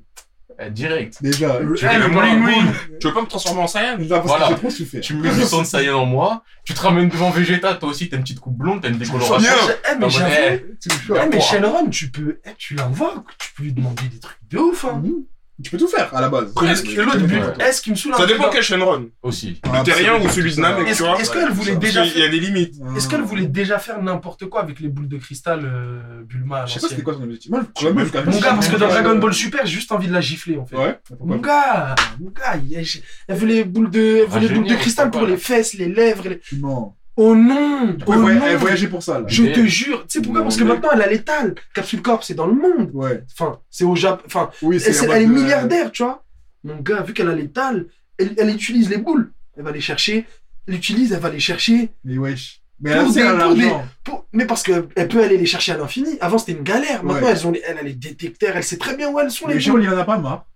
Speaker 3: Eh, direct.
Speaker 1: Déjà.
Speaker 4: Eh,
Speaker 3: fais
Speaker 4: le
Speaker 3: le
Speaker 4: bowling
Speaker 3: bowling.
Speaker 4: wing.
Speaker 2: Tu veux pas me transformer en Saiyan
Speaker 1: Déjà, parce
Speaker 3: Voilà.
Speaker 1: que j'ai trop souffert.
Speaker 3: Tu me mets du sang de Saiyan en moi, tu te ramènes devant Vegeta, toi aussi, t'as une petite coupe blonde, t'as une décoloration.
Speaker 2: Bien.
Speaker 4: Eh, mais j'avoue.
Speaker 3: Eh,
Speaker 1: Tu me
Speaker 4: Eh,
Speaker 1: choques.
Speaker 4: mais Shenron, tu peux, eh, tu l'invoques, tu peux lui demander des trucs de ouf, hein.
Speaker 1: Mhm. Tu peux tout faire à la base.
Speaker 2: Presque.
Speaker 1: Mais-
Speaker 4: Que l'autre
Speaker 1: mais-
Speaker 4: but,
Speaker 3: Ouais.
Speaker 4: est-ce qu'il me saoule un
Speaker 2: Ça
Speaker 4: peu
Speaker 2: dépend
Speaker 4: dans-
Speaker 2: quel Shenron.
Speaker 3: aussi.
Speaker 1: Ah,
Speaker 2: Le Terrien ou celui de Namek,
Speaker 4: Est-ce
Speaker 2: tu vois
Speaker 4: est-ce qu'elle voulait
Speaker 1: Ça,
Speaker 4: déjà
Speaker 2: Il y
Speaker 4: faire...
Speaker 2: a des limites.
Speaker 1: Ah.
Speaker 4: Est-ce qu'elle voulait déjà faire n'importe quoi avec les boules de cristal euh, Bulma à
Speaker 1: Je sais pas c'était
Speaker 4: l'ancienne
Speaker 1: quoi son objectif. Moi, je crois même
Speaker 4: Mon gars, parce que dans Dragon Ball Mmh. Super, j'ai juste envie de la gifler en fait.
Speaker 1: Ouais.
Speaker 4: Mon gars, mon gars, il- elle, elle veut les boules de, elle veut les
Speaker 3: Rajeunir,
Speaker 4: boules de cristal
Speaker 3: Ah, pourquoi
Speaker 4: pour
Speaker 3: pas,
Speaker 4: les fesses, les lèvres. les-
Speaker 1: Non.
Speaker 4: Oh non, oh
Speaker 1: Ouais, ouais,
Speaker 4: non.
Speaker 1: elle voyageait pour ça, là.
Speaker 4: Je
Speaker 3: Mais-
Speaker 4: te jure, tu sais pourquoi
Speaker 1: Non,
Speaker 4: Parce que
Speaker 1: mais-
Speaker 4: maintenant elle a l'étale. Capsule Corp, c'est dans le monde.
Speaker 1: Ouais.
Speaker 4: Enfin, c'est au Japon. Enfin,
Speaker 1: Oui,
Speaker 4: elle, c'est-
Speaker 1: la
Speaker 4: elle est
Speaker 1: boîte de-
Speaker 4: milliardaire, tu vois. Mon gars, vu qu'elle a l'étale, elle, elle utilise les boules. Elle va les chercher. Elle utilise, elle va les chercher.
Speaker 1: Mais wesh. Mais
Speaker 4: Pour
Speaker 1: elle a aussi
Speaker 4: des-
Speaker 1: un
Speaker 4: pour des-
Speaker 1: argent.
Speaker 4: Pour- Mais parce qu'elle peut aller les chercher à l'infini. Avant, c'était une galère. Maintenant,
Speaker 1: Ouais.
Speaker 4: elles ont les... elle a les détecteurs. Elle sait très bien où elles sont,
Speaker 1: Mais
Speaker 4: les
Speaker 1: Jérôme,
Speaker 4: gens.
Speaker 1: il en a pas marre.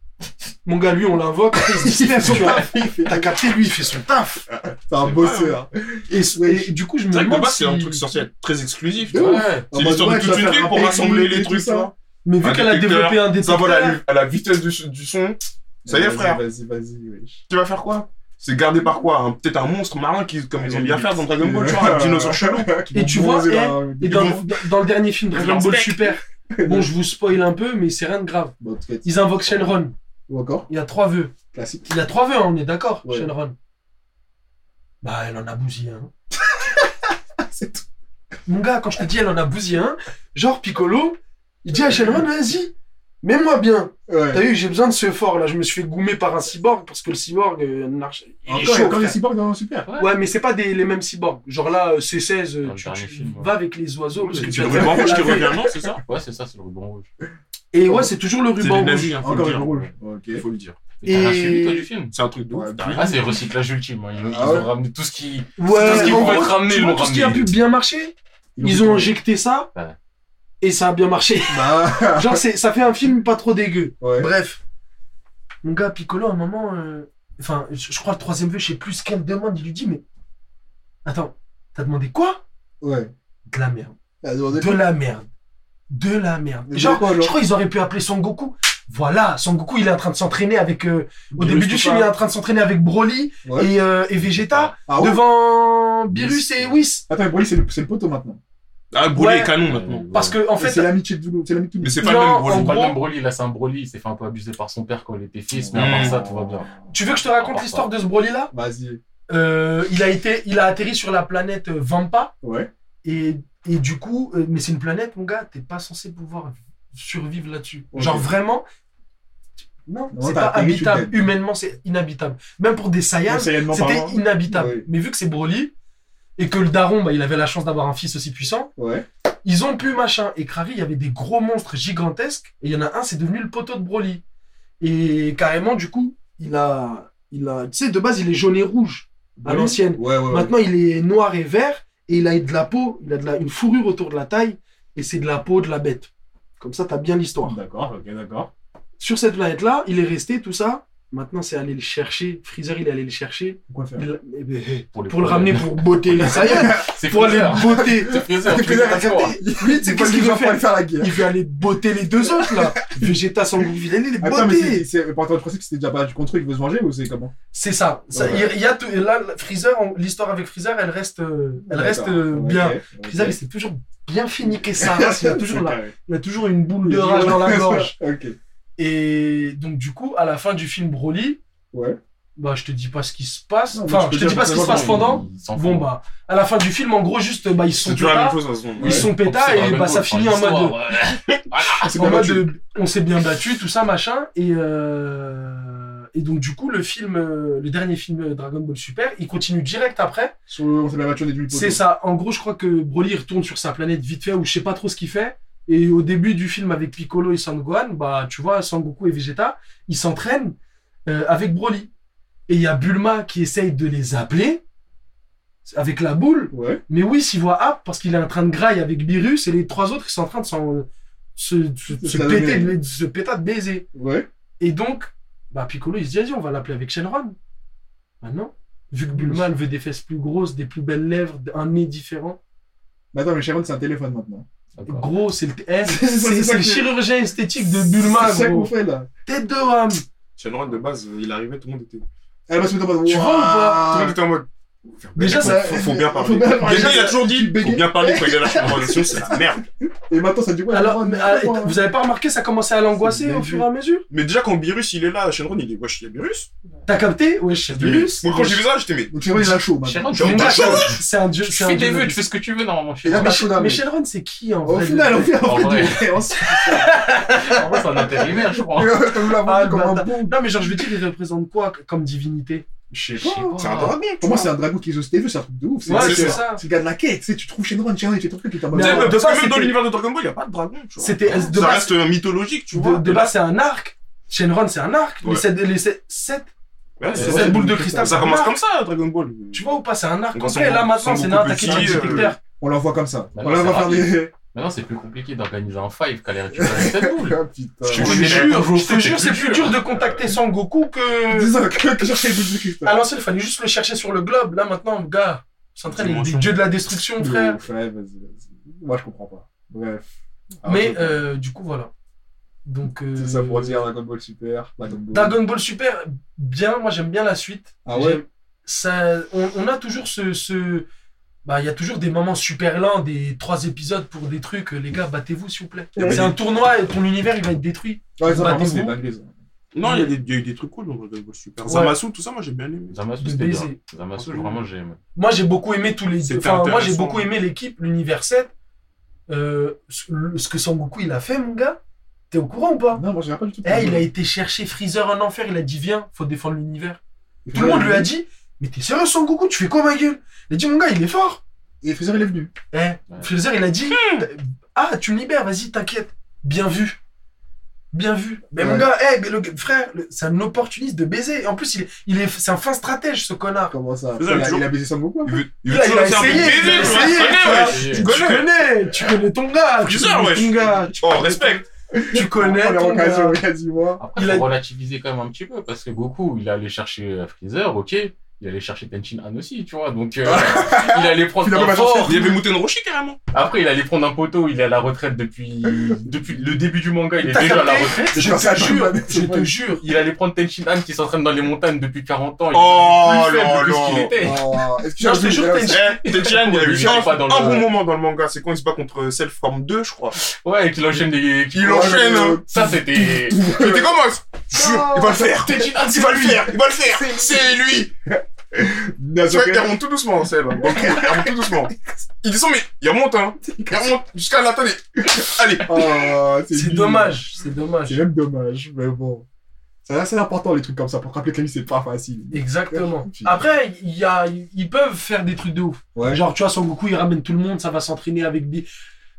Speaker 4: Mon gars, lui, on l'invoque. après, (laughs) Il se disperse, tu vois. T'as capté, lui, il fait son taf.
Speaker 1: C'est un bosseur.
Speaker 4: Et, et du coup, je me
Speaker 2: C'est vrai que de
Speaker 4: demande
Speaker 2: base,
Speaker 4: si...
Speaker 2: c'est un truc censé être très exclusif. tu
Speaker 1: De
Speaker 2: vois.
Speaker 1: ouf.
Speaker 3: Ouais.
Speaker 1: En
Speaker 2: C'est
Speaker 1: mode,
Speaker 2: l'histoire
Speaker 1: ouais,
Speaker 2: de
Speaker 1: tu
Speaker 2: toute
Speaker 1: vas
Speaker 2: une
Speaker 1: faire
Speaker 2: truc
Speaker 1: un
Speaker 2: pour
Speaker 1: pay-per-view
Speaker 2: rassembler
Speaker 1: et
Speaker 2: les
Speaker 1: tout
Speaker 2: trucs, tu
Speaker 1: ça.
Speaker 2: vois.
Speaker 4: Mais vu
Speaker 2: Un
Speaker 4: qu'elle a
Speaker 2: détecteur,
Speaker 4: développé un
Speaker 2: Ça
Speaker 4: détecteur...
Speaker 2: va la, à la vitesse du, du son. Ça y est,
Speaker 1: Vas-y,
Speaker 2: frère.
Speaker 1: Vas-y, vas-y, wesh.
Speaker 2: Tu vas faire quoi C'est gardé par quoi un- Peut-être un monstre marin, qui, comme ils ont bien fait dans Dragon Ball, tu vois, un dinosaure chelou.
Speaker 1: (laughs) Qui
Speaker 4: Et
Speaker 1: vont
Speaker 4: tu vois,
Speaker 1: bronzer
Speaker 4: eh,
Speaker 1: dans-
Speaker 4: Et dans, dans- dans le dernier film, Dragon Ball
Speaker 2: Respect.
Speaker 4: Super, (laughs) bon, je vous spoil un peu, mais c'est rien de grave.
Speaker 1: Bon, en tout cas,
Speaker 4: Ils invoquent Shenron.
Speaker 1: Ou encore
Speaker 4: Il a trois vœux.
Speaker 1: Classique.
Speaker 4: Il a trois vœux, hein, on est d'accord,
Speaker 1: Ouais.
Speaker 4: Shenron. Bah, elle en a bousillé (laughs) un.
Speaker 1: C'est tout.
Speaker 4: Mon gars, quand je te dis elle en a bousillé un, genre Piccolo, il dit à Shenron, vas-y, mets-moi bien. T'as
Speaker 1: Ouais.
Speaker 4: vu, j'ai besoin de ce fort là. Je me suis fait goumer par un cyborg parce que le cyborg, euh, n'arche- il est
Speaker 1: Encore,
Speaker 4: chaud.
Speaker 1: encore les
Speaker 4: frère.
Speaker 1: cyborgs dans Super.
Speaker 4: Ouais, mais c'est pas des, les mêmes cyborgs. Genre là, euh, C16, euh,
Speaker 3: Dans le
Speaker 4: tu,
Speaker 3: dernier
Speaker 4: tu
Speaker 3: film, ouais.
Speaker 4: vas avec les oiseaux. Parce que
Speaker 2: C'est
Speaker 4: tu
Speaker 2: le
Speaker 4: vas te faire
Speaker 2: ruban rouge qui
Speaker 4: laver.
Speaker 2: revient, non C'est ça
Speaker 3: Ouais, c'est ça, c'est le ruban rouge.
Speaker 4: Et ouais, c'est toujours le
Speaker 2: C'est les
Speaker 4: ruban rouge.
Speaker 2: nazis, hein, faut le
Speaker 1: Encore une
Speaker 2: dire.
Speaker 1: rouge. Ok.
Speaker 2: Faut le dire.
Speaker 3: Et t'as
Speaker 4: Et-
Speaker 3: rien suivi, toi, du film
Speaker 2: C'est un truc de ouf.
Speaker 1: Ouais,
Speaker 2: t'as
Speaker 1: puis-
Speaker 2: raison.
Speaker 3: Ah, c'est le recyclage ultime. hein. Ils, ils
Speaker 1: Ah ouais.
Speaker 3: ont ramené tout ce qui.
Speaker 4: Ouais,
Speaker 3: Tout ce qu'ils
Speaker 4: en
Speaker 3: pouvaient
Speaker 4: gros,
Speaker 3: te ramener,
Speaker 4: tu
Speaker 3: ils
Speaker 4: vois,
Speaker 3: l'ont
Speaker 4: tout ce qui a
Speaker 3: ramené.
Speaker 4: pu bien marcher, ils ont injecté ça.
Speaker 3: Ouais.
Speaker 4: Et ça a bien marché.
Speaker 1: Bah,
Speaker 4: Genre, c'est- ça fait un film pas trop dégueu.
Speaker 1: ouais.
Speaker 4: Bref. Mon gars, Piccolo, à un moment. euh, Enfin, je je crois le troisième vœu, je sais plus ce qu'elle demande. Il lui dit, mais. Attends, t'as demandé quoi
Speaker 1: Ouais.
Speaker 4: De la merde.
Speaker 1: Vas-y, on est-
Speaker 4: De la merde. De la merde.
Speaker 1: Mais
Speaker 4: Genre,
Speaker 1: pourquoi, genre
Speaker 4: je crois qu'ils auraient pu appeler Son Goku. Voilà, Son Goku, il est en train de s'entraîner avec. euh, au
Speaker 2: Beerus
Speaker 4: début du
Speaker 2: tout
Speaker 4: film,
Speaker 2: ça.
Speaker 4: il est en train de s'entraîner avec Broly
Speaker 1: Ouais.
Speaker 4: et, euh, et Vegeta
Speaker 1: Ah ouais
Speaker 4: devant Beerus et Whis.
Speaker 1: Attends, mais Broly, c'est le, c'est le poteau maintenant.
Speaker 2: Ah, Broly
Speaker 4: Ouais.
Speaker 2: est canon maintenant.
Speaker 4: Euh, Parce que, en
Speaker 1: En fait,
Speaker 4: fait,
Speaker 1: c'est l'ami de Chibzulu. C'est l'ami de tout le
Speaker 2: Mais
Speaker 1: monde.
Speaker 2: c'est pas
Speaker 4: Non,
Speaker 2: le
Speaker 4: en
Speaker 2: même Broly.
Speaker 3: C'est pas le
Speaker 4: gros-
Speaker 3: même Broly, là c'est un Broly, il s'est fait un peu abuser par son père quand il était fils, mais à part
Speaker 4: Mm.
Speaker 2: Mmh.
Speaker 3: ça, tout va bien.
Speaker 4: tu veux que je te raconte
Speaker 3: Ah,
Speaker 4: l'histoire de ce Broly-là
Speaker 1: Vas-y.
Speaker 4: Euh, il, a été, il a atterri sur la planète euh, Vampa.
Speaker 1: Ouais.
Speaker 4: Et, et du coup, euh, mais c'est une planète, mon gars, t'es pas censé pouvoir survivre là-dessus.
Speaker 1: Ok.
Speaker 4: Genre vraiment, non,
Speaker 1: Non,
Speaker 4: c'est
Speaker 1: t'as
Speaker 4: pas
Speaker 1: atterri, tu
Speaker 4: habitable.
Speaker 1: t'es-
Speaker 4: Humainement, c'est inhabitable. Même pour des Saiyans,
Speaker 1: Sérieusement
Speaker 4: c'était
Speaker 1: parlant.
Speaker 4: inhabitable.
Speaker 1: Oui.
Speaker 4: Mais vu que c'est Broly et que le daron, bah, il avait la chance d'avoir un fils aussi puissant,
Speaker 1: Ouais.
Speaker 4: ils ont pu machin. Et Kravi, il y avait des gros monstres gigantesques. Et il y en a un, c'est devenu le poteau de Broly. Et carrément, du coup, il a, il a, tu sais, de base, il est jaune et rouge à
Speaker 1: Broly.
Speaker 4: l'ancienne.
Speaker 1: Ouais, ouais, ouais.
Speaker 4: Maintenant, il est noir et vert et il a de la peau, il a de la, une fourrure autour de la taille et c'est de la peau de la bête. Comme ça, t'as bien l'histoire.
Speaker 1: D'accord, ok, d'accord.
Speaker 4: Sur cette planète-là, il est resté, tout ça. Maintenant, c'est aller le chercher. Freezer, il est allé le chercher.
Speaker 1: Pourquoi faire
Speaker 4: Il- eh ben, eh,
Speaker 3: les
Speaker 4: pour le
Speaker 3: problèmes.
Speaker 4: ramener pour botter
Speaker 1: (laughs)
Speaker 4: les Saiyans.
Speaker 3: (laughs) C'est
Speaker 4: pour aller
Speaker 3: Freezer.
Speaker 4: botter.
Speaker 3: C'est Freezer,
Speaker 1: C'est
Speaker 3: Freezer,
Speaker 1: Freezer,
Speaker 3: quoi.
Speaker 4: Lui,
Speaker 1: C'est
Speaker 4: c'est
Speaker 1: pas
Speaker 4: qu'est-ce
Speaker 1: ce qu'il
Speaker 4: qu'il veut
Speaker 1: va
Speaker 4: faire
Speaker 1: faire faire la guerre.
Speaker 4: Il veut aller botter les deux
Speaker 1: (laughs)
Speaker 4: autres, là. Vegeta sans Goku, il allait les
Speaker 1: Attends, mais c'est-
Speaker 4: botter.
Speaker 1: c'est. Attends, je pensais que c'était déjà pas du contre, il veut se venger ou c'est comment
Speaker 4: C'est ça. Ça,
Speaker 1: Ouais.
Speaker 4: il y a tout- et là, Freezer, on- l'histoire avec Freezer, elle reste, euh, elle reste euh, bien. Freezer, il s'est toujours bien fait niquer sa race. Il est toujours
Speaker 1: (laughs)
Speaker 4: là. Il a toujours une boule de rage dans la gorge.
Speaker 1: Ok.
Speaker 4: Et donc, du coup, à la fin du film Broly,
Speaker 1: Ouais.
Speaker 4: bah, je te dis pas ce qui se passe.
Speaker 1: Non, mais
Speaker 4: Enfin,
Speaker 1: tu peux
Speaker 4: je te
Speaker 1: dire
Speaker 4: dis pas ce qui se
Speaker 1: exactement
Speaker 4: passe pendant.
Speaker 3: Ils s'en
Speaker 4: Bon,
Speaker 3: foutent.
Speaker 4: bah, à la fin du film, en gros, juste, bah, ils se
Speaker 2: C'est
Speaker 4: sont
Speaker 2: toujours la même
Speaker 4: pétas.
Speaker 2: chose, hein, de toute façon.
Speaker 4: Ils se sont pétas
Speaker 3: C'est
Speaker 4: et
Speaker 3: Dragon
Speaker 4: bah, ça
Speaker 3: Ball,
Speaker 4: finit
Speaker 3: enfin,
Speaker 4: en mode.
Speaker 3: l'histoire, ouais.
Speaker 1: C'est
Speaker 4: En
Speaker 1: pas
Speaker 4: mode,
Speaker 1: mal.
Speaker 4: euh, on s'est bien battu, tout ça, machin. Et, euh, et donc, du coup, le film, euh, le dernier film euh, Dragon Ball Super, il continue direct après.
Speaker 1: Sur le- On s'est bien battu, on est du
Speaker 4: C'est ça. En gros, je crois que Broly il retourne sur sa planète vite fait, ou je sais pas trop ce qu'il fait. Et au début du film avec Piccolo et Sangohan, bah tu vois, Sangoku et Vegeta, ils s'entraînent euh, avec Broly. Et il y a Bulma qui essaye de les appeler avec la boule.
Speaker 1: Ouais.
Speaker 4: Mais oui, s'il voit App parce qu'il est en train de graille avec Beerus et les trois autres ils sont en train de s'en- euh, se, se-
Speaker 1: Se
Speaker 4: se
Speaker 1: la donner.
Speaker 4: péter, de- de se péter de baiser.
Speaker 1: Ouais.
Speaker 4: Et donc, bah Piccolo il se dit, vas-y, on va l'appeler avec Shenron. Bah non. Vu que Bulma elle veut des fesses plus grosses, des plus belles lèvres, un nez différent.
Speaker 1: Mais attends, mais Sharon, c'est un téléphone maintenant.
Speaker 3: D'accord.
Speaker 4: Gros, c'est le, eh,
Speaker 1: C'est-
Speaker 4: c'est
Speaker 1: c'est
Speaker 4: c'est
Speaker 1: ça
Speaker 4: le
Speaker 1: que-
Speaker 4: chirurgien esthétique de Bulma,
Speaker 1: C'est ça qu'on
Speaker 4: gros.
Speaker 1: fait là.
Speaker 4: Tête de homme.
Speaker 2: Shenron, de base, il arrivait, tout le monde était. Tout
Speaker 1: Elle va se mettre en mode.
Speaker 4: Tu vois ou pas
Speaker 2: le
Speaker 1: bah, Waouh.
Speaker 2: monde était en mode.
Speaker 4: Ah. Déjà,
Speaker 2: faut,
Speaker 4: ça-
Speaker 2: faut, faut bien parler.
Speaker 1: Faut bien parler.
Speaker 2: Déjà, il a toujours dit
Speaker 1: Tu bégayes.
Speaker 2: faut bien parler quand il y a la conversation, c'est
Speaker 4: (laughs)
Speaker 2: la merde.
Speaker 1: Et maintenant, ça dit ouais,
Speaker 4: Alors,
Speaker 1: ouais,
Speaker 4: mais,
Speaker 1: ouais,
Speaker 4: ah, et
Speaker 1: ouais.
Speaker 4: vous avez pas remarqué, ça commençait à l'angoisser au
Speaker 1: dingue.
Speaker 4: fur et à mesure
Speaker 2: Mais déjà, quand Beerus il est là, Shenron il est wesh, il y a Beerus.
Speaker 4: T'as capté Ouais, c'est Virus.
Speaker 2: Moi, quand j'ai vu ça, j'étais mais.
Speaker 1: Donc Sharon, il a chaud maintenant.
Speaker 3: Shenron, tu
Speaker 2: Genre,
Speaker 3: fais-
Speaker 2: bah,
Speaker 4: C'est un dieu.
Speaker 3: tu
Speaker 4: euh, c'est un
Speaker 3: fais des
Speaker 4: dieu.
Speaker 3: vœux, tu fais ce que tu veux normalement. chez
Speaker 1: Et là,
Speaker 3: toi.
Speaker 4: Mais,
Speaker 1: bah,
Speaker 4: Sh-
Speaker 1: Shodan,
Speaker 4: mais
Speaker 1: mais-
Speaker 4: Shenron, c'est qui en
Speaker 1: Au
Speaker 4: vrai
Speaker 1: final,
Speaker 4: le-
Speaker 1: on fait
Speaker 3: En
Speaker 1: (laughs) en fait
Speaker 3: vrai.
Speaker 1: des références.
Speaker 3: En vrai, c'est un intérimaire, je crois.
Speaker 1: Vous la
Speaker 4: Ah,
Speaker 1: vendu
Speaker 4: le
Speaker 1: comme un
Speaker 4: bâtard.
Speaker 1: bon.
Speaker 4: Non, mais genre, je veux dire, il représente quoi c- comme divinité
Speaker 2: Je
Speaker 3: Je sais pas.
Speaker 2: C'est un dragon.
Speaker 1: Pour moi, c'est un dragon qui est aux TV, c'est un truc de ouf.
Speaker 4: Ouais,
Speaker 2: c'est
Speaker 4: c'est
Speaker 2: ça.
Speaker 4: ça.
Speaker 1: C'est le gars de la quête, tu sais, tu trouves Shenron, Shenron, il fait ton truc, il est en
Speaker 4: Mais
Speaker 1: mode.
Speaker 2: Tu sais,
Speaker 4: alors,
Speaker 1: Ouais.
Speaker 4: de
Speaker 2: parce
Speaker 4: base,
Speaker 2: que même dans
Speaker 4: c'était-
Speaker 2: l'univers de Dragon Ball, il n'y a pas de dragon, tu vois.
Speaker 4: C'était de
Speaker 2: Ça
Speaker 4: base,
Speaker 2: reste euh, mythologique, tu
Speaker 4: de,
Speaker 2: vois.
Speaker 4: de base, c'est un arc. Shenron, c'est un arc. Les
Speaker 2: Ouais.
Speaker 4: sept, les sept, sept-
Speaker 2: Ouais,
Speaker 4: sept
Speaker 2: c'est
Speaker 1: ouais,
Speaker 4: boules de
Speaker 1: c'est
Speaker 4: cristal.
Speaker 2: Ça
Speaker 4: c'est un
Speaker 2: commence
Speaker 4: arc.
Speaker 2: comme ça, Dragon Ball.
Speaker 4: Tu vois ou pas, c'est un arc.
Speaker 2: Ils
Speaker 4: Ok,
Speaker 2: sont-
Speaker 4: là
Speaker 2: ils sont
Speaker 4: maintenant, c'est
Speaker 2: beaucoup
Speaker 4: Nara
Speaker 2: petits,
Speaker 4: qui
Speaker 2: euh,
Speaker 1: On l'envoie comme ça.
Speaker 3: Bah
Speaker 1: On
Speaker 3: non,
Speaker 1: l'envoie
Speaker 3: c'est
Speaker 1: faire des. (laughs)
Speaker 3: Maintenant, c'est plus compliqué d'organiser un five qu'aller récupérer cette boule.
Speaker 1: Ah, putain.
Speaker 2: Je
Speaker 4: Je te
Speaker 2: Ouais, mais
Speaker 4: jure,
Speaker 2: bonjour,
Speaker 4: je te
Speaker 2: c'est
Speaker 4: jure, c'est
Speaker 2: plus
Speaker 4: plus
Speaker 2: dur.
Speaker 4: dur de contacter Son Goku que.
Speaker 1: Disons que que chercher les boules de cristal.
Speaker 4: À l'ancienne, il fallait juste le chercher sur le globe. Là, maintenant, le gars, on s'entraîne avec des
Speaker 2: Dimension.
Speaker 4: dieux de la destruction, frère.
Speaker 1: Ouf, Ouais, vas-y, vas-y. Moi, je comprends pas. Bref. Ah,
Speaker 4: Mais
Speaker 1: je-
Speaker 4: euh, du coup, voilà. Donc. euh,
Speaker 1: C'est ça pour dire Dragon Ball Super, Dragon Ball.
Speaker 4: Dragon Ball Super, bien, moi j'aime bien la suite.
Speaker 1: Ah ouais
Speaker 4: J'aime- ça, on, on a toujours ce. ce- Bah, il y a toujours des moments super lents, des trois épisodes pour des trucs. Les gars, battez-vous, s'il vous plaît.
Speaker 1: Ouais.
Speaker 4: C'est un tournoi et ton univers, il va être détruit.
Speaker 1: Ouais, ça, par
Speaker 4: Dragon
Speaker 1: contre, c'est des
Speaker 4: Ball.
Speaker 1: dingueries, ça.
Speaker 2: Non, il y, a des- il y a eu des trucs cool dans Dragon Ball Super.
Speaker 4: Ouais.
Speaker 2: Zamasu, tout ça, moi j'ai bien aimé.
Speaker 3: Zamasu,
Speaker 4: De
Speaker 3: c'était bien.
Speaker 4: baiser.
Speaker 3: Zamasu, vraiment, j'ai aimé.
Speaker 4: Moi, j'ai beaucoup aimé tous les.
Speaker 2: C'était
Speaker 4: Enfin, moi, j'ai
Speaker 2: intéressant.
Speaker 4: beaucoup aimé l'équipe, l'univers 7. Euh, ce le- ce que Son Goku il a fait, mon gars, t'es au courant ou pas
Speaker 1: Non, moi, je regarde pas du tout.
Speaker 4: Eh, il a été chercher Freezer en enfer. Il a dit viens, faut défendre l'univers. Tout le
Speaker 1: Ouais,
Speaker 4: monde lui
Speaker 1: il-
Speaker 4: a dit mais t'es sérieux Son Goku, tu fais quoi ma gueule Il a dit mon gars, il est fort.
Speaker 1: Et Freezer, il est venu.
Speaker 4: Eh, Freezer il a dit ah tu me libères, vas-y t'inquiète, bien vu. Bien vu. Mais mon
Speaker 1: Ouais.
Speaker 4: gars, eh, mais le frère, le- c'est un opportuniste de baiser. En plus, il est, il est, c'est un fin stratège, ce connard.
Speaker 1: Comment ça
Speaker 2: Freezer,
Speaker 1: il, a,
Speaker 2: toujours-
Speaker 1: il a baisé Son Goku
Speaker 2: Il veut,
Speaker 4: Il a, il a
Speaker 2: toujours
Speaker 4: essayé,
Speaker 2: faire des
Speaker 4: il a
Speaker 2: bébés, tu vois.
Speaker 4: essayé,
Speaker 2: Connais,
Speaker 4: tu vois.
Speaker 2: ouais.
Speaker 4: Ah, Tu
Speaker 3: Tu
Speaker 2: connais.
Speaker 4: connais, tu connais ton gars, tu
Speaker 2: Freezer,
Speaker 4: connais
Speaker 2: wesh.
Speaker 4: ton gars, tu
Speaker 2: Oh,
Speaker 4: connais-
Speaker 2: respect.
Speaker 4: tu connais
Speaker 1: Première
Speaker 4: ton
Speaker 1: occasion,
Speaker 4: gars. (laughs)
Speaker 1: il a dit moi.
Speaker 4: Il
Speaker 3: Après, il
Speaker 4: a-
Speaker 3: relativiser quand même un petit peu parce que Goku, il est allé chercher euh, Freezer, ok. il allait chercher Tenchin Han aussi, tu vois.
Speaker 4: (laughs)
Speaker 3: Donc, euh, il allait prendre
Speaker 1: Finalement, pas
Speaker 3: un fort.
Speaker 2: Il y avait Mouten Roshi carrément.
Speaker 3: Après, il allait prendre un poteau. Il est à la retraite depuis, depuis le début du manga. Il est
Speaker 4: T'as
Speaker 3: déjà à la
Speaker 4: capté
Speaker 3: retraite.
Speaker 1: Je
Speaker 4: Je
Speaker 1: pensais à
Speaker 4: te jure,
Speaker 1: Batman,
Speaker 4: je
Speaker 1: c'est
Speaker 4: te
Speaker 1: vrai.
Speaker 4: jure.
Speaker 3: Il allait prendre Tenchin Han qui s'entraîne dans les montagnes depuis 40 ans. Il
Speaker 2: Oh
Speaker 3: est plus faible
Speaker 2: là
Speaker 3: que ce qu'il
Speaker 2: là.
Speaker 3: était.
Speaker 1: Oh,
Speaker 4: Eh, Non, je te jure,
Speaker 1: excusez-moi,
Speaker 4: t'as une-
Speaker 2: Eh, Tenchin, il a eu
Speaker 3: Il est
Speaker 2: un,
Speaker 3: pas dans le-
Speaker 2: un bon moment dans le manga. C'est quand il se bat contre Self Form 2, je crois.
Speaker 3: Ouais, et qu'il enchaîne des.
Speaker 2: Il
Speaker 1: (laughs)
Speaker 2: enchaîne. hein.
Speaker 3: Ça, c'était.
Speaker 2: C'était comment euh, Jure, il va le faire.
Speaker 3: Tenchin Han,
Speaker 2: Il
Speaker 3: c'est
Speaker 2: va
Speaker 3: pas
Speaker 2: le
Speaker 3: lui.
Speaker 2: faire. Il va le faire. C'est lui. Tu vois, il
Speaker 4: (laughs)
Speaker 2: remonte tout doucement, celle-là. Donc, il remonte tout doucement. Il descend, mais il remonte, hein. Il remonte jusqu'à la télé. Allez.
Speaker 1: Oh,
Speaker 4: C'est
Speaker 1: nul.
Speaker 4: dommage, c'est
Speaker 1: C'est
Speaker 4: dommage.
Speaker 1: même dommage, mais bon. Ça, C'est important les trucs comme ça pour te rappeler que la vie c'est pas facile.
Speaker 4: Exactement. Après, il y a, ils peuvent faire des trucs de ouf.
Speaker 1: Ouais,
Speaker 4: Genre, tu vois, Son Goku, il ramène tout le monde, ça va s'entraîner avec des...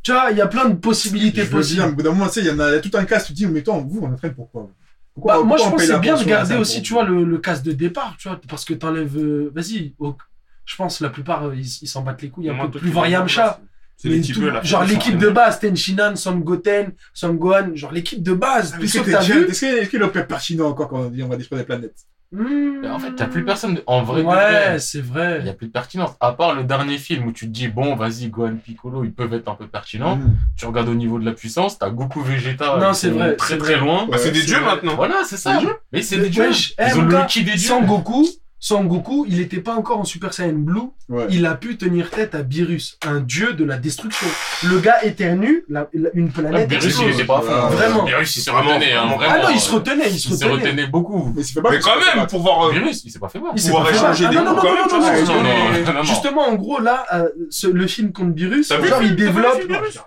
Speaker 4: Tu vois, il y a plein de possibilités
Speaker 1: je veux
Speaker 4: possibles.
Speaker 1: dire, mais au bout d'un moment, tu sais, il y en a il y a tout un cas, tu te dis, mais toi, vous, on entraîne pourquoi
Speaker 4: Bah,
Speaker 1: Pourquoi-
Speaker 4: moi, je
Speaker 1: pourquoi on
Speaker 4: pense que
Speaker 1: paye
Speaker 4: c'est
Speaker 1: la
Speaker 4: bien de
Speaker 1: pension à
Speaker 4: garder
Speaker 1: ça
Speaker 4: aussi,
Speaker 1: pour-
Speaker 4: tu vois, le, le casse de départ, tu vois, parce que t'enlèves... euh, Vas-y, au- je pense la plupart, euh, ils ils s'en battent les couilles. Un peu plus voir Yamcha.
Speaker 2: C'est
Speaker 4: mais
Speaker 2: l'équipe,
Speaker 4: tout-
Speaker 2: là.
Speaker 4: Genre l'équipe de base, Tenshinhan, Son Goten, Son Gohan, genre l'équipe de base,
Speaker 1: Ah, mais
Speaker 4: tout
Speaker 1: Est-ce
Speaker 4: ce
Speaker 1: que
Speaker 4: que
Speaker 1: t'es
Speaker 4: t'as
Speaker 1: déjà-
Speaker 4: vu.
Speaker 1: est-ce que- est-ce qu'il est plus pertinent encore quand on dit on va détruire des planètes
Speaker 3: Mais En fait, t'as plus personne. de- En vrai, de vrai,
Speaker 4: Hmm. Ouais, c'est
Speaker 3: Il n'y
Speaker 4: vrai.
Speaker 3: a plus de pertinence. À part le dernier film où tu te dis, bon, vas-y, Gohan Piccolo, ils peuvent être un peu pertinents.
Speaker 1: Mmh.
Speaker 3: Tu regardes au niveau de la puissance, t'as Goku Vegeta.
Speaker 4: Mm. Non,
Speaker 3: ils
Speaker 4: c'est
Speaker 3: sont
Speaker 4: vrai,
Speaker 3: Très
Speaker 4: c'est
Speaker 3: très
Speaker 4: vrai.
Speaker 3: loin.
Speaker 2: Bah, c'est des
Speaker 4: Ouais,
Speaker 2: dieux
Speaker 4: c'est-
Speaker 2: maintenant.
Speaker 3: Voilà, c'est ça.
Speaker 1: Des
Speaker 3: Mais c'est des duels.
Speaker 4: Wesh, eh,
Speaker 3: Ils ont
Speaker 4: mon
Speaker 3: le
Speaker 4: gars,
Speaker 3: ki des
Speaker 4: Son
Speaker 3: dieux.
Speaker 4: Goku, Son Goku, il était pas encore en Super Saiyan Blue,
Speaker 1: Ouais.
Speaker 4: il a pu tenir tête à Beerus, un dieu de la destruction. Le gars éternue, la- la- une planète
Speaker 3: Beerus, il
Speaker 4: explose.
Speaker 3: était pas à fond.
Speaker 1: Ah,
Speaker 3: hein.
Speaker 4: vraiment.
Speaker 3: Beerus, il se
Speaker 2: Vraiment,
Speaker 3: retenait. hein,
Speaker 2: vraiment. euh,
Speaker 3: vraiment.
Speaker 4: Ah non, il se retenait, il se
Speaker 3: Il se
Speaker 4: retenait.
Speaker 3: retenait beaucoup.
Speaker 1: Mais c'est pas mal.
Speaker 2: Mais quand même, pour voir. euh,
Speaker 3: Beerus, il s'est pas fait voir.
Speaker 4: Il s'est
Speaker 2: Pouvoir
Speaker 4: pas fait mal.
Speaker 2: échanger
Speaker 4: Ah,
Speaker 2: des
Speaker 4: non, non,
Speaker 2: mots
Speaker 4: non,
Speaker 2: quand
Speaker 4: non,
Speaker 2: même,
Speaker 4: non, non,
Speaker 1: parce que-
Speaker 4: non, non,
Speaker 3: Non, non, non.
Speaker 4: Justement, en gros, là, euh, ce- le film contre Virus,
Speaker 2: T'as vu
Speaker 4: genre,
Speaker 2: le
Speaker 4: il
Speaker 2: film T'as vu
Speaker 4: développe.
Speaker 2: le film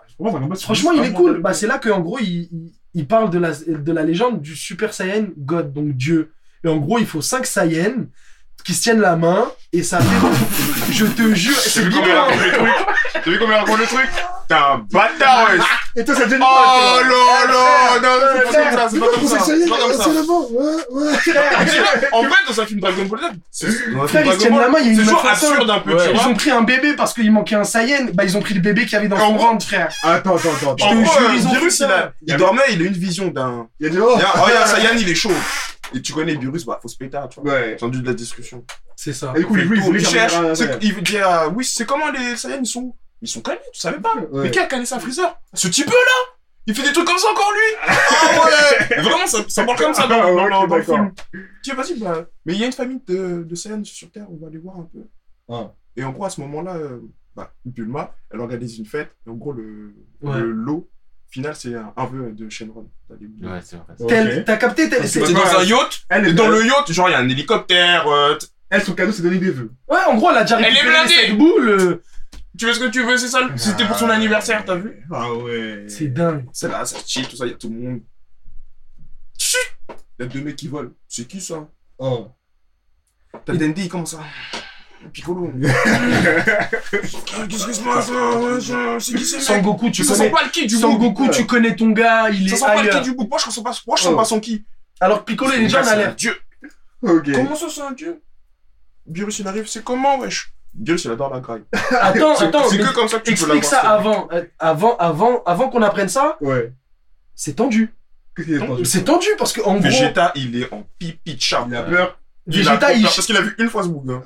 Speaker 4: Franchement, il est cool. Bah, c'est là qu'en gros, il, il- il parle de la, de la légende du Super Saiyan God, donc Dieu. Et en gros, il faut 5 Saiyans qui se tiennent la main et ça
Speaker 2: (laughs)
Speaker 4: fait. Je te jure,
Speaker 2: T'as
Speaker 4: c'est
Speaker 2: vu
Speaker 4: bien.
Speaker 2: comment il raconte le truc T'as vu comment il raconte le truc T'es un bâtard, wesh.
Speaker 1: Et toi, ça te gêne pas,
Speaker 2: Oh
Speaker 1: toi
Speaker 2: là là Non,
Speaker 1: Ouais,
Speaker 2: c'est pas comme ça,
Speaker 1: mais
Speaker 2: c'est
Speaker 1: moi,
Speaker 2: pas
Speaker 1: je
Speaker 2: comme
Speaker 1: pensais
Speaker 2: ça.
Speaker 1: que ça y
Speaker 2: C'est
Speaker 1: est,
Speaker 2: pas comme ça.
Speaker 1: c'est l'avant, ouais, ouais.
Speaker 2: En vrai, dans un film Dragon Ball Z, c'est dans un
Speaker 4: Frère,
Speaker 2: film
Speaker 4: ils se tiennent la
Speaker 2: Dragon
Speaker 4: main, il y a
Speaker 2: Ball,
Speaker 4: une
Speaker 2: c'est toujours
Speaker 4: manifestation.
Speaker 2: absurde un peu,
Speaker 3: Ouais.
Speaker 2: tu
Speaker 4: Ils
Speaker 2: vois.
Speaker 4: ont pris un bébé parce qu'il manquait un Saiyan. Bah, ils ont pris le bébé qu'il y avait dans son
Speaker 2: En gros-
Speaker 4: ventre, frère.
Speaker 1: Attends, attends, attends.
Speaker 4: te
Speaker 2: En
Speaker 1: attends.
Speaker 4: jure,
Speaker 2: gros, euh,
Speaker 4: ils ont
Speaker 2: Virus,
Speaker 4: fait
Speaker 2: il,
Speaker 4: ça.
Speaker 2: a, il dormait, il a une vision d'un.
Speaker 1: Il y a des oh.
Speaker 2: Il y a- Oh, il y a Saiyan, il est chaud. Et tu connais Virus, bah, faut se péter, tu vois.
Speaker 1: Ouais.
Speaker 2: J'ai entendu de la discussion.
Speaker 4: C'est ça.
Speaker 1: Et du coup, les
Speaker 2: Fait
Speaker 1: joues, ils
Speaker 2: le tour,
Speaker 1: voulaient
Speaker 2: il
Speaker 1: faire-
Speaker 2: cherche.
Speaker 1: ouais,
Speaker 2: c'est-
Speaker 1: ouais.
Speaker 2: Il vous dit, ah, oui, c'est comment les Saiyans, ils sont. Ils sont calés, tu savais pas.
Speaker 1: Ouais.
Speaker 2: Mais qui a calé sa freezer Ce type là Il fait des trucs comme ça
Speaker 1: (laughs)
Speaker 2: encore lui Ah ouais Vraiment, ça, ça parle comme ça dans, dans,
Speaker 1: Ah,
Speaker 2: dans,
Speaker 1: ok,
Speaker 2: dans le
Speaker 1: d'accord.
Speaker 2: film. Tu dis, vas-y, bah, mais il y a une famille de, de Saiyans sur Terre, on va aller voir un peu.
Speaker 1: Ah.
Speaker 2: Et en gros, à ce moment-là, euh, bah, Bulma, elle organise une fête. Et en gros, le
Speaker 4: Ouais.
Speaker 2: le lot final, c'est un, un vœu de Shenron. T'as des-
Speaker 3: Ouais, c'est vrai.
Speaker 1: Ok.
Speaker 4: Tel- T'as capté tel-
Speaker 1: Parce que
Speaker 4: c'est-
Speaker 2: C'est
Speaker 1: Ouais.
Speaker 2: dans un yacht,
Speaker 1: Elle,
Speaker 2: et euh,
Speaker 1: elle-
Speaker 2: dans le yacht, genre, il y a un hélicoptère. euh, t-
Speaker 1: elle, son cadeau, c'est donner des vœux.
Speaker 4: Ouais, en gros, elle a déjà
Speaker 2: Elle est
Speaker 4: récupéré
Speaker 2: blindée.
Speaker 4: les sept boules. euh,
Speaker 2: tu veux ce que tu veux, c'est ça le- C'était pour son anniversaire, t'as vu
Speaker 1: Ah ouais.
Speaker 4: C'est dingue.
Speaker 2: C'est là, ça chill, tout ça, il y a tout le monde. Chut Il y a deux mecs qui volent. C'est qui ça
Speaker 1: Oh.
Speaker 2: T'as Dendi, comment ça
Speaker 4: (laughs)
Speaker 2: Piccolo. Ah, Qu'est-ce que se passe là Ouais, je- C'est qui ce
Speaker 4: Son
Speaker 2: mec
Speaker 4: Goku, tu
Speaker 2: Ça sent
Speaker 4: connais.
Speaker 2: pas le qui du
Speaker 4: Son
Speaker 2: bout.
Speaker 4: Goku, tu connais ton gars, il
Speaker 2: Ça
Speaker 4: est
Speaker 2: sent pas le
Speaker 4: ailleurs.
Speaker 2: qui du bout. Moi, je sens pas, moi, je sens
Speaker 1: Oh.
Speaker 2: pas son qui.
Speaker 4: Alors que Piccolo, il est déjà en
Speaker 2: C'est un
Speaker 4: alerte.
Speaker 2: dieu.
Speaker 1: Ok.
Speaker 2: Comment ça, c'est un dieu Virus, il arrive, c'est comment, wesh Virus, il adore la graille.
Speaker 4: Attends,
Speaker 2: C'est
Speaker 4: attends,
Speaker 2: c'est
Speaker 4: mais
Speaker 2: que comme ça que tu peux
Speaker 4: explique
Speaker 2: l'avoir.
Speaker 4: ça
Speaker 2: c'est-
Speaker 4: avant. Euh, Avant, avant, avant qu'on apprenne ça,
Speaker 1: Ouais.
Speaker 4: c'est tendu.
Speaker 1: Qu'est-ce qu'il a tendu
Speaker 4: C'est tendu parce que en gros,
Speaker 2: Vegeta, il est en pipi de chat.
Speaker 1: Il a peur.
Speaker 2: Il a
Speaker 4: Vegeta,
Speaker 2: trop
Speaker 4: il.
Speaker 2: peur, Parce qu'il a vu une fois ce bout. hein.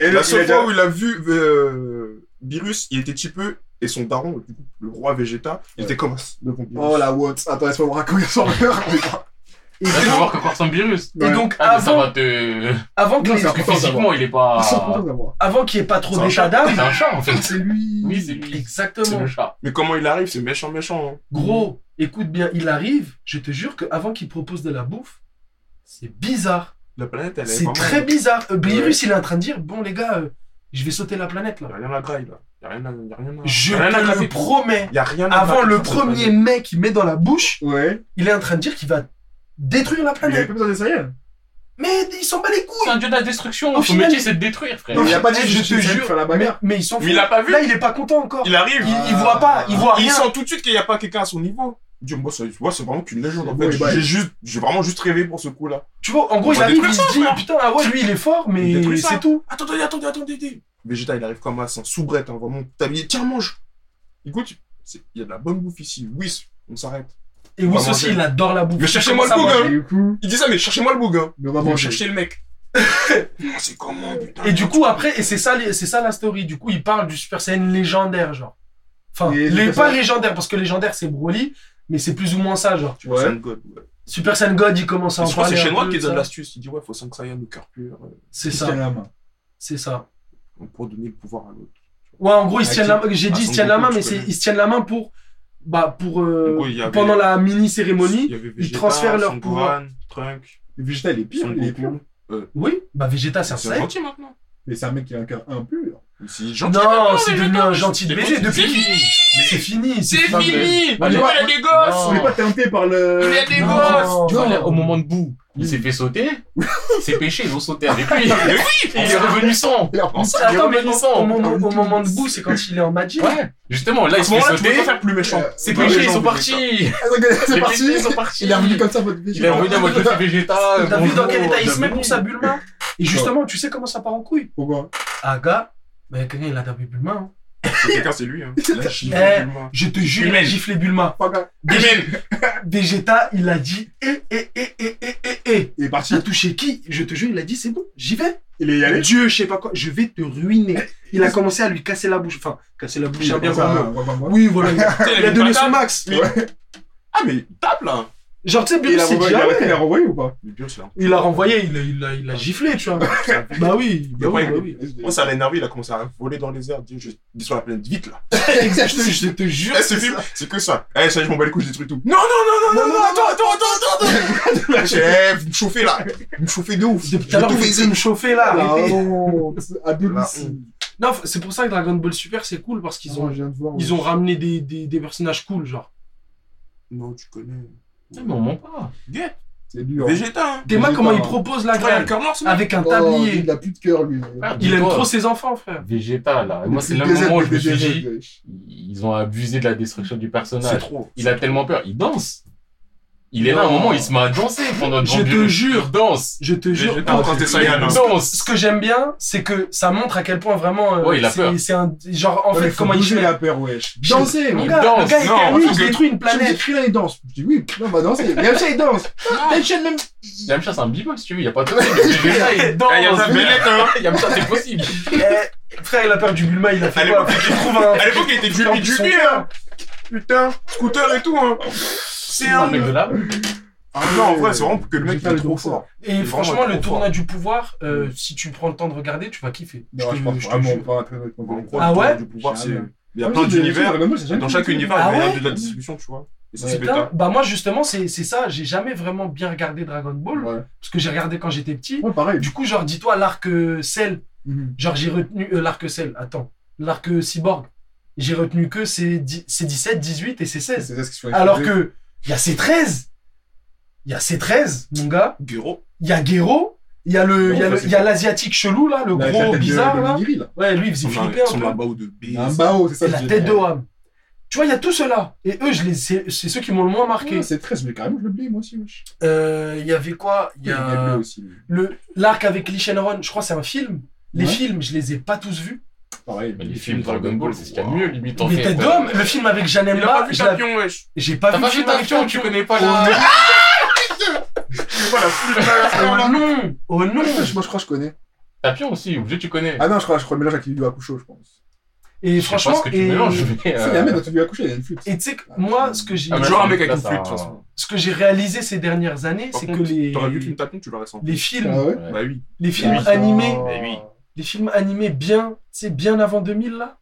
Speaker 1: Et- Et là,
Speaker 2: La
Speaker 1: il a
Speaker 2: seule
Speaker 1: déjà-
Speaker 2: fois où il a vu euh, Virus, il était peu et son daron, du coup, le roi Vegeta, il
Speaker 1: Ouais.
Speaker 2: était comme ça devant Virus.
Speaker 1: Oh la Watts. Attends, laisse-moi vous raconter son cœur.
Speaker 4: Et
Speaker 3: Là, tu vas
Speaker 4: donc,
Speaker 3: voir que Corsan Beerus.
Speaker 4: et donc,
Speaker 3: Ah, mais ça
Speaker 4: avant,
Speaker 3: va te.
Speaker 4: avant que
Speaker 1: Non,
Speaker 4: les-
Speaker 1: c'est un- important
Speaker 3: Physiquement, il est pas.
Speaker 1: Sans problème d'avoir.
Speaker 4: avant qu'il n'y ait pas trop
Speaker 2: C'est un
Speaker 4: d'état
Speaker 3: C'est
Speaker 4: d'âme.
Speaker 3: un chat, en fait.
Speaker 1: C'est lui.
Speaker 3: Oui, c'est lui. C'est
Speaker 4: Exactement.
Speaker 3: le chat.
Speaker 2: Mais comment il arrive, c'est méchant, méchant. hein.
Speaker 4: Gros, écoute bien, il arrive. Je te jure que avant qu'il propose de la bouffe, c'est bizarre.
Speaker 2: La planète, elle est
Speaker 4: C'est
Speaker 2: vraiment-
Speaker 4: très bizarre. Euh, Beerus, il est en train de dire, bon les gars, euh, je vais sauter la planète
Speaker 2: Y a
Speaker 4: là.
Speaker 2: rien à graille, là. Y a rien à. Y a rien à...
Speaker 4: Je
Speaker 2: y a rien à
Speaker 4: te
Speaker 2: gratter.
Speaker 4: le promets.
Speaker 2: Y a rien à
Speaker 4: Avant
Speaker 2: gratter
Speaker 4: le
Speaker 2: sur cette
Speaker 4: premier
Speaker 2: planète.
Speaker 4: mec qu'il met dans la bouche,
Speaker 1: Ouais.
Speaker 4: il est en train de dire qu'il va détruire la
Speaker 1: Il avait
Speaker 4: planète.
Speaker 1: pas besoin des Saiyans.
Speaker 4: Mais il s'en bat les
Speaker 3: C'est
Speaker 4: couilles
Speaker 3: un dieu de la destruction.
Speaker 4: Au
Speaker 3: Son
Speaker 4: final,
Speaker 3: métier,
Speaker 4: il-
Speaker 3: c'est de détruire, frère.
Speaker 1: Non, il a pas
Speaker 4: Eh,
Speaker 1: dit
Speaker 4: je
Speaker 1: je
Speaker 4: te
Speaker 1: suis
Speaker 4: jure,
Speaker 1: faire la
Speaker 4: Mais,
Speaker 1: bagarre.
Speaker 4: mais il s'en fout.
Speaker 2: Mais il a pas vu.
Speaker 4: Là, il est pas content encore. Il,
Speaker 2: Il arrive.
Speaker 1: Ah.
Speaker 4: il voit pas, il voit
Speaker 2: Il
Speaker 4: rien.
Speaker 2: sent tout de suite qu'il n'y a pas quelqu'un à son niveau. Il dit, moi, ça- tu vois, c'est vraiment qu'une légende. En
Speaker 1: Ouais,
Speaker 2: fait,
Speaker 1: bah,
Speaker 2: j'ai juste, j'ai vraiment juste rêvé pour ce coup-là.
Speaker 4: Tu vois, en gros,
Speaker 2: On
Speaker 4: il
Speaker 2: va
Speaker 4: arrive,
Speaker 2: détruire
Speaker 4: il
Speaker 2: ça,
Speaker 4: se dit,
Speaker 2: frère.
Speaker 4: putain, ah ouais, lui, il est fort,
Speaker 2: On
Speaker 4: mais
Speaker 2: détruit ça.
Speaker 4: c'est tout.
Speaker 2: Attendez, attendez, attendez, attendez. Vegeta, il arrive comme un sans soubrette, hein, vraiment tablier. Tiens, mange. Écoute, c'est- il y a de la bonne bouffe ici. Oui, on s'arrête.
Speaker 4: Et
Speaker 2: va
Speaker 4: Wiss aussi,
Speaker 2: manger.
Speaker 4: il adore la bouffe.
Speaker 2: Mais cherchez-moi
Speaker 4: Comment
Speaker 2: le
Speaker 4: ça,
Speaker 2: bougre,
Speaker 4: manger
Speaker 1: Et du coup,
Speaker 2: Il dit ça, mais cherchez-moi le boug. Hein.
Speaker 1: mais on va
Speaker 2: Vous
Speaker 1: manger.
Speaker 2: cherchez le mec. Non, C'est comment, putain
Speaker 4: Et du coup, après, et c'est ça, les- c'est ça la story. Du coup, il parle du Super Saiyan légendaire, genre. Enfin,
Speaker 1: Et
Speaker 4: les,
Speaker 1: Super
Speaker 4: pas
Speaker 1: Saiyan-
Speaker 4: légendaire, parce que légendaire, c'est Broly, mais c'est plus ou moins ça, genre.
Speaker 1: Ouais.
Speaker 2: Sun God, ouais.
Speaker 4: Super Saiyan God, il commence à en
Speaker 2: Je crois que
Speaker 4: parler.
Speaker 2: c'est
Speaker 4: un
Speaker 2: Shenron
Speaker 4: peu,
Speaker 2: qui
Speaker 4: ça.
Speaker 2: donne l'astuce. Il dit, ouais, faut 5 Saiyans au cœur pur euh,
Speaker 4: C'est
Speaker 1: Qui
Speaker 4: ça,
Speaker 1: tient la main.
Speaker 4: c'est ça.
Speaker 2: pour donner le pouvoir à l'autre.
Speaker 4: Ouais, en gros, ils se
Speaker 2: Ah,
Speaker 4: tiennent
Speaker 2: qui-
Speaker 4: la main. J'ai
Speaker 2: Ah,
Speaker 4: dit, ils se
Speaker 2: Son
Speaker 4: tiennent la
Speaker 2: Goku,
Speaker 4: main,
Speaker 2: je
Speaker 4: mais c'est,
Speaker 2: connais.
Speaker 4: ils se tiennent la main pour, bah, pour, euh,
Speaker 2: Du coup, il y avait-
Speaker 4: pendant la mini
Speaker 2: Il
Speaker 4: cérémonie.
Speaker 2: y avait
Speaker 4: ils
Speaker 2: Vegeta,
Speaker 4: transfèrent leur
Speaker 2: Son
Speaker 4: pouvoir.
Speaker 2: Gohan, Trunks,
Speaker 1: Vegeta, il est pire,
Speaker 2: Son
Speaker 1: il est pur.
Speaker 2: Goku.
Speaker 4: Oui, bah, Vegeta, c'est un
Speaker 2: C'est
Speaker 4: Saiyan.
Speaker 2: gentil maintenant.
Speaker 1: Mais c'est un mec qui a un cœur impur.
Speaker 2: C'est gentil.
Speaker 4: Non, c'est
Speaker 3: mais
Speaker 4: devenu
Speaker 3: attends,
Speaker 4: un gentil
Speaker 3: c'est
Speaker 4: baiser
Speaker 3: bon,
Speaker 4: depuis.
Speaker 3: c'est fini.
Speaker 4: C'est fini.
Speaker 3: C'est
Speaker 4: pas-
Speaker 3: fini
Speaker 1: mais-
Speaker 3: Voilà les gosses
Speaker 1: On n'est pas teinté par le.
Speaker 3: Ah, Il y a des
Speaker 4: Non.
Speaker 3: gosses Tu
Speaker 4: Non.
Speaker 3: vois, là, au moment de bout, il s'est fait sauter. Ses péchés, ils ont sauté avec lui. (laughs) Mais oui Il est revenu sans
Speaker 1: Il a
Speaker 3: On
Speaker 1: pensé.
Speaker 3: s'en-
Speaker 4: Attends,
Speaker 3: Il est
Speaker 4: mais au,
Speaker 3: revenant.
Speaker 4: au moment,
Speaker 1: Ah oui,
Speaker 4: au
Speaker 1: tout.
Speaker 4: moment de bout, c'est quand il est en Magic.
Speaker 3: Ouais Justement, là,
Speaker 2: À
Speaker 3: il
Speaker 2: ce
Speaker 3: s'est fait
Speaker 2: moment-là, tu peux
Speaker 3: sauter.
Speaker 2: pas faire plus méchant.
Speaker 1: Euh,
Speaker 3: Ses
Speaker 2: Bah, les
Speaker 3: péchés, ils
Speaker 2: gens
Speaker 3: sont
Speaker 2: vont
Speaker 3: partis
Speaker 1: C'est
Speaker 3: Les péchés,
Speaker 1: parti.
Speaker 3: ils sont partis
Speaker 1: Il est revenu comme ça, votre
Speaker 3: Il est
Speaker 1: Vegeta.
Speaker 3: revenu à mode de Vegeta.
Speaker 4: T'as vu
Speaker 3: bonjour,
Speaker 4: dans quel état il se met
Speaker 3: bienvenue.
Speaker 4: pour sa Bulma Et justement, tu sais comment ça part en couille
Speaker 1: Pourquoi
Speaker 4: Ah, gars, bah, quelqu'un, il a tapé Bulma. hein.
Speaker 2: Quelqu'un, c'est (laughs) lui. hein. La Chine,
Speaker 4: Eh.
Speaker 2: Bulma.
Speaker 4: Je te jure, il a
Speaker 2: Humaine.
Speaker 4: giflé Bulma.
Speaker 1: Pourquoi
Speaker 2: Humaine.
Speaker 4: Vegeta, il a dit Eh, eh, eh, eh, eh, eh, eh.
Speaker 1: Il est
Speaker 4: Tu
Speaker 1: parti.
Speaker 4: as touché qui Je te jure, il a dit C'est bon, j'y vais.
Speaker 1: Il est allé.
Speaker 4: Dieu, je sais pas quoi, je vais te ruiner. Il a commencé à lui casser la bouche. Enfin, casser la bouche, c'est un bien grand mot.
Speaker 1: moi.
Speaker 4: Oui, voilà. il a-
Speaker 2: Tu sais,
Speaker 4: Il a
Speaker 2: avait
Speaker 4: donné
Speaker 2: une
Speaker 4: son
Speaker 2: patate.
Speaker 4: max.
Speaker 2: Ah, mais il tape là.
Speaker 4: Genre, tu sais, Bulma,
Speaker 1: Il a
Speaker 4: s'est dit
Speaker 1: renvoyé- il
Speaker 4: Ah
Speaker 1: a- il
Speaker 4: ouais.
Speaker 1: a renvoyé ou pas
Speaker 2: Mais bien, c'est là.
Speaker 4: Il l'a renvoyé, il a- il a- il l'a giflé, tu vois. Bah oui, bah oui, bah oui.
Speaker 2: Moi, ça l'a énervé, il a commencé à voler dans les airs, dire je dis sur la planète vite là.
Speaker 4: Exact, je te- je te jure.
Speaker 2: Eh, ce film, c'est que ça. Eh, ça y est, je m'en bats les couilles, je détruis tout. Non, non, non, non, non, non, attends, attends, attends, attends, attends. Eh, vous me chauffez là. Vous me chauffez de ouf.
Speaker 4: Depuis tout à l'heure,
Speaker 2: Tout
Speaker 4: vous essayez de me chauffer là.
Speaker 1: Ah,
Speaker 4: arrêtez.
Speaker 1: non, à deux
Speaker 2: Là,
Speaker 1: d'ici.
Speaker 4: Non, f- c'est pour ça que Dragon Ball Super c'est cool parce qu'ils
Speaker 1: Ah,
Speaker 4: ont
Speaker 1: je viens de voir, ouais.
Speaker 4: ils ont ramené des, des, des personnages cool genre.
Speaker 2: Non, tu connais.
Speaker 3: Non, mais on ment pas.
Speaker 2: Guette,
Speaker 1: C'est dur. hein.
Speaker 2: Vegeta. hein.
Speaker 4: T'aimes
Speaker 1: Vegeta,
Speaker 4: comment
Speaker 1: hein.
Speaker 4: il propose la
Speaker 2: Tu crois, il a le
Speaker 4: guerre
Speaker 2: cœur noir, ce mec
Speaker 4: avec un
Speaker 1: Oh,
Speaker 4: tablier.
Speaker 1: Il a plus de cœur, lui.
Speaker 3: Ah,
Speaker 4: Il aime
Speaker 3: Dis-toi.
Speaker 4: trop ses enfants frère.
Speaker 3: Vegeta, là. Moi, c'est
Speaker 1: Depuis
Speaker 3: le
Speaker 1: des
Speaker 3: moment où je
Speaker 1: années,
Speaker 3: me suis
Speaker 1: des
Speaker 3: dit,
Speaker 1: années, wesh.
Speaker 3: ils ont abusé de la destruction du
Speaker 2: C'est
Speaker 3: personnage.
Speaker 2: trop.
Speaker 3: Il a tellement peur. Il danse. Il est là, à un moment, il se met à danser pendant
Speaker 4: Je te jure.
Speaker 3: Il danse.
Speaker 4: Je te jure. Ah,
Speaker 2: Vegeta en train de Saiyan,
Speaker 3: Il
Speaker 2: hein.
Speaker 3: danse.
Speaker 4: Ce que j'aime bien c'est que ça montre à quel point vraiment euh,
Speaker 3: Ouais, il a
Speaker 4: c'est-
Speaker 3: peur.
Speaker 4: c'est un genre en
Speaker 1: Ouais, mais
Speaker 4: fait
Speaker 1: faut
Speaker 4: comment il
Speaker 1: bouger
Speaker 4: fait.
Speaker 1: la peur, wesh.
Speaker 4: Je-
Speaker 1: Danser,
Speaker 4: Mon
Speaker 1: mon
Speaker 3: Il
Speaker 1: gars.
Speaker 4: gars, le
Speaker 3: danse.
Speaker 4: gars il
Speaker 2: Non,
Speaker 4: termine,
Speaker 2: parce
Speaker 4: il
Speaker 2: que-
Speaker 4: détruit une
Speaker 1: Je me dis,
Speaker 4: planète.
Speaker 1: celui-là, il danse. Je dis, oui, putain, on va danser. Yamcha, il danse. Yamcha, même.
Speaker 3: Il aime ça, c'est un bebop, si tu veux. Il n'y a pas de problème. Vegeta, il danse.
Speaker 2: Eh, il y a sa
Speaker 3: Il
Speaker 2: belette, hein.
Speaker 3: y a ça, c'est possible.
Speaker 4: Eh, frère il a perdu Bulma il a
Speaker 2: À
Speaker 4: fait quoi
Speaker 2: l'époque,
Speaker 4: Il trouve un
Speaker 2: À l'époque, il était
Speaker 4: Il a
Speaker 2: du
Speaker 4: envie de son
Speaker 2: du
Speaker 4: cœur.
Speaker 2: hein. Putain, scooter et tout, hein. C'est
Speaker 3: Un
Speaker 2: un.
Speaker 3: mec de là.
Speaker 2: Ah non, en vrai, c'est vraiment que le mec
Speaker 1: Vegeta,
Speaker 2: il est
Speaker 1: le
Speaker 2: trop
Speaker 1: danseur.
Speaker 2: fort.
Speaker 4: Et
Speaker 2: est
Speaker 4: franchement
Speaker 2: vraiment
Speaker 4: le
Speaker 2: trop
Speaker 4: tournoi
Speaker 2: fort.
Speaker 4: du pouvoir euh, si tu prends le temps de regarder tu vas kiffer.
Speaker 1: Non,
Speaker 4: te-
Speaker 1: je pense
Speaker 4: te
Speaker 1: vraiment
Speaker 4: jure.
Speaker 1: pas Ah très honnêtement.
Speaker 2: En gros,
Speaker 4: Ah
Speaker 2: le
Speaker 4: ouais
Speaker 2: tour du pouvoir, c'est-
Speaker 1: Jamais.
Speaker 2: Il y a plein
Speaker 1: J'ai-
Speaker 2: d'univers.
Speaker 1: Dragon Ball, j'ai jamais
Speaker 2: Dans
Speaker 1: vu
Speaker 2: chaque
Speaker 1: le film.
Speaker 2: univers,
Speaker 4: Ah
Speaker 2: il y a
Speaker 4: ouais
Speaker 2: un de la distribution, tu vois. Et ça,
Speaker 1: Ouais.
Speaker 2: c'est
Speaker 4: Putain,
Speaker 2: bêta.
Speaker 4: bah moi justement c'est c'est ça, j'ai jamais vraiment bien regardé Dragon Ball,
Speaker 1: Ouais.
Speaker 4: parce que j'ai regardé quand j'étais petit.
Speaker 1: Ouais, pareil.
Speaker 4: Du coup genre dis-toi l'arc euh, Cell,
Speaker 1: Mhm.
Speaker 4: genre j'ai retenu euh, l'arc Cell, attends, l'arc euh, Cyborg, j'ai retenu que c'est dix- c'est 17, 18 et c'est 16.
Speaker 1: C'est ça ce qu'il faut
Speaker 4: Alors
Speaker 1: expliquer.
Speaker 4: que il y a c'est 13, il y a c'est 13 mon gars,
Speaker 2: Gero.
Speaker 4: il y a Gero, il y a le,
Speaker 2: Non,
Speaker 4: il y a
Speaker 2: ça,
Speaker 4: le-
Speaker 2: c'est Bah,
Speaker 4: il y a l'asiatique chelou là, le
Speaker 1: Avec la
Speaker 4: gros
Speaker 1: tête de-
Speaker 4: bizarre
Speaker 1: de
Speaker 4: là.
Speaker 1: Nigiri, là.
Speaker 4: Ouais lui il faisait
Speaker 2: Son
Speaker 4: flipper un peu.
Speaker 2: un bao de bise.
Speaker 1: Un bao, c'est ça.
Speaker 4: Et
Speaker 1: que
Speaker 4: la
Speaker 1: j'ai
Speaker 4: tête
Speaker 1: dit.
Speaker 4: de Ham. Tu vois il y a tout cela et eux je les c'est c'est ceux qui m'ont le moins marqué.
Speaker 1: Ouais, C'est 13, mais carrément, je l'oublie, moi aussi, wesh.
Speaker 4: Euh, Il y avait quoi Il y
Speaker 1: Il est
Speaker 4: a
Speaker 1: bleu aussi. lui.
Speaker 4: le l'arc avec Lee Shenron. Je crois que c'est un film. Les
Speaker 1: Ouais.
Speaker 4: films, je les ai pas tous vus.
Speaker 1: Pareil.
Speaker 3: Mais les films Dragon Ball, c'est ce qu'il y a de mieux, limite. en
Speaker 4: Mais
Speaker 3: fait.
Speaker 4: t'es d'homme. Le film avec
Speaker 2: Il a
Speaker 4: Janemba,
Speaker 2: pas vu
Speaker 4: je l'avais-
Speaker 2: champion, wesh.
Speaker 4: j'ai pas
Speaker 3: T'as
Speaker 4: vu le
Speaker 3: pas vu
Speaker 4: film avec
Speaker 3: Tapion,
Speaker 4: toi.
Speaker 3: tu connais pas la.
Speaker 2: Tu vois la foule
Speaker 4: Oh
Speaker 2: là.
Speaker 4: non Oh non
Speaker 1: Je- Moi, je crois que je connais.
Speaker 3: Tapion aussi, obligé, tu connais.
Speaker 1: Ah non, je crois je crois le mélange avec Yu Hakusho, je pense.
Speaker 4: Et
Speaker 3: Je sais pas
Speaker 4: Ah, franchement,
Speaker 3: ce que tu
Speaker 4: et
Speaker 3: mélanges, mais.
Speaker 1: Si,
Speaker 3: euh,
Speaker 1: il y a un mec dans Yu Hakusho, il y a une flûte.
Speaker 4: et tu sais que moi, ce que j'ai
Speaker 3: Ah, mais
Speaker 2: Toujours un mec
Speaker 3: ça,
Speaker 2: avec une
Speaker 3: ça-
Speaker 2: flûte, de toute façon.
Speaker 4: ce que j'ai réalisé ces dernières années,
Speaker 2: Par
Speaker 4: c'est que
Speaker 2: contre,
Speaker 4: les
Speaker 2: T'aurais vu qu'une tapon, tu l'aurais senti.
Speaker 4: les films,
Speaker 1: Ah ouais
Speaker 3: Ouais.
Speaker 2: Bah oui.
Speaker 4: les films
Speaker 3: oui.
Speaker 4: animés,
Speaker 1: Ah.
Speaker 3: Mais oui.
Speaker 4: les films animés bien, c'est bien avant 2000 là.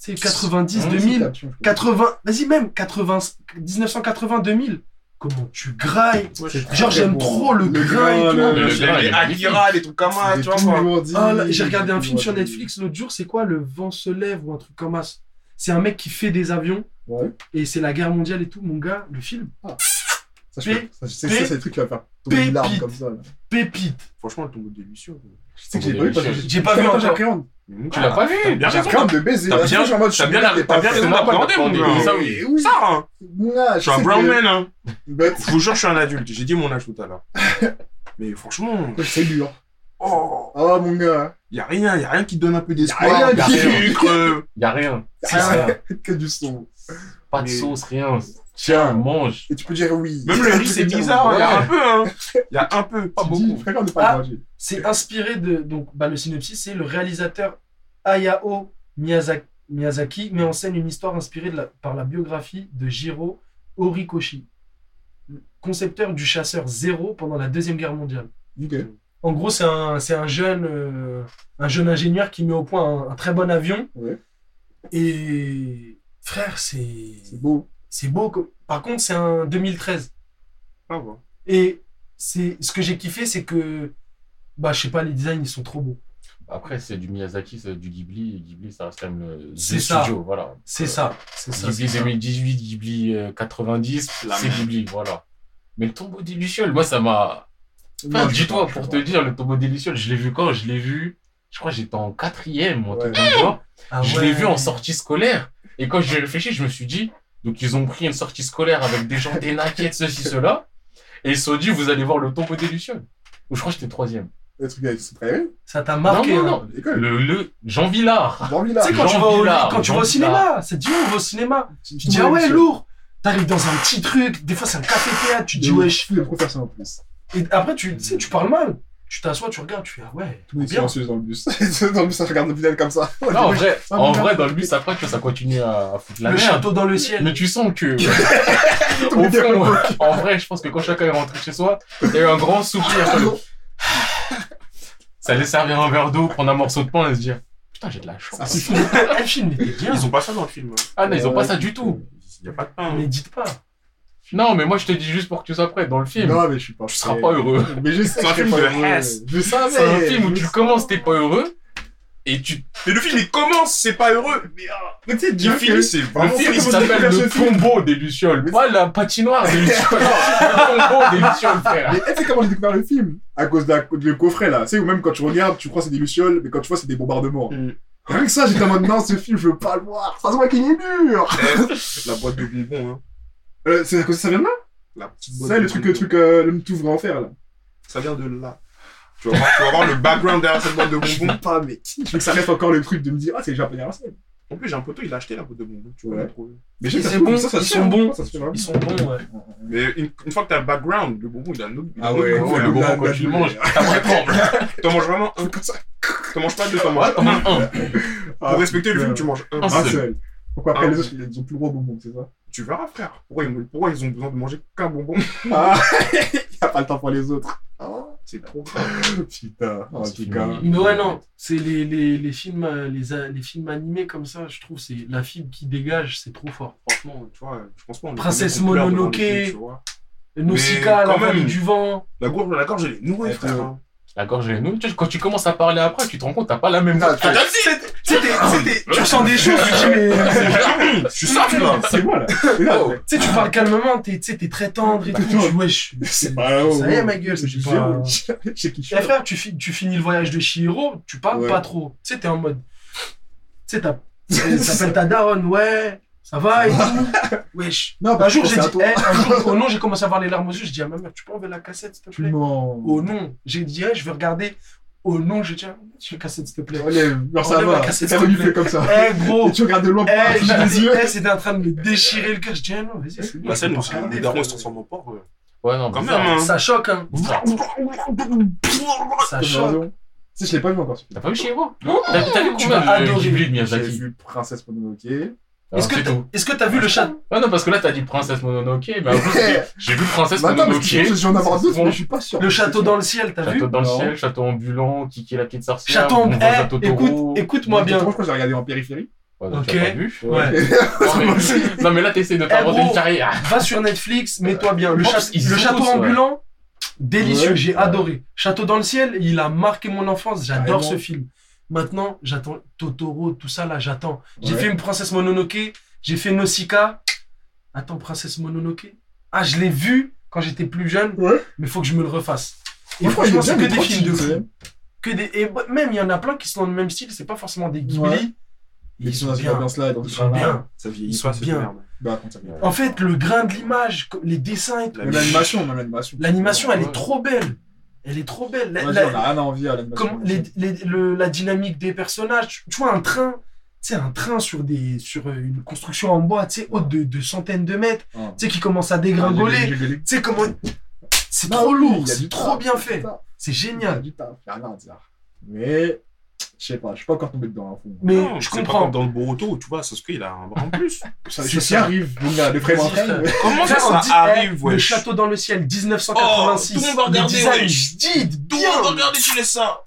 Speaker 4: C'est 90
Speaker 3: Mmh,
Speaker 4: 2000.
Speaker 1: Ah, C'est la-
Speaker 4: 80, vas-y même, 80, 1980, 2000. Comment tu grailles Genre, j'aime
Speaker 1: bon.
Speaker 4: trop le,
Speaker 1: Le
Speaker 4: grain et
Speaker 1: grain,
Speaker 4: tout.
Speaker 1: le-
Speaker 3: le-
Speaker 2: Les les Akira, les trucs comme ça,
Speaker 1: C'est
Speaker 2: tu vois. quoi.
Speaker 1: toujours dit,
Speaker 4: Ah, là, j'ai regardé un
Speaker 1: toujours
Speaker 4: film sur
Speaker 1: dit.
Speaker 4: Netflix l'autre jour, c'est quoi Le vent se lève ou un truc comme ça. C'est un mec qui fait des avions
Speaker 1: Ouais.
Speaker 4: et c'est la guerre mondiale et tout, mon gars, le film.
Speaker 1: Ça, je-
Speaker 4: Pé-
Speaker 1: ça, c'est ça, c'est le truc qui va faire tomber une larme
Speaker 4: pépite.
Speaker 1: comme ça. là.
Speaker 4: Pépite.
Speaker 2: Franchement, le tombeau de Lucio.
Speaker 1: Je sais que j'ai pas vu parce que
Speaker 4: J'ai pas vu
Speaker 1: Attends,
Speaker 4: encore.
Speaker 1: J'appréhende.
Speaker 3: Tu l'as pas
Speaker 2: T'as
Speaker 3: vu
Speaker 2: bien raison.
Speaker 1: J'appréhende de baiser.
Speaker 2: T'as
Speaker 1: Parce que
Speaker 2: bien-
Speaker 1: je suis en mode, je
Speaker 2: t'as
Speaker 1: suis
Speaker 2: bien-
Speaker 1: là, t'es
Speaker 2: t'as
Speaker 1: pas
Speaker 2: bien
Speaker 1: fait.
Speaker 2: raison.
Speaker 1: Ça,
Speaker 3: Ça
Speaker 1: oui.
Speaker 3: oui.
Speaker 1: Oui.
Speaker 2: Ça, hein.
Speaker 1: Là,
Speaker 2: Je suis un
Speaker 1: sais
Speaker 2: brown
Speaker 1: que-
Speaker 2: man, hein.
Speaker 1: Bah,
Speaker 2: Je vous jure, je suis un adulte. J'ai dit mon âge tout à l'heure. (laughs) Mais franchement,
Speaker 1: C'est dur.
Speaker 2: oh,
Speaker 1: Ah, mon gars.
Speaker 2: y a rien, y a rien qui donne un peu
Speaker 1: Y a
Speaker 2: d'espoir.
Speaker 1: rien
Speaker 2: Y a
Speaker 1: qui-
Speaker 2: rien.
Speaker 3: Y a rien.
Speaker 4: C'est ça.
Speaker 1: Que du son.
Speaker 3: Pas de
Speaker 2: Mais-
Speaker 3: sauce, rien.
Speaker 1: Tiens.
Speaker 3: mange.
Speaker 1: Et tu peux dire oui.
Speaker 2: Même le riz, c'est bizarre, il y a un peu, hein. Il y a un peu, pas
Speaker 1: Pas beaucoup.
Speaker 2: beaucoup.
Speaker 1: Frère, on n'est pas
Speaker 4: Ah.
Speaker 1: manger.
Speaker 4: C'est inspiré de. Donc, bah, le synopsis, c'est le réalisateur Hayao Miyazaki, Miyazaki met en scène une histoire inspirée de la- par la biographie de Jiro Horikoshi, concepteur du chasseur Zéro pendant la Deuxième Guerre mondiale.
Speaker 1: Ok.
Speaker 4: En gros, c'est un, c'est un jeune, euh, un jeune ingénieur qui met au point un, un très bon avion.
Speaker 1: Ouais.
Speaker 4: Et frère, c'est
Speaker 1: C'est beau.
Speaker 4: c'est beau. co- Par contre, c'est un 2013.
Speaker 2: Ah bon.
Speaker 4: Et c'est ce que j'ai kiffé, c'est que bah je sais pas, les designs ils sont trop beaux.
Speaker 3: Après, c'est du Miyazaki, c'est du Ghibli. et Ghibli, ça reste quand même le The
Speaker 4: C'est ça.
Speaker 3: Studio, voilà.
Speaker 4: C'est ça, c'est ça.
Speaker 3: Euh, Ghibli
Speaker 4: c'est ça.
Speaker 3: 2018, Ghibli euh, 90,
Speaker 2: La
Speaker 3: c'est
Speaker 2: merde.
Speaker 3: Ghibli, voilà. Mais le tombeau des Lucioles, moi, ça m'a. Enfin,
Speaker 1: Non, je
Speaker 3: dis-toi,
Speaker 1: sais pas,
Speaker 3: pour
Speaker 1: je
Speaker 3: te
Speaker 1: sais
Speaker 3: dire, le tombeau des Lucioles, je l'ai vu quand Je l'ai vu, je crois que j'étais en quatrième, moi,
Speaker 1: Ouais.
Speaker 3: truc comme ça.
Speaker 4: Ah
Speaker 3: Je
Speaker 4: ouais.
Speaker 3: l'ai vu en sortie scolaire. Et quand j'ai réfléchi, je me suis dit, donc ils ont pris une sortie scolaire avec des gens, des naquettes, ceci, cela. Et ils se sont dit, vous allez voir le tombeau des Lucioles. Ou je crois que j'étais troisième.
Speaker 1: pas. Le truc avec ce prêt.
Speaker 4: Ça t'a marqué.
Speaker 3: non, non,
Speaker 4: hein.
Speaker 3: non.
Speaker 1: L'école.
Speaker 3: Le, le Jean Villard.
Speaker 1: Dans le
Speaker 4: Tu sais
Speaker 1: village.
Speaker 4: quand tu
Speaker 3: Jean
Speaker 4: vas au,
Speaker 3: Villard,
Speaker 4: quand tu
Speaker 3: Jean
Speaker 4: vas au cinéma,
Speaker 3: Villard.
Speaker 4: c'est dit on va au cinéma.
Speaker 1: Tu
Speaker 4: Tu te dis ah ouais lourd. T'arrives dans un petit truc. Des fois c'est un café théâtre. Tu te dis ouais. je-
Speaker 1: suis le professeur ça en plus.
Speaker 4: Et après tu tu sais tu parles mal. Tu t'assois, tu regardes, tu fais ah ouais.
Speaker 1: Tout le monde est
Speaker 4: bien.
Speaker 1: silencieux dans le bus. (laughs) dans le bus, ça regarde le village comme ça.
Speaker 3: Non, en vrai,
Speaker 1: Ça
Speaker 3: en
Speaker 1: me
Speaker 3: vrai, dans le bus, après, tu vois, ça continue à, à foutre la
Speaker 4: le
Speaker 3: merde.
Speaker 4: château dans le ciel. (laughs)
Speaker 3: Mais tu sens que,
Speaker 1: Tout
Speaker 3: au
Speaker 1: le monde
Speaker 3: fond, en vrai, je pense que quand chacun est rentré chez soi, il y a eu un grand soupir. comme- Ça allait servir un verre d'eau, prendre un morceau de pain et se dire, putain, j'ai de la chance.
Speaker 1: Ah, si.
Speaker 4: Le film était bien.
Speaker 2: Ils ont pas ça dans le film.
Speaker 3: Ah non, ils ont pas ça du tout.
Speaker 2: Il y a pas de pain. hein.
Speaker 4: Mais dites pas.
Speaker 3: Non, mais moi, je te dis juste pour que tu sois prêt. Dans le film,
Speaker 1: Non, mais je suis pas.
Speaker 3: tu seras pas heureux.
Speaker 1: Mais je sais
Speaker 2: C'est un
Speaker 1: que je
Speaker 2: film
Speaker 1: serai
Speaker 2: de
Speaker 1: pas heureux.
Speaker 2: Hess.
Speaker 1: Je savais.
Speaker 3: C'est un film où tu commences, t'es pas heureux, et tu.
Speaker 2: Mais le film, il commence, c'est pas heureux. Mais ah,
Speaker 1: Mais tu sais,
Speaker 2: il
Speaker 1: déjà
Speaker 2: finit,
Speaker 1: que-
Speaker 2: c'est
Speaker 3: Le
Speaker 1: Vraiment,
Speaker 3: film, il
Speaker 1: comment
Speaker 3: s'appelle
Speaker 1: découvert
Speaker 3: le
Speaker 1: ce film
Speaker 3: combo des Lucioles.
Speaker 1: Mais-
Speaker 3: Pas la patinoire
Speaker 1: (laughs)
Speaker 3: des Lucioles. le combo des Lucioles, frère.
Speaker 1: Mais tu sais comment j'ai découvert le film À cause de la- du coffret là. Tu sais, ou même quand tu regardes, tu crois que c'est des lucioles, mais quand tu vois, c'est des bombardements.
Speaker 2: Mm.
Speaker 1: Rien que ça, j'étais en mode non, ce film, je veux pas le voir. Ça se voit qu'il est mûr.
Speaker 2: La boîte de bonbons, hein.
Speaker 1: Euh, c'est à cause de ça vient de là
Speaker 2: La petite boîte
Speaker 1: C'est
Speaker 2: de
Speaker 1: le truc,
Speaker 2: bonbons.
Speaker 1: le truc, euh, le tout vrai enfer là.
Speaker 2: Ça vient de là. Tu vas voir, tu vas voir le background derrière cette
Speaker 4: Ah,
Speaker 2: boîte de
Speaker 1: Je (laughs)
Speaker 2: bonbons.
Speaker 1: veux pas, mais je veux que ça reste encore le truc de me dire, ah, c'est les japonais à l'ancienne.
Speaker 2: En plus, j'ai un poteau, il a acheté la boîte de bonbons. Tu
Speaker 1: Ouais.
Speaker 2: vois, trouver.
Speaker 1: Mais
Speaker 4: Et
Speaker 1: je sais, ça
Speaker 4: c'est
Speaker 1: se trouve,
Speaker 4: bon,
Speaker 1: ça, ça
Speaker 4: ils
Speaker 1: se
Speaker 4: sont
Speaker 1: fait,
Speaker 4: bons.
Speaker 1: Ça se fait vraiment.
Speaker 4: Ils sont bons, ouais.
Speaker 2: Mais une, une fois que t'as le background, le bonbon, il a un autre. il a
Speaker 1: Ah
Speaker 2: un autre
Speaker 1: ouais,
Speaker 2: goût,
Speaker 1: ouais,
Speaker 2: là.
Speaker 3: Oh, Le
Speaker 1: bon.
Speaker 3: moment quand tu le manges, (laughs) t'apprends.
Speaker 2: T'en manges vraiment un.
Speaker 1: C'est comme ça.
Speaker 2: T'en manges pas deux, t'en
Speaker 3: Ouais,
Speaker 2: manges
Speaker 3: t'en
Speaker 2: un.
Speaker 3: manges un.
Speaker 1: Ah,
Speaker 2: Pour respecter le
Speaker 1: putain.
Speaker 2: film, tu manges
Speaker 4: Ah,
Speaker 2: un.
Speaker 3: Un
Speaker 1: Un
Speaker 3: seul.
Speaker 1: seul. Pourquoi après
Speaker 2: Ah.
Speaker 1: les autres, ils ont plus gros bonbons, c'est ça
Speaker 2: Tu verras, frère. Pourquoi ils, pourquoi ils ont besoin de manger qu'un bonbon
Speaker 1: Ah, (laughs) y a pas le temps pour les autres. Ah,
Speaker 2: C'est trop grave.
Speaker 1: putain, oh, en
Speaker 3: Ah, C'est
Speaker 1: tout
Speaker 3: fini.
Speaker 1: cas.
Speaker 4: Mais ouais, non. C'est les, les, les, films, euh, les, a- les films animés comme ça, je trouve, c'est la fibre qui dégage, c'est trop fort.
Speaker 2: Franchement, tu vois, je pense pas. on est
Speaker 4: Princesse
Speaker 2: tombé dans le couleur
Speaker 4: Mononoke.
Speaker 2: devant les films, tu vois.
Speaker 4: Nausicaa,
Speaker 2: quand
Speaker 4: la vallée
Speaker 2: même.
Speaker 4: du vent.
Speaker 2: La gorge, la gorge, elle est nourrie,
Speaker 1: Ouais,
Speaker 2: frère.
Speaker 1: frère.
Speaker 2: hein.
Speaker 3: La gorge est nous. Quand tu commences à parler après, tu te rends compte, t'as pas la même voix.
Speaker 1: Non, tu-
Speaker 4: C'était, c'était, tu ressens des choses, tu te dis, mais.
Speaker 2: Je suis safe, là.
Speaker 1: c'est moi là.
Speaker 3: Oh.
Speaker 4: Tu sais, tu parles calmement, t'es, tu sais, t'es très tendre et tout. Tu dis, wesh.
Speaker 1: C'est pas oh,
Speaker 4: Ça y est,
Speaker 1: oh.
Speaker 4: ma gueule,
Speaker 1: Je
Speaker 4: c'est
Speaker 1: sais
Speaker 4: pas.
Speaker 1: je sais qui je suis.
Speaker 4: Eh frère, tu, fi- tu finis le voyage de Shihiro, tu parles
Speaker 1: Ouais.
Speaker 4: pas trop. Tu sais, t'es en mode. Tu
Speaker 1: (laughs)
Speaker 4: sais, t'as- t'sais, t'appelles ta daronne, ouais, ça va
Speaker 1: (laughs)
Speaker 4: et tout. Wesh.
Speaker 1: Non,
Speaker 4: Un
Speaker 1: parce que
Speaker 4: jour, j'ai
Speaker 1: Ah, c'est à
Speaker 4: dit,
Speaker 1: toi.
Speaker 4: eh, un jour, oh non, j'ai commencé à avoir les larmes aux yeux. J'ai dit à ma mère, tu peux enlever la cassette, s'il te plaît
Speaker 1: Non.
Speaker 4: Oh non, j'ai dit, eh, je vais regarder. Oh non, j'ai dit, ah, je veux cassette, s'il te
Speaker 1: (laughs)
Speaker 4: plaît.
Speaker 1: Enlève, genre ça
Speaker 4: Enlève la
Speaker 1: va.
Speaker 4: cassette,
Speaker 1: T'as
Speaker 4: s'il te
Speaker 1: voulu
Speaker 4: plaît.
Speaker 1: faire comme ça.
Speaker 4: Eh, gros,
Speaker 1: Et tu regardes de loin,
Speaker 4: eh,
Speaker 1: dans les
Speaker 4: j'ai dit,
Speaker 1: yeux.
Speaker 4: eh, c'était en train de me déchirer le cœur. Je dis, eh, non, vas-y, c'est bon.
Speaker 3: Bah,
Speaker 2: La
Speaker 4: je
Speaker 2: scène
Speaker 4: vais
Speaker 2: où
Speaker 4: pas regarder,
Speaker 2: le daron
Speaker 4: frère.
Speaker 2: se transforme en porc. euh,
Speaker 3: Ouais, non,
Speaker 2: Quand même,
Speaker 3: bizarre.
Speaker 2: hein.
Speaker 4: Ça choque, hein.
Speaker 3: Bizarre.
Speaker 4: Ça
Speaker 1: T'as
Speaker 4: choque.
Speaker 1: raison. Tu sais, je l'ai pas vu encore.
Speaker 3: T'as pas vu chez moi T'as t'as vu
Speaker 4: Tu vas
Speaker 3: combien de
Speaker 4: adorer.
Speaker 3: Ghibli de
Speaker 1: J'ai
Speaker 3: Miyazaki
Speaker 1: vu Princesse Mononoke.
Speaker 3: Alors,
Speaker 4: Est-ce que
Speaker 3: Ah, c'est
Speaker 4: t'as-
Speaker 3: tout.
Speaker 4: Est-ce que t'as vu le chat
Speaker 3: Ah non, parce que là, t'as dit Princesse Mononoke,
Speaker 4: Ah,
Speaker 3: mais en plus,
Speaker 1: Eh.
Speaker 3: j'ai vu Princesse
Speaker 1: Bah, attends, mais
Speaker 3: Mononoke,
Speaker 1: je pense que je vais en avoir d'autres,
Speaker 3: Bon.
Speaker 1: mais je suis pas sûr.
Speaker 4: Le château dans le ciel, t'as vu
Speaker 3: Château dans le
Speaker 1: Non.
Speaker 3: ciel, Château ambulant, Kiki la petite sorcière,
Speaker 4: Château en
Speaker 3: Bon voisin
Speaker 4: eh,
Speaker 3: Totoro.
Speaker 4: écoute, écoute-moi bien.
Speaker 1: Franchement, j'ai regardé en périphérie.
Speaker 3: Ouais, donc,
Speaker 4: Ok.
Speaker 3: t'as pas vu
Speaker 4: Ouais.
Speaker 3: Non, mais, non, mais là, t'essayes de t'inventer
Speaker 4: Eh,
Speaker 3: une
Speaker 4: gros.
Speaker 3: carrière.
Speaker 4: Va sur Netflix, mets-toi bien. Le,
Speaker 3: Bon,
Speaker 4: cha-
Speaker 3: ils
Speaker 4: le
Speaker 3: sont
Speaker 4: château
Speaker 3: tous, ouais.
Speaker 4: ambulant, délicieux,
Speaker 1: Ouais.
Speaker 4: j'ai adoré. Château dans le ciel, il a marqué mon enfance, j'adore
Speaker 3: Ah,
Speaker 1: Carrément.
Speaker 4: ce film. Maintenant, j'attends Totoro, tout ça là, j'attends. J'ai
Speaker 1: Ouais.
Speaker 4: fait une Princesse Mononoke, j'ai fait Nausicaa. Attends, Princesse Mononoke Ah, je l'ai vu quand j'étais plus jeune,
Speaker 1: Ouais.
Speaker 4: mais faut que je me le refasse. Et
Speaker 1: Franchement,
Speaker 4: franchement,
Speaker 1: j'ai
Speaker 4: c'est
Speaker 1: bien
Speaker 4: que
Speaker 1: les
Speaker 4: des
Speaker 1: trois
Speaker 4: films de
Speaker 1: films,
Speaker 4: fou.
Speaker 1: ouais.
Speaker 4: Que des... Et ouais, même, il y en a plein qui sont dans le même style, c'est pas forcément des Ghibli.
Speaker 1: Ouais.
Speaker 4: Ils,
Speaker 1: Ils sont
Speaker 4: sont
Speaker 1: dans cette
Speaker 4: bien.
Speaker 1: ambiance-là, dans
Speaker 4: Ils
Speaker 1: ce
Speaker 4: sont
Speaker 1: genre-là.
Speaker 4: bien.
Speaker 2: Ça
Speaker 4: Ils
Speaker 2: vieillit
Speaker 4: sont
Speaker 2: pas, cette
Speaker 4: bien.
Speaker 2: merde.
Speaker 1: Bah, quand ça vient.
Speaker 4: En fait, le grain de l'image, co- les dessins et tout.
Speaker 2: La
Speaker 1: Même l'animation, même l'animation.
Speaker 4: L'animation, elle
Speaker 3: Ouais.
Speaker 4: est trop belle. Elle est trop belle. La,
Speaker 1: Vas-y,
Speaker 4: la-
Speaker 1: on a rien à envier à l'animation.
Speaker 4: comme les- les- le- la dynamique des personnages. Tu- Tu vois, un train, tu sais, un train sur, des, sur euh, une construction en bois, tu sais, haute de, de centaines de mètres,
Speaker 1: Ouais.
Speaker 4: tu sais, qui commence
Speaker 2: Ah,
Speaker 4: à
Speaker 1: Ah,
Speaker 4: dégringoler. Tu sais, comment. C'est trop lourd,
Speaker 1: il y a du
Speaker 4: c'est trop
Speaker 1: taf,
Speaker 4: bien
Speaker 1: il y a
Speaker 4: fait.
Speaker 1: du taf.
Speaker 4: C'est
Speaker 1: Il y a
Speaker 4: génial.
Speaker 1: du taf, il y a rien à dire. Mais, je sais pas, je suis pas encore tombé dedans hein, à fond.
Speaker 4: Mais
Speaker 2: Non,
Speaker 4: je
Speaker 2: c'est pas
Speaker 4: comprends.
Speaker 2: comme dans le Boruto, où tu vois, Sasuke, il a un bras
Speaker 4: (laughs)
Speaker 2: en plus.
Speaker 1: Ça,
Speaker 4: c'est
Speaker 1: ça,
Speaker 4: ça.
Speaker 1: arrive, on a le frère en
Speaker 4: Vas-y,
Speaker 1: frère.
Speaker 2: Comment ça,
Speaker 4: Frère, on
Speaker 2: ça
Speaker 4: dit, eh,
Speaker 2: arrive,
Speaker 4: Le
Speaker 2: wesh
Speaker 4: château dans le ciel, 1986.
Speaker 2: Oh, tout le monde va regarder,
Speaker 4: Le design,
Speaker 2: ouais.
Speaker 4: je dis,
Speaker 2: Tout le monde
Speaker 4: bien.
Speaker 2: regarde tu laisses ça.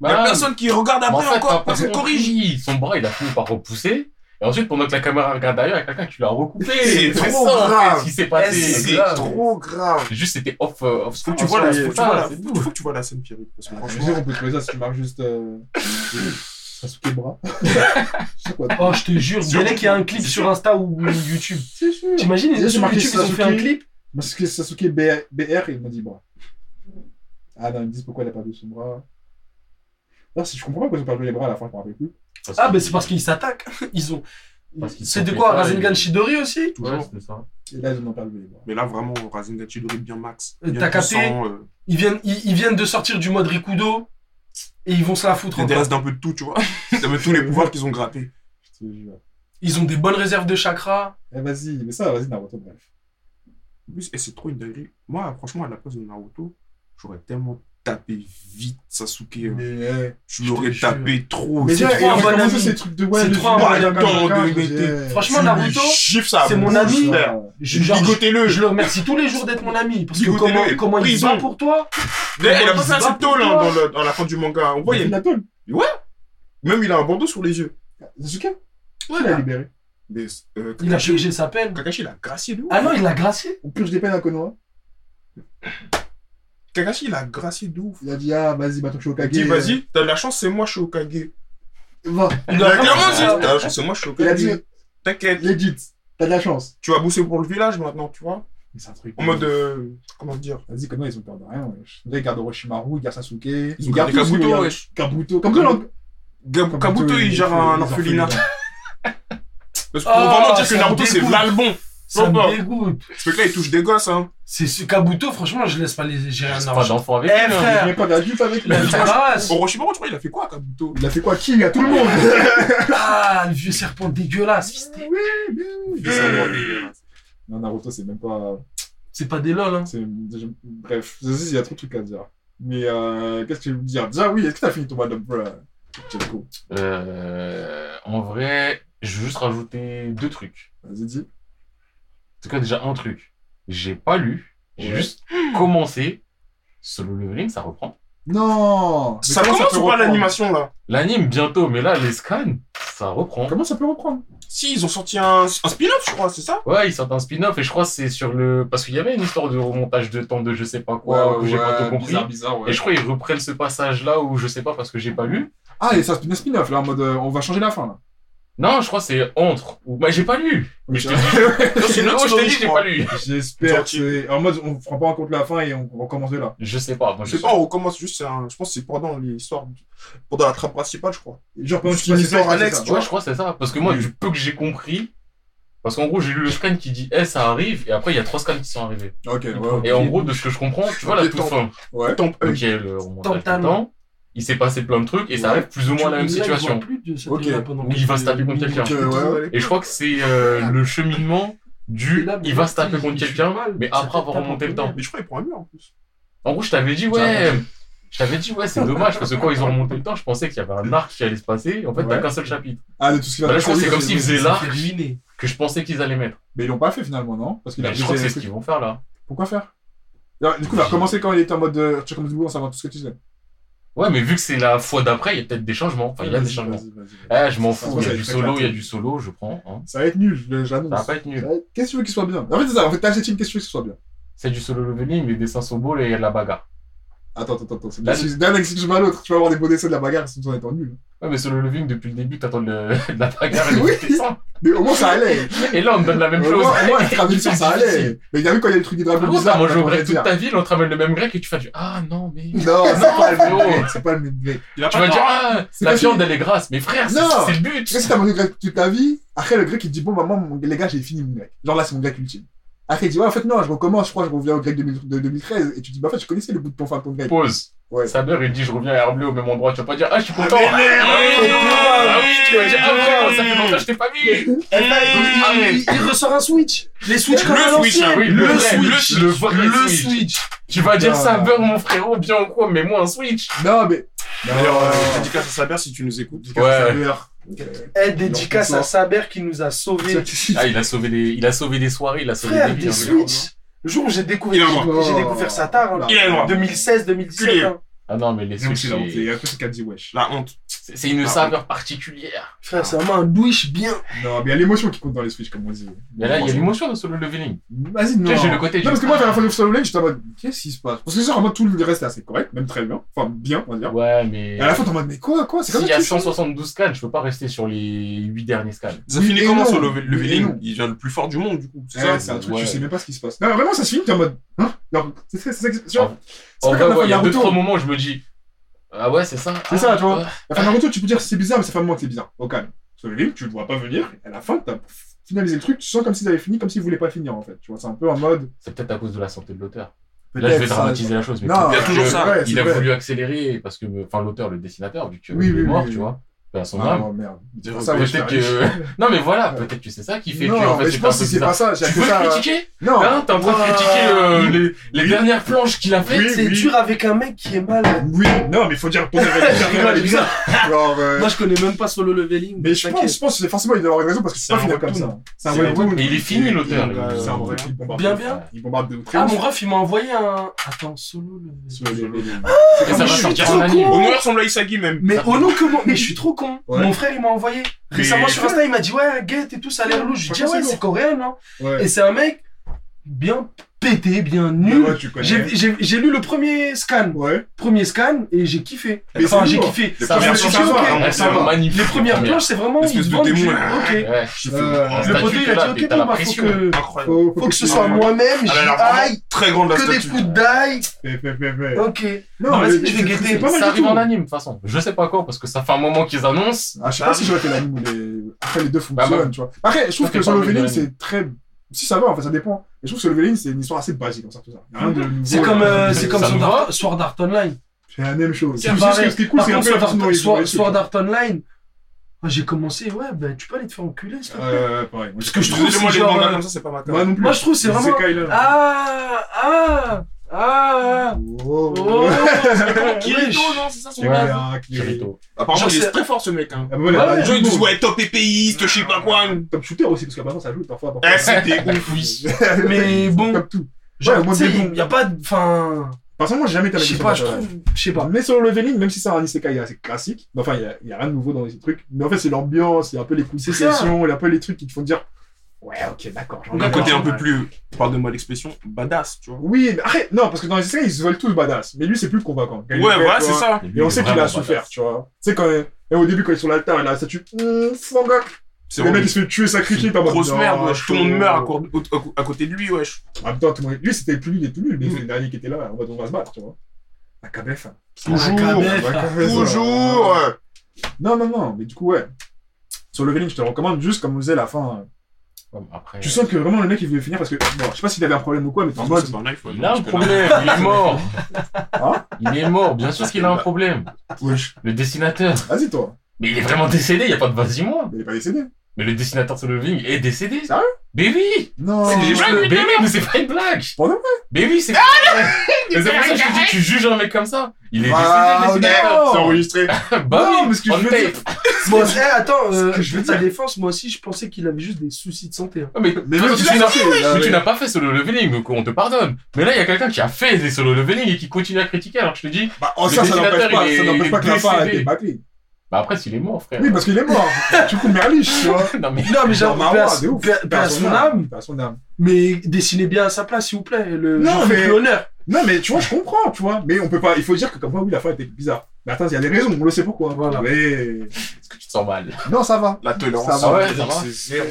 Speaker 3: Bah,
Speaker 2: y a personne qui regarde
Speaker 3: mais en
Speaker 2: après
Speaker 3: fait, hein, t'as
Speaker 2: encore,
Speaker 3: pas
Speaker 2: personne
Speaker 3: compris.
Speaker 2: corrige.
Speaker 3: Son bras, il a fini par repousser. Et ensuite, pendant que la caméra regarde ailleurs, il y a quelqu'un qui l'a recoupé.
Speaker 5: C'est
Speaker 3: ça,
Speaker 5: trop
Speaker 3: en fait,
Speaker 5: grave.
Speaker 3: Ce qui s'est
Speaker 4: Eh, c'est
Speaker 3: passé.
Speaker 4: grave.
Speaker 5: Trop grave.
Speaker 3: Juste, c'était off, euh, off
Speaker 2: Faut
Speaker 3: screen.
Speaker 4: Ah,
Speaker 2: que tu vois la,
Speaker 3: C'est
Speaker 2: faut que tu vois la,
Speaker 3: ça, c'est tout.
Speaker 2: faut que tu vois la scène Pierrick, parce que
Speaker 1: Ah, Je sais
Speaker 2: franchement.
Speaker 1: qu'on peut trouver ça si tu marques juste
Speaker 4: (laughs)
Speaker 1: euh, Sasuke bras. (laughs) je sais quoi.
Speaker 4: Oh, je te jure, il y en a
Speaker 2: Surtout-
Speaker 4: qui a un clip sur Insta ou
Speaker 2: (laughs)
Speaker 4: YouTube.
Speaker 1: C'est sûr.
Speaker 4: T'imagines,
Speaker 1: Déjà,
Speaker 4: ils
Speaker 1: j'ai
Speaker 4: ont
Speaker 1: marqué
Speaker 4: YouTube, ils ont fait un
Speaker 1: Sasuke.
Speaker 4: clip.
Speaker 1: Parce que Sasuke BR, BR et ils m'ont dit bras. Ah non, ils me disent pourquoi il a perdu son bras. D'ailleurs, si je comprends pas pourquoi ils ont perdu les bras à la fin, je m'en rappelle plus.
Speaker 4: Ah, bah c'est parce qu'ils s'attaquent. (laughs) Ils ont.
Speaker 3: Parce qu'ils
Speaker 4: C'est
Speaker 3: sont
Speaker 4: de quoi
Speaker 3: fait ça,
Speaker 4: Rasengan
Speaker 3: et-
Speaker 4: Shidori aussi
Speaker 3: Ouais,
Speaker 2: Toujours.
Speaker 3: c'était ça.
Speaker 1: Et là, ils en ont perdu les bras.
Speaker 2: Mais là, vraiment, Rasengan Chidori bien max.
Speaker 4: Euh,
Speaker 2: Bien
Speaker 4: t'as capté
Speaker 2: puissant, euh,
Speaker 4: ils viennent, ils, ils viennent de sortir du mode Rikudo et ils vont se la foutre
Speaker 2: Il
Speaker 4: encore.
Speaker 2: reste d'un peu de tout, tu vois. T'as même
Speaker 3: (laughs)
Speaker 2: tous les pouvoirs qu'ils ont grattés.
Speaker 1: Je te jure.
Speaker 4: Ils ont des bonnes réserves de chakra.
Speaker 1: Eh, vas-y, mais ça, vas-y, Naruto, bref.
Speaker 2: En plus, et c'est trop une dinguerie. Moi, franchement, à la place de Naruto, j'aurais tellement tapé vite Sasuke. hein.
Speaker 1: Mais, euh,
Speaker 2: Je
Speaker 4: Je
Speaker 2: l'aurais
Speaker 4: te jure.
Speaker 2: tapé trop.
Speaker 1: mais
Speaker 4: c'est
Speaker 1: déjà,
Speaker 4: trop
Speaker 1: il
Speaker 4: un
Speaker 1: a
Speaker 4: bon
Speaker 1: commencé
Speaker 4: ami.
Speaker 1: ces trucs de ouais,
Speaker 4: C'est
Speaker 1: le
Speaker 4: trop un
Speaker 1: judo,
Speaker 4: bon
Speaker 1: le
Speaker 2: ami.
Speaker 1: Gakugaka,
Speaker 2: Attends, de-
Speaker 1: je disais,
Speaker 4: Franchement, Naruto,
Speaker 2: Chiffre ça.
Speaker 4: c'est
Speaker 1: Ah,
Speaker 4: mon ami.
Speaker 1: ouais.
Speaker 4: Je, genre, je,
Speaker 2: Bigotez-le.
Speaker 4: je le remercie tous les jours d'être mon ami. Parce que
Speaker 2: Bigotez-le
Speaker 4: comment,
Speaker 2: et
Speaker 4: comment il se bat
Speaker 2: prison.
Speaker 4: pour toi
Speaker 2: D'ailleurs, Il a passé un
Speaker 4: Bah,
Speaker 2: septole hein, dans, le- dans la fin du manga. On voit, il y
Speaker 1: Il
Speaker 2: a-
Speaker 1: a tôle.
Speaker 2: même il a un bandeau sur les yeux.
Speaker 1: Sasuke Il l'a libéré.
Speaker 2: Mais, euh,
Speaker 4: Il a
Speaker 2: Kakashi,
Speaker 4: purgé sa peine.
Speaker 2: Kakashi, il a gracié de ouf.
Speaker 4: Ah non, il l'a gracié
Speaker 1: On purge des peines à Konoha.
Speaker 2: Kakashi, il a gracié de ouf.
Speaker 1: Il a dit, ah, vas-y, maintenant que je suis au
Speaker 2: Il a
Speaker 1: Kage.
Speaker 2: dit,
Speaker 1: euh,
Speaker 2: vas-y, t'as de la chance, c'est moi, je suis Okage.
Speaker 1: va.
Speaker 2: Il a clairement
Speaker 4: vraiment
Speaker 2: dit, t'as de la chance, c'est moi, je suis
Speaker 1: Il a
Speaker 2: Okage.
Speaker 1: dit,
Speaker 2: T'inquiète,
Speaker 1: legit, t'as de la chance.
Speaker 2: tu vas bosser pour le village maintenant, tu vois.
Speaker 1: Mais c'est un truc.
Speaker 2: En mode, euh, comment dire
Speaker 1: Vas-y, Konoha, ils ont peur de rien. wesh. Là, ils gardent Orochimaru, ils gardent Sasuke.
Speaker 2: Ils ont gardé Kabuto, wesh.
Speaker 1: Kabuto. Comme ça, l'en-
Speaker 2: Gab- Kabuto, il gère un
Speaker 1: les
Speaker 2: orphelinat.
Speaker 1: orphelinats.
Speaker 2: Parce qu'on
Speaker 4: Ah,
Speaker 2: va vraiment dire
Speaker 4: ça
Speaker 2: que
Speaker 4: me
Speaker 2: Naruto, c'est
Speaker 4: dégoûte.
Speaker 2: là le bon.
Speaker 4: Ça
Speaker 2: Non,
Speaker 4: me
Speaker 2: pas.
Speaker 4: dégoûte.
Speaker 2: Ce mec-là, il touche des gosses, hein.
Speaker 4: C'est ce Kabuto, franchement, je laisse pas les gérer un
Speaker 3: C'est pas
Speaker 4: argent.
Speaker 3: d'enfant
Speaker 4: Eh
Speaker 3: avec
Speaker 1: Il
Speaker 3: lui. hein.
Speaker 1: n'y a
Speaker 4: frère
Speaker 1: pas d'adulte avec lui.
Speaker 4: La grâce
Speaker 2: Orochimaru, tu vois, il a fait quoi, Kabuto
Speaker 1: Il a fait quoi King à tout le monde
Speaker 4: Ah, le vieux serpent dégueulasse. fils de-
Speaker 1: Oui, bien oui.
Speaker 2: C'est vraiment
Speaker 3: euh,
Speaker 2: dégueulasse.
Speaker 1: Non, Naruto, c'est même pas.
Speaker 4: C'est pas des lol, hein.
Speaker 1: c'est- Bref, vas-y, il y a trop de trucs à dire. Mais euh, qu'est-ce que je veux dire Déjà, oui, est-ce que t'as fini ton madame, bruh Tchelko,
Speaker 3: Euh, en vrai, je veux juste rajouter deux trucs.
Speaker 1: vas-y, dis.
Speaker 3: En tout cas, déjà un truc. J'ai pas lu. J'ai
Speaker 1: Ouais.
Speaker 3: juste commencé. Solo leveling, ça reprend.
Speaker 1: Non Mais
Speaker 2: Ça
Speaker 1: comment
Speaker 2: commence
Speaker 1: peut
Speaker 2: ou pas
Speaker 1: reprendre
Speaker 2: l'animation, là
Speaker 3: L'anime bientôt, mais là, les scans, ça reprend.
Speaker 1: Comment ça peut reprendre
Speaker 2: Si, ils ont sorti un, un spin-off, je crois, c'est ça
Speaker 3: Ouais, ils sortent un spin-off et je crois que c'est sur le. Parce qu'il y avait une histoire de remontage de temps de je sais pas quoi où j'ai pas tout compris.
Speaker 1: bizarre,
Speaker 3: Et je crois qu'ils reprennent ce passage-là où je sais pas parce que j'ai pas lu.
Speaker 1: Ah, et ça, c'est une spin-off, là, en mode, euh, on va changer la fin, là.
Speaker 3: Non, je crois que c'est entre. Ou... Bah, j'ai pas lu. Mais je te dis,
Speaker 2: Non, (laughs) C'est une
Speaker 3: Non,
Speaker 2: autre
Speaker 3: je te
Speaker 2: story,
Speaker 3: dis,
Speaker 2: je
Speaker 3: j'ai
Speaker 2: crois.
Speaker 3: pas lu.
Speaker 1: J'espère. que
Speaker 2: Gentil.
Speaker 1: c'est- En mode, on prend pas en compte la fin et on recommence de là.
Speaker 3: Je sais pas. Moi,
Speaker 2: Je
Speaker 3: je
Speaker 2: sais pas, on commence juste, c'est un- je pense que c'est pendant l'histoire, pendant la trappe principale, je crois.
Speaker 1: Et Genre, pendant que
Speaker 2: C'est
Speaker 1: tu passes
Speaker 2: une
Speaker 1: les
Speaker 2: histoire
Speaker 1: pages, c'est
Speaker 2: annexe,
Speaker 1: ça.
Speaker 2: tu
Speaker 3: Ouais, je crois que c'est ça. Parce que moi, du peu que j'ai compris, parce qu'en gros, j'ai lu le scan qui dit Eh, ça arrive, et après, il y a trois scans qui sont arrivés.
Speaker 1: Ok, ouais.
Speaker 3: Et en gros, de ce que je comprends, tu vois, la
Speaker 2: Ok,
Speaker 3: toute
Speaker 2: tant-
Speaker 3: fin.
Speaker 1: Ouais.
Speaker 2: Tombe
Speaker 3: Donc,
Speaker 2: œil.
Speaker 3: il y a le remontage du
Speaker 4: Totalement.
Speaker 3: temps, il s'est passé plein de trucs, et ça
Speaker 1: Ouais.
Speaker 3: arrive plus ou moins la même
Speaker 4: Là, il voit
Speaker 3: situation.
Speaker 4: plus de ce
Speaker 1: Ok.
Speaker 4: thème-là pendant
Speaker 3: Où
Speaker 4: quelques
Speaker 3: il va se taper contre
Speaker 4: minutes.
Speaker 3: quelqu'un.
Speaker 1: Ok, ouais.
Speaker 3: Et je crois que c'est euh, le cheminement du
Speaker 4: Là, mais
Speaker 3: il va se taper
Speaker 4: il-
Speaker 3: contre
Speaker 4: il fait
Speaker 3: quelqu'un,
Speaker 4: mal,
Speaker 3: mais
Speaker 4: ça
Speaker 3: après
Speaker 4: fait
Speaker 3: avoir
Speaker 4: taper
Speaker 3: remonté le
Speaker 4: contre
Speaker 3: temps.
Speaker 2: Mais je crois qu'il prend un mur en plus.
Speaker 3: En gros, je t'avais dit, ouais, je t'avais dit, ouais, c'est dommage, parce que quand ils ont remonté le temps, je pensais qu'il y avait un arc qui allait se passer, et en fait, t'as
Speaker 1: Ouais.
Speaker 3: qu'un seul chapitre.
Speaker 1: Ah, de tout ce qui va
Speaker 3: Bah, là, je crois que c'est
Speaker 1: oui,
Speaker 3: comme s'ils faisaient
Speaker 4: Ça
Speaker 3: l'arc
Speaker 4: fait ruiner.
Speaker 3: que je pensais qu'ils allaient mettre.
Speaker 1: Mais ils l'ont pas fait finalement, non Parce qu'il a
Speaker 3: Mais je crois que
Speaker 1: brisé
Speaker 3: c'est
Speaker 1: les
Speaker 3: ce qu'ils
Speaker 1: trucs.
Speaker 3: vont faire là.
Speaker 1: Pourquoi faire Alors, Du coup, il va recommencer quand il était en mode euh, tu recommences du bout, on s'invente tout ce que tu sais.
Speaker 3: Ouais, mais vu que c'est la fois d'après, il y a peut-être des changements. Enfin, il y a des
Speaker 1: Vas-y,
Speaker 3: changements.
Speaker 1: vas-y, vas-y.
Speaker 3: Eh, je m'en
Speaker 1: Ça, ça
Speaker 3: fous. Il y
Speaker 1: va
Speaker 3: a
Speaker 1: être
Speaker 3: du
Speaker 1: très
Speaker 3: solo, il y a
Speaker 1: clair.
Speaker 3: du solo, je prends. hein.
Speaker 1: Ça va être nul, je-
Speaker 3: Ça va
Speaker 1: j'annonce.
Speaker 3: pas être
Speaker 1: Ça
Speaker 3: nul.
Speaker 1: va être- Qu'est-ce que tu veux qu'il soit bien En fait, c'est ça, en fait, t'as acheté une, qu'est-ce que tu veux qu'il soit bien
Speaker 3: C'est du solo leveling, les dessins sont beaux et il y a de la bagarre.
Speaker 1: Attends, attends, attends, c'est
Speaker 3: Là,
Speaker 1: d'un exige pas l'autre, tu vas avoir des beaux dessins de la bagarre sans en étant nul.
Speaker 3: Ouais, mais solo leveling, depuis le début, t'attends le... (laughs) de la bagarre et
Speaker 1: Oui.
Speaker 3: des dessins.
Speaker 1: Mais au moins ça allait
Speaker 3: (laughs) Et là, (laughs) on te donne la
Speaker 1: Au
Speaker 3: même
Speaker 1: moins,
Speaker 3: chose.
Speaker 1: au moins, la
Speaker 3: (laughs)
Speaker 1: traduction ça allait
Speaker 3: difficile.
Speaker 1: Mais il y a vu quand il y a le truc des dragons
Speaker 3: Par contre,
Speaker 1: bizarres,
Speaker 3: moi,
Speaker 1: on va
Speaker 3: j'aurais
Speaker 1: pas
Speaker 3: toute
Speaker 1: dire.
Speaker 3: ta vie, on te ramène le même grec et tu fais du Ah non, mais.
Speaker 1: (laughs) Non, c'est pas le
Speaker 3: non.
Speaker 1: même grec, c'est pas le même grec.
Speaker 2: Il a
Speaker 3: Tu
Speaker 2: pas
Speaker 3: vas
Speaker 2: tort,
Speaker 3: dire
Speaker 2: hein.
Speaker 3: Ah,
Speaker 1: C'est
Speaker 3: la
Speaker 1: comme si-
Speaker 3: viande, elle est grasse. Mais frère, c'est
Speaker 1: Non.
Speaker 3: c'est le
Speaker 1: Tu sais,
Speaker 3: but.
Speaker 1: si t'as mangé grec toute ta vie, après le grec il te dit bon maman, mon- les gars j'ai fini mon grec. Genre là c'est mon grec ultime. Après il dit ouais en fait non, je recommence, je crois que je reviens au grec 2000 de 2013. Et tu dis bah en fait je connaissais le bout de ton fin ton grec.
Speaker 3: Pause.
Speaker 1: Ouais.
Speaker 3: Sa mère, il dit Je reviens à Herblay au même endroit. Tu vas pas dire Ah, je suis content.
Speaker 2: mais non,
Speaker 3: Ah oui,
Speaker 2: mais non,
Speaker 3: tu vas dire, Ah,
Speaker 2: mais
Speaker 3: frère,
Speaker 2: non,
Speaker 3: ça, je t'ai pas vu.
Speaker 2: Eh,
Speaker 4: Ah, mais il, il ressort un Switch. Les Switch comme à
Speaker 2: Le Switch,
Speaker 4: l'ancienne.
Speaker 2: hein, oui,
Speaker 4: le
Speaker 3: le vrai,
Speaker 4: Switch.
Speaker 3: le vrai
Speaker 4: Le
Speaker 3: Switch.
Speaker 4: Switch.
Speaker 3: Tu vas dire
Speaker 1: Non.
Speaker 3: ça, beurre, mon frérot, bien ou quoi, mais moi
Speaker 1: (laughs)
Speaker 3: un Switch.
Speaker 1: Non, mais. Non,
Speaker 6: D'ailleurs, euh,
Speaker 1: euh,
Speaker 6: dédicace à Saber si tu nous écoutes.
Speaker 1: dédicace à
Speaker 3: Ouais.
Speaker 1: Saber.
Speaker 4: Eh, dédicace à Saber qui nous a sauvés.
Speaker 3: Ah, il a sauvé les, il a sauvé des soirées, il a sauvé
Speaker 4: Frère,
Speaker 3: des vies.
Speaker 4: des
Speaker 3: hein, vraiment.
Speaker 4: Switch. Le jour où j'ai
Speaker 6: Il a
Speaker 4: découvert,
Speaker 6: le
Speaker 1: droit.
Speaker 4: j'ai découvert ça tard, hein.
Speaker 1: Il
Speaker 6: a le droit.
Speaker 4: 2016,
Speaker 6: Culé.
Speaker 4: 2017. hein.
Speaker 3: Ah non, mais les
Speaker 1: Donc,
Speaker 3: Switch,
Speaker 1: c'est la honte. Il
Speaker 3: c'est-
Speaker 1: y a que ce qu'a dit Wesh.
Speaker 6: La honte.
Speaker 3: c'est c'est une
Speaker 6: Ah,
Speaker 3: saveur particulière.
Speaker 4: Frère, c'est vraiment un douche bien.
Speaker 1: Non, mais il y a l'émotion qui compte dans les Switch, comme on dit.
Speaker 3: Mais là, il y a l'émotion dans solo leveling.
Speaker 1: Vas-y,
Speaker 3: Tu
Speaker 1: non.
Speaker 3: sais, j'ai le côté, j'ai-
Speaker 1: Non, parce que moi, la fois de Solo Lane, j'étais en mode, qu'est-ce qui se passe Parce que genre, en mode, tout le reste est assez correct, même très bien. Enfin, bien, on va dire.
Speaker 3: Ouais, mais.
Speaker 1: Et à la fin, t'es en mode, mais quoi, quoi C'est comme
Speaker 3: S'il y
Speaker 1: ça
Speaker 3: a
Speaker 1: que tu fais
Speaker 3: 172 scans, je peux pas rester sur les 8 derniers scans.
Speaker 6: Ça
Speaker 1: Oui,
Speaker 6: finit
Speaker 1: et
Speaker 6: comment
Speaker 1: non.
Speaker 6: sur le le
Speaker 1: Oui, et
Speaker 6: leveling
Speaker 1: non.
Speaker 6: Il devient le plus fort du monde, du coup. C'est
Speaker 1: Ouais,
Speaker 6: ça
Speaker 1: c'est un truc,
Speaker 3: Ouais.
Speaker 1: tu sais même pas ce qui se passe. Non, vraiment, ça se finit, t'es en mode, hein Genre, c'est- c'est c'est- c'est- genre, c'est
Speaker 3: En
Speaker 1: pas
Speaker 3: vrai,
Speaker 1: comme la
Speaker 3: ouais,
Speaker 1: fin
Speaker 3: il
Speaker 1: de
Speaker 3: y a deux, trois
Speaker 1: Naruto.
Speaker 3: moments où je me dis. Ah ouais, c'est ça.
Speaker 1: C'est
Speaker 3: Ah,
Speaker 1: ça, tu vois.
Speaker 3: ouais.
Speaker 1: La fin de Naruto, tu peux dire, c'est bizarre, mais c'est pas le moment que c'est bizarre. Au calme. Solo Lane, tu le vois pas venir, et à la fin, t'as finalisé le truc, tu sens comme s'ils avaient fini, comme s'ils voulaient pas finir, en fait. Tu vois, c'est un peu en mode.
Speaker 3: C'est peut-être à cause de la santé de l'auteur. Là, je
Speaker 1: peut-être
Speaker 3: vais
Speaker 1: ça-
Speaker 3: dramatiser la chose. Mais
Speaker 1: Non,
Speaker 3: peut-être
Speaker 6: Il y a toujours
Speaker 3: que
Speaker 6: ça.
Speaker 1: ouais, c'est
Speaker 3: Il a
Speaker 1: vrai.
Speaker 3: voulu accélérer parce que, enfin, l'auteur, le dessinateur, vu que
Speaker 1: Oui,
Speaker 3: il est
Speaker 1: oui,
Speaker 3: mort,
Speaker 1: oui,
Speaker 3: tu
Speaker 1: oui.
Speaker 3: vois. Ben, son
Speaker 1: Ah,
Speaker 3: âme.
Speaker 1: bon, merde.
Speaker 6: Dire-
Speaker 1: Ça, ouais, je
Speaker 3: peut-être
Speaker 1: suis
Speaker 3: que. Non, mais voilà,
Speaker 1: Ouais.
Speaker 3: peut-être que c'est ça qui fait que,
Speaker 1: Non,
Speaker 3: en fait,
Speaker 1: mais je
Speaker 3: c'était un
Speaker 1: pense que
Speaker 3: peu
Speaker 1: c'est pas
Speaker 3: bizarre.
Speaker 1: ça. j'ai
Speaker 3: Tu
Speaker 1: que
Speaker 3: veux
Speaker 1: ça- euh,
Speaker 3: le critiquer
Speaker 1: Non.
Speaker 3: Hein, t'es en train de
Speaker 4: Ouah.
Speaker 3: critiquer euh, les, les
Speaker 1: Oui.
Speaker 3: dernières planches qu'il a faites
Speaker 1: Oui,
Speaker 4: c'est
Speaker 1: oui.
Speaker 4: dur avec un mec qui est mal.
Speaker 1: Oui, non, mais faut dire
Speaker 3: (laughs)
Speaker 1: pour des
Speaker 4: Je rigole, je
Speaker 1: raisons.
Speaker 4: rigole.
Speaker 1: Genre, euh,
Speaker 4: Moi, je connais même pas solo leveling.
Speaker 1: mais je pense,
Speaker 4: t'inquiète.
Speaker 1: je pense que forcément il doit avoir une raison parce que c'est
Speaker 6: C'est
Speaker 1: pas
Speaker 6: un
Speaker 1: finir comme
Speaker 6: webtoon.
Speaker 1: ça. C'est un
Speaker 6: C'est un
Speaker 1: webtoon.
Speaker 3: Et il est fini, l'auteur.
Speaker 6: il-
Speaker 1: C'est un
Speaker 3: il-
Speaker 1: vrai. Il bombarde.
Speaker 4: Bien, bien.
Speaker 1: Il bombarde de très
Speaker 4: Ah,
Speaker 1: haut.
Speaker 4: mon ref, il m'a envoyé un. Attends, solo leveling. Ah,
Speaker 1: Sur les- les- les-
Speaker 3: Et ça va
Speaker 4: Mais je suis
Speaker 3: sortir
Speaker 4: trop
Speaker 3: en anime.
Speaker 4: con.
Speaker 6: Au noir ressemble à Isagi même.
Speaker 4: Mais oh non, comment Mais je suis trop con.
Speaker 1: Ouais.
Speaker 4: Mon frère, il m'a envoyé. Récemment,
Speaker 6: Mais-
Speaker 4: sur Insta, il m'a dit Ouais, guette et tout, ça a l'air louche. Je lui dis Ah
Speaker 1: Franchement,
Speaker 4: ouais,
Speaker 1: c'est
Speaker 4: c'est coréen, non
Speaker 1: Ouais.
Speaker 4: Et c'est un mec bien pété, bien
Speaker 1: Ouais,
Speaker 4: nul.
Speaker 1: ouais, tu connais.
Speaker 4: J'ai- J'ai j'ai lu le premier scan.
Speaker 1: Ouais.
Speaker 4: Premier scan, et j'ai kiffé.
Speaker 1: Mais
Speaker 4: Enfin,
Speaker 1: c'est
Speaker 4: j'ai
Speaker 1: lourd.
Speaker 4: kiffé.
Speaker 6: Les
Speaker 3: Ça
Speaker 6: premières
Speaker 3: va,
Speaker 6: planches,
Speaker 3: Eh,
Speaker 4: ça va,
Speaker 6: ok.
Speaker 4: ça
Speaker 2: hein.
Speaker 3: Elles
Speaker 6: Ça
Speaker 3: sont
Speaker 6: va.
Speaker 3: magnifiques.
Speaker 4: Les premières planches, c'est vraiment.
Speaker 6: Espèce
Speaker 4: ils
Speaker 6: de
Speaker 4: vendent du-
Speaker 6: démon, là.
Speaker 4: Ok.
Speaker 3: Ouais.
Speaker 6: Je suis
Speaker 1: Euh,
Speaker 6: fou.
Speaker 4: Le
Speaker 3: T'as
Speaker 4: poté,
Speaker 3: dit
Speaker 4: il
Speaker 3: que
Speaker 4: a
Speaker 3: là,
Speaker 4: dit Ok,
Speaker 3: t'as la
Speaker 4: bon, bah, faut
Speaker 3: pression.
Speaker 4: que.
Speaker 6: Incroyable.
Speaker 2: Ah,
Speaker 1: Faut,
Speaker 4: Faut que ce
Speaker 1: tu-
Speaker 4: soit moi-même,
Speaker 6: Elle a
Speaker 4: j'y
Speaker 6: l'air vraiment
Speaker 4: aille,
Speaker 6: très grande la
Speaker 4: que des
Speaker 6: statue.
Speaker 4: coups d'ail.
Speaker 1: Fais, fais, fais, fais.
Speaker 4: Ok.
Speaker 1: Non,
Speaker 4: Non,
Speaker 1: mais
Speaker 4: vas-y,
Speaker 1: c'est-
Speaker 4: je vais
Speaker 1: c'est-
Speaker 4: guetter.
Speaker 1: C'est pas
Speaker 3: Ça
Speaker 1: mal du
Speaker 3: arrive en
Speaker 1: tout.
Speaker 3: anime, de toute façon. Je sais pas quand, parce que ça fait un moment qu'ils annoncent.
Speaker 1: Ah, je sais pas si j'aurais fait l'anime ou les. Après, les deux fonctionnent,
Speaker 3: bah.
Speaker 1: tu vois. Après, je trouve
Speaker 3: Ça
Speaker 1: que
Speaker 3: fait
Speaker 1: sur
Speaker 3: pas
Speaker 1: le
Speaker 3: mal de
Speaker 1: leveling,
Speaker 3: l'anime.
Speaker 1: c'est très. Si ça va, enfin, ça dépend. Et je trouve que le leveling, c'est une histoire assez basique, comme ça, tout ça. Y a rien de nouveau.
Speaker 4: C'est comme, euh, c'est comme
Speaker 3: Ça me
Speaker 4: Sword
Speaker 3: va.
Speaker 4: Art, Sword Art Online.
Speaker 1: C'est la même chose.
Speaker 4: C'est
Speaker 1: C'est juste que
Speaker 4: pareil.
Speaker 1: ce qui est cool,
Speaker 4: Par
Speaker 1: c'est un
Speaker 4: contre,
Speaker 1: peu la
Speaker 4: Sword
Speaker 1: façon dont
Speaker 4: Art,
Speaker 1: ils ont
Speaker 4: Sword-
Speaker 1: réussi, quoi.
Speaker 4: Sword Art Online, ah, j'ai commencé, ouais, ben tu peux aller te faire enculer, s'il te plaît.
Speaker 1: Euh, pareil. Moi,
Speaker 4: Parce que je trouve,
Speaker 6: Désolé, moi
Speaker 4: c'est
Speaker 6: les
Speaker 4: genre,
Speaker 6: mangas
Speaker 4: euh,
Speaker 6: comme ça, c'est pas ma
Speaker 1: Moi
Speaker 6: carte.
Speaker 1: non plus.
Speaker 4: Moi, je trouve, c'est vraiment.
Speaker 1: Isekai, là.
Speaker 4: Ah, ah,
Speaker 1: (laughs)
Speaker 4: ah.
Speaker 1: Oh.
Speaker 4: Oh,
Speaker 6: Kirito,
Speaker 4: wesh.
Speaker 6: non, c'est ça son
Speaker 3: Ouais.
Speaker 6: gars.
Speaker 1: Ah, qui-
Speaker 3: Kirito.
Speaker 6: Apparemment,
Speaker 4: Genre,
Speaker 6: il
Speaker 4: c'est-
Speaker 6: est très fort ce mec. hein.
Speaker 1: Ah, bah voilà,
Speaker 4: Ouais,
Speaker 1: bah,
Speaker 6: Les
Speaker 1: il
Speaker 6: gens
Speaker 1: joue
Speaker 6: ils disent
Speaker 1: beaucoup.
Speaker 6: ouais, top épéiste, je sais pas quoi.
Speaker 1: Top shooter aussi, parce que maintenant ça joue parfois. parfois.
Speaker 6: Eh, c'était ouf.
Speaker 3: Oui.
Speaker 1: (laughs)
Speaker 4: Mais bon.
Speaker 1: Comme tout.
Speaker 4: Genre,
Speaker 1: moi,
Speaker 4: tu sais,
Speaker 1: mais bon.
Speaker 4: y a pas de. Enfin.
Speaker 1: Personnellement, j'ai jamais été
Speaker 4: Je
Speaker 1: avec
Speaker 4: sais
Speaker 1: ce
Speaker 4: pas, je
Speaker 1: personnage.
Speaker 4: trouve. Je sais pas.
Speaker 1: Mais sur le leveling, même si c'est un isekai assez classique, mais enfin, il y a- il y a rien de nouveau dans ces trucs. Mais en fait, c'est l'ambiance, il y a un peu les coups de
Speaker 4: C'est ça.
Speaker 1: session, il y a un peu les trucs qui te font dire Ouais, ok, d'accord. j'en ai
Speaker 6: Un
Speaker 1: marre.
Speaker 6: côté un peu
Speaker 4: Ouais.
Speaker 6: plus, pardonne-moi l'expression, badass, tu vois.
Speaker 1: Oui, mais arrête, non, parce que dans les isekai, ils se veulent tous badass. Mais lui, c'est plus convaincant.
Speaker 6: Ouais, voilà, c'est ça.
Speaker 1: Et on sait qu'il a souffert, tu vois. Tu sais, quand. Et au début, quand ils sont sur l'altar, il a la statue. Hum, Sangak.
Speaker 6: C'est
Speaker 1: Le mec,
Speaker 6: vrai.
Speaker 1: il se fait tuer, sacrifier, t'as
Speaker 6: Grosse merde, wesh. Tout le monde meurt à cour- au- au- à côté de lui, wesh.
Speaker 1: En même temps, tout le monde- lui, c'était le plus nul des plus nuls, mais
Speaker 6: Mm.
Speaker 1: c'est le dernier qui était là, en mode on va se battre, tu vois. La KBF. hein.
Speaker 6: Toujours.
Speaker 4: Ah, quand même.
Speaker 1: Ouais,
Speaker 6: Toujours.
Speaker 1: ouais. Non, non, non, mais du coup, ouais. Sur le leveling, je te le recommande juste, comme on disait, la fin. euh,
Speaker 3: Après,
Speaker 1: Tu sens que vraiment le mec, il voulait finir parce que, bon, je sais pas s'il avait un problème ou quoi, mais t'es en mode.
Speaker 6: C'est pas un life, ouais.
Speaker 3: il a un problème, il est mort.
Speaker 1: (laughs) Hein
Speaker 3: il est mort, bien sûr qu'il a un problème.
Speaker 1: Wesh.
Speaker 3: Le dessinateur.
Speaker 1: Vas-y, toi.
Speaker 3: Mais il est vraiment décédé, il n'y a pas de vas-y moi.
Speaker 1: Mais il est pas décédé.
Speaker 3: Mais le dessinateur sur le living est décédé.
Speaker 1: Sérieux
Speaker 3: Mais oui
Speaker 1: Non.
Speaker 4: C'est
Speaker 3: Mais
Speaker 4: juste-
Speaker 3: oui, mais Ah c'est pas une blague
Speaker 1: Pour de
Speaker 3: Mais oui, c'est (laughs) Mais c'est pour ça que je te dis, tu juges un mec comme ça. Il est
Speaker 1: Ah,
Speaker 3: décédé, le dessinateur.
Speaker 1: non.
Speaker 6: C'est enregistré.
Speaker 3: Bah
Speaker 1: Non,
Speaker 3: oui,
Speaker 1: mais ce que
Speaker 3: on
Speaker 1: je veux
Speaker 3: tape.
Speaker 1: dire-
Speaker 4: Moi, eh, attends, euh,
Speaker 1: Ce que je veux
Speaker 4: sa défense, moi aussi, je pensais qu'il avait juste des soucis de santé. hein.
Speaker 3: Ah, Mais,
Speaker 1: Mais
Speaker 3: toi,
Speaker 1: même
Speaker 3: tu
Speaker 1: si
Speaker 3: n'as-
Speaker 1: c'est sorti, là,
Speaker 3: mais tu
Speaker 1: ouais.
Speaker 3: n'as pas fait solo leveling, donc on te pardonne. Mais là, il y a quelqu'un qui a fait des solo leveling et qui continue à critiquer, alors je te dis,
Speaker 1: Bah, oh,
Speaker 3: Le
Speaker 1: ça, ça n'empêche
Speaker 3: dessinateur,
Speaker 1: pas,
Speaker 3: il
Speaker 1: ça
Speaker 3: est-
Speaker 1: n'empêche pas
Speaker 3: il
Speaker 1: que
Speaker 3: est
Speaker 1: la fin a
Speaker 3: décédé.
Speaker 1: été bâclée.
Speaker 3: bah après, s'il est mort, frère.
Speaker 1: Oui, parce qu'il est
Speaker 3: (laughs)
Speaker 1: mort. Du coup, merliche, tu vois.
Speaker 3: non, mais...
Speaker 4: Non, mais j'avoue,
Speaker 1: Normal,
Speaker 4: paix à-
Speaker 1: c'est ouf.
Speaker 4: paix- paix à son âme,
Speaker 1: Paix à son âme.
Speaker 4: mais dessinez bien à sa place, s'il vous plaît. Le,
Speaker 1: Non,
Speaker 4: j'en fais
Speaker 1: mais-
Speaker 4: plus honneur.
Speaker 1: Non, mais tu vois, je comprends, tu vois. Mais on peut pas, il faut dire que comme moi, oui, la fin était bizarre. Mais attends, il y a des raisons, on le sait pourquoi.
Speaker 4: Voilà.
Speaker 1: Mais...
Speaker 3: (laughs) Est-ce que tu te sens mal
Speaker 1: Non, ça (laughs) va.
Speaker 6: La
Speaker 1: Ça
Speaker 6: tolérance.
Speaker 1: va,
Speaker 3: ouais, ça va.
Speaker 6: C'est zéro.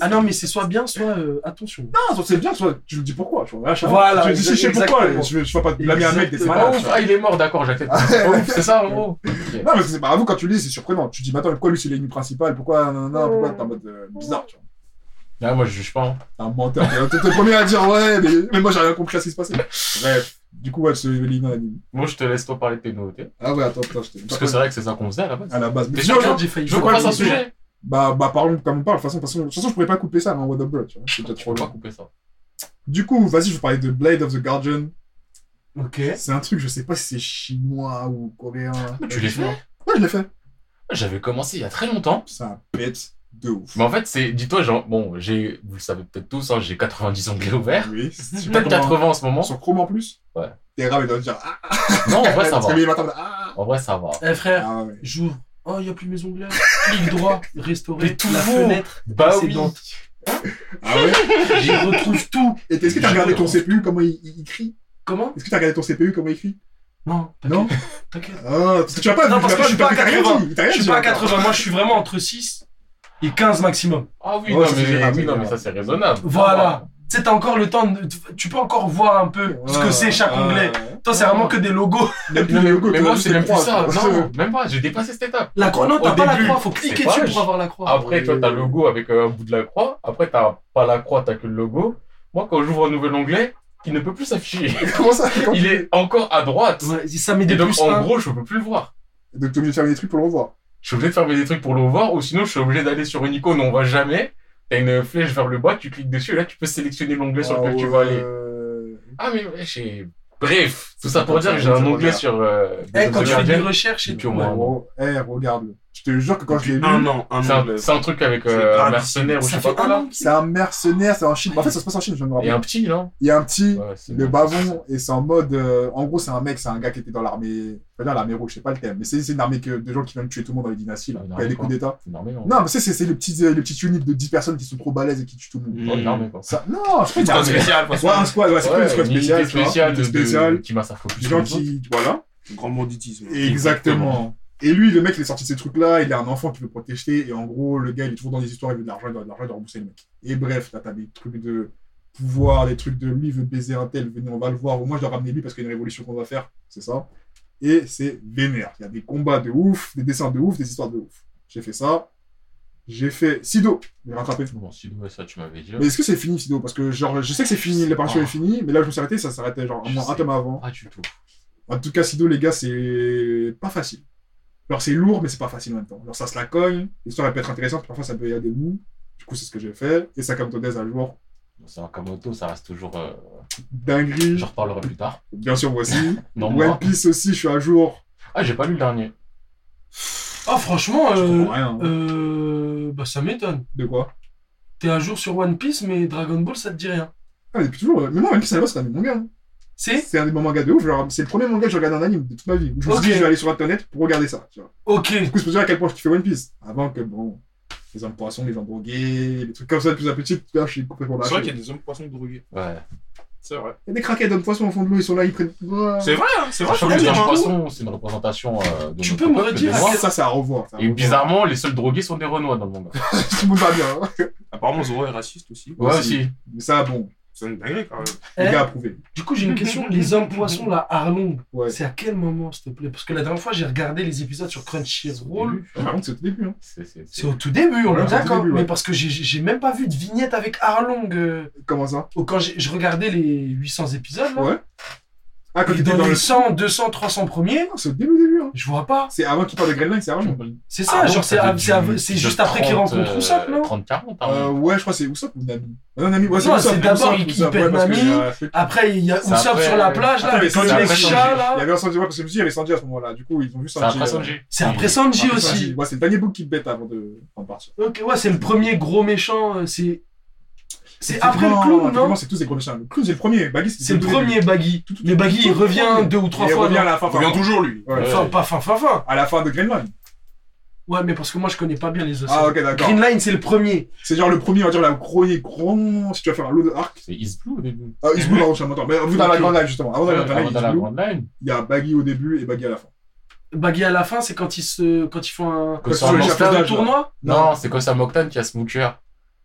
Speaker 4: Ah non, mais c'est soit bien, soit euh, attention.
Speaker 1: Non, soit c'est bien, soit tu me dis pourquoi, tu vois. À chaque
Speaker 4: Voilà,
Speaker 1: fois, tu me dis si je sais
Speaker 4: exactement.
Speaker 1: pourquoi, je, je vais pas blâmer un mec des
Speaker 3: C'est
Speaker 4: Exactement.
Speaker 1: semaines.
Speaker 3: pas ouf, ah, il est mort, d'accord, j'accepte. C'est pas ouf, c'est ça, en gros.
Speaker 1: Non, parce que c'est pas à vous, quand tu lis, c'est surprenant. Tu te dis, mais attends, mais pourquoi lui, c'est l'ennemi principal Pourquoi, non, non, pourquoi t'es en mode euh, bizarre, tu vois.
Speaker 3: Là, moi, je juge pas. hein.
Speaker 1: T'es un menteur. T'es- T'es le premier à dire, ouais, mais, mais moi, j'ai rien compris à ce qui se passait. Bref. Du coup, ouais, ce Lina anime.
Speaker 3: Moi, je te laisse toi parler de tes nouveautés.
Speaker 1: Ah ouais, attends, putain, je t'ai.
Speaker 3: Parce que c'est vrai que c'est ça qu'on faisait à la base.
Speaker 1: À la base.
Speaker 3: T'es
Speaker 1: Mais
Speaker 3: sûr
Speaker 1: violent.
Speaker 4: J'ai failli
Speaker 3: Je veux
Speaker 4: faire
Speaker 3: qu'on fasse
Speaker 4: une
Speaker 3: un
Speaker 4: vidéo.
Speaker 3: sujet
Speaker 1: Bah, bah, parlons comme on parle. De toute façon, de toute façon, de toute façon, je pourrais pas couper ça en What Up Bro, tu vois. C'est déjà
Speaker 3: Je
Speaker 1: trop
Speaker 3: peux pas
Speaker 1: long.
Speaker 3: couper ça.
Speaker 1: Du coup, vas-y, je vais parler de Blade of the Guardian.
Speaker 4: Ok.
Speaker 1: C'est un truc, je sais pas si c'est chinois ou coréen.
Speaker 3: Tu l'as fait
Speaker 1: Ouais, je l'ai fait.
Speaker 3: J'avais commencé il y a très longtemps.
Speaker 1: Ça pète de ouf.
Speaker 3: Mais en fait, c'est, dis-toi, genre, bon, j'ai, vous le savez peut-être tous, hein, j'ai 90 onglets ouverts.
Speaker 1: Oui, c'est
Speaker 3: J'ai peut-être 80 en ce moment.
Speaker 1: Sur Chrome en plus
Speaker 3: Ouais.
Speaker 1: T'es grave, il doit te dire Ah
Speaker 3: Non, en
Speaker 1: (laughs)
Speaker 3: vrai, ça
Speaker 1: Parce
Speaker 3: va.
Speaker 1: que lui, il m'attend, Ah
Speaker 3: En vrai, ça va.
Speaker 4: Eh frère,
Speaker 1: Ah ouais.
Speaker 4: j'ouvre. Oh, il a plus mes onglets. Clic droit, restaurer.
Speaker 3: Mais tout
Speaker 4: la
Speaker 3: vaut.
Speaker 4: fenêtre.
Speaker 3: Bah
Speaker 4: C'est
Speaker 3: oui.
Speaker 4: bon.
Speaker 1: Ah ouais
Speaker 4: J'y retrouve tout.
Speaker 1: Et est-ce que t'as
Speaker 3: Je
Speaker 1: regardé ton
Speaker 3: comprends.
Speaker 1: CPU comment il, il- il crie
Speaker 4: Comment
Speaker 1: Est-ce que t'as regardé ton CPU comment il crie
Speaker 4: Non. Eh,
Speaker 1: Non
Speaker 4: t'inquiète, T'inquiète.
Speaker 1: Ah, parce que tu vas pas
Speaker 4: Non,
Speaker 1: tu
Speaker 4: parce
Speaker 1: vas pas-
Speaker 4: que je suis
Speaker 1: tu vas
Speaker 4: pas à
Speaker 1: t'as rien
Speaker 4: 80.
Speaker 1: dit, il t'a rien
Speaker 4: Je suis
Speaker 1: dit
Speaker 4: pas à
Speaker 1: encore.
Speaker 4: 80. Moi, je suis vraiment entre 6 et 15 maximum.
Speaker 3: Ah oui,
Speaker 1: Ouais,
Speaker 3: non,
Speaker 1: ça, c'est
Speaker 3: mais,
Speaker 1: raisonnable.
Speaker 3: oui, non, mais ça, c'est raisonnable.
Speaker 4: Voilà. Tu sais, t'as encore le temps de... Tu peux encore voir un peu ce que c'est chaque
Speaker 1: Ah,
Speaker 4: onglet.
Speaker 1: ouais.
Speaker 4: Toi, c'est vraiment que des logos.
Speaker 1: Même plus
Speaker 3: Non,
Speaker 1: les
Speaker 3: mais,
Speaker 1: logos,
Speaker 3: mais
Speaker 1: toi,
Speaker 3: moi,
Speaker 1: juste
Speaker 3: c'est
Speaker 1: les
Speaker 3: même plus
Speaker 1: croix,
Speaker 3: ça.
Speaker 1: quoi.
Speaker 3: Non, même pas. J'ai dépassé cette étape.
Speaker 4: (laughs) La croix, non,
Speaker 3: Au
Speaker 4: t'as pas la
Speaker 3: début,
Speaker 4: croix. Faut
Speaker 3: c'est
Speaker 4: cliquer
Speaker 3: pas
Speaker 4: dessus
Speaker 3: je-
Speaker 4: pour avoir la croix.
Speaker 3: Après, toi, t'as le logo avec euh, un bout de la croix. Après, t'as pas la croix, t'as que le logo. Moi, quand j'ouvre un nouvel onglet, il ne peut plus s'afficher.
Speaker 1: (laughs) Comment ça Comment
Speaker 3: Il
Speaker 1: tu-
Speaker 3: est encore à droite.
Speaker 4: Ouais, ça met
Speaker 3: Et
Speaker 4: des
Speaker 3: donc,
Speaker 4: plus
Speaker 3: en
Speaker 4: un.
Speaker 3: gros, je peux plus le voir.
Speaker 1: Donc t'es obligé de faire des trucs pour le revoir.
Speaker 3: Je suis obligé de faire des trucs pour le voir, ou sinon, je suis obligé d'aller sur une icône où on va jamais. T'as une flèche vers le bas, tu cliques dessus, et là, tu peux sélectionner l'onglet sur lequel tu vas aller. Ah, mais ouais, j'ai. Bref, tout ça pour dire que j'ai un onglet sur. Euh,
Speaker 4: Eh,
Speaker 3: Breath of
Speaker 4: quand
Speaker 3: the
Speaker 4: tu fais des
Speaker 3: Guardian.
Speaker 4: recherches et
Speaker 3: Depuis
Speaker 4: tout.
Speaker 3: au
Speaker 1: Ouais,
Speaker 3: moins un an.
Speaker 1: gros, eh, regarde-le. Je te jure que quand je l'ai lu,
Speaker 6: Un an, un
Speaker 3: C'est
Speaker 6: an.
Speaker 3: un- c'est un, truc avec
Speaker 6: C'est
Speaker 3: euh, un
Speaker 6: grave.
Speaker 3: mercenaire ou je
Speaker 4: Ça
Speaker 3: sais
Speaker 4: fait
Speaker 3: pas quoi
Speaker 4: un
Speaker 3: là.
Speaker 4: an.
Speaker 1: c'est un mercenaire, c'est en Chine. En fait, ça se passe en Chine, je viens de me rappeler.
Speaker 3: Et un petit, non
Speaker 1: Il y a un petit,
Speaker 3: Ouais, c'est
Speaker 1: le
Speaker 3: bon.
Speaker 1: bavon, et c'est en mode. euh, en gros, c'est un mec, c'est un gars qui était dans l'armée. Pas dire l'armée rouge, je sais pas le thème, mais c'est c'est une armée que, de gens qui viennent tuer tout le monde dans les dynasties, là.
Speaker 3: Une
Speaker 1: quand il y a
Speaker 3: armée
Speaker 1: des coups
Speaker 3: quoi.
Speaker 1: d'État.
Speaker 3: C'est normal, non
Speaker 1: Non, mais c'est- c'est c'est les petites euh, les petites units de 10 personnes qui sont trop balèzes et qui tuent tout le monde.
Speaker 3: Oh, une armée, quoi.
Speaker 1: Ça, non, je sais
Speaker 6: C'est
Speaker 1: pas
Speaker 6: un
Speaker 1: une armée.
Speaker 6: spécial, parce
Speaker 1: Ouais, un squad, ouais, Ah, c'est plus
Speaker 3: Ouais,
Speaker 1: une squad
Speaker 3: une unité
Speaker 1: spéciale. tu vois,
Speaker 3: spéciale
Speaker 1: unité
Speaker 3: de-
Speaker 1: spéciale.
Speaker 3: de- qui massacre plus
Speaker 1: Des
Speaker 3: que
Speaker 1: gens
Speaker 3: les autres.
Speaker 1: qui. Voilà.
Speaker 6: que- Grand banditisme.
Speaker 1: Exactement. Et lui, le mec, il est sorti de ces trucs-là, il a un enfant qui veut protéger, et en gros, le gars, il est toujours dans des histoires, il veut de l'argent, il doit de l'argent, il doit rembourser le mec. Et bref, là, t'as des trucs de pouvoir, des trucs de lui, il veut baiser un tel, venez, on va le voir, au moins, je dois ramener lui parce qu'il y a une révolution qu'on va faire, c'est ça. Et c'est vénère. Il y a des combats de ouf, des dessins de ouf, des histoires de ouf. J'ai fait ça. J'ai fait Sido, j'ai rattrapé.
Speaker 3: Bon, si ouais, ça, tu m'avais dit. hein.
Speaker 1: Mais est-ce que c'est fini, Sido Parce que, genre, je sais que c'est fini, la partie
Speaker 3: Ah.
Speaker 1: est finie, mais là, je me suis arrêté, ça s'arrêtait, genre,
Speaker 3: Je
Speaker 1: un, un
Speaker 3: sais.
Speaker 1: tome avant.
Speaker 3: Pas Ah, du tout.
Speaker 1: En tout cas, Sido, les gars, c'est pas facile. Alors, c'est lourd, mais c'est pas facile en même temps. Alors, ça se la cogne, l'histoire elle peut être intéressante, parfois ça peut y avoir des mous. Du coup, c'est ce que j'ai fait. Et ça, comme Tonez, un jour,
Speaker 3: C'est un Kamoto, ça reste toujours. euh,
Speaker 1: dinguerie.
Speaker 3: Je reparlerai plus tard.
Speaker 1: Bien sûr,
Speaker 4: (laughs)
Speaker 1: voici.
Speaker 3: Dans
Speaker 1: One
Speaker 3: moi.
Speaker 1: Piece aussi, je suis à jour.
Speaker 3: Ah, j'ai pas lu le dernier.
Speaker 4: Oh, franchement,
Speaker 1: Je
Speaker 4: euh,
Speaker 1: comprends rien. hein.
Speaker 4: euh, bah, ça m'étonne.
Speaker 1: De quoi
Speaker 4: T'es un jour sur One Piece, mais Dragon Ball, ça te dit rien.
Speaker 1: Ah, mais depuis toujours. euh, Mais moi, One Piece, à la base, c'est un des mangas. hein.
Speaker 4: C'est
Speaker 1: C'est un des bons mangas de ouf. genre, C'est le premier manga que je regarde en anime de toute ma vie. Où je me suis
Speaker 4: Ok.
Speaker 1: dit, je vais aller sur Internet pour regarder ça. Tu vois.
Speaker 4: Ok.
Speaker 1: Du coup, je me dire à quel point je kiffais One Piece. Avant que, bon, les hommes poissons, les hommes drogués, les trucs comme ça, de plus à petit, là, je suis complètement
Speaker 6: C'est
Speaker 1: lâché.
Speaker 6: vrai qu'il y a des hommes poissons drogués.
Speaker 1: Ah,
Speaker 3: Ouais.
Speaker 6: C'est vrai.
Speaker 1: Il y a des craquettes d'hommes poissons au fond de l'eau, ils sont là, ils prennent. Ouah.
Speaker 6: C'est vrai, hein, c'est vrai.
Speaker 3: Sachant
Speaker 6: je
Speaker 3: que
Speaker 6: peux
Speaker 3: les
Speaker 6: le dire, hein.
Speaker 3: poissons, c'est une représentation euh, de
Speaker 4: Tu
Speaker 3: notre
Speaker 4: peux me
Speaker 3: peuple,
Speaker 4: redire
Speaker 3: des
Speaker 4: à
Speaker 3: Noirs.
Speaker 1: Ça, Ah, c'est à revoir. c'est à
Speaker 3: Et
Speaker 1: revoir.
Speaker 3: bizarrement, les seuls drogués sont des Renois dans le manga.
Speaker 1: Tout le monde va bien. hein.
Speaker 6: Apparemment, Zoro est raciste aussi.
Speaker 3: Ouais,
Speaker 1: aussi.
Speaker 3: aussi.
Speaker 1: Mais ça, bon,
Speaker 6: C'est une dinguerie quand même.
Speaker 1: les
Speaker 4: Eh,
Speaker 1: gars approuvé.
Speaker 4: du coup, j'ai une question. Les hommes poissons, là, Arlong,
Speaker 1: Ouais.
Speaker 4: c'est à quel moment, s'il te plaît Parce que la dernière fois, j'ai regardé les épisodes sur Crunchyroll.
Speaker 1: Par contre, c'est au tout début. Hein.
Speaker 3: C'est- c'est-
Speaker 4: C'est
Speaker 3: c'est-
Speaker 4: au tout début, on
Speaker 1: Ouais,
Speaker 4: est
Speaker 1: c'est au tout
Speaker 4: d'accord.
Speaker 1: début, ouais.
Speaker 4: Mais parce que j'ai- j'ai même pas vu de vignette avec Arlong. euh,
Speaker 1: Comment ça
Speaker 4: au- quand j'ai- je regardais les 800 épisodes, là,
Speaker 1: Ouais. Ah, quand
Speaker 4: et
Speaker 1: t'étais
Speaker 4: dans,
Speaker 1: dans,
Speaker 4: les
Speaker 1: le.
Speaker 4: 100, 200, 300 premiers,
Speaker 1: C'est au début, début. Hein.
Speaker 4: je vois pas.
Speaker 1: C'est avant qu'il parle de Greenland, c'est avant.
Speaker 4: C'est ça,
Speaker 3: Ah non,
Speaker 4: genre c'est
Speaker 3: fait
Speaker 4: c'est-
Speaker 3: du-
Speaker 4: c'est
Speaker 3: de
Speaker 4: juste après qu'il
Speaker 3: 30,
Speaker 4: rencontre
Speaker 3: euh,
Speaker 4: Usopp, non
Speaker 3: 30-40,
Speaker 1: Euh,
Speaker 3: hein.
Speaker 1: ouais, je crois que c'est Usopp ou Nami. Ah, non, Nami, ouais, Usopp,
Speaker 4: Non, c'est d'abord
Speaker 1: Usopp,
Speaker 4: il- il
Speaker 1: Usopp,
Speaker 4: perd
Speaker 1: ouais, parce que
Speaker 4: Nami.
Speaker 1: j'ai- euh, fait-
Speaker 4: Après, il y a
Speaker 3: C'est
Speaker 4: Usopp
Speaker 3: après-
Speaker 4: sur la plage, là,
Speaker 1: Attends, mais
Speaker 4: avec
Speaker 1: Sanji,
Speaker 4: le mec
Speaker 3: après Sanji.
Speaker 4: chat,
Speaker 1: Ah. Il y
Speaker 4: là.
Speaker 1: avait un Sanji, ouais, parce que je me suis dit, il y avait Sanji à ce moment-là. Du coup, ils ont vu
Speaker 3: C'est
Speaker 1: Sanji.
Speaker 3: après
Speaker 1: euh,
Speaker 3: Sanji.
Speaker 4: C'est après Sanji
Speaker 1: après Sanji.
Speaker 4: aussi.
Speaker 1: Ouais, c'est le dernier book qui bête avant de avant de partir.
Speaker 4: Ok, ouais, c'est le premier gros méchant, euh, c'est... C'est
Speaker 1: Effectivement,
Speaker 4: après le clown, non
Speaker 1: effectivement, C'est tous des gros méchants. Le clown, c'est le premier. Baggy,
Speaker 4: C'est le premier Baggy.
Speaker 1: Tout- tout-
Speaker 4: Mais Baggy,
Speaker 1: tout-
Speaker 4: il
Speaker 1: tout-
Speaker 4: revient
Speaker 1: tout-
Speaker 4: deux ou trois
Speaker 1: Il
Speaker 4: fois.
Speaker 1: revient à
Speaker 4: non
Speaker 1: la fin.
Speaker 6: Il revient
Speaker 1: enfin,
Speaker 6: toujours, lui.
Speaker 1: ouais,
Speaker 3: Ouais.
Speaker 4: Enfin, pas fin, fin, fin.
Speaker 1: À la fin de Greenland.
Speaker 4: Ouais, mais parce que moi, je connais pas bien les océans.
Speaker 1: Ah, ok, d'accord.
Speaker 4: Green Line, c'est le premier.
Speaker 1: C'est genre le premier, on va dire, la premier grand. Si tu vas faire un lot de arc.
Speaker 3: C'est East Blue au début.
Speaker 1: Ah, il se boule en haut, maintenant. Mais vous dans la grande live, justement. Avant d'aller
Speaker 3: Euh,
Speaker 1: Oh, dans la
Speaker 3: avant
Speaker 1: grande
Speaker 3: d'aller à la
Speaker 1: live,
Speaker 3: Grand Line.
Speaker 1: il y a Baggy au début et Baggy à la fin.
Speaker 4: Baggy à la fin, c'est quand ils se, quand ils font un,
Speaker 3: Que
Speaker 1: Parce
Speaker 3: ça
Speaker 1: que
Speaker 4: un
Speaker 1: j'ai
Speaker 3: monte-
Speaker 1: fait
Speaker 4: espèce de
Speaker 1: d'âge, là.
Speaker 4: tournoi.
Speaker 3: Non, c'est Kossa Moktan qui a Smoocher.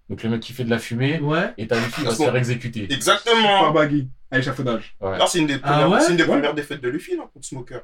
Speaker 3: Donc le mec qui fait de la fumée,
Speaker 4: Ouais.
Speaker 3: et t'as une fille qui va se faire exécuter.
Speaker 1: Pas
Speaker 6: Exactement.
Speaker 1: Baggy. À l'échafaudage.
Speaker 3: Ouais.
Speaker 6: Là, c'est une des premières,
Speaker 4: ouais
Speaker 6: c'est une des
Speaker 1: Ouais.
Speaker 6: premières défaites de Luffy, non, contre Smoker.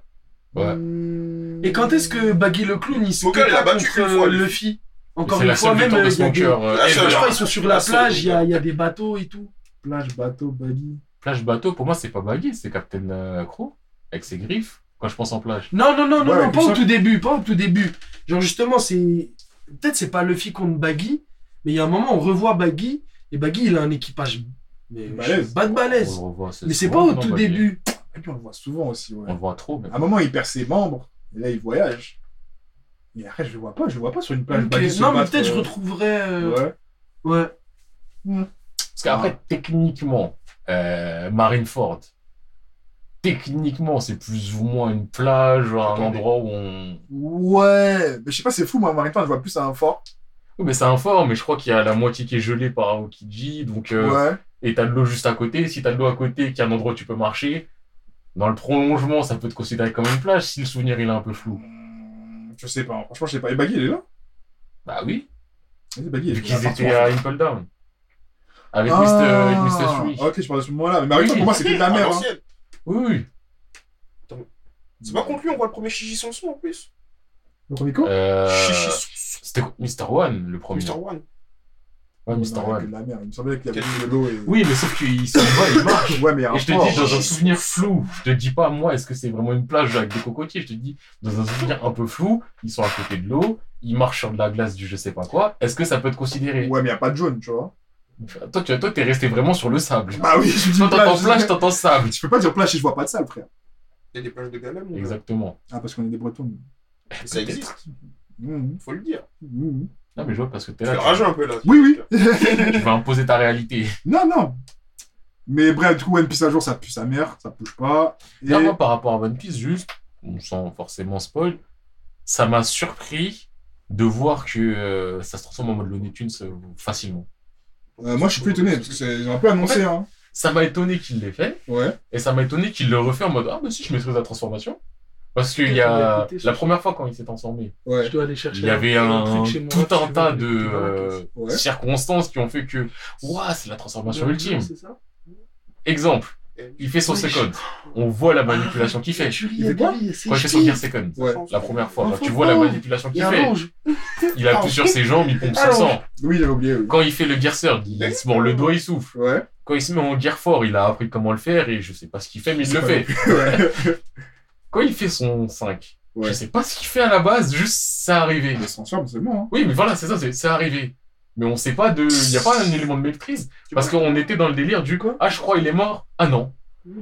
Speaker 3: Ouais.
Speaker 1: Mmh.
Speaker 4: Et quand est-ce que Baggy le clown, il se
Speaker 6: Smoker,
Speaker 4: pète
Speaker 6: il a
Speaker 4: pas
Speaker 6: battu
Speaker 4: contre
Speaker 6: une
Speaker 4: euh,
Speaker 6: fois, lui.
Speaker 4: Luffy Encore
Speaker 3: C'est
Speaker 4: une
Speaker 3: la
Speaker 4: fois,
Speaker 3: seule
Speaker 4: même,
Speaker 3: victoire de
Speaker 4: euh, il y a
Speaker 3: Smoker.
Speaker 4: des...
Speaker 6: La
Speaker 3: euh, et
Speaker 6: seule,
Speaker 4: Je
Speaker 3: le-
Speaker 6: hein.
Speaker 4: crois ils sont sur la
Speaker 6: La seule.
Speaker 4: plage, il y a, il y a des bateaux et tout.
Speaker 1: Plage, bateau, Baggy.
Speaker 3: Plage bateau, pour moi, c'est pas Baggy, c'est Captain euh, Crow, avec ses griffes. Quand je pense en plage.
Speaker 4: Non, non, non, non,
Speaker 1: Ouais,
Speaker 4: non,
Speaker 1: mais
Speaker 4: pas
Speaker 1: ça-
Speaker 4: au tout début, pas au tout début. Genre justement, c'est peut-être c'est pas Luffy contre Baggy, mais il y a un moment on revoit Baggy et Baggy il a un équipage mais
Speaker 1: Balèze.
Speaker 4: bas de balèze.
Speaker 3: On le revoit,
Speaker 4: Mais c'est pas
Speaker 3: souvent,
Speaker 4: au
Speaker 3: non,
Speaker 4: tout
Speaker 3: bah,
Speaker 4: début.
Speaker 1: Et puis Ah, on le voit souvent aussi, ouais.
Speaker 3: On le voit trop. mais-
Speaker 1: À un moment, il perd ses membres, et là, il voyage. Mais après, je le vois pas, je le vois pas sur une plage.
Speaker 4: Ok,
Speaker 1: Baggy se
Speaker 4: Non mais
Speaker 1: battre,
Speaker 4: peut-être je
Speaker 1: euh,
Speaker 4: retrouverai. euh,
Speaker 1: Ouais.
Speaker 4: Ouais.
Speaker 3: Parce qu'après,
Speaker 4: Ah.
Speaker 3: techniquement, euh, Marineford, techniquement, c'est plus ou moins une plage, un
Speaker 2: Attendez.
Speaker 3: endroit où on.
Speaker 1: Ouais, mais je sais pas, c'est fou, moi, en maritime, je vois plus un fort.
Speaker 3: Oui, mais c'est un fort, mais je crois qu'il y a la moitié qui est gelée par Aokiji, donc. euh,
Speaker 1: Ouais.
Speaker 3: et t'as de l'eau juste à côté. Si t'as de l'eau à côté et qu'il y a un endroit où tu peux marcher, dans le prolongement, ça peut te considérer comme une plage si le souvenir il est un peu flou.
Speaker 1: Mmh, Je sais pas, hein. franchement, je sais pas. Et Baggy, il est là
Speaker 3: Bah oui,
Speaker 1: Vas-y, Baggy, il
Speaker 3: vu
Speaker 1: est
Speaker 3: qu'ils
Speaker 1: là.
Speaker 3: étaient à Impel Down. Avec
Speaker 1: Ah,
Speaker 3: Mr. Avec Mr. Sui.
Speaker 1: Ok, je parle de ce moment-là. Mais Maritime,
Speaker 3: Oui.
Speaker 1: pour moi, c'était de la
Speaker 2: À
Speaker 1: mer. hein.
Speaker 2: l'ancienne.
Speaker 3: Oui, oui.
Speaker 2: C'est pas contre lui, on voit le premier Chichi Sanson en plus.
Speaker 1: Le premier coup
Speaker 3: Euh,
Speaker 2: Chichi Sanson.
Speaker 3: C'était quoi Mr. One, le premier.
Speaker 2: Mr. One.
Speaker 3: Ouais, Mr.
Speaker 1: Non, il y avait
Speaker 3: One.
Speaker 1: de la mer. Il me semblait qu'il y avait de l'eau et.
Speaker 3: Oui, mais sauf qu'il s'en va, il marche.
Speaker 1: Ouais, mais il y a un
Speaker 3: Et je te
Speaker 1: fort.
Speaker 3: dis, dans un souvenir flou, je te dis pas, moi, est-ce que c'est vraiment une plage avec des cocotiers, je te dis, dans un souvenir un peu flou, ils sont à côté de l'eau, ils marchent sur de la glace du je sais pas quoi, est-ce que ça peut te considérer
Speaker 1: Ouais, mais il y a pas de jaune, tu vois.
Speaker 3: Toi, tu toi, t'es resté vraiment sur le sable.
Speaker 1: Bah oui, je dis
Speaker 3: (laughs) Toi, t'entends
Speaker 1: plage.
Speaker 3: plage, t'entends sable.
Speaker 1: Je peux pas dire plage si je vois pas de sable, frère.
Speaker 2: Il y a des plages de Galem. on-
Speaker 3: Exactement.
Speaker 1: Ah, parce qu'on est des Bretons. nous.
Speaker 2: Mais Ça existe,
Speaker 1: Mmh,
Speaker 2: faut le dire.
Speaker 1: mmh, mmh.
Speaker 3: Non, mais je vois parce que t'es
Speaker 2: Tu
Speaker 3: là,
Speaker 2: fais
Speaker 3: tu,
Speaker 2: rager un peu là. Euh,
Speaker 1: Oui, oui.
Speaker 3: tu vas imposer ta réalité.
Speaker 1: Non, non. Mais bref, du coup, One Piece à jour, ça pue sa mère, ça bouge pas. Et...
Speaker 3: Là, moi, par rapport à One Piece, juste, sans forcément spoil, ça m'a surpris de voir que euh, ça se transforme en mode Looney Tunes euh, facilement.
Speaker 1: Euh, moi, je suis plus étonné, parce que c'est ils ont un peu annoncé, hein.
Speaker 3: Ça m'a étonné qu'il l'ait fait.
Speaker 1: Ouais.
Speaker 3: Et ça m'a étonné qu'il le refait en mode Ah, bah si, je maîtrise la transformation. Parce qu'il y
Speaker 4: Peut-être on va
Speaker 3: a.
Speaker 4: écouter ce
Speaker 3: La
Speaker 4: soir.
Speaker 3: première fois quand il s'est transformé,
Speaker 1: Ouais.
Speaker 4: Je dois aller chercher.
Speaker 3: il y avait un, tout un tas de euh,
Speaker 1: Ouais.
Speaker 3: circonstances qui ont fait que Ouah, c'est la transformation ultime.
Speaker 4: C'est ça
Speaker 3: Exemple,
Speaker 2: Et-
Speaker 3: il fait son
Speaker 4: Oui.
Speaker 3: second. On voit la manipulation qu'il fait.
Speaker 4: Tu ris,
Speaker 1: Il fait quoi
Speaker 4: Adélie, c'est
Speaker 3: Quand il fait son
Speaker 4: chic.
Speaker 3: gear second,
Speaker 1: Ouais.
Speaker 3: la première fois,
Speaker 4: Un
Speaker 3: bah, tu
Speaker 4: faux
Speaker 3: vois la
Speaker 4: pas.
Speaker 3: manipulation
Speaker 4: Il y
Speaker 3: qu'il
Speaker 4: a un
Speaker 3: fait.
Speaker 4: ange.
Speaker 3: Il appuie sur ses jambes, il pompe son
Speaker 4: Alors.
Speaker 3: sang.
Speaker 1: Oui, j'avais oublié, oui.
Speaker 3: Quand il fait le gear third, il se mord le doigt, il souffle.
Speaker 1: Ouais. (laughs)
Speaker 3: Quand il se met en gear fort, il a appris comment le faire et je sais pas ce qu'il fait, mais il le fait.
Speaker 1: ouais.
Speaker 3: Quand il fait son 5,
Speaker 1: Ouais.
Speaker 3: je sais pas ce qu'il fait à la base, juste c'est arrivé.
Speaker 1: Il est sensuel, c'est bon, hein.
Speaker 3: Oui, mais voilà, c'est ça, c'est- c'est arrivé. Mais on sait pas de. Il n'y a pas un élément de maîtrise. Parce qu'on était dans le délire du
Speaker 4: Quoi
Speaker 3: Ah, je crois, il est mort. Ah non.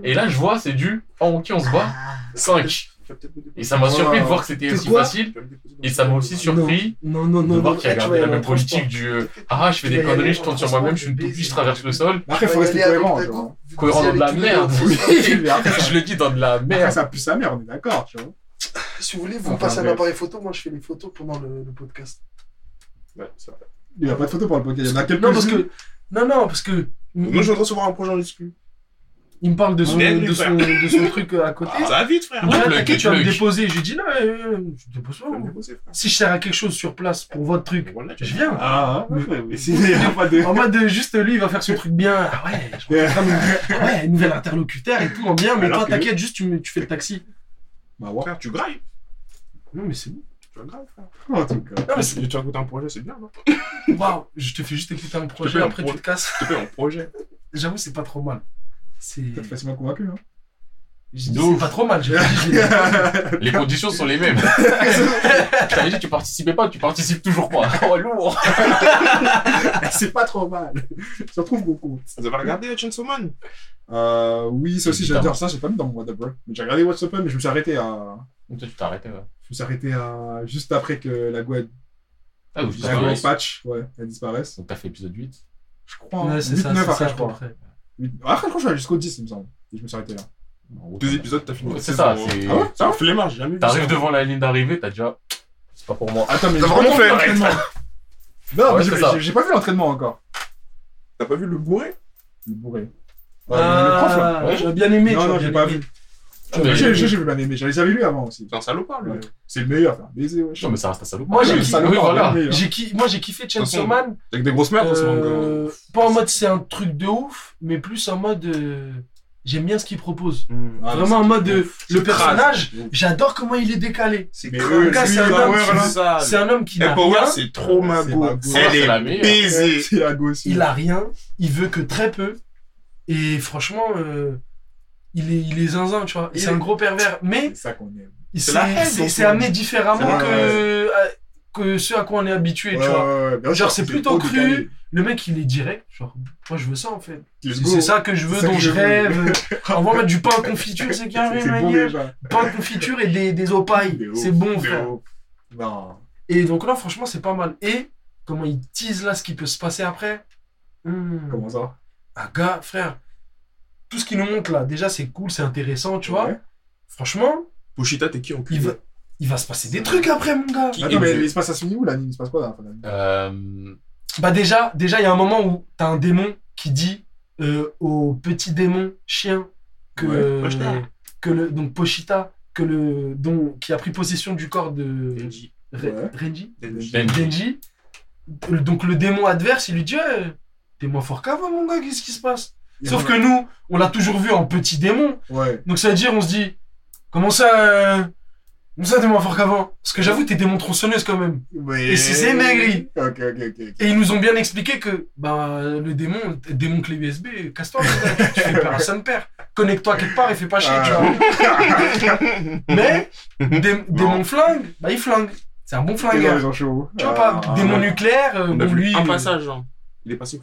Speaker 3: Et là, je vois, c'est du. Oh, ok, on se bat. 5.
Speaker 2: Tu vas peut-être me
Speaker 3: Et ça m'a
Speaker 1: Voilà.
Speaker 3: surpris de voir que c'était
Speaker 4: C'est
Speaker 3: aussi
Speaker 4: quoi
Speaker 3: facile.
Speaker 2: Tu vas me déposer dans
Speaker 3: Et
Speaker 2: le-
Speaker 3: ça m'a aussi surpris
Speaker 4: Non, non, non.
Speaker 3: de
Speaker 4: non,
Speaker 3: voir
Speaker 4: non,
Speaker 3: qu'il
Speaker 4: là,
Speaker 3: a
Speaker 4: tu vas
Speaker 3: gardé
Speaker 4: y
Speaker 3: la
Speaker 4: aller en
Speaker 3: même politique
Speaker 4: transport.
Speaker 3: du. euh, Ah, je fais
Speaker 4: Tu
Speaker 3: des
Speaker 4: vas y aller
Speaker 3: conneries,
Speaker 4: en
Speaker 3: je tourne sur
Speaker 4: transport,
Speaker 3: moi-même,
Speaker 4: je
Speaker 3: je suis une
Speaker 4: vais
Speaker 3: toupie,
Speaker 4: baiser.
Speaker 3: je traverse le sol.
Speaker 1: Mais Après, il faut rester cohérent, tu vois.
Speaker 3: Cohérent de la merde.
Speaker 1: Oui,
Speaker 3: (laughs)
Speaker 1: mais après, ça,
Speaker 3: Je le dis dans de la
Speaker 1: après,
Speaker 3: merde.
Speaker 1: ça pue sa mère, on est d'accord, tu vois.
Speaker 4: Si vous voulez, vous
Speaker 3: Enfin,
Speaker 4: me passez un
Speaker 3: bref.
Speaker 4: appareil photo. Moi, je fais les photos pendant le, le podcast.
Speaker 2: Ouais, c'est vrai.
Speaker 1: Il n'y a pas de photo pour le podcast. Il y en a quelques
Speaker 4: Non, parce que. Non, non, parce que.
Speaker 2: Moi,
Speaker 4: Il
Speaker 2: je viens de recevoir un projet en exclu.
Speaker 4: il me parle de son,
Speaker 2: Bienvenue,
Speaker 4: de son, de son truc euh, à côté.
Speaker 2: Ça va vite, frère.
Speaker 4: Il me dit,
Speaker 3: Ah,
Speaker 4: ah,
Speaker 3: plug,
Speaker 4: t'inquiète, tu vas me
Speaker 3: plug.
Speaker 4: déposer. Je lui dis, non, euh, euh, je te dépose pas.
Speaker 2: Tu vas me
Speaker 4: moi.
Speaker 2: déposer, frère.
Speaker 4: Si je sers à quelque chose sur place pour votre truc,
Speaker 2: Voilà, tu
Speaker 4: je
Speaker 2: vas-
Speaker 4: viens.
Speaker 1: Ah, ouais, ouais, mais s'il n'y a pas de.
Speaker 4: En mode, euh, juste lui, il va faire son truc bien. Ah ouais, je
Speaker 1: Ouais.
Speaker 4: rencontre un nou- ah ouais, nouvel interlocuteur et tout, en bien. Mais
Speaker 2: Alors
Speaker 4: toi,
Speaker 2: que-
Speaker 4: t'inquiète, juste, tu, me- tu fais le taxi.
Speaker 1: (laughs) Bah, ouais.
Speaker 2: Frère, tu grailles.
Speaker 4: Non, mais c'est bon.
Speaker 2: Tu vas grailles, frère.
Speaker 1: Oh, En tout cas.
Speaker 4: Non, mais
Speaker 2: Tu vas écouter un projet, c'est bien, non
Speaker 4: c'est- Waouh, je te fais juste écouter un projet,
Speaker 2: fais un
Speaker 4: après tu te casses.
Speaker 2: Tu fais un projet.
Speaker 4: J'avoue, c'est pas trop mal. C'est
Speaker 1: T'es facilement convaincu, hein.
Speaker 4: j'ai dit,
Speaker 3: De
Speaker 4: c'est
Speaker 3: ouf.
Speaker 4: pas trop mal. j'ai pas dit, je l'ai-
Speaker 3: Les conditions sont
Speaker 4: (laughs)
Speaker 3: les mêmes. Je t'avais dit, tu participais pas, tu participes toujours pas. Oh, lourd.
Speaker 1: c'est pas trop mal. (laughs) Ça trouve beaucoup.
Speaker 2: Vous avez regardé Chainsaw Man
Speaker 1: Euh, oui, ça aussi, j'allais dire ça, j'ai pas mis dans mon What the Break. Mais j'ai regardé What's Up, mais je me suis arrêté à.
Speaker 3: Donc, Toi, tu t'arrêtais, ouais.
Speaker 1: Je me suis arrêté à. Juste après que la Gwen.
Speaker 3: Ah, donc, tu
Speaker 1: La Gwen
Speaker 3: t'arrêtais.
Speaker 1: Patch, ouais, elle disparaisse.
Speaker 3: Donc, t'as fait épisode 8.
Speaker 1: Je crois. hein.
Speaker 4: Ouais, c'est
Speaker 1: 8,
Speaker 4: ça,
Speaker 1: 9
Speaker 4: c'est
Speaker 1: après,
Speaker 4: ça,
Speaker 1: je
Speaker 4: à peu
Speaker 1: crois.
Speaker 4: près.
Speaker 1: Huit- Ah, Après, je crois que j'allais jusqu'au 10, il me semble. Et je me suis arrêté là.
Speaker 3: En gros,
Speaker 2: Deux
Speaker 3: t'as-
Speaker 2: épisodes, t'as fini.
Speaker 3: Ouais, C'est ça, c'est.
Speaker 1: Ah ouais
Speaker 2: C'est hein. un flemmard, j'ai jamais vu.
Speaker 3: T'arrives
Speaker 2: ça.
Speaker 3: devant la ligne d'arrivée, t'as déjà. C'est pas pour moi.
Speaker 1: Attends, mais
Speaker 2: T'as
Speaker 1: j'ai
Speaker 2: vraiment
Speaker 1: pas
Speaker 2: fait
Speaker 1: vu l'entraînement. Non,
Speaker 3: Ouais,
Speaker 1: mais
Speaker 3: c'est
Speaker 1: j'ai-
Speaker 3: ça.
Speaker 1: j'ai- j'ai pas vu l'entraînement encore.
Speaker 2: T'as pas vu le bourré
Speaker 1: Il est bourré. Ouais, le prof, là.
Speaker 4: Ah,
Speaker 3: Ouais.
Speaker 4: tu as bien aimé.
Speaker 1: Non,
Speaker 4: tu as
Speaker 1: non,
Speaker 4: bien
Speaker 1: j'ai pas
Speaker 4: aimé.
Speaker 1: vu.
Speaker 3: Ah, mais-
Speaker 1: J'ai j'ai- j'ai bien aimé. J'avais jamais lu avant aussi.
Speaker 2: C'est un salopard, lui.
Speaker 1: Ouais. C'est le meilleur, faire un baiser, wesh. Ah,
Speaker 3: Non, mais ça reste un salaud.
Speaker 4: Moi, j'ai
Speaker 3: Ouais,
Speaker 4: dit-
Speaker 3: le salaud,
Speaker 1: oui,
Speaker 3: voilà.
Speaker 1: oui.
Speaker 4: J'ai ki- Moi, j'ai kiffé Chainsaw
Speaker 2: façon,
Speaker 4: Man.
Speaker 2: Avec des grosses merdes, en ce moment.
Speaker 4: Euh, pas en mode c'est un truc de ouf, mais plus en mode euh, j'aime bien ce qu'il propose.
Speaker 3: Hmm.
Speaker 1: Ah, non,
Speaker 4: Vraiment en mode euh, le
Speaker 2: C'est crade.
Speaker 4: personnage,
Speaker 2: C'est ouf.
Speaker 4: j'adore comment il est décalé.
Speaker 2: C'est
Speaker 1: Mais
Speaker 2: crade.
Speaker 1: eux,
Speaker 4: gars,
Speaker 2: lui,
Speaker 4: c'est un
Speaker 2: Power,
Speaker 4: homme qui-
Speaker 2: là.
Speaker 4: C'est un homme qui
Speaker 2: Eh,
Speaker 4: n'a
Speaker 2: Power,
Speaker 4: rien,
Speaker 2: c'est trop ma
Speaker 1: C'est
Speaker 2: go.
Speaker 1: ma go.
Speaker 2: Elle
Speaker 3: C'est la
Speaker 2: est
Speaker 3: meilleure.
Speaker 1: c'est-
Speaker 2: baisée.
Speaker 1: C'est la gosse.
Speaker 4: il a rien, il veut que très peu, et franchement, euh, il est il est zinzin, tu vois.
Speaker 2: Il
Speaker 4: C'est
Speaker 2: est-
Speaker 4: un gros pervers, mais
Speaker 1: C'est ça qu'on aime.
Speaker 4: il
Speaker 2: C'est la
Speaker 4: s'est-
Speaker 2: haine,
Speaker 4: c'est
Speaker 2: donc,
Speaker 4: c'est amené différemment
Speaker 1: c'est
Speaker 4: que
Speaker 1: la-
Speaker 4: euh, que ce à quoi on est habitué,
Speaker 1: Ouais,
Speaker 4: tu vois.
Speaker 1: ouais, ouais, bien sûr,
Speaker 4: Genre, c'est plutôt
Speaker 1: trop
Speaker 4: cru.
Speaker 1: décalé.
Speaker 4: Le mec, il est direct. Genre, moi, je veux ça, en fait.
Speaker 1: Let's
Speaker 4: C'est
Speaker 1: go.
Speaker 4: c'est ça que
Speaker 1: C'est
Speaker 4: je veux,
Speaker 1: ça que
Speaker 4: dont je
Speaker 1: veux.
Speaker 4: rêve.
Speaker 1: (laughs)
Speaker 4: On va mettre du pain à confiture, c'est
Speaker 1: C'est bah.
Speaker 4: carré,
Speaker 1: c'est bon
Speaker 4: manière.
Speaker 1: déjà.
Speaker 4: Pain à confiture et des, des opailles.
Speaker 1: Des
Speaker 4: C'est
Speaker 1: hauts,
Speaker 4: bon,
Speaker 1: des
Speaker 4: frère.
Speaker 1: hauts. Non.
Speaker 4: Et donc là, franchement, c'est pas mal. Et comment il tease là ce qui peut se passer après Hmm.
Speaker 1: Comment ça
Speaker 4: Un gars, frère, tout ce qu'il nous montre là, déjà, c'est cool, c'est intéressant, tu vois.
Speaker 1: Ouais.
Speaker 4: Franchement,
Speaker 2: Pushita, t'es qui en
Speaker 4: il va, il va se passer des trucs après, mon gars.
Speaker 2: Qui-
Speaker 1: Attends,
Speaker 2: Et
Speaker 1: mais
Speaker 2: je-
Speaker 1: il se passe à ce niveau là, il se passe quoi dans la fin de l'année
Speaker 3: Euh,
Speaker 4: Bah déjà, déjà, il y a un moment où t'as un démon qui dit euh, au petit démon chien que,
Speaker 1: Ouais,
Speaker 2: Pochita.
Speaker 4: que le donc Pochita que le dont qui a pris possession du corps de
Speaker 2: Denji.
Speaker 4: Re-
Speaker 1: Ouais.
Speaker 4: Renji
Speaker 2: Denji.
Speaker 3: Ben,
Speaker 4: Denji. Le- Donc le démon adverse, il lui dit Eh, T'es moins fort qu'avant, mon gars, qu'est-ce qui se passe
Speaker 1: Il y a
Speaker 4: Sauf
Speaker 1: un-
Speaker 4: que nous, on l'a toujours vu en petit démon.
Speaker 1: Ouais.
Speaker 4: Donc ça veut dire, on se dit Comment ça euh, Comment ça, t'es moins fort qu'avant Parce que j'avoue, t'es démon tronçonneuse quand même.
Speaker 1: Mais...
Speaker 4: Et c'est- c'est maigri.
Speaker 1: Ok, ok, ok. ok.
Speaker 4: Et ils nous ont bien expliqué que bah, le démon, démon clé USB, casse-toi, putain, tu fais peur à son père. Connecte-toi quelque part et fais pas
Speaker 1: Ah.
Speaker 4: chier, tu
Speaker 2: Ah.
Speaker 4: vois. Mais, dé- démon flingue, bah il flingue. C'est un bon
Speaker 1: (laughs) Et là,
Speaker 4: flingueur.
Speaker 1: ils ont chaud.
Speaker 4: Tu vois pas,
Speaker 1: Ah,
Speaker 4: démon
Speaker 1: ouais.
Speaker 4: nucléaire, euh,
Speaker 2: On
Speaker 3: ben,
Speaker 2: a
Speaker 4: bon,
Speaker 2: vu
Speaker 4: lui.
Speaker 2: un
Speaker 4: euh,
Speaker 2: passage, genre. Il est passé.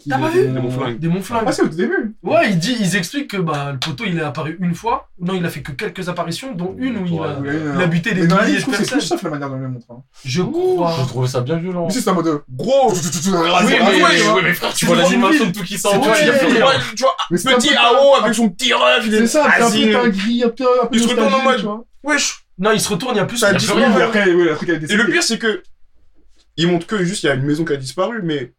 Speaker 1: Qui
Speaker 4: T'as
Speaker 1: est
Speaker 4: pas vu
Speaker 1: démon
Speaker 2: Démon flingue.
Speaker 4: Démon flingue.
Speaker 1: Ah, c'est au tout début.
Speaker 4: Ouais, il dit, ils expliquent que bah, le poteau il est apparu une fois. Non, il a fait que quelques apparitions, dont une où il a,
Speaker 3: Ouais.
Speaker 4: il a buté des
Speaker 1: euh, Mais dans la vie,
Speaker 4: milliers
Speaker 1: je
Speaker 4: de
Speaker 1: trouve que c'est
Speaker 4: personnes.
Speaker 1: tout sauf la manière dont on le montre. hein.
Speaker 4: Je
Speaker 3: Je
Speaker 4: crois.
Speaker 3: trouvais ça bien violent.
Speaker 1: Mais c'est en mode euh,
Speaker 2: Oh,
Speaker 1: gros.
Speaker 3: Oui,
Speaker 1: Mais
Speaker 3: mais,
Speaker 1: ouais,
Speaker 3: oui,
Speaker 1: ouais.
Speaker 3: mais frère, tu
Speaker 4: C'est
Speaker 3: vois
Speaker 4: dans
Speaker 3: l'animation
Speaker 4: une
Speaker 3: de tout qui
Speaker 4: C'est
Speaker 3: s'en
Speaker 4: tout
Speaker 3: va.
Speaker 4: qui
Speaker 3: il y a
Speaker 4: est
Speaker 3: tout-
Speaker 4: violent.
Speaker 3: ouais.
Speaker 2: Tu vois,
Speaker 1: Mais c'est un
Speaker 2: petit
Speaker 1: peu-
Speaker 2: AO avec son petit ref, il
Speaker 1: C'est
Speaker 2: est
Speaker 1: ça, c'est un peu
Speaker 2: asile.
Speaker 1: dinguerie, un peu un peu
Speaker 2: Il se retourne en
Speaker 1: nostalgique,
Speaker 2: mode-
Speaker 1: tu vois.
Speaker 2: Wesh.
Speaker 4: Non, il se retourne, il y a plus
Speaker 2: Ça a
Speaker 4: il y a
Speaker 2: dit
Speaker 4: plus
Speaker 1: Oui,
Speaker 2: rien.
Speaker 1: mais après, ouais, le truc avec des
Speaker 2: Et le pire, c'est que. Il montre que juste, il y a une maison qui a disparu, mais.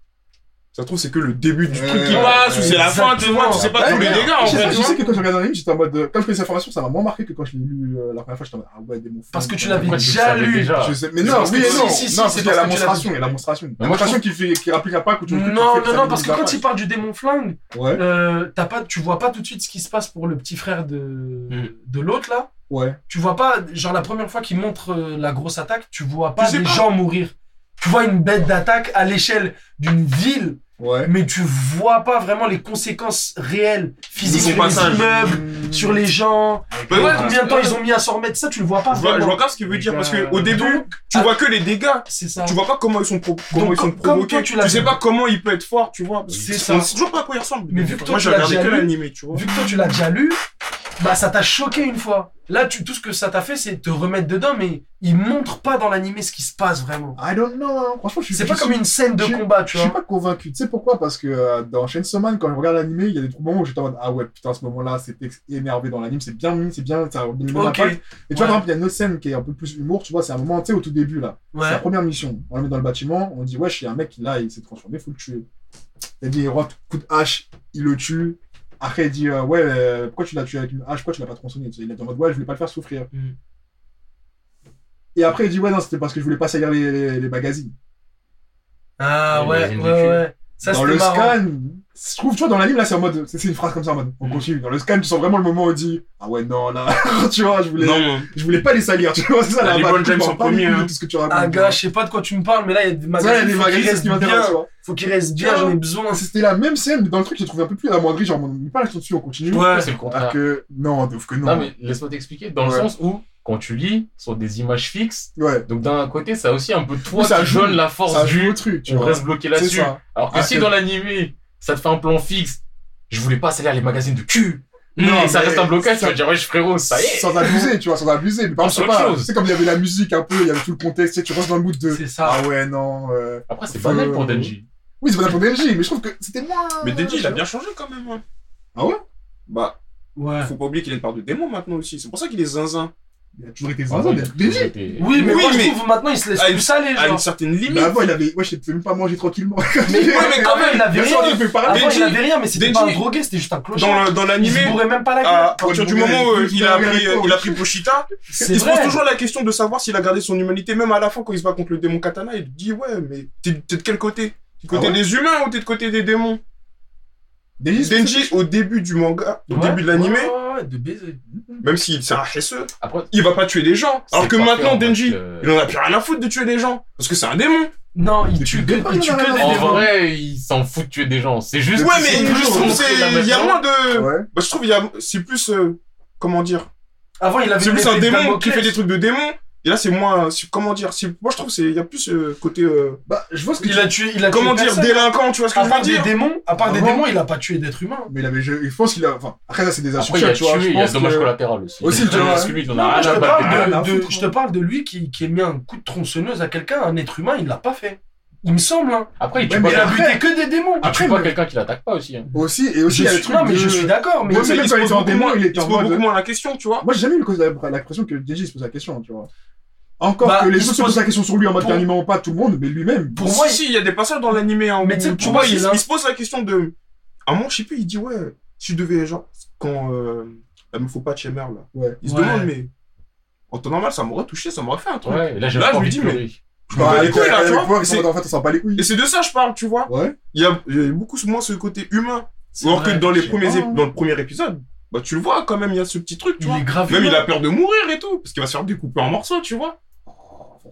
Speaker 2: Ça se trouve, c'est que le début du
Speaker 1: Ouais,
Speaker 2: truc qui
Speaker 1: ouais,
Speaker 2: passe, ou
Speaker 1: ouais.
Speaker 2: c'est la fin, tu vois, tu sais pas
Speaker 1: Ouais,
Speaker 2: tous les
Speaker 1: mais-
Speaker 2: dégâts, en
Speaker 1: Je sais pas,
Speaker 2: fait. hein.
Speaker 1: je
Speaker 2: tu vois.
Speaker 1: sais que quand je regarde un livre, j'étais en mode. euh, Quand je fais cette information, ça m'a moins marqué que quand je l'ai lu euh, la première fois, j'étais en mode. Ah ouais, démon
Speaker 4: Parce
Speaker 1: flingue,
Speaker 4: que tu
Speaker 1: ouais.
Speaker 4: l'avais
Speaker 3: Pourquoi tu le
Speaker 4: déjà
Speaker 3: savais
Speaker 4: lu
Speaker 3: déjà
Speaker 1: Je sais, mais
Speaker 4: Je
Speaker 1: non,
Speaker 4: pense
Speaker 1: oui
Speaker 4: que
Speaker 1: et
Speaker 4: si,
Speaker 1: non.
Speaker 4: si, si,
Speaker 1: non,
Speaker 4: c'est
Speaker 1: parce qu'il y a
Speaker 4: parce
Speaker 1: la
Speaker 4: que tu l'as
Speaker 1: monstration,
Speaker 4: dit.
Speaker 1: il y a la monstration. La
Speaker 3: moi, je
Speaker 1: monstration qui fait, qui rappelle pas que tu
Speaker 4: Non, non, non, parce que quand il parle du démon flingue,
Speaker 1: Ouais,
Speaker 4: euh, t'as pas, tu vois pas tout de suite ce qui se passe pour le petit frère de, de l'autre là.
Speaker 1: ouais.
Speaker 4: Tu vois pas, genre la première fois qu'il montre euh, la grosse attaque, tu vois pas
Speaker 2: sais
Speaker 4: des
Speaker 2: pas.
Speaker 4: gens mourir. Tu vois une bête d'attaque à l'échelle d'une ville,
Speaker 1: Ouais.
Speaker 4: mais tu vois pas vraiment les conséquences réelles physiques
Speaker 2: son
Speaker 4: sur
Speaker 2: passage.
Speaker 4: les immeubles,
Speaker 1: Mmh.
Speaker 4: sur les gens.
Speaker 2: Bah ouais,
Speaker 4: combien de temps
Speaker 2: ouais.
Speaker 4: ils ont mis à s'en remettre, ça tu le vois pas
Speaker 2: Je vois, je vois
Speaker 4: vraiment.
Speaker 2: grave ce qu'il veut dire, parce que au
Speaker 4: Donc,
Speaker 2: début, tu
Speaker 4: ah.
Speaker 2: vois que les dégâts.
Speaker 4: c'est ça.
Speaker 2: Tu vois pas comment ils sont, pro- comment
Speaker 4: Donc,
Speaker 2: ils sont
Speaker 4: comme- comme
Speaker 2: provoqués.
Speaker 4: toi, tu
Speaker 2: tu,
Speaker 4: l'as
Speaker 2: sais
Speaker 4: vu.
Speaker 2: pas comment il peut être fort, tu vois. parce que
Speaker 4: C'est
Speaker 2: on
Speaker 4: ça.
Speaker 2: sait toujours pas à quoi il ressemble.
Speaker 4: Mais vu que toi,
Speaker 2: Moi,
Speaker 4: tu
Speaker 2: j'ai
Speaker 4: l'as
Speaker 2: regardé
Speaker 4: déjà
Speaker 2: que
Speaker 4: lu,
Speaker 2: l'animé, tu vois.
Speaker 4: vu que toi tu l'as déjà lu, bah ça t'a choqué une fois. Là, tu, tout ce que ça t'a fait, c'est te remettre dedans, mais il montre pas dans l'animé ce qui se passe vraiment.
Speaker 1: I don't know. hein. Franchement, je suis
Speaker 4: C'est pas
Speaker 1: je
Speaker 4: comme
Speaker 1: suis-
Speaker 4: une scène de combat,
Speaker 1: Je
Speaker 4: tu
Speaker 1: suis
Speaker 4: vois.
Speaker 1: pas convaincu. Tu sais pourquoi Parce que euh, dans Chainsaw Man, quand je regarde l'anime, il y a des moments où j'étais en mode Ah ouais, putain, ce moment-là, c'était énervé dans l'anime, c'est bien mis, c'est bien, ça a donné le même
Speaker 4: Ok,
Speaker 1: impact. Et tu vois,
Speaker 4: Ouais.
Speaker 1: par exemple, il y a une autre scène qui est un peu plus humour, tu vois, c'est un moment, tu sais, au tout début, là. C'est la
Speaker 4: ouais.
Speaker 1: première mission. On le met dans le bâtiment, on dit Wesh, il y a un mec, là, il s'est transformé, faut le tuer. Il dit Rot, coup de hache, il le tue. Après, il dit euh, Ouais, euh, pourquoi tu l'as tué avec une hache Pourquoi tu l'as pas tronçonné Tu sais, Il est en mode Ouais, je voulais pas le faire souffrir.
Speaker 2: Mm.
Speaker 1: Et après, il dit Ouais, non, c'était parce que je voulais pas salir les, les, les magazines.
Speaker 4: Ah
Speaker 3: Les
Speaker 4: ouais, ouais,
Speaker 3: magazines du cul.
Speaker 4: ouais. Ça
Speaker 1: dans
Speaker 4: c'était
Speaker 1: le
Speaker 4: marrant.
Speaker 1: scan, je trouve, tu vois, dans l'anime, là, c'est en mode, c'est c'est une phrase comme ça, en mode, on
Speaker 3: Mm.
Speaker 1: continue. Dans le scan, tu sens vraiment le moment où il dit, ah ouais, non, là, (laughs) tu vois, je voulais,
Speaker 2: Non,
Speaker 1: je voulais pas les salir, tu vois, c'est ça,
Speaker 2: Ah,
Speaker 1: la
Speaker 2: les
Speaker 1: base.
Speaker 2: bonnes
Speaker 1: Je
Speaker 2: James
Speaker 1: m'en
Speaker 2: sont
Speaker 1: bats les
Speaker 2: premiers,
Speaker 1: couilles de
Speaker 2: hein.
Speaker 1: tout ce que tu racontes.
Speaker 4: Ah gars, je sais pas de quoi tu me parles, mais là il y a des
Speaker 1: Ça,
Speaker 4: magasins.
Speaker 1: les
Speaker 4: faut qu'ils
Speaker 1: magazines, c'est ce
Speaker 4: restent
Speaker 1: qui m'intéresse, tu
Speaker 4: bien.
Speaker 1: vois.
Speaker 4: Faut qu'ils restent
Speaker 2: Ah
Speaker 4: bien, j'en ai besoin.
Speaker 1: C'était la même scène, mais dans le truc, j'ai trouvé un peu plus amoindri, genre, on met pas l'action dessus, on continue.
Speaker 4: Ouais.
Speaker 3: C'est le contraire.
Speaker 1: Alors que, non, de ouf Ah, que
Speaker 3: Non,
Speaker 1: non.
Speaker 3: mais laisse-moi t'expliquer. Dans
Speaker 1: Ouais.
Speaker 3: le sens où, quand tu lis, ce sont des images fixes.
Speaker 1: Ouais.
Speaker 3: Donc, d'un côté, ça a aussi un peu toi
Speaker 1: Oui, ça
Speaker 3: qui
Speaker 1: joue.
Speaker 3: donne la force
Speaker 1: Ça joue
Speaker 3: du.
Speaker 1: au truc, tu
Speaker 3: Tu
Speaker 1: vois.
Speaker 3: restes bloqué
Speaker 1: C'est
Speaker 3: là-dessus.
Speaker 1: ça.
Speaker 3: Alors que
Speaker 1: Ah,
Speaker 3: si
Speaker 1: c'est-
Speaker 3: dans l'animé, ça te fait un plan fixe, je voulais pas salir les magazines de cul.
Speaker 1: Non,
Speaker 3: et ça
Speaker 1: mais
Speaker 3: reste un blocage, tu
Speaker 1: ça-
Speaker 3: vas dire, ouais, frérot, ça y est.
Speaker 1: Sans abuser, tu vois, sans abuser. Mais par
Speaker 3: C'est
Speaker 1: contre,
Speaker 3: autre
Speaker 1: pas,
Speaker 3: chose.
Speaker 1: c'est comme il y avait la musique un peu, il y avait tout le contexte, tu sais, tu restes dans le mood de,
Speaker 4: C'est ça.
Speaker 1: ah ouais, non, euh,
Speaker 3: Après, c'est
Speaker 1: Faut-
Speaker 3: banal pour Denji.
Speaker 1: oui, c'est pas pour DLG, mais je trouve que c'était moins.
Speaker 2: mais Denji, il a bien changé quand même. hein.
Speaker 1: Ah ouais
Speaker 2: Bah,
Speaker 4: Ouais.
Speaker 2: faut pas oublier qu'il a une part de démon maintenant aussi. C'est pour ça qu'il est zinzin.
Speaker 1: Il a toujours été
Speaker 3: Ah,
Speaker 1: zinzin,
Speaker 3: ouais,
Speaker 1: d'être DLG.
Speaker 3: t'es-
Speaker 4: Oui, mais
Speaker 2: Oui,
Speaker 4: moi je
Speaker 2: mais-
Speaker 4: trouve maintenant il se laisse
Speaker 2: Ah, il-
Speaker 4: plus saler,
Speaker 2: À une
Speaker 4: genre. bah,
Speaker 2: certaine limite.
Speaker 1: Mais Bah, avant, il avait. Wesh, il pouvait même pas manger tranquillement. (laughs)
Speaker 4: Mais ouais, mais quand
Speaker 2: Ah,
Speaker 4: même, il avait
Speaker 1: Bien sûr,
Speaker 4: rien.
Speaker 1: il fait
Speaker 4: Avant,
Speaker 1: parler.
Speaker 2: Denji-
Speaker 4: il avait rien, mais c'était
Speaker 2: Denji-
Speaker 4: pas un drogué, c'était juste un clochard.
Speaker 2: dans le- dans
Speaker 4: Il se
Speaker 2: l'animé, ah,
Speaker 4: bourrait même pas la gueule.
Speaker 2: à partir du
Speaker 1: Quand il
Speaker 2: moment
Speaker 1: bougeait,
Speaker 2: où
Speaker 1: il
Speaker 2: Euh, il a
Speaker 1: bougeait
Speaker 2: pris,
Speaker 1: avec
Speaker 2: il a pris Pochita,
Speaker 4: C'est
Speaker 2: il se pose
Speaker 4: vrai.
Speaker 2: toujours la question de savoir s'il a gardé son humanité, même à la fin quand il se bat contre le démon katana, il dit ouais, mais t'es t'es de quel côté T'es du côté
Speaker 1: Ah ouais
Speaker 2: des humains ou t'es de côté des démons
Speaker 1: Denji, c'est-
Speaker 2: Denji, au début du manga, au
Speaker 4: Ouais,
Speaker 2: début de l'animé,
Speaker 4: ouais, ouais, ouais, de baiser.
Speaker 2: même s'il c'est un haisseux,
Speaker 3: Après,
Speaker 2: il va pas tuer des gens.
Speaker 3: c'est
Speaker 2: Alors que
Speaker 3: pas fait
Speaker 2: maintenant,
Speaker 3: en
Speaker 2: Denji,
Speaker 3: mode, euh,
Speaker 2: il en a plus rien à foutre de tuer des gens. Parce que c'est un démon.
Speaker 4: Non, il
Speaker 1: Depuis
Speaker 4: tue
Speaker 1: le
Speaker 4: que,
Speaker 1: départ,
Speaker 4: il tue
Speaker 1: il en a
Speaker 4: que
Speaker 1: rien
Speaker 4: des
Speaker 1: à
Speaker 3: En
Speaker 1: foutre.
Speaker 4: démons.
Speaker 3: vrai, il s'en fout de tuer des gens. C'est juste.
Speaker 2: Ouais, mais
Speaker 3: c'est
Speaker 2: je
Speaker 3: toujours
Speaker 2: trouve que
Speaker 3: montré là
Speaker 2: c'est- il y a
Speaker 3: maintenant.
Speaker 2: moins de.
Speaker 1: Ouais.
Speaker 2: Bah, je trouve il y a c'est plus euh, comment dire
Speaker 4: Avant, il avait
Speaker 2: Ah, c'est
Speaker 4: une
Speaker 2: plus un
Speaker 4: épée de
Speaker 2: démon qui
Speaker 4: Damoclès.
Speaker 2: fait des trucs de démon Et là, c'est moins. c'est- Comment dire c'est- Moi, je trouve qu'il y a plus ce côté. euh,
Speaker 1: Bah, je vois ce que tu
Speaker 4: Il a tué, il a
Speaker 2: comment
Speaker 4: tué
Speaker 2: dire
Speaker 4: Ah, personne.
Speaker 2: Délinquant, tu vois ce que
Speaker 4: À
Speaker 2: je veux
Speaker 4: part des
Speaker 2: dire
Speaker 4: démons, à part des
Speaker 1: Vraiment.
Speaker 4: démons, il a pas tué d'être humain.
Speaker 1: Mais il avait, je, je pense qu'il a. Enfin, après, ça, c'est des
Speaker 3: Après, il y a
Speaker 1: insultes, tu vois.
Speaker 3: tué, il
Speaker 1: je
Speaker 3: y a
Speaker 1: pense
Speaker 3: dommage
Speaker 1: que-
Speaker 3: collatéral aussi.
Speaker 1: Aussi, tu vois.
Speaker 3: Parce que lui, il en
Speaker 4: Non,
Speaker 3: a
Speaker 4: moi, je,
Speaker 3: rien à
Speaker 4: te
Speaker 3: battre.
Speaker 1: Ah,
Speaker 4: parle
Speaker 1: la
Speaker 4: de- de-
Speaker 1: foutre,
Speaker 4: je te parle de lui qui, qui a mis un coup de tronçonneuse à quelqu'un, un être humain, il l'a pas fait. Il me semble. Hein.
Speaker 3: Après, il
Speaker 1: Ouais,
Speaker 3: tue
Speaker 1: mais
Speaker 4: Il
Speaker 3: pas
Speaker 4: a
Speaker 1: après-
Speaker 3: quelqu'un-
Speaker 4: buté que des démons.
Speaker 2: Ah,
Speaker 3: il tue
Speaker 1: après,
Speaker 3: pas
Speaker 1: mais-
Speaker 3: quelqu'un qui l'attaque pas aussi. hein.
Speaker 1: Aussi, et aussi,
Speaker 4: Je
Speaker 1: il y a le
Speaker 4: suis-
Speaker 1: truc.
Speaker 4: non, mais
Speaker 1: de-
Speaker 4: je suis d'accord. Mais
Speaker 1: Ouais,
Speaker 2: Même
Speaker 1: mais
Speaker 2: quand
Speaker 1: même
Speaker 2: il se
Speaker 1: quand il
Speaker 2: pose
Speaker 1: était en
Speaker 2: beaucoup
Speaker 1: démon,
Speaker 2: moins-
Speaker 1: il
Speaker 2: il
Speaker 1: était
Speaker 2: se
Speaker 1: en
Speaker 2: pose
Speaker 1: mode-
Speaker 2: beaucoup moins la question, tu vois.
Speaker 1: Moi, j'ai jamais eu le cause de la, la pression que DJ se pose la question, tu vois. Encore
Speaker 4: Bah,
Speaker 1: que les
Speaker 4: il
Speaker 1: autres
Speaker 4: se
Speaker 1: se
Speaker 4: pose-
Speaker 1: posent la question sur lui en mode
Speaker 4: pour-
Speaker 1: dernièrement ou pas tout le monde, mais lui-même.
Speaker 4: Pour
Speaker 2: si,
Speaker 4: moi, il-
Speaker 2: si, il y a des passages dans l'animé. Hein,
Speaker 4: Mais
Speaker 2: où-
Speaker 4: tu sais,
Speaker 2: tu
Speaker 4: pour
Speaker 2: vois,
Speaker 4: moi,
Speaker 2: il,
Speaker 4: c'est là-
Speaker 2: il se pose la question de. À un moment, je sais plus, il dit ouais, si je devais, genre, quand. Euh, la me faut pas de Chemer, là.
Speaker 1: Ouais.
Speaker 2: Il se
Speaker 4: Ouais.
Speaker 2: demande, mais. En temps normal, ça m'aurait touché, ça m'aurait fait un truc.
Speaker 3: Ouais, et là, j'ai
Speaker 2: Là,
Speaker 3: pas
Speaker 2: je
Speaker 3: envie
Speaker 2: lui
Speaker 3: de
Speaker 2: dis, mais-
Speaker 3: pleurer.
Speaker 2: Je me
Speaker 4: Bah,
Speaker 2: bats les couilles, là, Bah, tu vois.
Speaker 1: En
Speaker 2: C'est-
Speaker 1: fait, on s'en bat les
Speaker 2: Et
Speaker 1: couilles.
Speaker 2: c'est de ça que je parle, tu vois.
Speaker 1: Ouais.
Speaker 2: Il y a, il y a beaucoup moins ce côté humain.
Speaker 4: C'est
Speaker 2: Alors que
Speaker 4: vrai.
Speaker 2: dans, les
Speaker 1: je sais
Speaker 2: premiers
Speaker 1: pas.
Speaker 2: ép- dans le premier épisode, bah tu le vois quand même, il y a ce petit truc, tu
Speaker 4: il
Speaker 2: vois.
Speaker 4: est grave.
Speaker 2: Même
Speaker 4: humain.
Speaker 2: il a peur de mourir et tout, parce qu'il va se faire découper en morceaux, tu vois.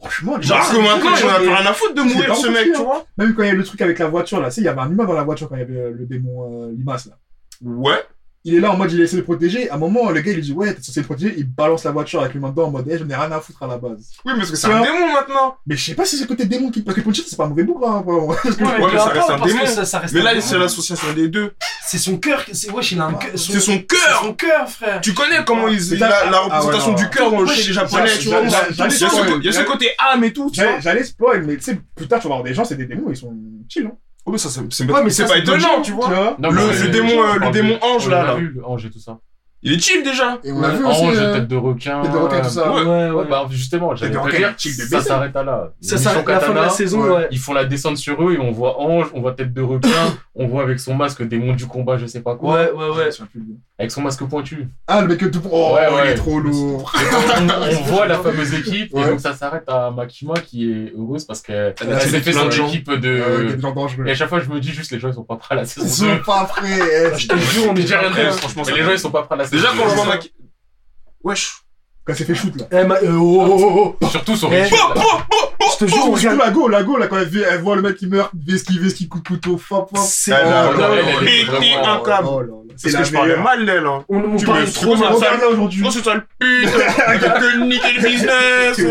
Speaker 1: Franchement,
Speaker 2: Genre
Speaker 1: les
Speaker 2: que
Speaker 1: gens,
Speaker 2: maintenant,
Speaker 1: les
Speaker 2: il en
Speaker 1: gens,
Speaker 2: a
Speaker 1: les-
Speaker 2: plus rien à foutre de
Speaker 1: c'est
Speaker 2: mourir,
Speaker 1: pas
Speaker 2: ce
Speaker 1: bon
Speaker 2: mec,
Speaker 1: aussi,
Speaker 2: tu
Speaker 1: hein.
Speaker 2: vois.
Speaker 1: Même quand il y a eu le truc avec la voiture, là, tu sais, il y avait un humain dans la voiture quand il y avait euh, le démon euh, Limas, là.
Speaker 2: Ouais.
Speaker 1: Il est là en mode, il essaie de le protéger. À un moment, le gars, il lui dit, ouais, t'es censé le protéger. Il balance la voiture avec l'humain dedans en mode, eh, j'en ai rien à foutre à la base.
Speaker 2: Oui, mais parce que c'est
Speaker 1: Tu
Speaker 2: un
Speaker 1: vois.
Speaker 2: démon maintenant.
Speaker 1: Mais je sais pas si c'est le côté démon qui. Parce que Punchy, c'est pas un mauvais bourrin, hein,
Speaker 3: (laughs)
Speaker 1: vraiment.
Speaker 4: Ouais,
Speaker 2: Ouais, mais
Speaker 4: peu
Speaker 2: ça
Speaker 4: importe,
Speaker 2: reste un
Speaker 4: parce que
Speaker 2: démon.
Speaker 4: ça- ça reste
Speaker 2: Mais
Speaker 4: un
Speaker 2: là,
Speaker 4: démon.
Speaker 2: c'est l'association des deux.
Speaker 4: c'est son cœur. que- C'est wesh, il a un cœur.
Speaker 2: C'est son cœur.
Speaker 4: C'est son cœur, frère.
Speaker 2: Tu connais comment ils,
Speaker 1: Mais
Speaker 2: la,
Speaker 1: là-
Speaker 2: la
Speaker 1: ah ouais,
Speaker 2: représentation
Speaker 1: non,
Speaker 2: du
Speaker 1: non.
Speaker 2: cœur dans le
Speaker 4: Moi,
Speaker 2: chez
Speaker 4: je-
Speaker 2: les japonais,
Speaker 1: j'a-
Speaker 2: tu
Speaker 1: j'a-
Speaker 2: vois. Il y
Speaker 1: j'a-
Speaker 2: a
Speaker 1: j'allais
Speaker 2: ce
Speaker 1: spoil,
Speaker 2: côté- il y a ce
Speaker 1: j'allais-
Speaker 2: côté âme et tout, tu vois.
Speaker 1: J'allais j'allais spoil, mais tu sais, plus tard, tu vas voir des gens, c'est des démons, ils sont chill, hein.
Speaker 2: Oh, mais ça, c'est c'est-
Speaker 4: Ouais, mais
Speaker 2: c'est
Speaker 4: ça,
Speaker 2: pas
Speaker 4: c'est d'autres
Speaker 2: étonnant,
Speaker 4: gens,
Speaker 2: tu
Speaker 1: Tu
Speaker 2: vois.
Speaker 1: vois
Speaker 3: Non,
Speaker 2: Le-
Speaker 3: mais
Speaker 2: le
Speaker 3: on-
Speaker 2: démon, euh, le
Speaker 3: on-
Speaker 2: démon ange,
Speaker 3: on
Speaker 2: là,
Speaker 3: l'a
Speaker 2: là.
Speaker 3: vu, le ange et tout ça.
Speaker 2: Il est chill déjà.
Speaker 1: Et on l'a vu aussi.
Speaker 3: Ange,
Speaker 1: euh,
Speaker 3: tête de requin.
Speaker 1: tête de requin, tout ça.
Speaker 2: Ouais.
Speaker 3: Ouais, bah justement, j'allais
Speaker 1: de
Speaker 3: te
Speaker 1: requin,
Speaker 3: dire,
Speaker 1: chill de
Speaker 3: ça
Speaker 1: baiser.
Speaker 3: s'arrête à là.
Speaker 4: Ça
Speaker 3: Ils sont
Speaker 4: s'arrête à la fin de
Speaker 3: katana,
Speaker 4: la saison,
Speaker 1: ouais.
Speaker 4: ouais.
Speaker 3: Ils font la descente sur eux et on voit Ange, on voit tête de requin, on voit avec son masque démon du combat, je sais pas quoi,
Speaker 4: Ouais, ouais, ouais.
Speaker 1: je sais plus le nom.
Speaker 3: avec son masque pointu.
Speaker 1: Ah, le mec tout. Oh,
Speaker 3: Ouais,
Speaker 1: il
Speaker 3: ouais.
Speaker 1: est trop lourd.
Speaker 3: Et on, on- on voit la fameuse équipe et
Speaker 1: Ouais.
Speaker 3: donc ça s'arrête à Makima qui est heureuse parce qu'elle
Speaker 2: Elle a tué
Speaker 3: s'est fait
Speaker 2: plein
Speaker 3: son
Speaker 2: de gens.
Speaker 3: équipe
Speaker 1: Euh, il y a
Speaker 3: de.
Speaker 1: des gens dangereux.
Speaker 3: Et à chaque fois, je me dis juste les gens ils sont pas prêts à la saison
Speaker 1: Ils
Speaker 3: 2.
Speaker 1: (laughs) sont pas
Speaker 3: (laughs)
Speaker 1: prêts. eh.
Speaker 4: Je te jure, on est
Speaker 3: J'ai
Speaker 4: déjà
Speaker 3: rien
Speaker 4: prêt.
Speaker 3: de
Speaker 4: hein.
Speaker 2: franchement,
Speaker 3: Mais
Speaker 2: ça
Speaker 3: les
Speaker 2: va.
Speaker 3: gens ils sont pas prêts à la saison
Speaker 2: Déjà, quand je
Speaker 3: deux.
Speaker 2: vois ma. Wesh.
Speaker 1: Quand c'est fait shoot, là.
Speaker 4: Eh, ma- euh, oh, oh, oh, oh.
Speaker 3: Surtout sur
Speaker 4: Eh.
Speaker 3: les
Speaker 2: Pop, pop, pop.
Speaker 4: Je te jure,
Speaker 1: Surtout
Speaker 4: on regarde.
Speaker 1: la go, la go, là, quand elle, vit- elle voit le mec qui meurt, vesqui, vesqui, coup de couteau, fop, fop.
Speaker 4: C'est-
Speaker 2: Elle a-
Speaker 4: Oh, là,
Speaker 2: elle a-
Speaker 4: là.
Speaker 2: elle est
Speaker 3: vraiment-
Speaker 2: pété un
Speaker 1: Oh là
Speaker 2: câble.
Speaker 1: là,
Speaker 2: C'est
Speaker 1: C'est
Speaker 2: ce
Speaker 1: la
Speaker 2: que je parlais
Speaker 1: meilleure.
Speaker 2: mal d'elle, hein.
Speaker 4: On on
Speaker 2: Tu
Speaker 4: parle
Speaker 2: me
Speaker 4: trop
Speaker 2: fous,
Speaker 4: mal.
Speaker 2: ça.
Speaker 1: Regarde là aujourd'hui.
Speaker 2: Grosse sale pute, elle a que niquer euh, le business.
Speaker 4: Elle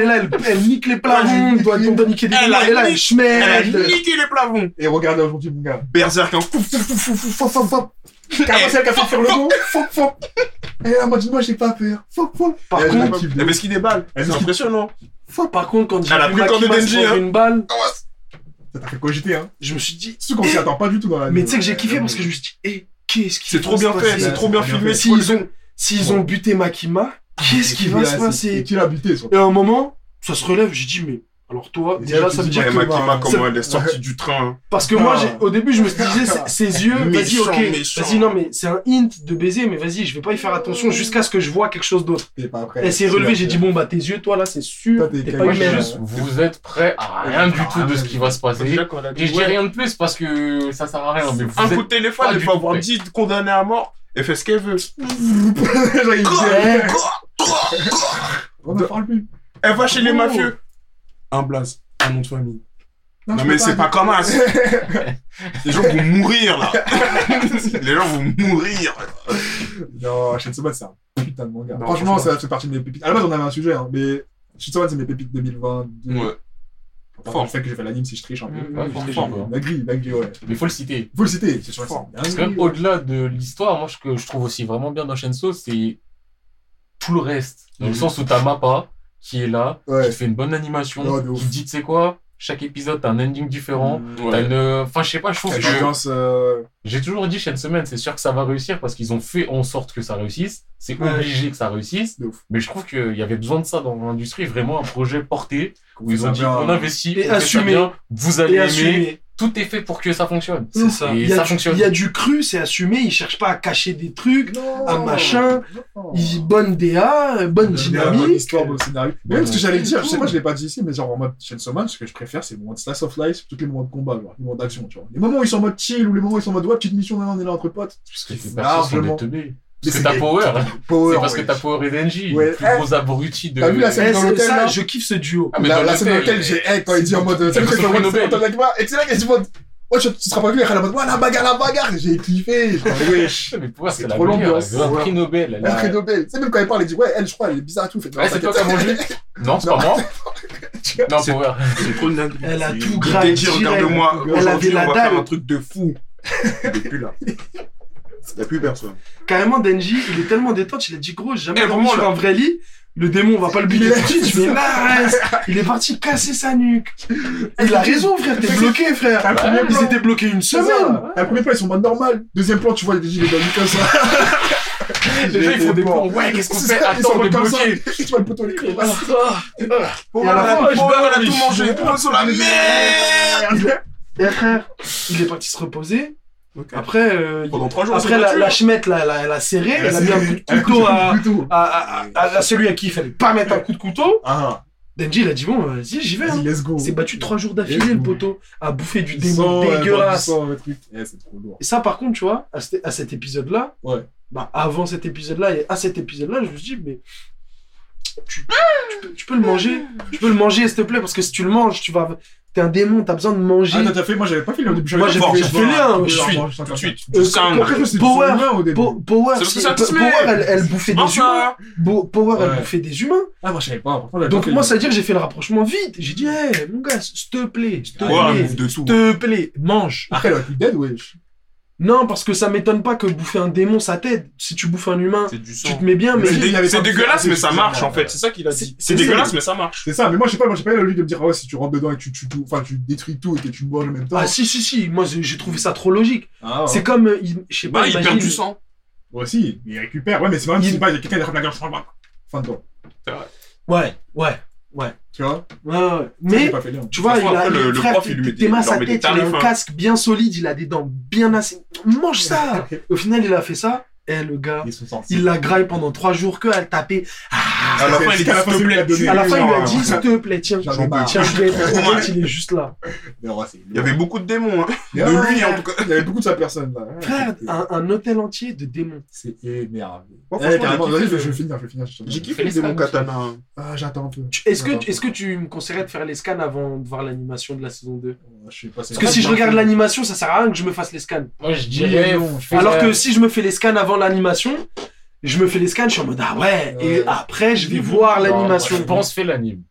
Speaker 4: est là, elle, elle nique les plafonds, elle doit elle doit niquer des
Speaker 2: Elle
Speaker 4: démons,
Speaker 2: a
Speaker 4: elle est là, elle
Speaker 2: niqué- Elle a
Speaker 4: schmerde.
Speaker 2: niqué les plafonds.
Speaker 1: Et regarde là aujourd'hui, mon gars.
Speaker 2: Berserk, hein. Fouf, fouf, fouf.
Speaker 1: Fou, fou, fop, fop, fop. Carrément,
Speaker 2: Eh,
Speaker 1: c'est elle qui a fait faire le dos. Fop, fop. Elle est en mode, moi, j'ai pas peur. Fop, fop.
Speaker 4: Par
Speaker 1: Elle
Speaker 4: contre,
Speaker 1: a kiffé.
Speaker 2: Elle met ce qui déballe.
Speaker 1: Elle
Speaker 2: C'est
Speaker 1: est-
Speaker 2: impressionnant.
Speaker 4: fois, par contre, quand j'ai
Speaker 2: Elle a
Speaker 4: vu
Speaker 2: pris le corps de
Speaker 4: Makima se
Speaker 2: Denji,
Speaker 4: prendre
Speaker 2: hein.
Speaker 4: une balle,
Speaker 1: Ça t'a fait cogiter, hein.
Speaker 4: je me suis dit,
Speaker 1: Surtout qu'on s'y attend pas du tout dans la
Speaker 4: mais tu sais que j'ai kiffé parce que je me suis dit, eh, qu'est-ce qui
Speaker 2: C'est
Speaker 4: va
Speaker 2: trop
Speaker 4: se
Speaker 2: bien fait,
Speaker 4: passer
Speaker 2: c'est trop bien filmé.
Speaker 4: S'ils ont, s'ils ont buté Makima, qu'est-ce qui va se
Speaker 1: Et
Speaker 4: passer
Speaker 1: qui l'a buté, toi
Speaker 4: Et à un moment, ça se relève, j'ai dit, mais alors toi,
Speaker 1: Et
Speaker 4: déjà,
Speaker 1: là, tu
Speaker 4: ça veut
Speaker 1: dis,
Speaker 4: dire
Speaker 1: ouais,
Speaker 4: que.
Speaker 2: Makima,
Speaker 4: comment
Speaker 2: comment elle est sortie du train. hein.
Speaker 4: Parce que moi,
Speaker 1: Ah.
Speaker 4: j'ai- au début, je me disais, ses- ses yeux, vas-y,
Speaker 2: Méchant,
Speaker 4: ok,
Speaker 2: méchant.
Speaker 4: vas-y, non, mais c'est un hint de baiser, mais vas-y, je vais pas y faire attention jusqu'à ce que je vois quelque chose d'autre.
Speaker 1: T'es pas prêt.
Speaker 4: Elle s'est relevée, j'ai dit, bon, bah, tes yeux, toi, là, c'est sûr,
Speaker 1: Toi, t'es
Speaker 4: t'es
Speaker 1: calme.
Speaker 4: pas
Speaker 3: Moi, je
Speaker 1: Ouais.
Speaker 3: dis
Speaker 4: humaine.
Speaker 3: juste, vous êtes prêts à rien du tout de ce qui va se passer. Et je dis rien de plus parce que ça sert à rien. Mais vous
Speaker 2: Un coup
Speaker 3: êtes...
Speaker 2: de téléphone,
Speaker 3: pas
Speaker 2: elle
Speaker 3: du
Speaker 2: peut
Speaker 3: tout
Speaker 2: avoir
Speaker 3: prêt.
Speaker 2: dit condamné à mort. Elle fait ce qu'elle veut.
Speaker 1: (laughs) Genre, il disait, eh, on ne parle plus.
Speaker 2: Elle va chez les
Speaker 4: Oh.
Speaker 2: mafieux. Un blaze. Un nom de famille. Non,
Speaker 1: je
Speaker 2: mais
Speaker 1: peux
Speaker 2: c'est pas comme ça. Les gens vont mourir là. (laughs) Les gens vont mourir.
Speaker 1: Non, Shinsoman, c'est un putain de manga.
Speaker 2: Non,
Speaker 1: franchement,
Speaker 2: franchement.
Speaker 1: ça fait partie de mes pépites. À la base, on avait un sujet, hein, mais Shinsoman, c'est mes pépites 2020.
Speaker 2: Ouais.
Speaker 1: Enfin, le fait que j'ai fait l'anime, si je triche un peu.
Speaker 4: Mm,
Speaker 3: Ouais, je triche un peu, hein.
Speaker 1: Nagri, Nagri, ouais.
Speaker 3: Mais faut le citer.
Speaker 1: Vous le citez, c'est
Speaker 2: Fort.
Speaker 3: Parce que même au-delà de l'histoire, moi, ce que je trouve aussi vraiment bien dans Shenso, c'est tout le reste. Dans le
Speaker 2: Mhm.
Speaker 3: sens où t'as Mappa qui est là,
Speaker 1: Ouais.
Speaker 3: qui fait une bonne animation,
Speaker 1: Ouais, de ouf.
Speaker 3: qui dit, tu sais quoi, chaque épisode, t'as un ending différent. T'as
Speaker 2: Ouais.
Speaker 3: une... Enfin, je sais pas, je trouve
Speaker 1: Cette
Speaker 3: que...
Speaker 1: ambiance, euh,
Speaker 3: J'ai toujours dit chaque semaine, c'est sûr que ça va réussir parce qu'ils ont fait en sorte que ça réussisse. C'est
Speaker 4: Ouais.
Speaker 3: obligé que ça réussisse.
Speaker 1: De ouf.
Speaker 3: Mais je trouve qu'il y avait besoin de ça dans l'industrie, vraiment un projet porté où ils
Speaker 1: ça
Speaker 3: ont dit
Speaker 1: bien.
Speaker 3: on investit,
Speaker 4: Et
Speaker 3: on fait ça
Speaker 4: assumé.
Speaker 3: bien, vous allez
Speaker 4: Et
Speaker 3: aimer,
Speaker 4: assumer.
Speaker 3: tout est fait pour que ça fonctionne.
Speaker 4: C'est ça.
Speaker 3: Et
Speaker 4: Il y, a
Speaker 3: ça
Speaker 4: du,
Speaker 3: fonctionne.
Speaker 4: il y a du cru, c'est assumé, ils cherchent pas à cacher des trucs.
Speaker 1: Non.
Speaker 4: Un machin,
Speaker 1: Non.
Speaker 4: Ils, bonne DA, euh, bonne
Speaker 1: Il y a une bonne
Speaker 4: dynamique.
Speaker 1: histoire, bon scénario. Mais Même ce que
Speaker 4: Ouais.
Speaker 1: j'allais dire, je sais pas, je l'ai pas dit ici, mais genre en mode Shinsoman, ce que je préfère, c'est le moment de slice of life, tous les moments de combat, genre, les moments d'action, tu vois. Les moments où ils sont en mode chill ou les moments où ils sont en mode ouais, petite mission, on est là entre potes.
Speaker 3: Parce que tes persos sont
Speaker 1: Largement.
Speaker 3: des teubés.
Speaker 1: Mais
Speaker 3: Parce que t'as
Speaker 1: des-
Speaker 3: Power.
Speaker 1: Power,
Speaker 3: c'est parce que
Speaker 1: ouais.
Speaker 3: t'as Power et Denji,
Speaker 1: Ouais.
Speaker 3: le plus
Speaker 1: Eh.
Speaker 3: gros abruti de.
Speaker 1: T'as vu la scène
Speaker 4: Eh,
Speaker 1: dans
Speaker 4: c'est-
Speaker 1: l'hôtel,
Speaker 4: ça,
Speaker 1: là
Speaker 4: je kiffe ce duo.
Speaker 3: Ah, mais
Speaker 1: la,
Speaker 3: dans
Speaker 1: la scène dans
Speaker 3: l'hôtel,
Speaker 1: laquelle j'ai hate quand il dit en mode
Speaker 3: Ça
Speaker 1: tu sais
Speaker 3: me
Speaker 1: que
Speaker 3: fait
Speaker 1: je
Speaker 3: prix Nobel.
Speaker 1: vois et c'est là qu'elle dit en mode Ouais, tu, tu seras pas venu, elle a ouais, la bagarre, la bagarre, j'ai kiffé. Je fais, wesh.
Speaker 3: Ah, Mais pour moi, c'est
Speaker 1: C'est
Speaker 3: la
Speaker 1: trop
Speaker 3: meilleure.
Speaker 1: l'ambiance.
Speaker 3: Elle a eu Un prix Nobel. elle a-
Speaker 1: Après Nobel, tu sais, même quand elle parle, elle dit, ouais, elle, je crois, elle est bizarre et tout. Fait, non,
Speaker 3: Ouais, c'est toi qui as
Speaker 1: t'inquiète.
Speaker 4: (laughs)
Speaker 3: mangé Non, c'est pas moi. Non, pour vrai.
Speaker 6: C'est trop une dinguerie.
Speaker 4: Elle a
Speaker 6: C'est
Speaker 4: tout
Speaker 6: une
Speaker 4: gravé
Speaker 6: dinguerie,
Speaker 4: direct.
Speaker 6: Regarde-moi.
Speaker 4: Elle
Speaker 6: Aujourd'hui,
Speaker 4: avait la
Speaker 6: on va faire
Speaker 4: dalle.
Speaker 6: un truc de fou. Il est plus là. Il y a plus personne.
Speaker 4: Carrément, Denji, il est tellement détente, il a dit gros, j'ai jamais
Speaker 6: Eh,
Speaker 4: dormi
Speaker 6: vraiment,
Speaker 4: sur
Speaker 6: là.
Speaker 4: un vrai lit. Le démon, on va pas le buter
Speaker 1: Il est-
Speaker 4: tout de suite, mais là, reste. Il est parti casser sa nuque. Il a raison, frère, t'es bloqué, frère.
Speaker 1: Un premier
Speaker 4: Ils
Speaker 1: plan.
Speaker 4: étaient bloqués une
Speaker 1: C'est
Speaker 4: semaine.
Speaker 1: ça. Un premier plan, ils sont en mode normal. Deuxième plan, tu vois, les DJ, les amis comme ça.
Speaker 3: Les gens, ils font des plans. Ouais, qu'est-ce qu'on
Speaker 1: C'est
Speaker 3: fait
Speaker 1: ça, ils sont
Speaker 3: Attends, on est
Speaker 1: comme ça.
Speaker 3: bloqué.
Speaker 1: Tu vois le poteau, les clés. voilà.
Speaker 4: Et à la fin,
Speaker 3: je
Speaker 6: Pauvre, elle a
Speaker 3: barre,
Speaker 6: tout
Speaker 3: je-
Speaker 6: mangé. Tout le monde sur la merde.
Speaker 4: Et frère, il est parti se reposer. Après, euh, il-
Speaker 6: Pendant trois jours,
Speaker 2: Ah,
Speaker 4: après
Speaker 6: c'est
Speaker 4: la,
Speaker 6: battu.
Speaker 4: la chemette, là, elle a- elle a serré, elle a mis un coup de
Speaker 1: Un coup de
Speaker 4: couteau à,
Speaker 1: couteau.
Speaker 4: à, à- à- à celui à qui il fallait pas mettre un coup de couteau.
Speaker 1: Ah,
Speaker 4: Denji, il a dit bon, vas-y, j'y vais.
Speaker 1: vas-y,
Speaker 4: Hein.
Speaker 1: let's go.
Speaker 4: Il s'est battu trois jours
Speaker 1: Yes,
Speaker 4: d'affilée, le
Speaker 1: go.
Speaker 4: poteau, à bouffer du
Speaker 1: Du
Speaker 4: démon
Speaker 1: sang, ouais, du
Speaker 4: dégueulasse.
Speaker 1: sang, le truc. Eh, c'est trop lourd.
Speaker 4: Et ça, par contre, tu vois, à, cet- à cet épisode-là,
Speaker 1: Ouais.
Speaker 4: bah, avant cet épisode-là et à cet épisode-là, je me suis dit, mais tu, tu peux, tu peux le manger, tu peux le manger, s'il te plaît, parce que si tu le manges, tu vas, t'es un démon, t'as besoin de manger.
Speaker 1: Ah, t'as- t'as fait, moi j'avais pas fait le début. j'avais
Speaker 4: Moi,
Speaker 1: pas
Speaker 4: j'ai
Speaker 1: fait-
Speaker 4: fait- j'ai fait les uns,
Speaker 1: Ouais,
Speaker 4: je
Speaker 1: ouais,
Speaker 4: suis-
Speaker 1: ouais, je
Speaker 6: Tout de suite.
Speaker 4: Euh,
Speaker 6: Du sang.
Speaker 1: Après, je me suis dit,
Speaker 4: Power.
Speaker 1: c'est humain au début.
Speaker 4: Po- Power,
Speaker 6: C'est parce
Speaker 4: si-
Speaker 6: que c'est un
Speaker 4: Po-
Speaker 6: tismé.
Speaker 4: Power, elle, elle bouffait des humains.
Speaker 6: Enfin,
Speaker 4: Bo- Power, elle
Speaker 1: Ouais.
Speaker 4: bouffait des humains.
Speaker 1: Ah, moi, je savais pas. Franchement, j'avais
Speaker 4: Donc
Speaker 1: pas fait
Speaker 4: moi,
Speaker 1: le-
Speaker 4: ça veut dire que j'ai fait le rapprochement vite. J'ai dit, hey, mon gars, s'il te plaît, s'il te
Speaker 1: Ouais,
Speaker 6: Ouais, un
Speaker 4: plaît,
Speaker 6: move de tout.
Speaker 4: s'il te plaît, mange.
Speaker 1: Après, elle aurait pu dead, wesh.
Speaker 4: Non, parce que ça m'étonne pas que bouffer un démon, ça t'aide. Si tu bouffes un humain,
Speaker 6: C'est du sang.
Speaker 4: tu te mets bien, mais
Speaker 6: C'est
Speaker 1: Ah, il
Speaker 6: dé-
Speaker 1: avait
Speaker 6: c'est
Speaker 1: pas-
Speaker 6: dégueulasse, mais ça
Speaker 1: c'est-
Speaker 6: marche en
Speaker 1: c'est-
Speaker 6: fait. C'est ça qu'il a dit.
Speaker 4: c'est-
Speaker 6: C'est dégueulasse, mais ça marche.
Speaker 1: C'est ça, mais moi, je sais pas, moi, j'ai pas eu le de me dire, ah ouais, si tu rentres dedans et que tu tues tout, enfin, tu détruis tout et que tu bois en même temps.
Speaker 4: Ah si si si, moi j'ai j'ai trouvé ça trop logique.
Speaker 1: Ah, ouais.
Speaker 4: C'est comme euh, il- je sais pas,
Speaker 6: Bah, il
Speaker 4: imagine-
Speaker 6: perd du sang.
Speaker 1: Moi aussi, il récupère. Ouais, mais c'est pas même
Speaker 4: Il-
Speaker 1: si c'est pas, il y a quelqu'un qui attrape la gueule, je crois pas. Fin de toi.
Speaker 4: Ouais, ouais,
Speaker 1: Tu vois
Speaker 4: ouais, ouais.
Speaker 1: Ça, j'ai
Speaker 4: Mais
Speaker 1: pas fait le lien.
Speaker 4: tu vois, il
Speaker 6: Parfois,
Speaker 4: a
Speaker 6: après, le-
Speaker 4: le,
Speaker 6: le
Speaker 4: frère,
Speaker 6: prof,
Speaker 4: il
Speaker 6: il lui met des-
Speaker 4: t'aimes
Speaker 6: il
Speaker 4: à
Speaker 6: leur
Speaker 4: sa
Speaker 6: met des
Speaker 4: tête, il a un
Speaker 6: tarifs, hein.
Speaker 4: casque bien solide, il a des dents bien assez. Mange ça.
Speaker 6: (laughs)
Speaker 4: Au final, il a fait ça. Eh le gars,
Speaker 1: Ils sont sortis.
Speaker 4: il l'a graille pendant trois jours que à le taper.
Speaker 1: Ah,
Speaker 6: À la
Speaker 1: c'est-
Speaker 6: fin, il
Speaker 1: c'est
Speaker 6: dit,
Speaker 1: qu'à la
Speaker 6: s'il
Speaker 1: fin,
Speaker 6: te
Speaker 1: c'est lui qui
Speaker 6: plaît,
Speaker 1: l'a donné.
Speaker 6: tu-
Speaker 4: À la fin, il lui a
Speaker 6: non.
Speaker 4: dit s'il te plaît, tiens,
Speaker 1: J'en ai marre.
Speaker 4: tiens, je vais être honnête, il est juste là.
Speaker 1: Mais ouais, c'est-
Speaker 6: Il y avait beaucoup de démons. hein.
Speaker 1: Mais
Speaker 6: de
Speaker 1: ouais,
Speaker 6: lui, en tout cas.
Speaker 1: Il y avait beaucoup de sa personne, là. Ouais,
Speaker 4: Frère,
Speaker 1: c'est-
Speaker 4: un, un hôtel entier de démons.
Speaker 1: C'est énervé.
Speaker 6: Moi,
Speaker 1: Eh,
Speaker 6: franchement,
Speaker 1: carrément,
Speaker 6: j'ai
Speaker 1: vas-y, je
Speaker 6: kiffé.
Speaker 1: je vais finir, je vais finir. je te
Speaker 6: J'ai
Speaker 1: demande.
Speaker 6: kiffé le démon katana.
Speaker 1: Ah, j'attends un peu.
Speaker 4: Tu- Est-ce
Speaker 1: J'attends un
Speaker 4: que
Speaker 1: peu.
Speaker 4: est-ce que tu me conseillerais de faire les scans avant de voir l'animation de la saison 2
Speaker 1: Ouais, Euh, Je sais pas.
Speaker 4: Parce que si je regarde l'animation, ça sert à rien que je me fasse les scans.
Speaker 3: Moi, je dirais.
Speaker 1: Oui, non, je
Speaker 3: fais-
Speaker 4: Alors que si je me fais les scans avant l'animation, je me fais les scans, je suis en mode ah ouais, et
Speaker 1: Ouais.
Speaker 4: après je vais voir
Speaker 3: Non,
Speaker 4: l'animation.
Speaker 3: Je pense, fais l'anime.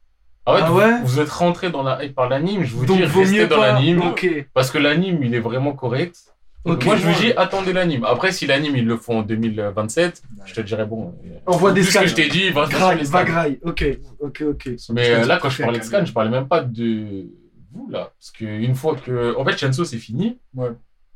Speaker 3: Ah ouais,
Speaker 4: Ah
Speaker 3: vous-
Speaker 4: ouais
Speaker 3: Vous êtes rentré dans la hype par l'anime, je vous
Speaker 4: Donc
Speaker 3: dis,
Speaker 4: vaut
Speaker 3: restez
Speaker 4: mieux
Speaker 3: dans
Speaker 4: pas.
Speaker 3: l'anime.
Speaker 4: Ok.
Speaker 3: Parce que l'anime, il est vraiment correct. Donc
Speaker 4: Ok.
Speaker 3: moi, je vous dis, attendez l'anime. Après, si l'anime, ils le font en 2027, je te dirais, bon. euh,
Speaker 4: On voit des
Speaker 3: tout ce
Speaker 4: scans.
Speaker 3: que je t'ai dit, va faire
Speaker 4: Graille,
Speaker 3: les
Speaker 4: va
Speaker 3: scans.
Speaker 4: graille. Ok, ok, ok.
Speaker 3: Mais euh, là, quand je
Speaker 1: Très
Speaker 3: parlais de
Speaker 1: calme.
Speaker 3: scan, je parlais même pas de vous, là. Parce qu'une fois que. En fait, Shenso, c'est fini.
Speaker 1: Ouais.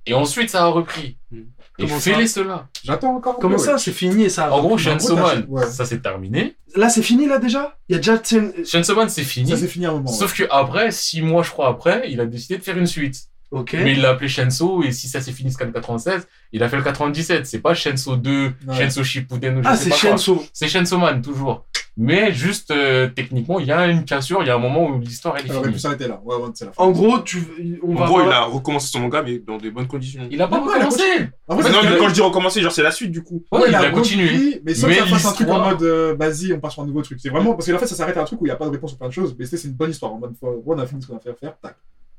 Speaker 3: Et ensuite, ça a repris.
Speaker 6: Hmm.
Speaker 3: Et
Speaker 4: Comment
Speaker 3: fais-les cela.
Speaker 1: J'attends encore. un peu,
Speaker 4: Comment
Speaker 1: ouais.
Speaker 4: ça, c'est fini et ça.
Speaker 3: En gros,
Speaker 1: t'as-
Speaker 3: Shenso Man,
Speaker 1: ouais.
Speaker 3: ça c'est terminé.
Speaker 4: Là, c'est fini là déjà Il y a déjà. tu sais, une-
Speaker 3: Shenso Man, c'est fini.
Speaker 1: Ça, c'est fini à un moment.
Speaker 3: Sauf que après, six mois, je crois, après, il a décidé de faire une suite.
Speaker 4: Ok.
Speaker 3: Mais il l'a appelé Shenso, et si ça s'est fini Scan 96, il a fait le 97. C'est pas Shenso 2,
Speaker 1: Ouais.
Speaker 3: Shenso Shippuden ou je
Speaker 4: Ah,
Speaker 3: sais
Speaker 4: c'est
Speaker 3: pas quoi.
Speaker 4: Shenso.
Speaker 3: C'est Shenso Man, toujours. Mais juste, euh, techniquement, il y a une cassure, il y a un moment où l'histoire, elle est
Speaker 1: Elle aurait pu
Speaker 3: finie.
Speaker 1: s'arrêter là. Ouais, ouais, c'est la fin.
Speaker 4: En gros, tu, on
Speaker 6: En
Speaker 4: va.
Speaker 6: gros,
Speaker 4: voir-
Speaker 6: il a recommencé son manga, mais dans des bonnes conditions.
Speaker 3: Il a pas
Speaker 1: Non, ouais, la
Speaker 3: recommencé
Speaker 1: En
Speaker 6: Mais
Speaker 1: fait,
Speaker 6: non,
Speaker 1: c'est
Speaker 6: mais
Speaker 1: que-
Speaker 6: quand je dis recommencer, genre c'est la suite du coup.
Speaker 3: Ouais,
Speaker 1: ouais,
Speaker 3: il
Speaker 1: a
Speaker 3: a continué.
Speaker 1: repris, Mais sans
Speaker 3: Mais
Speaker 1: que ça fasse un truc en
Speaker 3: l'histoire-
Speaker 1: mode, euh, vas-y, on part sur un nouveau truc. C'est vraiment, parce que en fait, ça s'arrête à un truc où il n'y a pas de réponse sur plein de choses. Mais c'est c'est une bonne histoire. En mode, fois, on a fini ce qu'on a fait à faire, tac.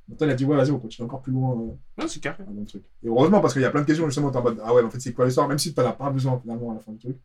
Speaker 1: Maintenant, il a dit, ouais, vas-y, on continue encore plus loin. euh,
Speaker 6: Non, c'est carré.
Speaker 1: un bon truc. Et heureusement, parce qu'il y a plein de questions, justement, t'es en mode, ah ouais, mais en fait, c'est quoi l'histoire Même si t'en as pas besoin, finalement, à la fin du truc.